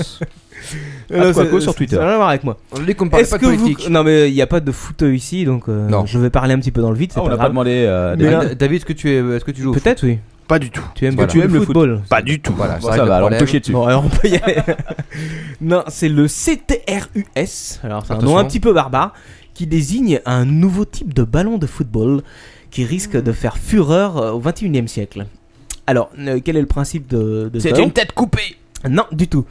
Euh, Quaco c'est- sur c'est- Twitter. Ça n'a rien à voir avec moi. On dit qu'on me parlait pas de politique. vous... Non, mais il n'y a pas de foot ici, donc euh, Non. je vais parler un petit peu dans le vide, c'est Ah, on pas n'a pas grave. demandé. euh, Mais des- là- Da- David, est-ce que tu es, euh, est-ce que tu joues au foot Peut-être, oui. Pas du tout. Tu aimes, Voilà. tu aimes le football Pas du tout. Voilà, Bon, ça, ça va, alors on peut peut chier dessus. Bon, alors on peut y aller. non, c'est le CTRUS. Alors, c'est un nom Attention. un petit peu barbare qui désigne un nouveau type de ballon de football qui risque de faire Bah fureur euh, au 21 e siècle. Alors, euh, quel est le principe de, de ce ballon tête coupée. Non, du tout.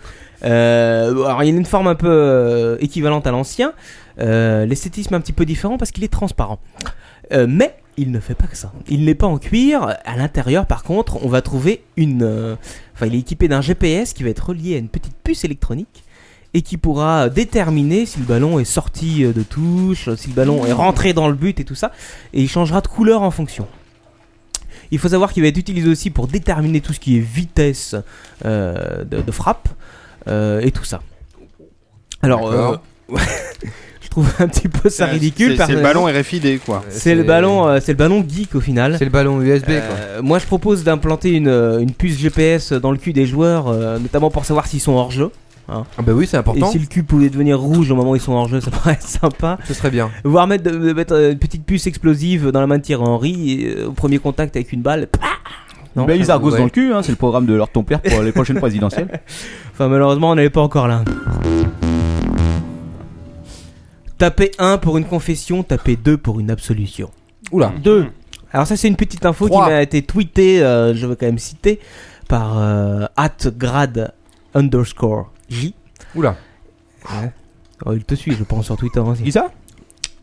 Euh, alors, il a une forme un peu euh, équivalente à l'ancien. Euh, L'esthétisme un petit peu différent parce qu'il est transparent. Euh, mais il ne fait pas que ça. Il n'est pas en cuir. À l'intérieur, par contre, on va trouver une. euh, Enfin, il est équipé d'un GPS qui va être relié à une petite puce électronique et qui pourra déterminer si le ballon est sorti euh, de touche, si le ballon est rentré dans le but et tout ça. Et il changera de couleur en fonction. Il faut savoir qu'il va être utilisé aussi pour déterminer tout ce qui est vitesse euh, de, de frappe euh, et tout ça. Alors, euh, je trouve un petit peu ça Euh, C'est- ridicule. c'est- parce C'est le que- ballon RFID, quoi. c'est le ballon, euh, c'est le ballon geek au final. C'est le ballon USB Euh, moi, je propose d'implanter une, euh, une puce GPS dans le cul des joueurs, euh, notamment pour savoir s'ils sont hors jeu. hein. Ah bah oui, c'est important. Et si le cul pouvait devenir rouge au moment où ils sont hors jeu, *laughs* ça pourrait être sympa. Ce serait bien. Voire mettre, de- de mettre, euh, une petite puce explosive dans la main de Thierry Henry et, euh, au premier contact avec une balle. pah Non. Ben, ils argosent Ouais. dans le cul, hein, c'est le programme de leur ton père pour les prochaines présidentielles. Enfin, malheureusement, on n'en est pas encore là. Tapez 1 pour une confession, tapez 2 pour une absolution. Oula. Hum. Deux. Alors ça c'est une petite info Trois. qui m'a été tweetée, euh, je veux quand même citer, par euh, grad underscore J. Oula. Oh, il te suit je pense sur Twitter aussi. Qui ça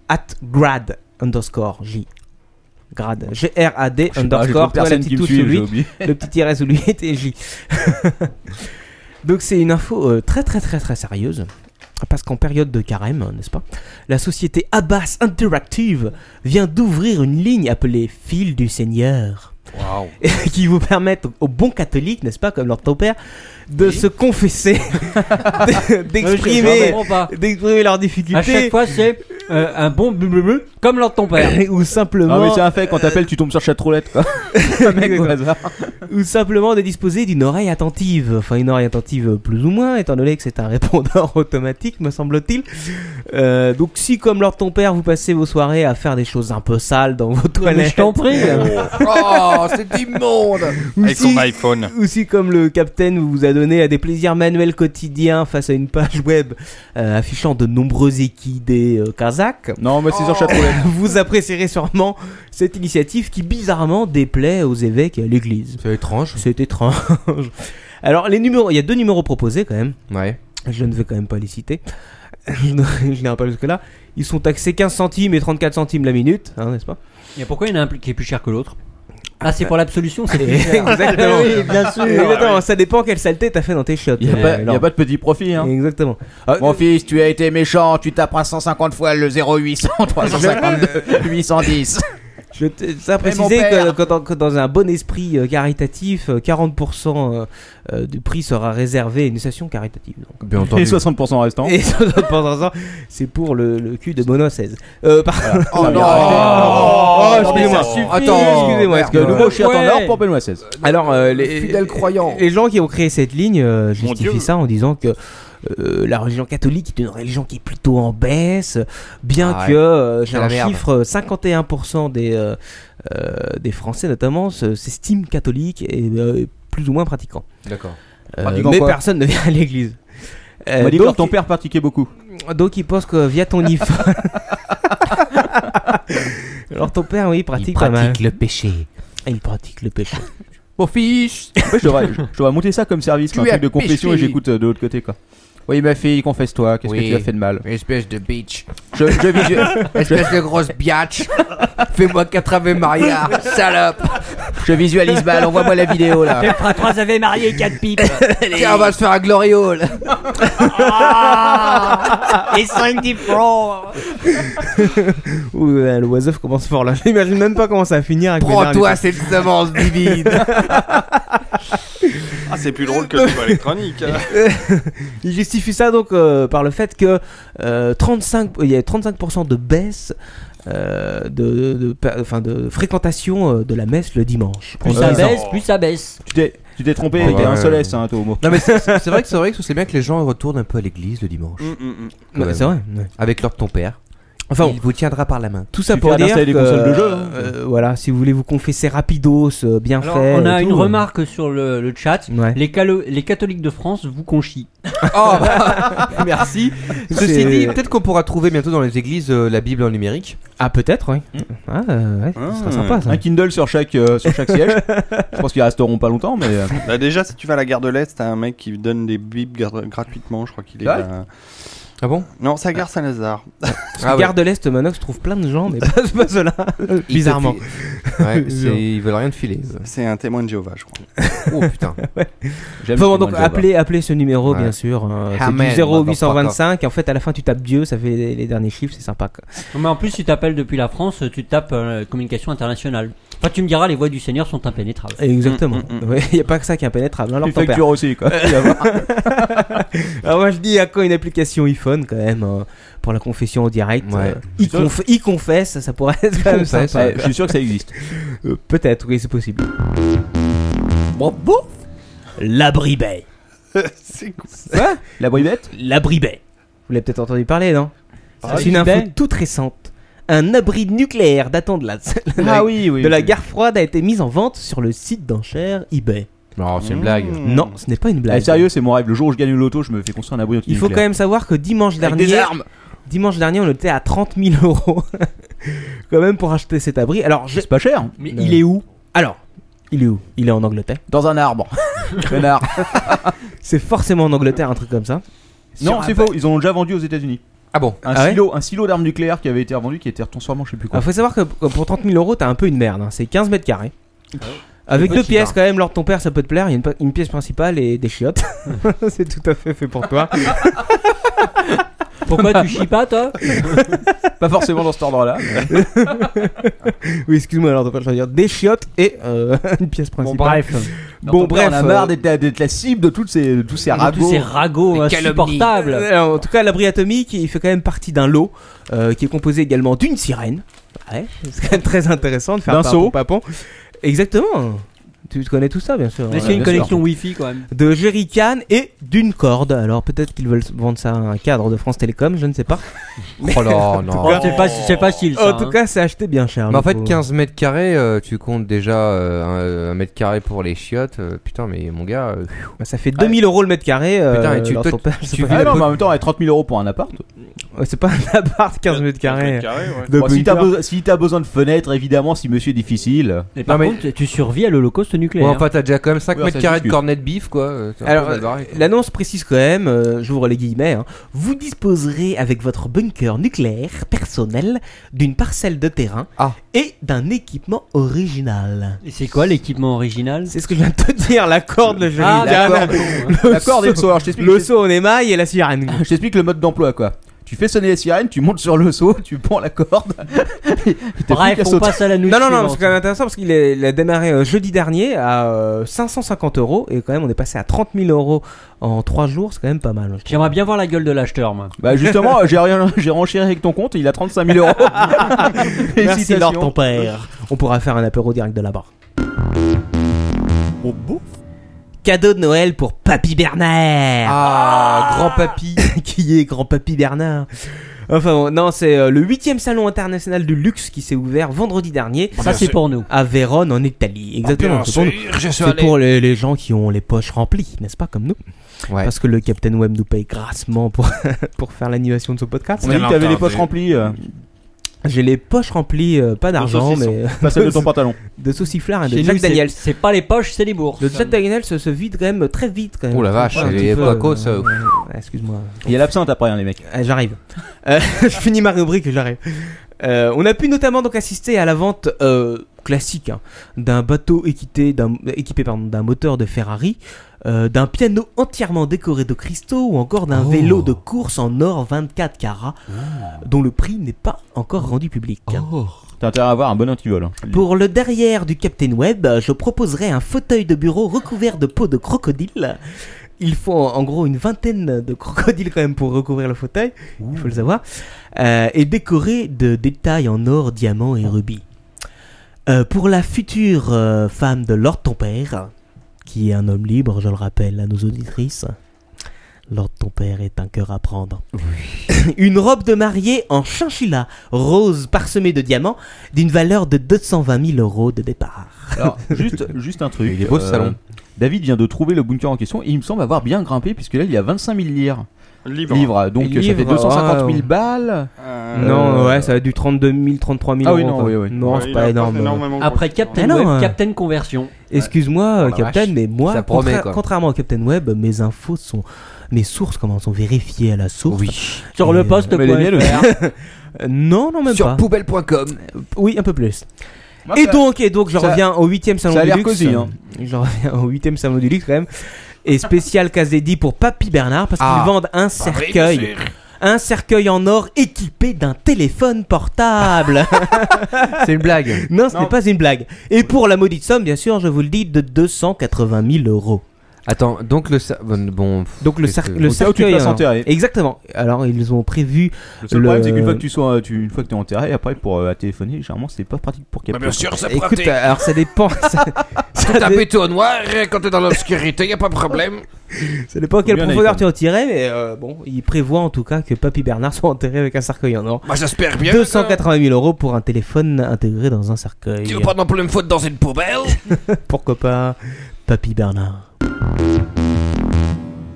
At grad underscore J. Grad. G-R-A-D Je sais pas, j'ai trop underscore. de toi, la personnes qui petite me touche suivent, sur lui. j'ai oublié. le petit RS ou lui était J. *laughs* Donc c'est une info euh, très très très très sérieuse. Parce qu'en période de carême, euh, n'est-ce pas La société Abbas Interactive vient d'ouvrir une ligne appelée Fil du Seigneur. *laughs* qui vous permettent aux bons catholiques, n'est-ce pas, comme leur ton père, de *laughs* se confesser, *laughs* de- d'exprimer comprends pas. d'exprimer leurs À chaque difficultés, fois, c'est euh, un bon blablabla, comme lors de ton père. *laughs* *laughs* ou Ah, simplement mais c'est un fait, quand t'appelles, tu tombes sur chatroulette, quoi. *laughs* Un mec au hasard. ou simplement de disposer d'une oreille attentive. Enfin, une oreille attentive euh, plus ou moins, étant donné que c'est un *laughs* répondeur automatique, me semble-t-il. Euh, donc, si, comme lors de ton père, vous passez vos soirées à faire des choses un peu sales dans vos Mais je toilettes, t'en *laughs* prie. Oh, c'est immonde ou Avec si, son iPhone. ou si, comme le capitaine vous a donné à des plaisirs manuels quotidiens face à une page web euh, affichant de nombreux équidés euh, kazakhs, Non, mais c'est sur chatroulette. *laughs* vous apprécierez sûrement cette initiative qui bizarrement déplaît aux évêques et à l'église. C'est étrange. C'est étrange. Alors, les numéros, il y a deux numéros proposés quand même. Ouais. Je ne vais quand même pas les citer. Je ne- je n'irai pas jusque-là. Ils sont taxés 15 centimes et 34 centimes la minute, hein, n'est-ce pas Et pourquoi il y en a un pl- qui est plus cher que l'autre Ah, c'est pour l'absolution, c'est *laughs* plus cher. Exactement. Oui, bien sûr. Et attends, ça dépend quelle saleté t'as fait dans tes chiottes. Il Euh, n'y alors. a pas de petit profit, hein. Exactement. Ah, euh, fils, tu as été méchant, tu taperas 150 fois le 0800, *laughs* 352, 810. je te- ça Mais mon précisait que, père. que dans- que dans un bon esprit euh, caritatif, euh, 40% euh, euh, du prix sera réservé à une station caritative. donc. Bien Et entendu. 60% restant. Et ça, *laughs* pendant ce temps, c'est pour le, le cul de Mono 16. Euh, par- Oh non Oh, Non, mais excusez-moi. ça suffit. Attends, excusez-moi. Parce que excusez-moi. nouveau chien Ouais. en or pour Benoît XVI. Alors, euh, les, Fidèle croyant. les gens qui ont créé cette ligne euh, Mon justifient Dieu. ça en disant que euh, la religion catholique est une religion qui est plutôt en baisse, bien Ah que, ouais. euh, j'ai la un merde. chiffre, euh, 51% des, euh, euh, des Français notamment se- s'estiment catholiques et euh, plus ou moins pratiquants. D'accord. Euh, Pratiquants mais quoi personne ne vient à l'église. Euh, On m'a dit que leur donc, ton père pratiquait beaucoup. donc ils pensent que via ton iPhone... Alors ton père, oui, pratique, pas mal. le péché. Il pratique le *laughs* péché. Mon fils Ouais, je, devrais, je- je devrais monter ça comme service, Tu un truc as de confession et péché. j'écoute euh, de l'autre côté quoi. Oui ma fille, confesse-toi, qu'est-ce Oui. que tu as fait de mal Espèce de bitch. Je, je visu- *laughs* Espèce de grosse biatch. Fais-moi quatre Ave Maria, salope. je visualise mal, envoie-moi la vidéo là. Tu feras trois avez mariés et quatre *laughs* pipes. Tiens, on va se faire un gloriole. Ah. Et 5 10 francs Ouh, euh, le oiseau commence fort là. *laughs* J'imagine même pas comment ça va finir avec Prends-toi cette semence *laughs* divine. Ah, c'est plus drôle que le électronique. Il justifie ça donc euh, par le fait que euh, 35, il y a 35% de baisse euh, de, de, de- enfin, de fréquentation euh, de la messe le dimanche. Plus Euh, ça non. baisse, plus ça baisse. Tu t'es, tu t'es trompé, Ouais. t'es insoleste hein, toi homo. Non, mais c'est c'est vrai que c'est vrai que c'est bien que les gens retournent un peu à l'église le dimanche. Mm, mm, mm. Quand Ouais, même. c'est vrai. ouais. *laughs* Avec l'ordre de ton père. Enfin bon. Il vous tiendra par la main. Tout ça Suffit pour à dire d'installer des que, consoles de jeu, hein. euh, voilà, si vous voulez vous confesser rapidos, euh, bien Alors, fait. on a et une tout, euh, remarque sur le, le chat. Ouais. Les, calo- les catholiques de France vous conchient. Oh, bah, Merci. Ceci dit, peut-être qu'on pourra trouver bientôt dans les églises euh, la Bible en numérique. Ah peut-être, oui. Hmm. Ah, euh, ouais, ce sera Hmm. sympa ça. Un Kindle sur chaque, euh, sur chaque siège. Je pense qu'ils resteront pas longtemps, mais. euh, Bah déjà, si tu vas à la gare de l'Est, t'as un mec qui donne des bibles gra- gratuitement. Je crois qu'il est. Ah à- Ah bon Non, c'est à gare Saint-Lazare. Ah ouais. Gare de l'Est, Manox trouve plein de *laughs* gens, mais pas, pas ceux-là. Bizarrement. Ouais, c'est- ils veulent rien de filer. C'est un témoin de Jéhovah, je crois. Oh putain. j'aime ce Enfin bon, donc moment de appelez, appelez ce numéro, Ouais. bien sûr. hein. Amen, c'est du 0825. Et en fait, à la fin, tu tapes Dieu, ça fait les, les derniers chiffres, c'est sympa. quoi. Non, mais en plus, si t'appelles depuis la France, tu tapes euh, communication internationale. Enfin, tu me diras, les voies du Seigneur sont *laughs* impénétrables. Hmm, Exactement. Mm, mm, Il *laughs* n'y a pas que ça qui est impénétrable. hein, Java. Alors, Une t'en perds. facture aussi, quoi. *laughs* Alors moi je dis à quoi une application iPhone quand même euh, pour la confession en direct. Ouais. euh, y, conf- y confesse, ça pourrait être quand même confesse, sympa. Ouais, je suis sûr que ça existe. Euh, Peut-être, oui, c'est possible. Bon, bon. La bribet. c'est cool. La brivette La bribet. Vous l'avez peut-être entendu parler, non C'est une info Bribet toute récente. Un abri nucléaire datant de la, *laughs* de la- Ah oui, oui. de la oui. guerre froide a été mis en vente sur le site d'enchères eBay. Non, c'est une blague. Mm. Non, ce n'est pas une Eh, blague. sérieux, c'est mon rêve. Le jour où je gagne le loto, je me fais construire un abri Il faut quand même savoir que dimanche Avec dernier, des armes. dimanche dernier, on était à 30 000 euros *laughs* quand même pour acheter cet abri. Alors, je- C'est pas cher. hein. Euh, Mais il est où Alors, il est où Il est en Angleterre. Dans *laughs* un arbre. Connard. C'est forcément en Angleterre, un truc comme ça. Non, c'est faux. Ils en ont déjà vendu aux États-Unis. *laughs* Ah bon Un Ah ouais silo, un silo d'armes nucléaires qui avait été revendu, qui était transformé en je sais plus Il quoi. Ah, faut savoir que que pour 30 000 euros, t'as un peu une merde. hein. C'est 15 mètres carrés. Avec C'est deux petit, pièces hein. quand même, lors de ton père, ça peut te plaire. Il y a une, pa- une pièce principale et des chiottes. *laughs* c'est tout à fait fait pour toi. Pourquoi Bah, tu chies pas, toi pas forcément dans cet *laughs* ordre-là. mais- oui, excuse-moi, alors de pas dire des chiottes et euh, *laughs* une pièce principale. Ton Bon, père, bref. euh, on a marre d'être la, d'être la cible de, toutes ces, euh, de tous ces Tous ragots. Ah ces ragots euh, Les calomnies. insupportables. Euh, alors, en tout cas, l'abri atomique, il fait quand même partie d'un lot euh, qui est composé également d'une sirène. Ouais, *laughs* c'est quand même très intéressant de faire D'un papon, seau. papon. Exactement. Tu connais tout ça, bien sûr. Mais Ouais, c'est une bien sûr. connexion Wi-Fi quand même. De jerrycan et d'une corde. Alors peut-être qu'ils veulent vendre ça à un cadre de France Télécom, je ne sais pas. Oh *laughs* là, non. C'est pas- c'est facile ça. Oh, en tout hein. cas, c'est acheté bien cher. Mais en du fait, coup. 15 mètres carrés, euh, tu comptes déjà euh, un, un mètre carré pour les chiottes. euh, putain, mais mon gars, euh, Bah, ça fait 2000 euros le mètre carré. euh, Putain, et tu- dans toi, ton père, c'est tu pas- Ah non, mais en même temps, avec 30 000 euros pour un appart. *laughs* Ouais, c'est pas un appart 15 mètres carrés. de Bon, si bunker. t'as besoin, si t'as besoin de fenêtres, évidemment, si monsieur est difficile. Et par Non, mais- contre, tu survis à l'holocauste nucléaire. ouais, enfin, t'as déjà quand même 5 Oui, mètres ça carrés de discute. cornet de bif, quoi. euh, c'est un peu Alors, mal euh, barré, quoi. L'annonce précise quand même, euh, j'ouvre les guillemets, hein, vous disposerez avec votre bunker nucléaire personnel d'une parcelle de terrain Ah. et d'un équipement original. Et c'est quoi l'équipement original C'est ce que je viens de te dire, la corde, le Ah, jerrycan, le, D'accord, seau- des sauts. Alors, je t'explique. le saut en émail et la sirène. Je t'explique le mode d'emploi quoi. Tu fais sonner la sirène, tu montes sur le seau, *laughs* tu prends la corde. et t'as plus Bref, qu'à on sauter. passe à la nuit. Non, non, non, c'est quand même intéressant parce qu'il est- il a démarré euh, jeudi dernier à euh, 550 euros et quand même on est passé à 30 000 euros en 3 jours, c'est quand même pas mal. je trouve. J'aimerais bien voir la gueule de l'acheteur, moi. Bah justement, j'ai rien, j'ai renchéré avec ton compte, il a 35 000 euros. Merci Félicitations. Laure, ton père. On pourra faire un apéro direct de là-bas. Cadeau de Noël pour Papy Bernard Ah, grand papy. *laughs* Qui est grand Papy Bernard Enfin bon, non, c'est euh, le 8 salon international du luxe qui s'est ouvert vendredi dernier Ça, c'est pour nous. à Vérone en Italie. Ah, Exactement, c'est pour nous. C'est pour les, les gens qui ont les poches remplies, n'est-ce pas, comme nous Ouais. Parce que le Captain Web nous paye grassement pour, *laughs* pour faire l'animation de ce podcast. On a dit que t'avais les poches remplies, euh, J'ai les poches remplies, euh, pas d'argent, saucisson. mais pas celle de ton pantalon. de sauciflard et Ah, de Chez nous, Jack c'est- Daniels. C'est pas les poches, c'est les bourses. Le Jack Daniels se, se vide quand même très vite quand même. Oh la vache, Ouais, un les petit peu, Paco, euh, ça- euh, Excuse-moi. Il y a l'absinthe après hein, les mecs. Ah, j'arrive. Euh, *laughs* je finis ma rubrique, et j'arrive. Euh, on a pu notamment donc assister à la vente euh, classique hein, d'un bateau équité, d'un- équipé pardon, d'un moteur de Ferrari, euh, d'un piano entièrement décoré de cristaux ou encore d'un Oh. vélo de course en or 24 carats dont le prix n'est pas encore rendu public. T'as intérêt à avoir un bon antivol. hein. Pour le derrière du Captain Web, je proposerai un fauteuil de bureau recouvert de peau de crocodile. Il faut en gros une vingtaine de crocodiles quand même pour recouvrir le fauteuil, il faut le savoir, Euh, et décoré de détails en or, diamant et rubis. Euh, pour la future euh, femme de Lord ton père, qui est un homme libre, je le rappelle à nos auditrices, Lord ton père est un cœur à prendre. *laughs* Une robe de mariée en chinchilla, rose parsemée de diamants, d'une valeur de 220 000 euros de départ. Alors, juste, juste un truc. euh, Il est beau, ce salon. David vient de trouver le bunker en question et il me semble avoir bien grimpé puisque là il y a 25 000 livres. Libre. Livres, donc ça fait Livres, 250 000 ouais. balles. Euh, Non, ouais, ça va être du 32 000, 33 000 Ah euros. oui, non, quoi. oui, oui. Non, ouais, c'est il pas en énorme. passe énormément Après pour le Captain Ah non, Web, euh. Captain Conversion. Excuse-moi, Oh la Captain, vache. mais moi, Ça promet, contra- quoi. contrairement à Captain Web, mes infos sont. Mes sources, comment sont vérifiées à la source Oui. Sur Et, le euh, poste, mais les quoi. miennes, Euh, Non, non, même Sur pas. poubelle.com. Oui, un peu plus. et donc, et donc, je ça- reviens au 8 salon ça a du l'air luxe. cosy, hein. *laughs* Je reviens au 8 salon du luxe quand même. Et spécial casse dédiée pour Papy Bernard parce Ah. qu'ils vendent un cercueil. Un cercueil en or équipé d'un téléphone portable. C'est une blague. non, ce n'est pas une blague. Et pour la maudite somme, bien sûr, je vous le dis, de 280 000 euros. Attends, donc le. sa- Bon. bon, pff, Donc le, qu'est-ce cer- que- le Au cas où tu te cercueil. fasses en or. enterrer. Exactement. Alors ils ont prévu. hein. Le seul le- problème c'est qu'une fois que tu sois, euh, tu- une fois que t'es enterré, après pour euh, téléphoner, généralement c'est pas pratique pour Ah, capter. sûr, c'est Écoute, euh, alors ça *laughs* dépend. ça, ça dé- Taper tout au noir, quand t'es dans l'obscurité, y a pas de problème. ça dépend à quelle bien un profondeur iPhone. tu en tirais, mais euh, bon, ils prévoient en tout cas que Papy Bernard *laughs* soit enterré avec un cercueil en or. Moi, Bah, j'espère bien. 280 000 euros pour un téléphone intégré dans un cercueil. Tu veux pas non plus me foutre dans une poubelle *laughs* Pourquoi pas Papy Bernard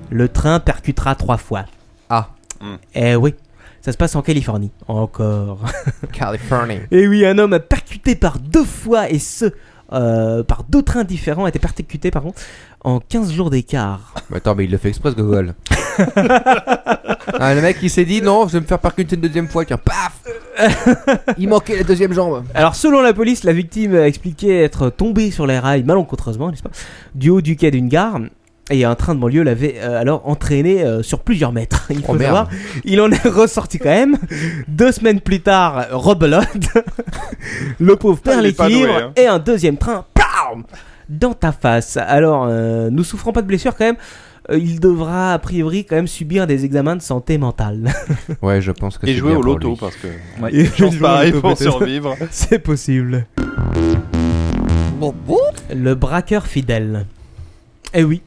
Le train percutera trois fois. Ah. Eh oui, ça se passe en Californie. Encore. Californie. Et oui, un homme percuté par deux fois et ce. euh, par deux trains différents, a été percuté pardon, en 15 jours d'écart. Mais attends, mais il le fait exprès, ce Gogol. ah, le mec, il s'est dit non, je vais me faire percuter une deuxième fois. Tiens, paf *laughs* Il manquait la deuxième jambe. Alors selon la police, la victime a expliqué être tombée sur les rails malencontreusement, n'est-ce pas, du haut du quai d'une gare. Et un train de banlieue l'avait euh, alors entraîné euh, sur plusieurs mètres. Il Oh, faut merde. savoir, il en est ressorti quand même. Deux semaines plus tard, euh, rebelote. *laughs* Le pauvre perd Il est pas doué, l'équilibre hein. et un deuxième train pam, dans ta face. Alors, euh, nous souffrons pas de blessures quand même. Euh, il devra a priori quand même subir des examens de santé mentale. Ouais, je pense que Et c'est jouer bien au pour loto lui. parce que. Ouais. *laughs* Et Chance *laughs* pareille je vois un peu pour peut-être. survivre. C'est possible. Le braqueur fidèle. Eh oui.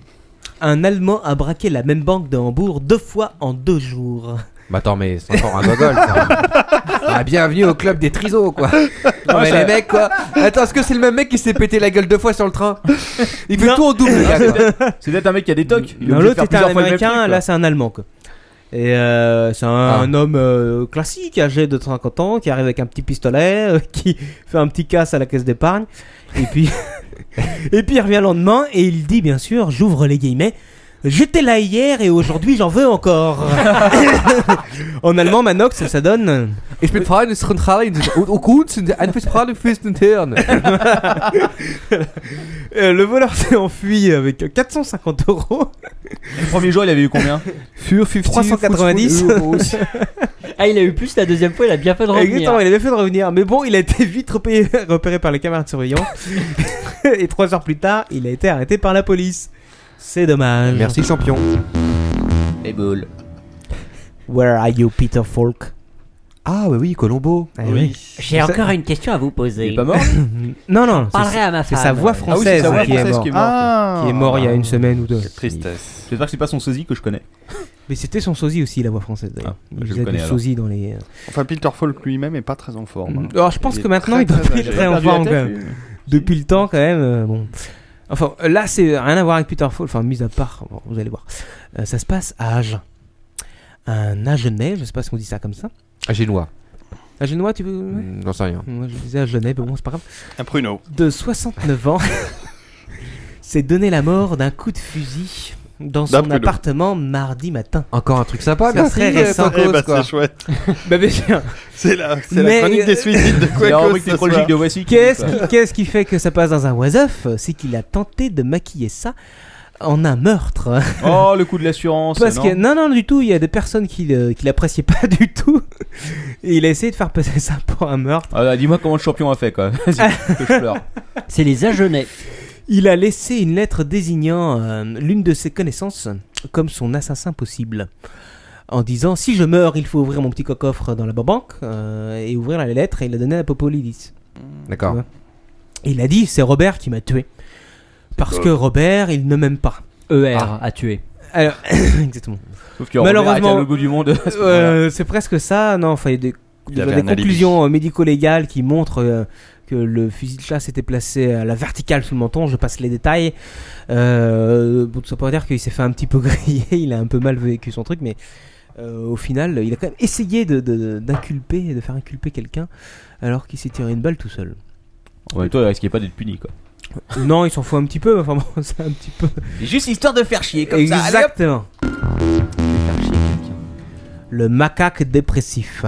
Un Allemand a braqué la même banque de Hambourg deux fois en deux jours. Bah attends, mais c'est encore un Gogol. *laughs* ça. Ah, bienvenue au club des trisos, quoi. Non, mais les mecs, quoi. Attends, est-ce que c'est le même mec qui s'est pété la gueule deux fois sur le train Il fait Non. tout en double, le gars, quoi. *laughs* C'est peut-être un mec qui a des tocs. Il est obligé Non, de L'autre faire était plusieurs un fois le même Américain, truc, là quoi. c'est un Allemand. quoi. Et euh, c'est un, Ah. un homme euh, classique, âgé de 50 ans, qui arrive avec un petit pistolet, euh, *laughs* qui fait un petit casse à la caisse d'épargne. Et puis, *laughs* et puis il revient le lendemain et il dit bien sûr, j'ouvre les guillemets, j'étais là hier et aujourd'hui j'en veux encore. *laughs* en allemand, Manox, ça donne. Ich bin Freund des Rundreins und auch gut und ein Fischbraten fürs Hirn. Euh, le voleur s'est enfui avec 450 euros. Le premier jour il avait eu combien Für 50 390. Euros. Ah, il a eu plus la deuxième fois, il a bien *laughs* fait de Exactement, revenir. il avait fait de revenir. Mais bon, il a été vite repéré, *laughs* repéré par les caméras de *laughs* surveillance. et trois heures plus tard, il a été arrêté par la police. C'est dommage. Merci, champion. Les boules. Where are you, Peter Falk Ah, ouais, oui, Colombo. Eh oui. J'ai encore une question à vous poser. Il est pas mort Non, non, Je c'est- parlerai à ma c'est femme. sa voix Ah oui, c'est française, sa voix qui, est française mort, Ah. qui est morte. qui est mort il y a une Ah, semaine ou deux. Tristesse. J'espère que c'est pas son sosie que je connais. Mais c'était son sosie aussi, la voix française d'ailleurs. Ah, Il je faisait le connais, du alors. bah. sosie dans les. euh, Enfin, Peter Falk lui-même est pas très en forme. hein. Alors je pense Il est que maintenant très, il doit très plus âgé. être Il a très en perdu la forme quand tête, même. lui. depuis le temps quand même. euh, bon. Enfin, euh, là, c'est rien à voir avec Peter Fall. Enfin, mis à part, bon, vous allez voir. Euh, ça se passe à Agen. Un Agenais, je sais pas si on dit ça comme ça. Ah, Génois. Agenois, tu veux ouais. Hmm, J'en sais rien. Moi, je disais Agenais, mais bon, c'est pas grave. Un pruneau. De 69 ans, *laughs* s'est donné la mort d'un coup de fusil dans D'un son pruneau. appartement mardi matin. Encore un truc sympa, C'est merci. très euh, récent. Paco, Eh bah, quoi. c'est chouette. Bah, bien sûr. C'est la, c'est la Mais, chronique euh, des suicides de C'est la Quacos rubrique ce nécrologique soir. de voici. Qu'est-ce qui, qu'est-ce qui fait que ça passe dans un was-off C'est qu'il a tenté de maquiller ça en un meurtre. Oh le coup de l'assurance. Parce non que non non du tout, il y a des personnes qui le- qui l'appréciaient *laughs* pas du tout. Et il a essayé de faire passer ça pour un meurtre. Ah, là, dis-moi comment le champion a fait quoi. *laughs* Vas-y, que je pleure. C'est les Agenais. Il a laissé une lettre désignant euh, l'une de ses connaissances comme son assassin possible. En disant si je meurs, il faut ouvrir mon petit coffre dans la banque euh, et ouvrir la lettre et il a donné à Popolidis. D'accord. Et il a dit c'est Robert qui m'a tué. Parce que Robert, il ne m'aime pas. ER à tuer. Alors, *coughs* exactement. Sauf que malheureusement, le bout du monde. *laughs* à ce moment-là. Euh, c'est presque ça. Non, enfin, il y a des, Il des- avait des un alibi. conclusions euh, médico-légales qui montrent euh, que le fusil de chasse était placé à la verticale sous le menton. Je passe les détails. Euh, bon, ça pourrait dire qu'il s'est fait un petit peu *laughs* griller. Il a un peu mal vécu son truc, mais euh, au final, il a quand même essayé de- de- d'inculper, de, faire inculper quelqu'un, alors qu'il s'est tiré une balle tout seul. En même temps, il risquait pas d'être puni quoi. non, il s'en fout un petit peu. mais Enfin, bon, *laughs* c'est un petit peu. Juste histoire de faire chier comme ça. Allez, hop. Exactement. Le macaque dépressif.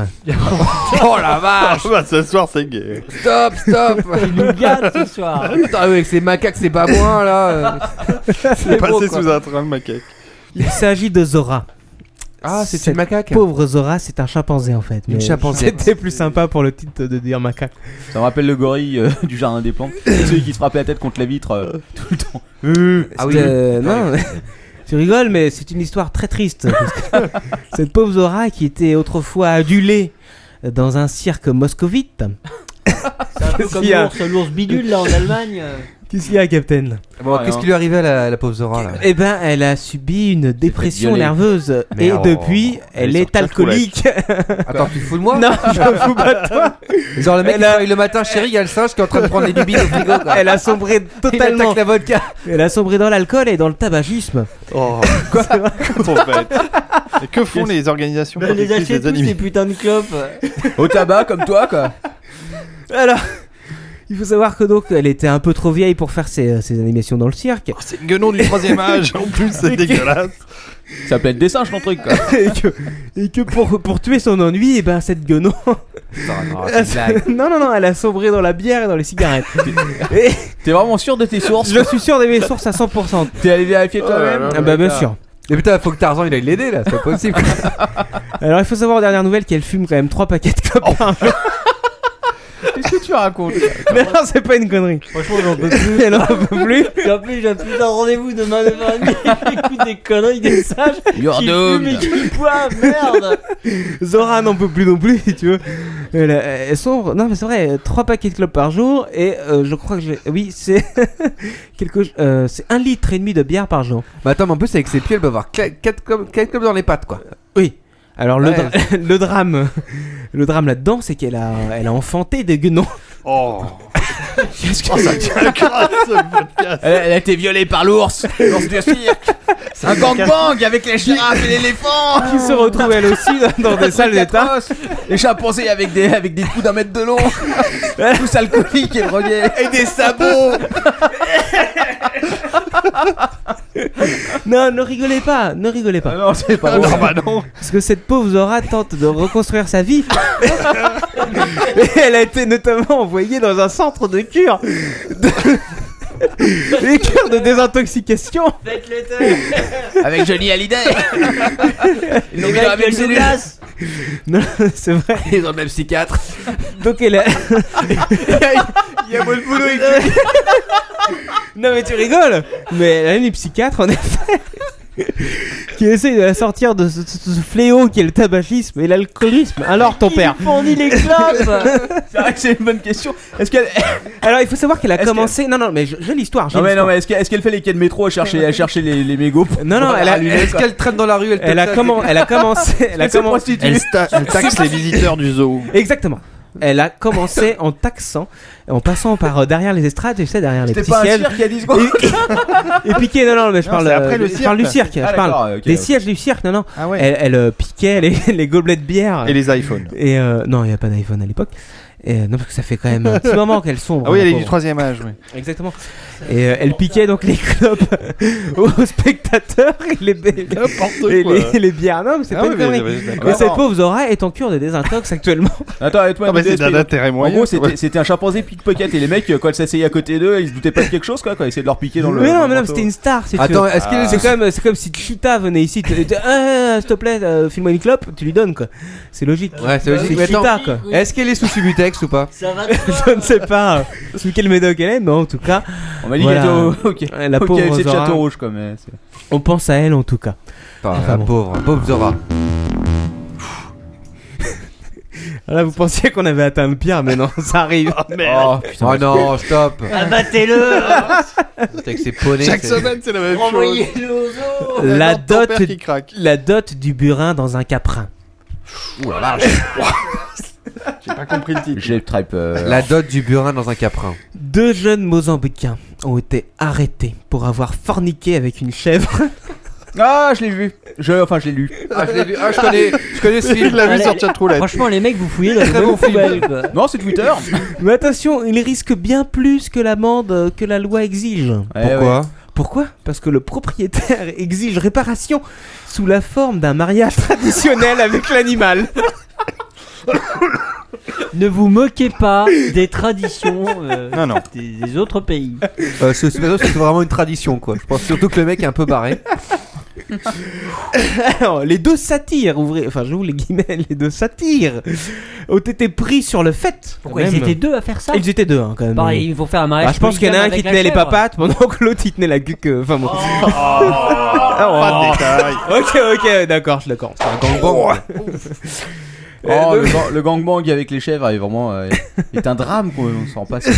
Oh la vache bah, *laughs* ce soir, c'est gay. Stop, stop *laughs* Ah Il nous gâte ce *laughs* soir. Putain, avec ces macaques, c'est pas moins *laughs* là beau, C'est passé quoi. sous un train de maquette. Il s'agit de Zora. Ah, c'est une macaque Pauvre Zora, c'est un chimpanzé en fait. Une mais chimpanzé. C'était plus sympa pour le titre de dire macaque. Ça me rappelle le gorille euh, *laughs* du jardin des plantes, celui qui se frappait la tête contre la vitre euh, tout le temps. Ah oui. Euh, non, *laughs* tu rigoles, mais c'est une histoire très triste. parce que *laughs* cette pauvre Zora qui était autrefois adulée dans un cirque *laughs* moscovite. C'est un peu comme S'il y a- l'ours, l'ours bidule là en Allemagne. Qu'est-ce qu'il y a, Captain Bon, Ah, qu'est-ce non. qui lui est arrivé à la, à la pauvre Zora *laughs* là Eh ben, elle a subi une dépression violer. nerveuse et Merde. depuis, elle, Elle est est, sur quatre alcoolique. *laughs* Attends, tu te fous de moi *laughs* non, je me fous pas de toi. Genre le mec Elle il a- travaille le matin, chérie, il y a le singe qui est en train de prendre les dubis au frigo quoi. Elle a *laughs* sombré Il attaque totalement. la vodka. Elle a sombré dans l'alcool et dans le tabagisme. Oh, *laughs* quoi Trop bête. Et que font Bah, les organisations Elle les protectrices achète des tous ces animaux putains de clopes. Au tabac comme toi quoi. Alors, il faut savoir que donc elle était un peu trop vieille pour faire ses, euh, ses animations dans le *laughs* cirque. C'est guenon du troisième âge, en plus, c'est dégueulasse. Ça peut être des singes ton truc quoi. et que, et que pour, pour tuer son ennui, et ben cette guenon. *laughs* non, non, non, elle a sombré dans la bière et dans *laughs* les cigarettes. et T'es vraiment sûr de tes sources je suis sûr des mes sources à 100%. T'es allé vérifier toi-même Ah bah, bien sûr. Mais putain, faut que Tarzan il aille l'aider là, c'est pas *laughs* possible. Alors, il faut savoir, dernière nouvelle, qu'elle fume quand même 3 paquets de clopes par jour. Oh. Qu'est-ce que tu racontes Mais *laughs* non, c'est pas une connerie. Franchement, j'en peux plus. Elle en peut plus. Et en plus, j'ai plus d'un rendez-vous demain de famille. *laughs* J'écoute des conneries, des sages qui fument et qui boivent. Merde. Zora n'en peut plus non plus, si tu veux. Elle, euh, elle sombre. Non, mais c'est vrai, euh, trois paquets de clopes par jour et euh, je crois que j'ai. Oui, c'est. *laughs* quelque... euh, c'est un litre et demi de bière par jour. Mais attends, mais en plus avec ses pieds, elle peut avoir 4 comme dans les pattes quoi. Oui. Alors, le, Ouais. dra- *laughs* le drame. Le drame là-dedans, c'est qu'elle a, elle a enfanté des guenons. Oh, Qu'est-ce que oh ça tient grave ce podcast. Elle, elle a été violée par l'ours. L'ours du cirque. Un gangbang avec les girafes et l'éléphant. Qui se retrouvent elles aussi dans des salles d'état. Les chimpanzés avec des, avec des coups d'un mètre de long. Tous alcooliques et drogués. Et des sabots. Non, ne rigolez pas, ne rigolez pas. Non, c'est pas Non, bah non. Parce que cette pauvre Zora tente de reconstruire sa vie. Et elle a été notamment envoyée dans un centre de cure. De... *laughs* Les cures de désintoxication. Faites le teuf. Avec Johnny Hallyday. Ils l'ont mis dans la même Michael cellule. Douglas. Non, c'est vrai. Ils ont le même psychiatre. Donc elle a... Il y a le boulot. *laughs* Non mais tu rigoles Mais elle a une psychiatre en effet. Qui essaye de la sortir de ce, ce- ce fléau qui est le tabagisme et l'alcoolisme. Alors ton père. Qui fournit les clopes. C'est vrai que c'est une bonne question. Est-ce qu'elle. Alors il faut savoir qu'elle a Est-ce commencé. Non non mais je- j'ai l'histoire. j'ai Non mais non l'histoire. mais est-ce qu'elle est-ce qu'elle fait les quais de métro à chercher à chercher les, les mégots pour- Non non, elle a, elle, Est-ce qu'elle traîne dans la rue, elle elle a tape ça, comment, elle a commencé, elle a Elle se commencé. prostitue. Elle, sta- elle taxe les visiteurs du zoo. Exactement. Elle a commencé en taxant, en passant par euh, derrière les estrades, tu sais, derrière les C'était petits pas un sièges. cirque il y a 10 secondes Et piquait, non, non, mais je Non, parle, c'est euh, après le je parle du cirque, Ah, je parle d'accord, ok, des ouais. sièges du cirque, non, non. Ah ouais. Elle, elle, euh, piquait les, *laughs* les gobelets de bière. Ah, Et les iPhones. Et euh, non, il n'y a pas d'iPhone à l'époque. Et, euh, non, parce que ça fait quand même un petit moment qu'elles sont. Ah oui, elle est du troisième âge, oui. Exactement. Et euh, elle piquait donc les *laughs* clopes aux spectateurs et les, N'importe *laughs* et les, les bières. Non, mais c'est Ah pas oui, une mais- connerie. mais- d'accord. Et cette pauvre Zora est en cure de désintox actuellement. Attends, arrête-moi. Non, mais deux c'est d'un secondes. intérêt En moyen. gros, c'était ouais. c'était un chimpanzé pickpocket et les mecs, euh, quand ils s'asseyaient à côté d'eux, ils se doutaient pas de quelque chose, quoi, quand ils essayaient de leur piquer dans le. mais dans non, le mais non, mais manteau. c'était une star. Si tu veux. Attends, est-ce qu'elle C'est comme, c'est comme si Chuta venait ici, tu- tu- Ah, s'il te plaît, euh, file-moi une clope, tu lui donnes quoi. C'est logique. Ouais, Euh, c'est logique. C'est Mais attends, Chuta quoi. Oui. est-ce qu'elle est sous Subutex ou pas Ça va de soi. *laughs* Je ne sais pas euh, sous quel médoc elle est, mais en tout cas, On m'a dit Voilà. qu'elle était au- Bah, *laughs* ok. euh, la Ok, pauvre c'est le Zora, château rouge, quoi, mais. c'est- on pense à elle en tout cas. Putain, Enfin la bon. pauvre, pauvre Zora. Là, vous pensiez qu'on avait atteint le pire, mais non, ça arrive. Oh, merde. Oh, putain, oh non, stop. Ah, Abattez-le Avec ses poneys. Chaque c'est- semaine, c'est la même chose. Envoyez-le aux autres Oh, La J'adore ton dot, père qui craque. la dot du burin dans un caprin. Ouh la vache. J'ai pas compris le titre. J'ai tripe. euh, La dot du burin dans un caprin. Deux jeunes Mozambicains ont été arrêtés pour avoir forniqué avec une chèvre. *laughs* Ah, je l'ai vu. Je, enfin, je l'ai lu. Ah, je l'ai vu. Ah, je connais, je connais ce *laughs* Il film. l'a vu Allez. sur chatroulette. Franchement, les mecs, vous fouillez dans les mêmes poubelles, quoi. Non, c'est Twitter. Mais attention, ils risquent bien plus que l'amende euh, que la loi exige. Pourquoi Pourquoi Parce que le propriétaire *laughs* exige réparation sous la forme d'un mariage *laughs* traditionnel avec l'animal. Ne vous moquez pas des traditions euh, Non, non. Des, des autres pays. Euh, ce- ce- C'est vraiment une tradition, quoi. Je pense surtout que le mec est un peu *laughs* barré. Alors, les deux satires, ouvrez, enfin j'ouvre les guillemets, les deux satires ont été pris sur le fait. Pourquoi quand ils même. étaient deux à faire ça Ils étaient deux, hein, quand même. Pareil, ils vont faire un Bah, mariage. je pense qu'il y en a un qui tenait les papates *laughs* pendant que l'autre il tenait la queue. que- Enfin *laughs* bon. Ah, Pas de détails. Oh. *laughs* Ok, ok, d'accord, je suis d'accord. Un gangbang. Eh, Euh, Oh, le, gang- le gangbang avec les chèvres est vraiment euh, est un drame quoi, on s'en passe.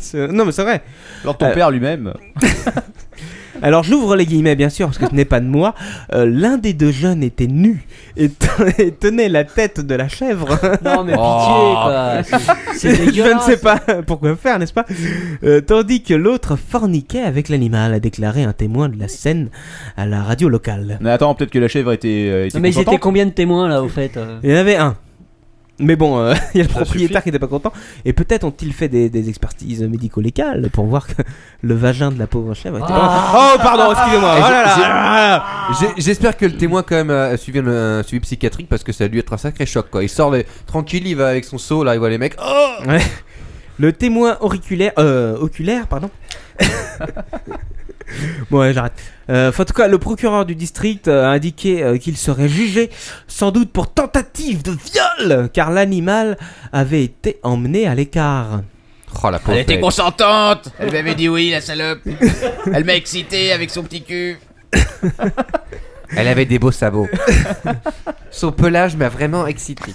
C'est- Non, mais c'est vrai. Alors ton Euh, père lui-même. Alors j'ouvre les guillemets bien sûr parce que ce n'est pas de moi. Euh, L'un des deux jeunes était nu et, ten- et tenait la tête de la chèvre. Non mais pitié Oh. quoi. *laughs* C'est- C'est Je ne dégueulasse. sais pas pourquoi faire, n'est-ce pas Euh, Tandis que l'autre forniquait avec l'animal, a déclaré un témoin de la scène à la radio locale. Mais attends, peut-être que la chèvre était, euh, était Non, mais ils étaient consentante. combien de témoins là au fait euh Il y en avait un. Mais bon, euh, *laughs* il y a le Ça propriétaire suffit. qui n'était pas content. Et peut-être ont-ils fait des, des expertises médico-légales pour voir que *laughs* le vagin de la pauvre chèvre était Ah. pas... Oh, pardon, Et excusez-moi. Oh là j'ai- là, j'ai- ah là là. J'ai- J'espère que le témoin quand même a a suivi un, un suivi psychiatrique parce que ça a dû être un sacré choc quoi. Il sort les... tranquille, il va avec son seau là, il voit les mecs. Oh, Ouais. Le témoin auriculaire, euh, oculaire, pardon. *laughs* bon, ouais, j'arrête. Euh, enfin, en tout cas, le procureur du district euh, a indiqué euh, qu'il serait jugé sans doute pour tentative de viol, car l'animal avait été emmené à l'écart. oh la pauvre. bête. consentante. Elle m'avait dit oui, la salope. Elle m'a excité avec son petit cul. Elle avait des beaux *laughs* sabots. son pelage m'a vraiment excité.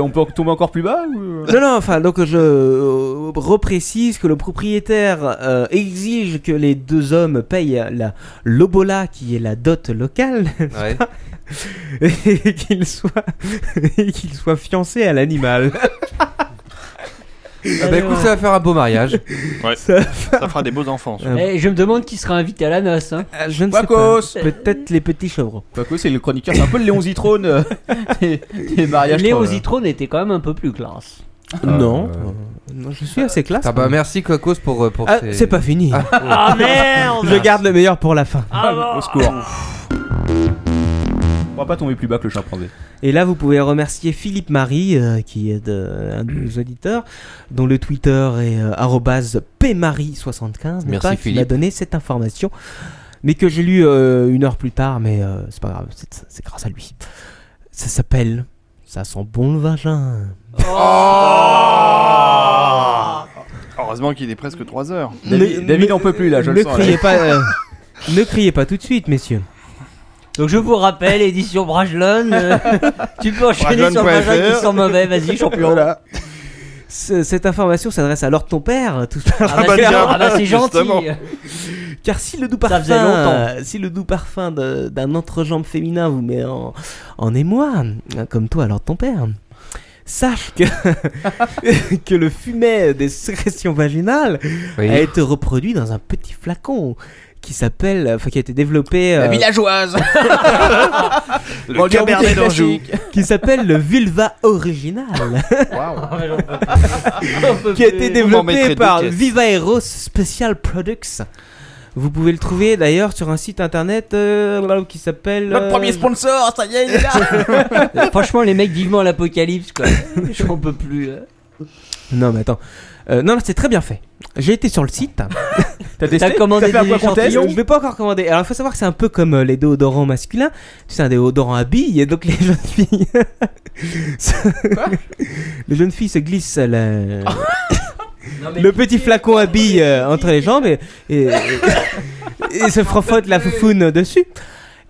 on peut tomber encore plus bas euh ou... Non, non, enfin, donc je euh, reprécise que le propriétaire euh, exige que les deux hommes payent la l'obola, qui est la dot locale, *laughs* Ouais. et qu'ils soient, et qu'ils soient fiancés à l'animal. Ah bah hein. écoute, ça va faire un beau mariage. *laughs* Ça fera des beaux enfants. Euh, Eh, je me demande qui sera invité à la noce. Hein. Ah, Je ne Quacos. sais pas. Peut-être les petits chevreaux. Quoique, c'est le chroniqueur, c'est un peu le Léon *laughs* Zitrone euh, des, des Ah, mariages. Léo hein. euh, Zitrone était quand même un peu plus classe. Euh, Non. Euh, Non, je suis assez classe. Ah bah merci Quacos pour euh, pour. Ah, ces- c'est pas fini. Ah merde Je garde le meilleur pour la fin. Au secours. On va pas tomber plus bas que le chimpanzé. Et là, vous pouvez remercier Philippe Marie, euh, qui est euh, un de nos auditeurs, dont le Twitter est euh, arobase pmarie75. n'est Merci, pas, qui m'a Philippe. donné cette information, mais que j'ai lu euh, une heure plus tard, mais euh, c'est pas grave, c'est c'est grâce à lui. Ça s'appelle Ça sent bon le vagin. Heureusement qu'il est presque 3 heures. David, Ne- David ne- en peut plus là, Ah, je ne le sens. là. criez pas, *laughs* euh, ne criez pas tout de suite, messieurs. Donc je vous rappelle, édition Brajlon, *laughs* euh, tu peux enchaîner sur Brajlon.fr. Brajlon qui sent mauvais, vas-y champion. Ce- cette information s'adresse à Lord ton père, tout par Ah bah, bah, c'est- tiens, ah bah, c'est gentil. justement. Car si le doux Ça parfum, faisait longtemps. euh, si le doux parfum de- d'un entrejambe féminin vous met en, en émoi, euh, comme toi alors ton père, sache que, *laughs* que le fumet des sécrétions vaginales Oui. a été reproduit dans un petit flacon qui s'appelle, enfin qui a été développé, euh, *laughs* villageoise Le cabernet d'Anjou. qui s'appelle le vulva original. Ah ouais, j'en peux plus. J'en peux *laughs* qui a plus. été m'en mettrez développé deux par caisses. Viva Eros Special Products. Vous pouvez le trouver d'ailleurs sur un site internet euh, voilà, qui s'appelle. euh, sponsor, ça y est, il est là *laughs* Euh, Franchement, les mecs vivement l'apocalypse, quoi. J'en peux plus. hein. Non, mais attends. Euh, non, non, c'est très bien fait. J'ai été sur le *laughs* site. T'as T'as testé commandé fait un des quoi qu'on teste échantillons Je vais pas encore commander. Alors, il faut savoir que c'est un peu comme euh, les déodorants masculins. Tu sais, un déodorant à billes. Et donc, les *laughs* jeunes filles. se- *laughs* les jeunes filles se glissent *laughs* la- le petit flacon à billes *laughs* euh, entre les jambes et, et, et- et se froffotte la foufoune dessus.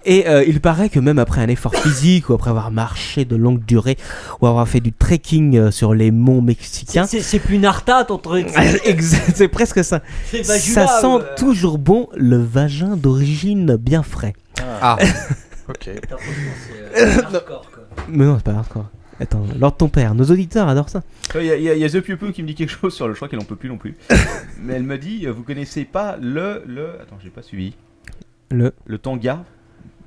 Et euh, il paraît que même après un effort physique ou après avoir marché de longue durée ou avoir fait du trekking euh, sur les monts mexicains, C'est- C'est plus Narta ton truc. *laughs* Exact, c'est presque ça. C'est euh. ça vagina, sent ou, toujours bon le vagin d'origine bien frais. Ah. Ok. euh, Mais non, c'est pas hardcore. Attends, Lord ton père, nos auditeurs adorent ça. Il y, a- il y a- il y a The Pew Pew qui me dit quelque chose sur le. Je crois qu'elle en peut plus non plus. Mais elle me dit euh, Vous connaissez pas le. le... Attends, j'ai pas suivi. Le. Le tanga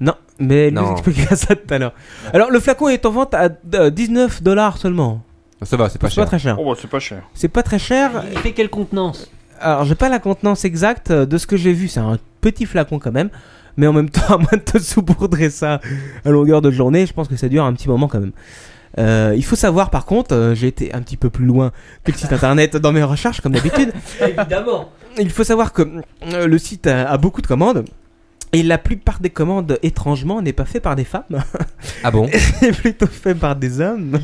Non, mais lui, Non. expliquera ça tout à l'heure. Alors, le flacon est en vente à euh, 19 dollars seulement. Ah, Ça va, c'est pas cher. très cher. Oh, bah, c'est pas cher. C'est pas très cher. Il fait quelle contenance Alors, j'ai pas la contenance exacte euh, de ce que j'ai vu. C'est un petit flacon quand même. Mais en même temps, *laughs* à moins de te saupoudrer ça à longueur de journée, je pense que ça dure un petit moment quand même. Euh, il faut savoir par contre, euh, j'ai été un petit peu plus loin que le site internet dans mes recherches comme d'habitude. Évidemment. Il faut savoir que euh, le site a, a beaucoup de commandes. Et la plupart des commandes, étrangement, n'est pas fait par des femmes. *laughs* Ah bon C'est plutôt fait par des hommes.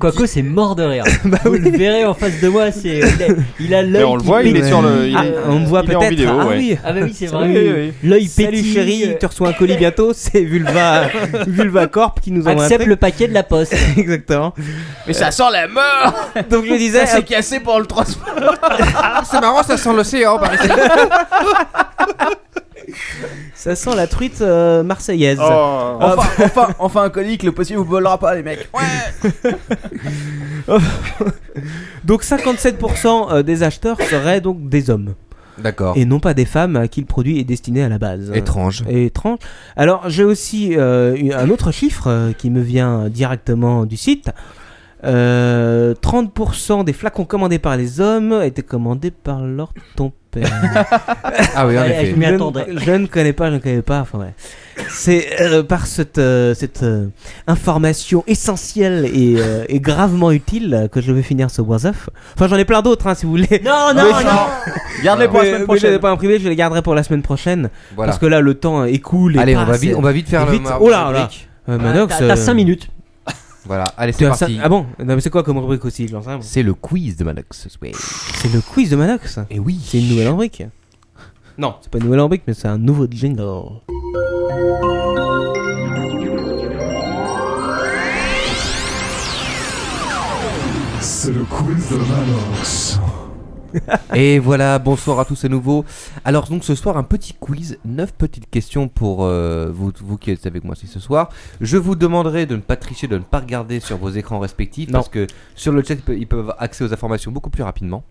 Quoique, c'est mort de rire. Vous le verrez en face de moi, c'est. il a- Il a l'œil. Mais on le voit, qui il est pétille. sur le- il Ah, est- On me voit Il est en peut-être. vidéo, ah, ouais. oui. Ah bah oui, c'est vrai. Oui, oui, oui. L'œil Salut pétille. euh, chérie, tu reçois un *laughs* colis bientôt, c'est Vulva, Vulva Corp qui nous envoie Accepte un le truc. *laughs* paquet de la poste. Exactement. Mais ça sent la mort Donc je disais, euh, Ça s'est cassé pour *laughs* le transport C'est marrant, ça sent l'océan par ici. Ça sent la truite euh, marseillaise. Oh. Hop. enfin, enfin, enfin un colis que le possible vous volera pas les mecs Ouais Donc 57% euh, des acheteurs seraient donc des hommes. D'accord. Et non pas des femmes à qui le produit est destiné à la base. Oh. Étrange. Et étrange. Alors j'ai aussi euh, une- un autre chiffre euh, qui me vient directement du site. Euh, 30% des flacons commandés par les hommes étaient commandés par leur ton père. Ah oui, en Ouais, effet. je m'y ne- attendais. je ne connais pas, je ne connais pas. Enfin, ouais. C'est euh, par cette, euh, cette euh, information essentielle et, euh, et gravement utile euh, que je vais finir ce was Off. Enfin, j'en ai plein d'autres hein, si vous voulez. Non, non, Mais- non. Gardez pour la semaine mais- mais je les ai prochaine. pas imprimés, je les garderai pour la semaine prochaine. Voilà. Parce que là, le temps écoule. Et Allez, on passe va vite, et- on va vite faire et le vite. marbre Oh là là. rubrique. Euh, Manox. T'as euh, 5 minutes. Voilà, allez, tu c'est as ça- parti. Ah bon Non, mais c'est quoi comme rubrique aussi J'en sais rien, moi. C'est le quiz de Manox. Ouais. C'est le quiz de Manox. Et oui. C'est une nouvelle rubrique. Non, c'est pas une nouvelle rubrique, mais c'est un nouveau jingle. C'est le quiz de Manox. Et voilà, bonsoir à tous à nouveau. Alors donc ce soir un petit quiz, neuf petites questions pour euh, vous, vous qui êtes avec moi ici ce soir. Je vous demanderai de ne pas tricher, de ne pas regarder sur vos écrans respectifs Non. parce que sur le chat ils peuvent- ils peuvent avoir accès aux informations beaucoup plus rapidement.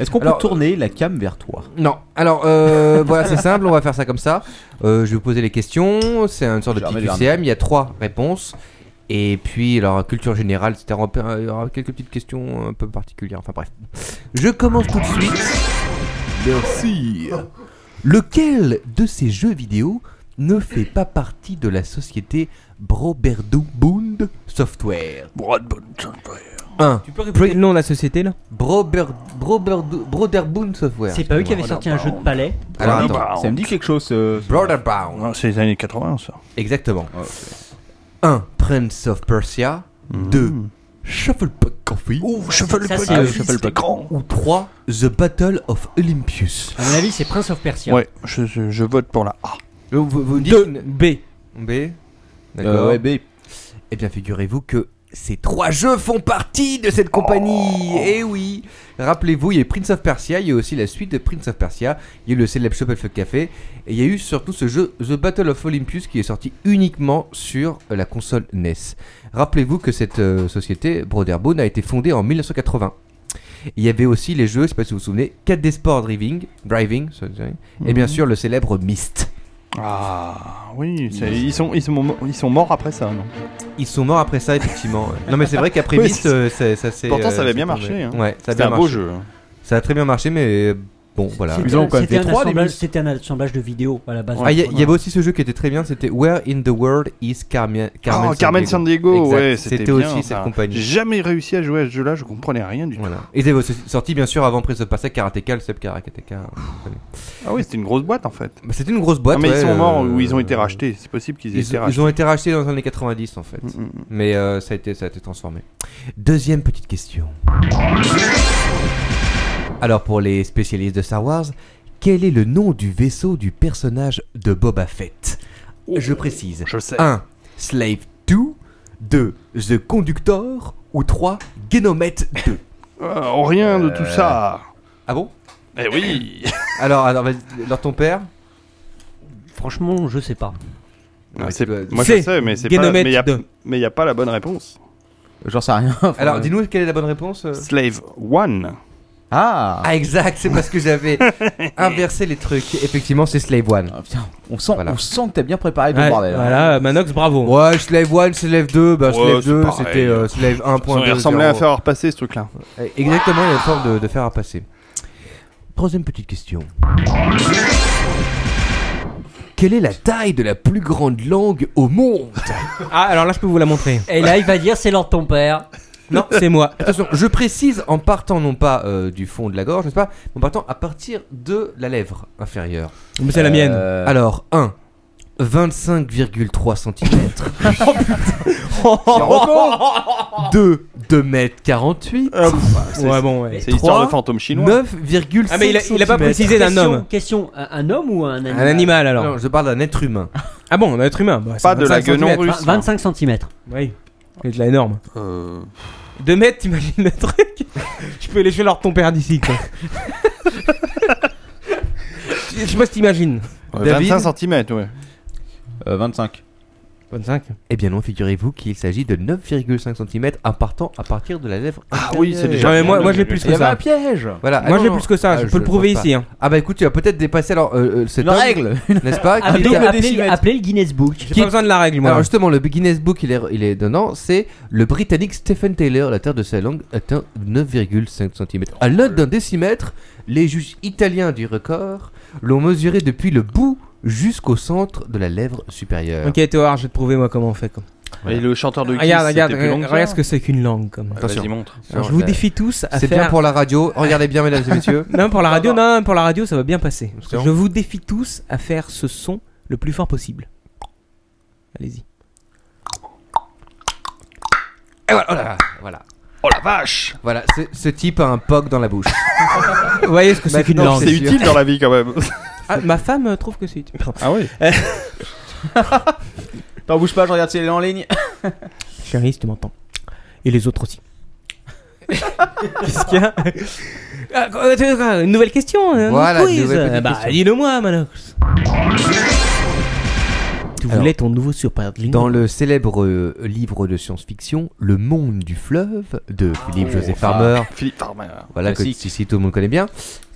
Est-ce qu'on peut Alors, tourner la cam vers toi Non, alors euh, voilà c'est simple, on va faire ça comme ça. Euh, je vais vous poser les questions, c'est une sorte de Je vais petit remettre le QCM, il y a trois réponses. Et puis, alors, culture générale, etc. On peut- Il y aura quelques petites questions un peu particulières. Enfin, bref. Je commence tout de suite. Merci. Lequel de ces jeux vidéo ne fait pas partie de la société Broberdo Bund Software 1. Tu peux répéter le nom de la société là Brober, Broberdo- Broderbund Software. C'est pas eux qui avaient sorti un jeu de palais. Alors, attends. Ça me dit quelque chose. euh, Broderbound. Non, Ah, C'est les années 80, ça. Exactement. 1. Prince of Persia. 2. Shufflepuck Oh, Coffee. Ça, c'est eux. Ou 3. The Battle of Olympus. À mon avis, c'est Prince of Persia. Ouais, je, je- je vote pour la A. Vous, vous- vous dites une- B. B. D'accord. euh, ouais, B. Eh bien, figurez-vous que ces trois jeux font partie de cette compagnie. Eh oui. Rappelez-vous, il y a eu Prince of Persia, il y a eu aussi la suite de Prince of Persia, il y a eu le célèbre Shufflepuck Café, et il y a eu surtout ce jeu The Battle of Olympus qui est sorti uniquement sur euh, la console NES. Rappelez-vous que cette euh, société, Broderbone, a été fondée en 1980. Il y avait aussi les jeux, je sais pas si vous vous souvenez, 4D Sport Driving, Driving ça, ça, et bien sûr le célèbre Myst. Ah, oui, c'est- ils sont, ils, sont, ils sont morts après ça, non Ils sont morts après ça, *laughs* effectivement. non, mais c'est vrai qu'après Oui, Myst, c'est- euh, ça, ça s'est. Pourtant, ça euh, avait s'est bien tombé. marché, hein. Ouais, ça a C'était bien un beau marché. jeu. Ça a très bien marché, mais euh, bon, voilà. C'était- Ils ont quand même c'était fait un trois, les assemblage- Miss. C'était un assemblage de vidéos à la base. Ah, il y, a- il y avait aussi ce jeu qui était très bien, c'était Where in the World is Carmen, Carmen, Carmen, Ah, Oh, Carmen San Diego, Exact. ouais, c'était C'était bien, aussi cette enfin, compagnie. J'ai jamais réussi à jouer à ce jeu-là, je comprenais rien du tout. Voilà. Et c'est sorti bien sûr avant Prince of Persia, Karateka, le Seb Karateka. vous connaissez. Ah oui, c'était une grosse boîte en fait. Bah, c'était une grosse boîte. Ah, mais ouais, ils sont morts euh, ou ils ont été rachetés, c'est possible qu'ils aient Ils, été ils rachetés. ont été rachetés dans les années 90 en fait. Mm, mm, mm. Mais euh, ça, a été, ça a été transformé. Deuxième petite question. Alors pour les spécialistes de Star Wars, quel est le nom du vaisseau du personnage de Boba Fett je précise. Oh, Je sais. 1. Slave 2. 2. The Conductor. Ou 3. Genomètre 2. en Oh, rien de tout ça. Ah bon Eh *laughs* oui Alors, alors, vas-y, alors ton père Franchement, je sais pas. Ouais, c'est- moi je sais, mais c'est pas. Génomètre Mais il y a- mais il n'y a, pas la bonne réponse. J'en sais rien. *laughs* Alors, dis-nous quelle est la bonne réponse euh Slave 1. Ah Ah, exact, c'est parce que *laughs* j'avais inversé les trucs. Effectivement, c'est Slave One. Ah, on, sent, on sent que t'as bien préparé ton bordel. Voilà, Manox, bravo. Ouais, Slave 1, Slave 2, bah Ouais, Slave c'est 2, pareil. c'était euh, Slave 1.2. Il ressemblait à faire repasser ce truc-là. Eh, Exactement, il y a forme de, de faire à passer. Troisième petite question. Quelle est la taille de la plus grande langue au monde Ah, alors là, je peux vous la montrer. Et là, il va dire c'est l'ordre de ton *laughs* père. Non, c'est moi. Attention, je précise en partant non pas euh, du fond de la gorge, n'est-ce pas, mais en partant à partir de la lèvre inférieure. Mais c'est la mienne. Euh, *laughs* Alors, 1, 25,3 cm. ouais, 2, 2 mètres 48. bon, ouais. Ah, bah, C'est l'histoire Trois, de fantôme chinois. 9,5 Ah, mais il a- il a pas centimètres. précisé d'un Question, homme. question, un, un homme ou un Un animal animal, alors. Non, je parle d'un être humain. Ah bon, un être humain. Bah, c'est Pas de la 25 guenon centimètres. russe. Vingt- 25 cm. Oui. C'est déjà énorme. Euh, 2 mètres, t'imagines le truc *laughs* Je peux lécher l'ordre de ton père d'ici, quoi. Je sais pas si t'imagines. David 25 cm, ouais. Euh, 25. 25. Eh bien non, figurez-vous qu'il s'agit de 9,5 cm à partant à partir de la lèvre. Ah oui, c'est déjà. Non, mais moi, bien, moi je l'ai mais- plus que Eh ça. piège Voilà. Moi, Ah, je l'ai non, plus que ça. ah, je peux le prouver pense ici. pas. hein. Ah bah écoute, tu vas peut-être dépasser alors euh, euh, cette Une règle n'est-ce *laughs* pas qui- Appelez, qui- appelez- appelez le Guinness Book. J'ai pas besoin de la règle, moi. Alors justement, le Guinness Book, il est, il est dedans, c'est le Britannique Stephen Taylor, la terre de sa langue, atteint 9,5 cm. À l'aide d'un décimètre, les juges italiens du record l'ont mesuré depuis le bout jusqu'au centre de la lèvre supérieure. Ok, Théohard, je vais te prouver moi comment on fait. Comme. Et le chanteur de Kiss, Regarde, regarde, c'était plus long regarde, que regarde ça ce que c'est qu'une langue. Comme. Ouais, Attention. Vas-y, montre. Alors, je vous défie tous à C'est faire. bien pour la radio. Regardez bien, mesdames et messieurs. Non, pour la radio, non, pour la radio, ça va bien passer. C'est bon. Je vous défie tous à faire ce son le plus fort possible. Allez-y. Et voilà, oh là là, voilà. Oh la vache Voilà, ce, ce type a un POC dans la bouche. Vous voyez ce que c'est qu'une Maintenant, langue C'est Bah, C'est sûr. utile dans la vie *laughs* quand même. Ah, Ma femme euh, trouve que c'est utile. Pardon. Ah oui T'en bouge pas, je regarde si elle est en ligne. Chérie, si tu m'entends. Et les *laughs* autres aussi. Qu'est-ce qu'il y a Ah, quoi, tu- quoi, Une nouvelle question un Voilà, quiz. une nouvelle petite Euh, Bah, question. dis-le moi, Manox. Tu voulais ton nouveau surpère de Dans le célèbre euh, livre de science-fiction, Le Monde du Fleuve, de Oh, Philippe Joseph Farmer, Philippe Farmer. voilà que classique. si, si, tout le monde connaît bien,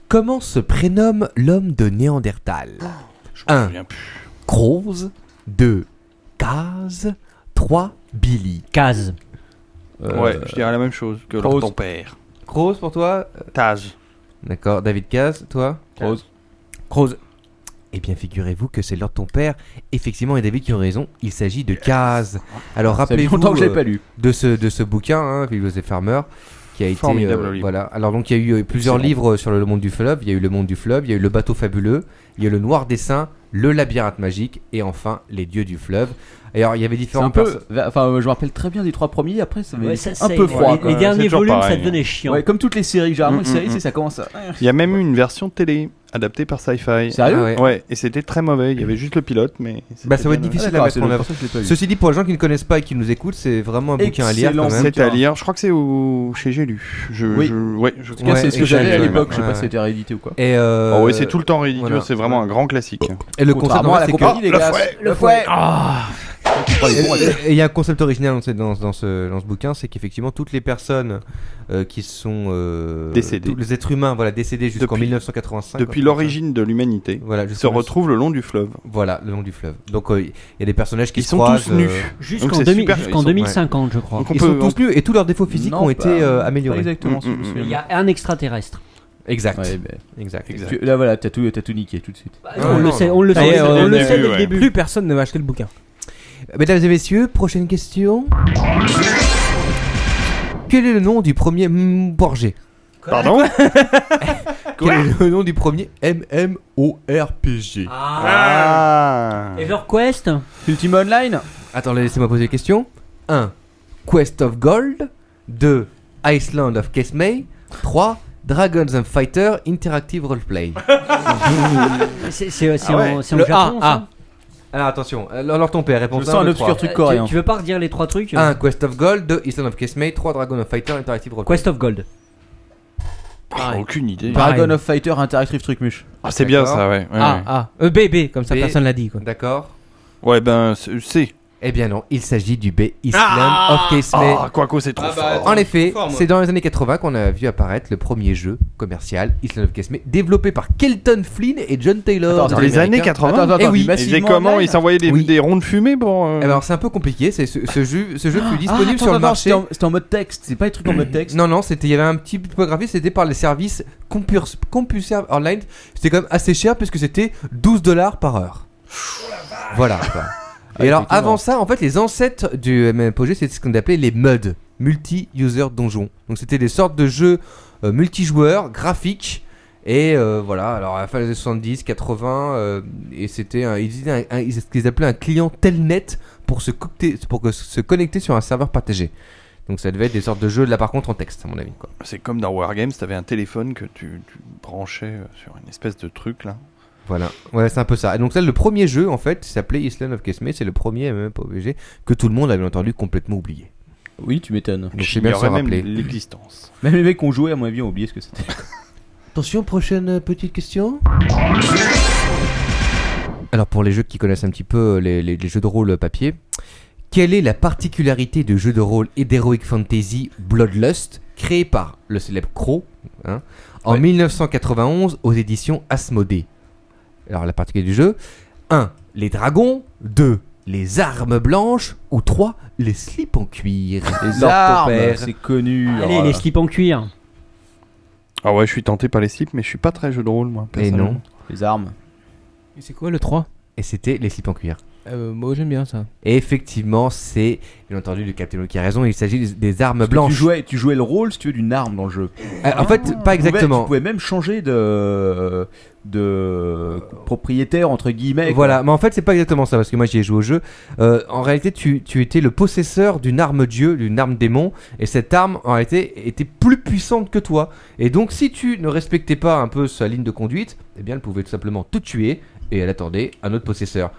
comment se prénomme l'homme de Néandertal Oh, Je Un. me souviens plus. Croze, 2. Case, 3. Billy. Case. Ouais, je dirais la même chose que leur Croze. ton père. Croze pour toi Taz. D'accord, David Case, toi Croze. Croze. Eh bien, figurez-vous que c'est Lord ton père. Effectivement, et David qui ont raison, il s'agit de Case. Alors, Ah, Ça fait rappelez-vous. longtemps que je l'ai euh, pas lu. de ce, de ce bouquin, hein, Philippe Joseph Farmer, qui a été. Formidable euh, livre. Voilà. Alors, donc, il y a eu euh, plusieurs Excellent. livres euh, sur le monde du fleuve. Il y a eu Le monde du fleuve, il y a eu Le bateau fabuleux, il y a eu Le noir dessin, Le labyrinthe magique, et enfin, Les dieux du fleuve. Et alors, il y avait C'est un différents perso- peu. Enfin, euh, je me rappelle très bien des trois premiers, après, ça Ouais, m'est ça, un c'est- peu froid. Les, quoi. les derniers toujours volumes, pareil. hein. ça devenait chiant. Ouais, comme toutes les séries, généralement, Mm, les séries, mm, c'est mm. ça commence à. Il y a même eu une version télé adaptée par Sci-Fi. Sérieux Ah ouais. Ouais, et c'était très mauvais. Il y avait juste le pilote, mais. Bah, ça va c'était être bien, euh, difficile à D'accord, mettre c'est en le- œuvre. pour ça que je l'ai pas lu. Ceci dit, pour les gens qui ne connaissent pas et qui nous écoutent, c'est vraiment un bouquin à lire quand Excellent. même. ouais. C'est Tiens. à lire. Je crois que c'est au... chez J'ai lu. Je, Oui. je- Ouais, je En tout cas, Ouais, c'est ce que j'avais à exactement. l'époque, je sais Ouais, pas si ouais. c'était réédité ou quoi. Et, euh, Ah Oh, ouais, c'est tout le temps ridicule. voilà. C'est vraiment un grand classique. et le concept, Contrairement en à fait, la c'est que- compagnie, les gars. Le fouet Ah, Et- et- et il y a un concept original dans, ce- dans, dans ce, dans ce bouquin, c'est qu'effectivement toutes les personnes euh, qui sont euh, Décédées. tous les êtres humains, voilà, décédés jusqu'en Depuis- 1985, Depuis quoi, l'origine de l'humanité, euh, voilà, se jusqu'en- retrouve le long du fleuve. Voilà, le long du fleuve. Donc euh, il y a des personnages qui Ils se sont croisent, tous nus. euh, Donc Jusqu'en c'est 2000 super, ils jusqu'en sont- 2050, je crois. Donc on ils peut. sont tous nus et tous leurs défauts physiques Non, ont bah, été euh, pas améliorés. Exactement, Mm, si je me mm, souviens Il y bien. a un extraterrestre. Exact. Ouais, ben, exact. Exact. tu- Là voilà, t'as tout, t'as tout niqué tout de suite. Ouais, on, le non, sait, non. on le Ah, sait, ouais, on ouais, le ouais. sait dès le Ouais. début. Plus personne ne va acheter le bouquin. Mesdames et messieurs, prochaine question. Quel est le nom du premier mm, Borgé Pardon *laughs* Quel est le nom du premier MMORPG Ah EverQuest Ultima Online Attendez, laissez-moi poser les questions. 1. Quest of Gold. 2. Iceland of Kesmei. 3. Dragons and Fighter *laughs* Interactive Roleplay. C'est c'est- c'est Ah ouais. en, c'est en Le A, Japon. A. ça Alors attention, alors alors ton père, réponse Je sens un obscur truc hein. coréen. Tu veux pas redire les trois trucs 1 Quest of Gold, 2 Island of Kismet, 3 Dragon of Fighter Interactive Roleplay. Quest of Gold. Ah, aucune idée. Ah, Paragon of Fighter Interactive Trucmuche. Ah, c'est bien ça, ouais. ouais, Ah, ouais. ah, euh, BB, comme ça B. personne l'a dit quoi. D'accord. Ouais, ben, c'est- c'est. Eh bien non, il s'agit du B Island of Kismet. Oh, Ah, Quaco, c'est trop Ah bah, fort. attends. En effet, Fort, moi. c'est dans les années 80 qu'on a vu apparaître le premier jeu commercial, Island of Kismet, développé par Kelton Flynn et John Taylor. Dans les années 80 Attends, attends, Eh oui. attends, Ils massivement faisaient comment online Ils s'envoyaient des, Oui. des ronds de fumée pour. euh, Eh ben, Alors c'est un peu compliqué, c'est ce, ce jeu, ce jeu fut disponible Ah, attends, sur le attends, marché. C'était en, c'était en mode texte, c'est pas les trucs en mode texte. Non, non, c'était, il y avait un petit typographie, c'était par les services Compus, CompuServe Online. C'était quand même assez cher puisque c'était 12 dollars par heure. Voilà. quoi. Et alors, effectivement. avant ça, en fait, les ancêtres du MMOG, c'est ce qu'on appelait les MUD, Multi-User Donjon. Donc, c'était des sortes de jeux euh, multijoueurs, graphiques. Et euh, voilà, alors à la fin des années 70, 80, euh, et c'était un- ils, disaient un- un- ils- ce qu'ils appelaient un client telnet pour se, connecter, pour que- se connecter sur un serveur partagé. Donc ça devait être des sortes de jeux là par contre en texte à mon avis quoi. C'est comme dans Wargames, t'avais un téléphone que tu, tu branchais euh, sur une espèce de truc là. Voilà, ouais c'est un peu ça. Et donc là le premier jeu en fait s'appelait Island of Kesme, c'est le premier MMORPG que tout le monde a bien entendu complètement oublié. Oui, tu m'étonnes. Donc c'est bien de se J'ignorais même rappeler. l'existence. Même les mecs qui ont joué, à mon avis, ont oublié ce que c'était. Attention, prochaine euh, petite question. Alors pour les jeux qui connaissent un petit peu euh, les, les- les jeux de rôle euh, papier, quelle est la particularité du jeu de rôle et d'Heroic Fantasy Bloodlust créé par le célèbre Crow hein, en 1991 aux éditions Asmodée Alors la particularité du jeu 1. Les dragons 2. Les armes blanches ou 3. Les slips en cuir Les Lord armes, Taubert. c'est connu. Allez, alors, les euh, slips en cuir. Ah ouais, je suis tenté par les slips, mais je suis pas très jeu de rôle moi. Et personnellement. non. Les armes. Et c'est quoi le 3 Et c'était les slips en cuir. Moi j'aime bien ça. Et effectivement, c'est, bien entendu, le Captain Hook qui a raison, il s'agit des, des armes Parce que Tu blanches. jouais, tu jouais le rôle, si tu veux, d'une arme dans le jeu. Euh, en fait, pas Tu pouvais- exactement. Tu pouvais même changer de, de propriétaire, entre guillemets. quoi. Voilà, mais en fait, c'est pas exactement ça, parce que moi j'y ai joué au jeu. Euh, en réalité, tu, tu étais le possesseur d'une arme dieu, d'une arme démon, et cette arme, en réalité, était plus puissante que toi. Et donc, si tu ne respectais pas un peu sa ligne de conduite, eh bien, elle pouvait tout simplement te tuer, et elle attendait un autre possesseur.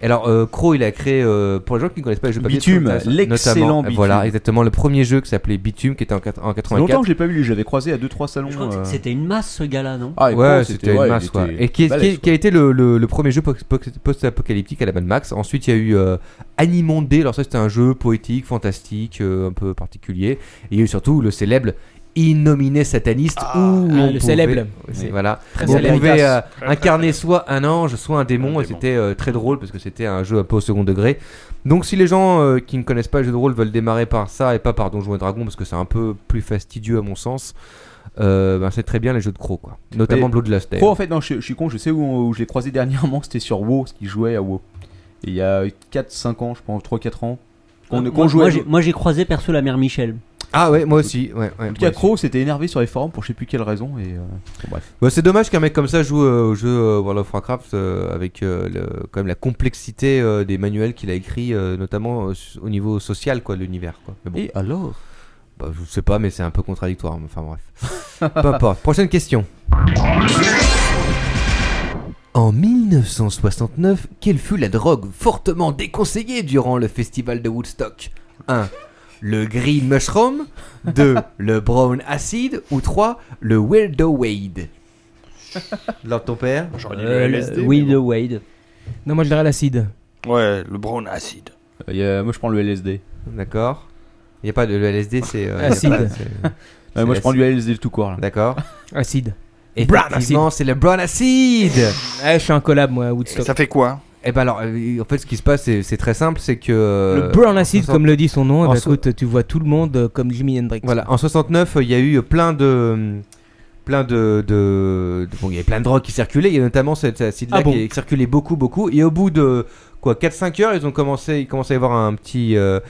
Alors, euh, Crow, il a créé, euh, pour les gens qui ne connaissent pas les jeux papier, Bitume, c'est intéressant. l'excellent Notamment, Bitume. Voilà, exactement, le premier jeu qui s'appelait Bitume, qui était en, quat- en C'est longtemps 84. que j'ai pas vu lui, j'avais croisé à 2-3 salons. Je crois euh. que c'était une masse ce gars-là, non Ah, et ouais, quoi, c'était une ouais, masse, il quoi. était Et qui, balèze, qui- qui a été le, le- le premier jeu po- po- post-apocalyptique à la Mad Max. Ensuite, il y a eu euh, Animondé. Alors, ça, c'était un jeu poétique, fantastique, euh, un peu particulier. Et il y a eu surtout le célèbre Innominé Sataniste. où on Ah, le pouvait- célèbre. C'est- Oui. Voilà. Très Où on célèbre. pouvait euh, incarner soit un ange, soit un démon. Un et démon. c'était euh, très drôle parce que c'était un jeu un peu au second degré. Donc, si les gens euh, qui ne connaissent pas le jeu de rôle veulent démarrer par ça et pas par Donjons et Dragons parce que c'est un peu plus fastidieux à mon sens, euh, ben, c'est très bien les jeux de crocs, quoi. Notamment Mais- Bloodlust. d'ailleurs. Pro, en fait, non, je, je suis con, je sais où, où je l'ai croisé *laughs* dernièrement, c'était sur WoW, ce qu'il jouait à WoW. Et il y a 4-5 ans, je pense, 3-4 ans, Euh, qu'on Euh, Moi- qu'on jouait. moi, à j'ai- WoW. Moi, j'ai croisé perso la mère Michel. Ah ouais, moi aussi. Ouais, ouais, En tout moi cas, aussi. Crow s'était énervé sur les forums pour je sais plus quelle raison. Et, euh, bon, bref. Bah, c'est dommage qu'un mec comme ça joue euh, au jeu euh, World of Warcraft euh, avec euh, le- quand même la complexité euh, des manuels qu'il a écrits, euh, notamment euh, su- au niveau social quoi, de l'univers. Quoi. Mais bon, Et alors bah, je sais pas, mais c'est un peu contradictoire. mais Enfin bref. *laughs* Peu importe. Prochaine question. En 1969, quelle fut la drogue fortement déconseillée durant le festival de Woodstock 1. Le green mushroom 2. Le brown acid Ou 3. Le weirdo wade Lord ton père J'aurais dit le Euh, LSD. le- mais Eh, Will Wade. Non, moi je dirais l'acide. bon. Ouais, le brown acide. Euh, y a- Moi, je prends le LSD. D'accord. Il n'y a pas de le LSD, c'est... euh, Acide. y a pas- c'est- Ouais, moi, je prends l'acide. du LSD tout court. là. D'accord. Acide. Brown Effectivement, c'est le brown acid Eh, je suis un collab moi à Et Woodstock. ça fait quoi Eh ben alors, euh, en fait, ce qui se passe, c'est c'est très simple, c'est que... euh, le Brown Acid, en comme le dit son nom, eh en ben, soi- écoute, tu vois tout le monde euh, comme Jimi Hendrix. Voilà, en 69, euh, il y a eu plein de plein de, de- de- bon, il y avait plein de drogues qui circulaient, il y a notamment cette acide là Ah bon qui circulait beaucoup beaucoup et au bout de quoi 4 5 heures, ils ont commencé il commençait à y avoir un petit euh,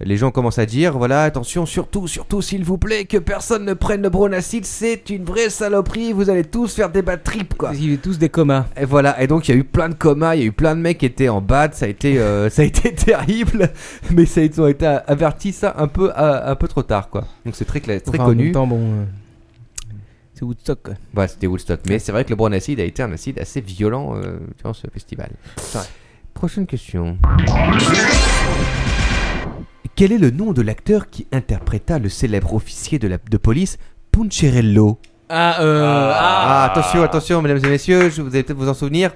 les gens commencent à dire voilà, attention surtout surtout s'il vous plaît que personne ne prenne le brown acide, c'est une vraie saloperie, vous allez tous faire des bad trips quoi. Ils ont tous des comas. Et voilà, et donc il y a eu plein de comas, il y a eu plein de mecs qui étaient en bad, ça a été, euh, *laughs* ça a été terrible, *laughs* mais ça, ils ont été avertis ça un peu, à- un peu trop tard quoi. Donc c'est très, cla- très Enfin, en connu. même temps, bon, euh, c'est Woodstock. quoi. Voilà, c'était Woodstock, mais c'est vrai que le brown acid a été un acide assez violent euh, durant ce festival. Prochaine question. Quel est le nom de l'acteur qui interpréta le célèbre officier de, la, de police Puncherello Ah, euh, ah, attention, attention, mesdames et messieurs, je vous allez peut-être vous en souvenir.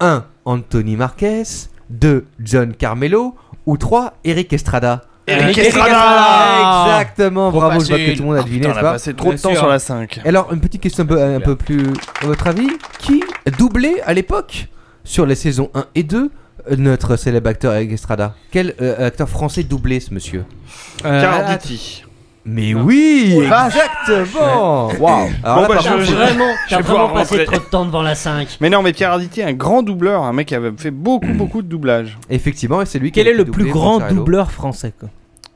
1. Anthony Marquez. 2. John Carmelo. Ou 3. Eric Estrada. Eric Estrada Exactement, Trop bravo, je vois facile. que tout le monde a Oh, deviné. putain, n'est-ce on a pas passé trop de Bien temps sûr. Euh, sur la cinq. Alors, une petite question un peu, un peu plus. À votre avis, qui doublait à l'époque, sur les saisons 1 et 2, notre célèbre acteur Eric Estrada Quel euh, acteur français doublait ce monsieur Euh, Caranditi. Mais oui, exactement. bah, Ouais. Waouh. Alors bah, là, par contre, c'est- t'as pouvoir vraiment passé rentrer. trop de temps devant la 5. Mais non, mais Pierre Arditi, un grand doubleur, un mec qui avait fait beaucoup, beaucoup de doublage. Effectivement, et c'est lui Quel est le plus grand doubleur français quoi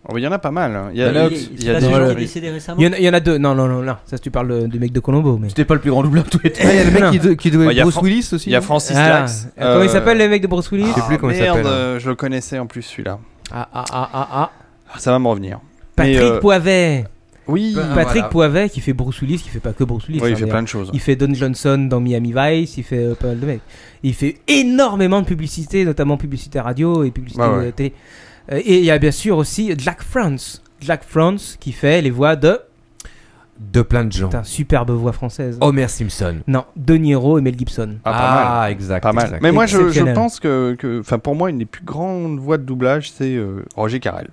Oh, mais Il y en a pas mal. Il Bah, y a, il y a Voilà. des gens- Ah Il y, en a, il y en a deux. Non, non, non, non. Ça, tu parles de- du mec de Colombo. Mais... C'était pas le plus grand doubleur de tous les temps. Il y a le mec qui dou- qui doublait Oh, il y a Bruce Fran- Willis aussi, il y a non Francis Lax. Ah. Comment Euh, il s'appelle, les mecs de Bruce Willis Ah, merde, hein? euh, je le connaissais en plus celui-là. Ah, ah, ah, ah, ah. Ah, Ça va me revenir. Patrick Mais, euh, Poivet. Oui, Patrick voilà. Poivet qui fait Bruce Willis, qui fait pas que Bruce Willis. Oui, il fait mais, plein euh, de choses. Il fait Don Johnson dans Miami Vice, il fait euh, pas mal de mecs. Il fait énormément de publicité, notamment publicité radio et publicité Ouais, ouais. euh, télé. Euh, Et il y a bien sûr aussi Jack France. Jack France qui fait les voix de. De plein de gens. Putain, superbe voix française. Oh. Homer Simpson. Non, De Niro et Mel Gibson. Ah, pas mal. Pas mal. Mais moi, je, je pense que, que- enfin, pour moi, une des plus grandes voix de doublage, c'est euh, Roger Carrel,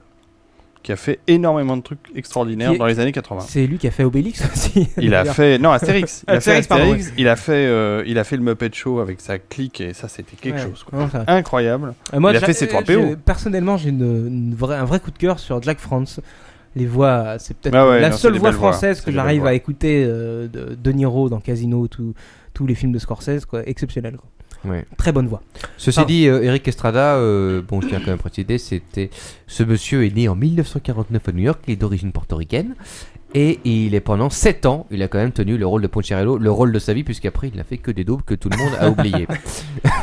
qui a fait énormément de trucs extraordinaires Qui est- dans les années 80. C'est lui qui a fait Obélix *laughs* aussi. Il a fait non Astérix, il a fait Astérix, pardon, Astérix, ouais. il a fait euh, il a fait le Muppet Show avec sa clique et ça c'était quelque Ouais. chose quoi. Non, ça- incroyable. Euh, moi, il a j'a- fait ses 3 euh, PO. j'ai- Personnellement, j'ai une, une vraie- un vrai coup de cœur sur Jack France. Les voix, c'est peut-être Ah ouais, la non, c'est seule des voix belles voix. française C'est que des belles j'arrive voix. à écouter euh, de, de Niro dans Casino, tous- tous les films de Scorsese, quoi. Exceptionnel, quoi. Ouais. Très bonne voix. Ceci Pardon. dit, euh, Eric Estrada, euh, bon, je tiens quand même à préciser, c'était ce monsieur est né en 1949 à New York, il est d'origine portoricaine et il est pendant 7 ans, il a quand même tenu le rôle de Poncherello, le rôle de sa vie puisqu'après il n'a fait que des doubles que tout le monde a *laughs* oublié.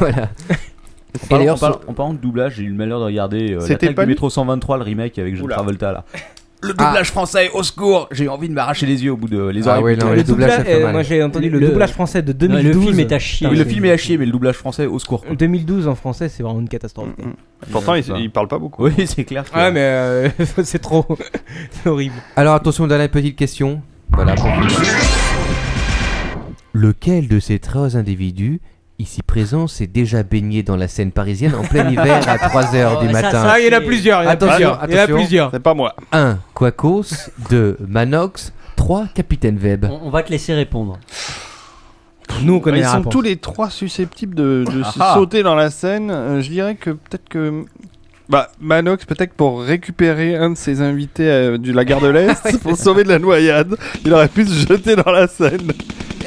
voilà. En parlant, d'ailleurs, en parlant- en parlant de doublage, j'ai eu le malheur de regarder euh, C'était l'attaque pas du lui métro 123, le remake avec John Oula. Travolta là. Ah. Le doublage français, au secours J'ai eu envie de m'arracher les yeux au bout de les Ah oreilles. ouais, plutôt. non, Le le doublage, doublage, ça fait euh, mal. moi, j'ai entendu le doublage français de Non, 2012. Oui, le film est à chier, mais le doublage français, au secours. *laughs* quoi. 2012 en français, c'est vraiment une catastrophe. Pourtant, il, il parle pas beaucoup. Oui, c'est clair. que- Ouais, mais euh, *laughs* c'est trop c'est horrible. Alors attention, dernière petite question. Voilà. pour finir. Lequel de ces 13 individus ici présents s'est déjà baigné dans la Seine parisienne en plein hiver à 3h du Oh, Ça, matin ça, Ah, il y en a plusieurs, il y en a Attention, plusieurs, il y en a attention. plusieurs. C'est pas moi. 1. Quacos 2. Manox 3. Capitaine Web. On va te laisser répondre. Nous, on Bah, connaît Ils la sont réponse. tous les trois susceptibles de, de s- Ah ah. sauter dans la scène. Euh, je dirais que peut-être que bah, Manox, peut-être pour récupérer un de ses invités euh, du la gare de *laughs* l'Est, pour sauver de la noyade, il aurait pu se jeter dans la scène.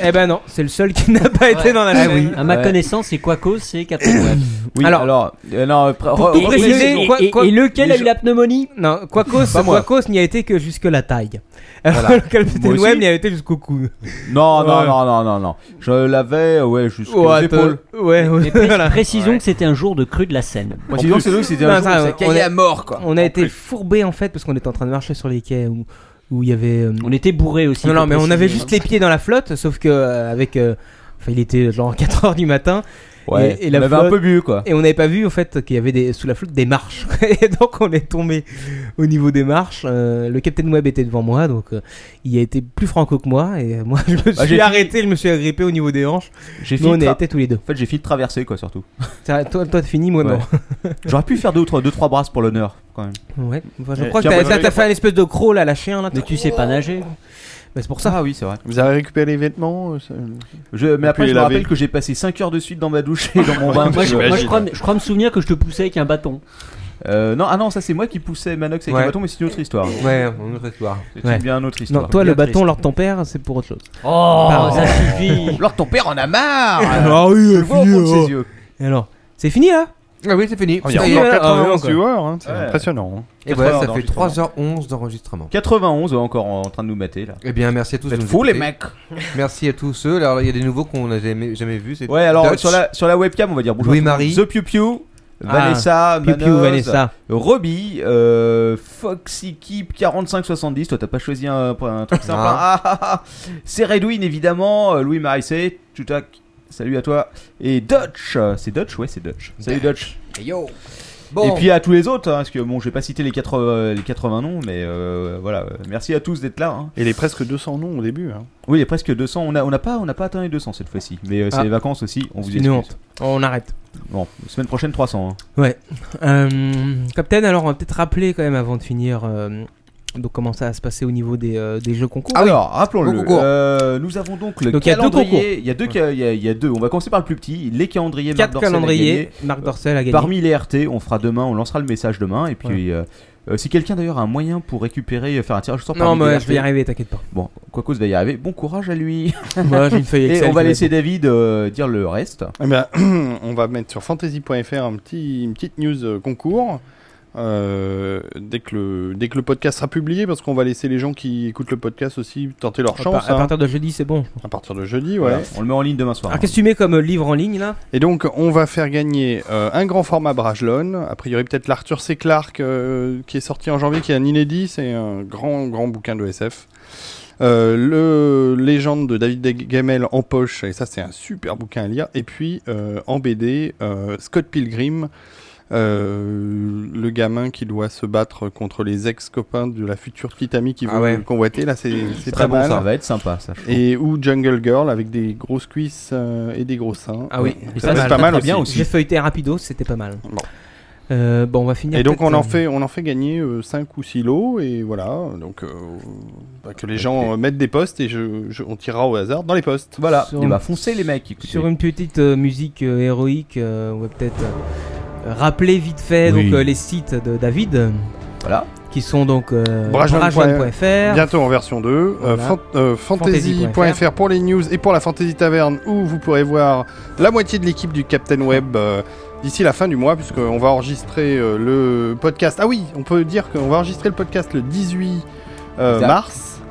Eh ben non, c'est le seul qui n'a pas été dans la Ah scène. oui. À ma Ouais. connaissance, c'est Quaco, c'est Captain Web. Oui, alors, euh, non, pr- Pour re- tout re- préciser, re- et- et- et lequel a eu la *laughs* pneumonie Non, Quacos, Pas moi. Quacos n'y a été que jusque la taille. Voilà. Alors que le Capitaine Moi Web aussi. n'y a été jusqu'au cou. Non, non, Ouais. non, non, non, non. Je l'avais, ouais, jusqu'aux Ouais, épaules. attends. Ouais, ouais, Mais pré- voilà. Précisons que c'était un jour de crue de la Seine. Précisons que c'est nous, c'était un Non, jour où ça, ça on caillait a- à mort, quoi. On a été fourbés en fait parce qu'on était en train de marcher sur les quais où où il y avait. euh, On était bourrés aussi. Non, non, faut mais on préciser, avait hein. juste les pieds dans la flotte, sauf que euh, avec. euh, Enfin, il était genre 4h du matin. Ouais, et, et la on avait un flotte- peu bu, quoi. Et on n'avait pas vu en fait qu'il y avait des, sous la flotte des marches. *laughs* et donc on est tombé au niveau des marches. Euh, le capitaine Webb était devant moi, donc euh, il a été plus franco que moi. Et euh, *laughs* moi je me Bah, suis j'ai arrêté, je me suis agrippé au niveau des hanches. J'ai Mais fini on de y tra- était tous les deux. En fait, j'ai fini de traverser, quoi, surtout. Ça, toi, toi t'as fini, moi Ouais. non. J'aurais pu faire deux ou trois, deux, trois brasses pour l'honneur, quand même. *laughs* Ouais, enfin, je Eh, crois que tiens, t'as- bonne t'as idée. t'as fait un espèce de crawl à la chien là. Mais tu sais pas nager. Bah, c'est pour ça. Ah oui, c'est vrai. Vous avez récupéré les vêtements euh, ça- Je, mais après, Puis je me laver. rappelle que j'ai passé 5 heures de suite dans ma douche et dans mon bain. Moi, je, moi, je J'imagine. crois, je crois me souvenir que je te poussais avec un bâton. Euh, non, ah non, ça c'est moi qui poussais Manox avec Ouais. le bâton, mais c'est une autre histoire. Ouais, une autre histoire. Ah, C'est Ouais. bien une autre histoire. Non, toi Bien le bâton triste. lors de ton père, c'est pour autre chose. Oh, Pardon. ça suffit. Alors ton père en a marre *laughs* Ah oui, Je le vois au fond de ses yeux. Et alors, c'est fini là Ah oui, c'est fini. Oh, il y a Ça y est. encore ah, 91 ouais, viewers, hein, c'est Ouais. impressionnant. hein. Et voilà, ça fait 80 d'enregistrement. 3h11 d'enregistrement. 91 ouais, encore en en train de nous mater là. Eh bien, merci à tous. de Vous êtes nous fous, les écouter. mecs. Merci à tous ceux. Alors, il y a des nouveaux qu'on n'a jamais, jamais vus. c'est Ouais, alors Dutch. sur la, sur la webcam, on va dire bonjour. Louis-Marie. à tout le monde. The Pew Pew, Vanessa, Pew Pew, Manos, Vanessa. Roby, euh, Foxy Keep 4570. Toi, t'as pas choisi un, un truc simple. Ah. hein. Ah, ah, ah. C'est Redwin évidemment, euh, Louis Marissé, Tutak. Salut à toi. Et Dutch, euh, c'est Dutch, ouais, c'est Dutch. Salut Dutch. yo Bon. Et puis à tous les autres, hein, parce que bon, je vais pas citer les 80, les 80 noms, mais euh, voilà, euh, merci à tous d'être là. hein. Et les presque 200 noms au début. hein. Oui, il y a presque 200. On n'a on a pas, on n'a pas atteint les 200 cette fois-ci, mais euh, c'est Ah. les vacances aussi. On vous C'est une excuse. honte. On arrête. Bon, semaine prochaine 300. hein. Ouais. Euh, Captain, alors on va peut-être rappeler quand même avant de finir euh, donc comment ça va se passer au niveau des, euh, des jeux concours. Alors, rappelons-le. Bon concours. euh, nous avons donc le Donc, il y a deux concours. calendrier. Il y a deux. ca- Il y, a- il y a deux. On va commencer par le plus petit. Les calendriers. Marc Quatre Dorcel a calendriers, gagné. Marc Dorcel a gagné. Parmi les RT, on fera demain. On lancera le message demain. Et puis, euh, euh, si quelqu'un d'ailleurs a un moyen pour récupérer, euh, faire un tirage au sort. Non, parmi mais les je vais y RT, arriver, *laughs* t'inquiète pas. Bon, quoi cause va y arriver. Bon courage à lui. Moi, j'ai une feuille Et Excel on va qui va laisser David euh, dire le reste. Eh ben, *clears throat* on va mettre sur fantasy.fr un petit, une petite news euh, concours. euh, dès, que le, dès que le podcast sera publié, parce qu'on va laisser les gens qui écoutent le podcast aussi tenter leur À chance. par- à hein. partir de jeudi, c'est bon. À partir de jeudi, ouais. Voilà, on le met en ligne demain soir. Alors qu'est-ce que tu mets comme euh, livre en ligne là Et donc, on va faire gagner euh, un grand format Brajlon. A priori, peut-être l'Arthur C. Clarke euh, qui est sorti en janvier, qui est un inédit. C'est un grand, grand bouquin de SF. Euh, le Légende de David Deg- Gamel en poche, et ça, c'est un super bouquin à lire. Et puis, euh, en BD, euh, Scott Pilgrim. euh, le gamin qui doit se battre contre les ex-copains de la future petite amie qui Ah vont le ouais. convoiter, là c'est c'est Très pas bon, mal. ça va être sympa. Ça, je trouve. Et ou Jungle Girl avec des grosses cuisses euh, et des gros seins. Ah oui, Ouais. ça, c'est pas mal aussi. J'ai feuilleté rapido, c'était pas mal. Bon. Euh, bon, on va finir. Et donc peut-être, on en euh, fait, on en fait gagner 5 ou 6 lots et voilà. Donc euh, bah, que les gens euh, mettent des postes et je, je- on tirera au hasard dans les postes. Voilà. Sur- Et bah foncez les mecs. écoutez. Sur une petite euh, musique euh, héroïque, euh, on va peut-être euh, rappeler vite fait Oui. donc, euh, les sites de David. euh, Voilà. Qui sont donc euh, Brajlon.fr, brajlon.fr. Bientôt en version 2. euh, Voilà. fan- euh, Fantasy.fr. Fantasy.fr pour les news et pour la Fantasy Taverne où vous pourrez voir la moitié de l'équipe du Captain Web euh, d'ici la fin du mois puisqu'on va enregistrer euh, le podcast. Ah oui, on peut dire qu'on va enregistrer le podcast le 18 euh, Exact. mars.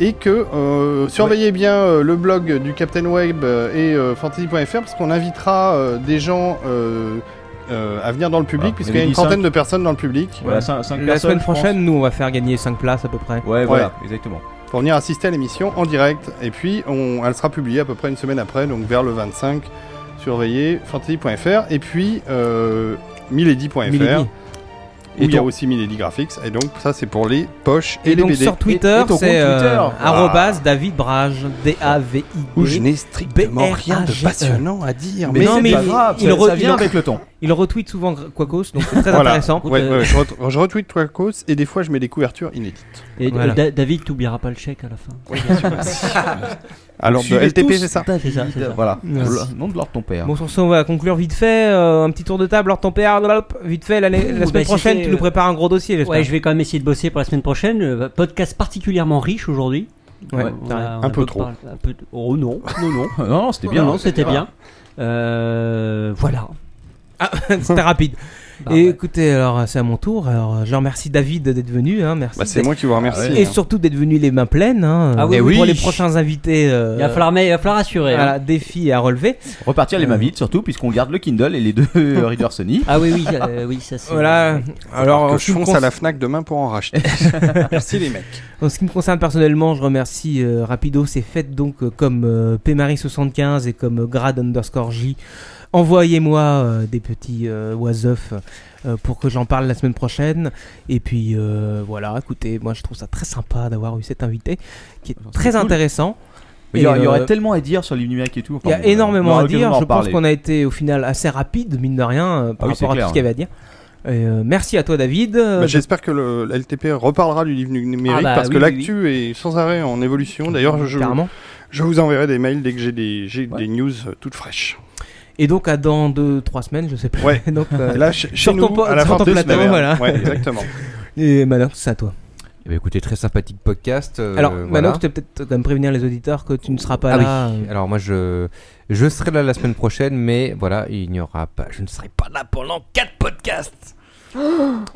Et que euh, surveillez bien euh, le blog du Captain Web euh, et euh, fantasy.fr parce qu'on invitera euh, des gens euh, euh, à venir dans le public Voilà. puisqu'il On y a avait une dit trentaine cinq. de personnes dans le public Voilà, cin- cinq La personnes, semaine je pense. prochaine, nous, on va faire gagner 5 places à peu près. Ouais, voilà, exactement. pour venir assister à l'émission en direct. Et puis, on, elle sera publiée à peu près une semaine après, donc vers le 25. Surveillez fantasy.fr et puis euh, milady.fr. Milady. Où il y a donc- aussi Milady Graphics. Et donc, ça, c'est pour les poches et, Et, les donc BD. sur Twitter, Et- et ton c'est compte euh, Twitter. arrobase David Brage, D-A-V-I-D. Où je n'ai strictement rien de B-R-A-G-E. passionnant à dire. E. Mais Mais, non, c'est mais pas il- grave, il ça- re- ça il vient en- avec le temps. Il retweet souvent Quacos, donc c'est très Voilà. intéressant. euh, Ouais, ouais, je, ret- je retweet Twacos et des fois, je mets des couvertures inédites. Et Voilà. euh, Da- David, t'oublieras pas le chèque à la fin. Alors, de Suivez LTP, tous c'est bah, ça C'est ça, c'est ça. Voilà. Merci. Le nom de l'ordre de ton père. Bon, sur ce, on va conclure vite fait. euh, un petit tour de table, alors ton père, hop, vite fait, l'année- la Ouh, bah, semaine si prochaine, c'est, tu euh, nous prépares un gros dossier, j'espère. Ouais, je vais quand même essayer de bosser pour la semaine prochaine. Euh, Podcast particulièrement riche aujourd'hui. Ouais, On t'as a- raison. Un on a peu beaucoup trop. parlé- un peu de- Oh non, non, non. *laughs* Non, non, c'était bien. non, hein. c'était bien. Euh, voilà. Ah, *laughs* c'était rapide. Bah, Et ouais. écoutez, alors c'est à mon tour. Alors, je remercie David d'être venu. Hein, merci. Bah, C'est d'être- moi qui vous remercie. Et hein. surtout d'être venu les mains pleines. Hein, Ah oui, euh, oui. Pour oui. les prochains invités. euh, Il va falloir, mais, il va falloir assurer. hein. voilà, défi à relever. Repartir les mains vides, surtout, puisqu'on garde le Kindle et les deux *laughs* euh, Reader Sony. Ah oui, oui, euh, oui, ça c'est. Voilà. Alors, Que en je ce qui me fonce à concerne- la Fnac demain pour en racheter. Merci les mecs. En ce qui me concerne personnellement, je remercie euh, Rapido. C'est fait donc euh, comme euh, Pmarie75 et comme euh, Grad underscore J. Envoyez-moi euh, des petits euh, was-of, euh, pour que j'en parle la semaine prochaine. Et puis euh, voilà, écoutez, moi je trouve ça très sympa d'avoir eu cet invité qui est très Ah, cool. intéressant. Il y, a- Et, il y aurait euh, tellement à dire sur les numériques et tout. il y Enfin, a bon, on énormément aura à l'occasion dire. d'en Je pense reparler. qu'on a été au final assez rapide, mine de rien, euh, par Ah oui, c'est rapport à clair, tout ce qu'il y avait à dire. Et, euh, merci à toi, David. Euh, Bah, J'espère que le, la LTP reparlera du livre nu- numérique Ah bah parce que oui, oui, l'actu est sans arrêt en évolution. D'ailleurs, je, carrément. je vous enverrai des mails dès que j'ai des, j'ai Ouais. des news euh, toutes fraîches. Et donc, à dans 2-3 semaines, je sais plus. *laughs* Ouais. donc, euh, Et là, ch- chez ton nous, po- à la sur fin ton de plateau, semaine. voilà. Ouais, *laughs* exactement. et Manox, c'est à toi. Eh ben, écoutez, très sympathique podcast. euh, Alors, voilà. Manox, tu peux peut-être euh, quand même prévenir les auditeurs que tu ne seras pas Ah là. oui. Alors moi je je serai là la semaine prochaine, mais voilà, il n'y aura pas, je ne serai pas là pendant quatre podcasts. Et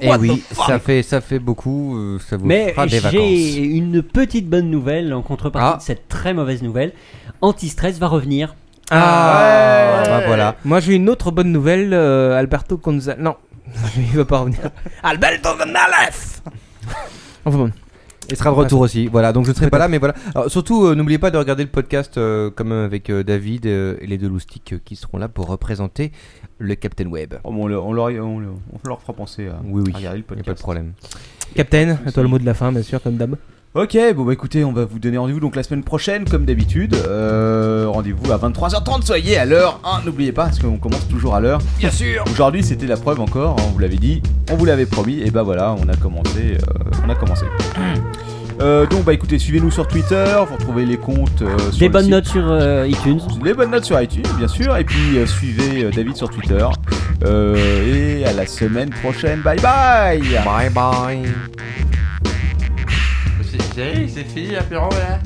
Eh oui, ça fait ça fait beaucoup, euh, ça vous Mais fera des vacances. j'ai une petite bonne nouvelle en contrepartie Ah. de cette très mauvaise nouvelle. Antistress va revenir. Ah, bah voilà. Moi, j'ai une autre bonne nouvelle. euh, Alberto *laughs* Gonzalez. Non, il va pas revenir. Alberto Gonzalez Enfin bon. Il sera de retour aussi. Voilà, donc je ne serai pas Peut-être. là, mais voilà. Alors, surtout, euh, n'oubliez pas de regarder le podcast euh, quand même avec euh, David euh, et les deux loustiques euh, qui seront là pour représenter le Captain Web. Oh, bon, on, leur, on, leur, on leur- on leur fera penser à, Oui, oui. à regarder le Il n'y Ah, a podcast. pas de problème. Captain, à toi le mot de la fin, bien sûr, comme d'hab. Ok, bon bah écoutez, on va vous donner rendez-vous donc la semaine prochaine, comme d'habitude. Euh, rendez-vous à 23h30, soyez à l'heure. hein, N'oubliez pas, parce qu'on commence toujours à l'heure. Bien sûr. Aujourd'hui, c'était la preuve encore, on vous l'avait dit, on vous l'avait promis, et bah voilà, on a commencé. euh, on a commencé. *clears throat* Euh, donc bah écoutez, suivez-nous sur Twitter, vous retrouvez les comptes. euh, sur Des le bonnes site. notes sur euh, iTunes. Les bonnes notes sur iTunes, bien sûr, et puis euh, suivez euh, David sur Twitter. Euh, et à la semaine prochaine, bye bye. Bye bye. C'est c'est fini l'apéro là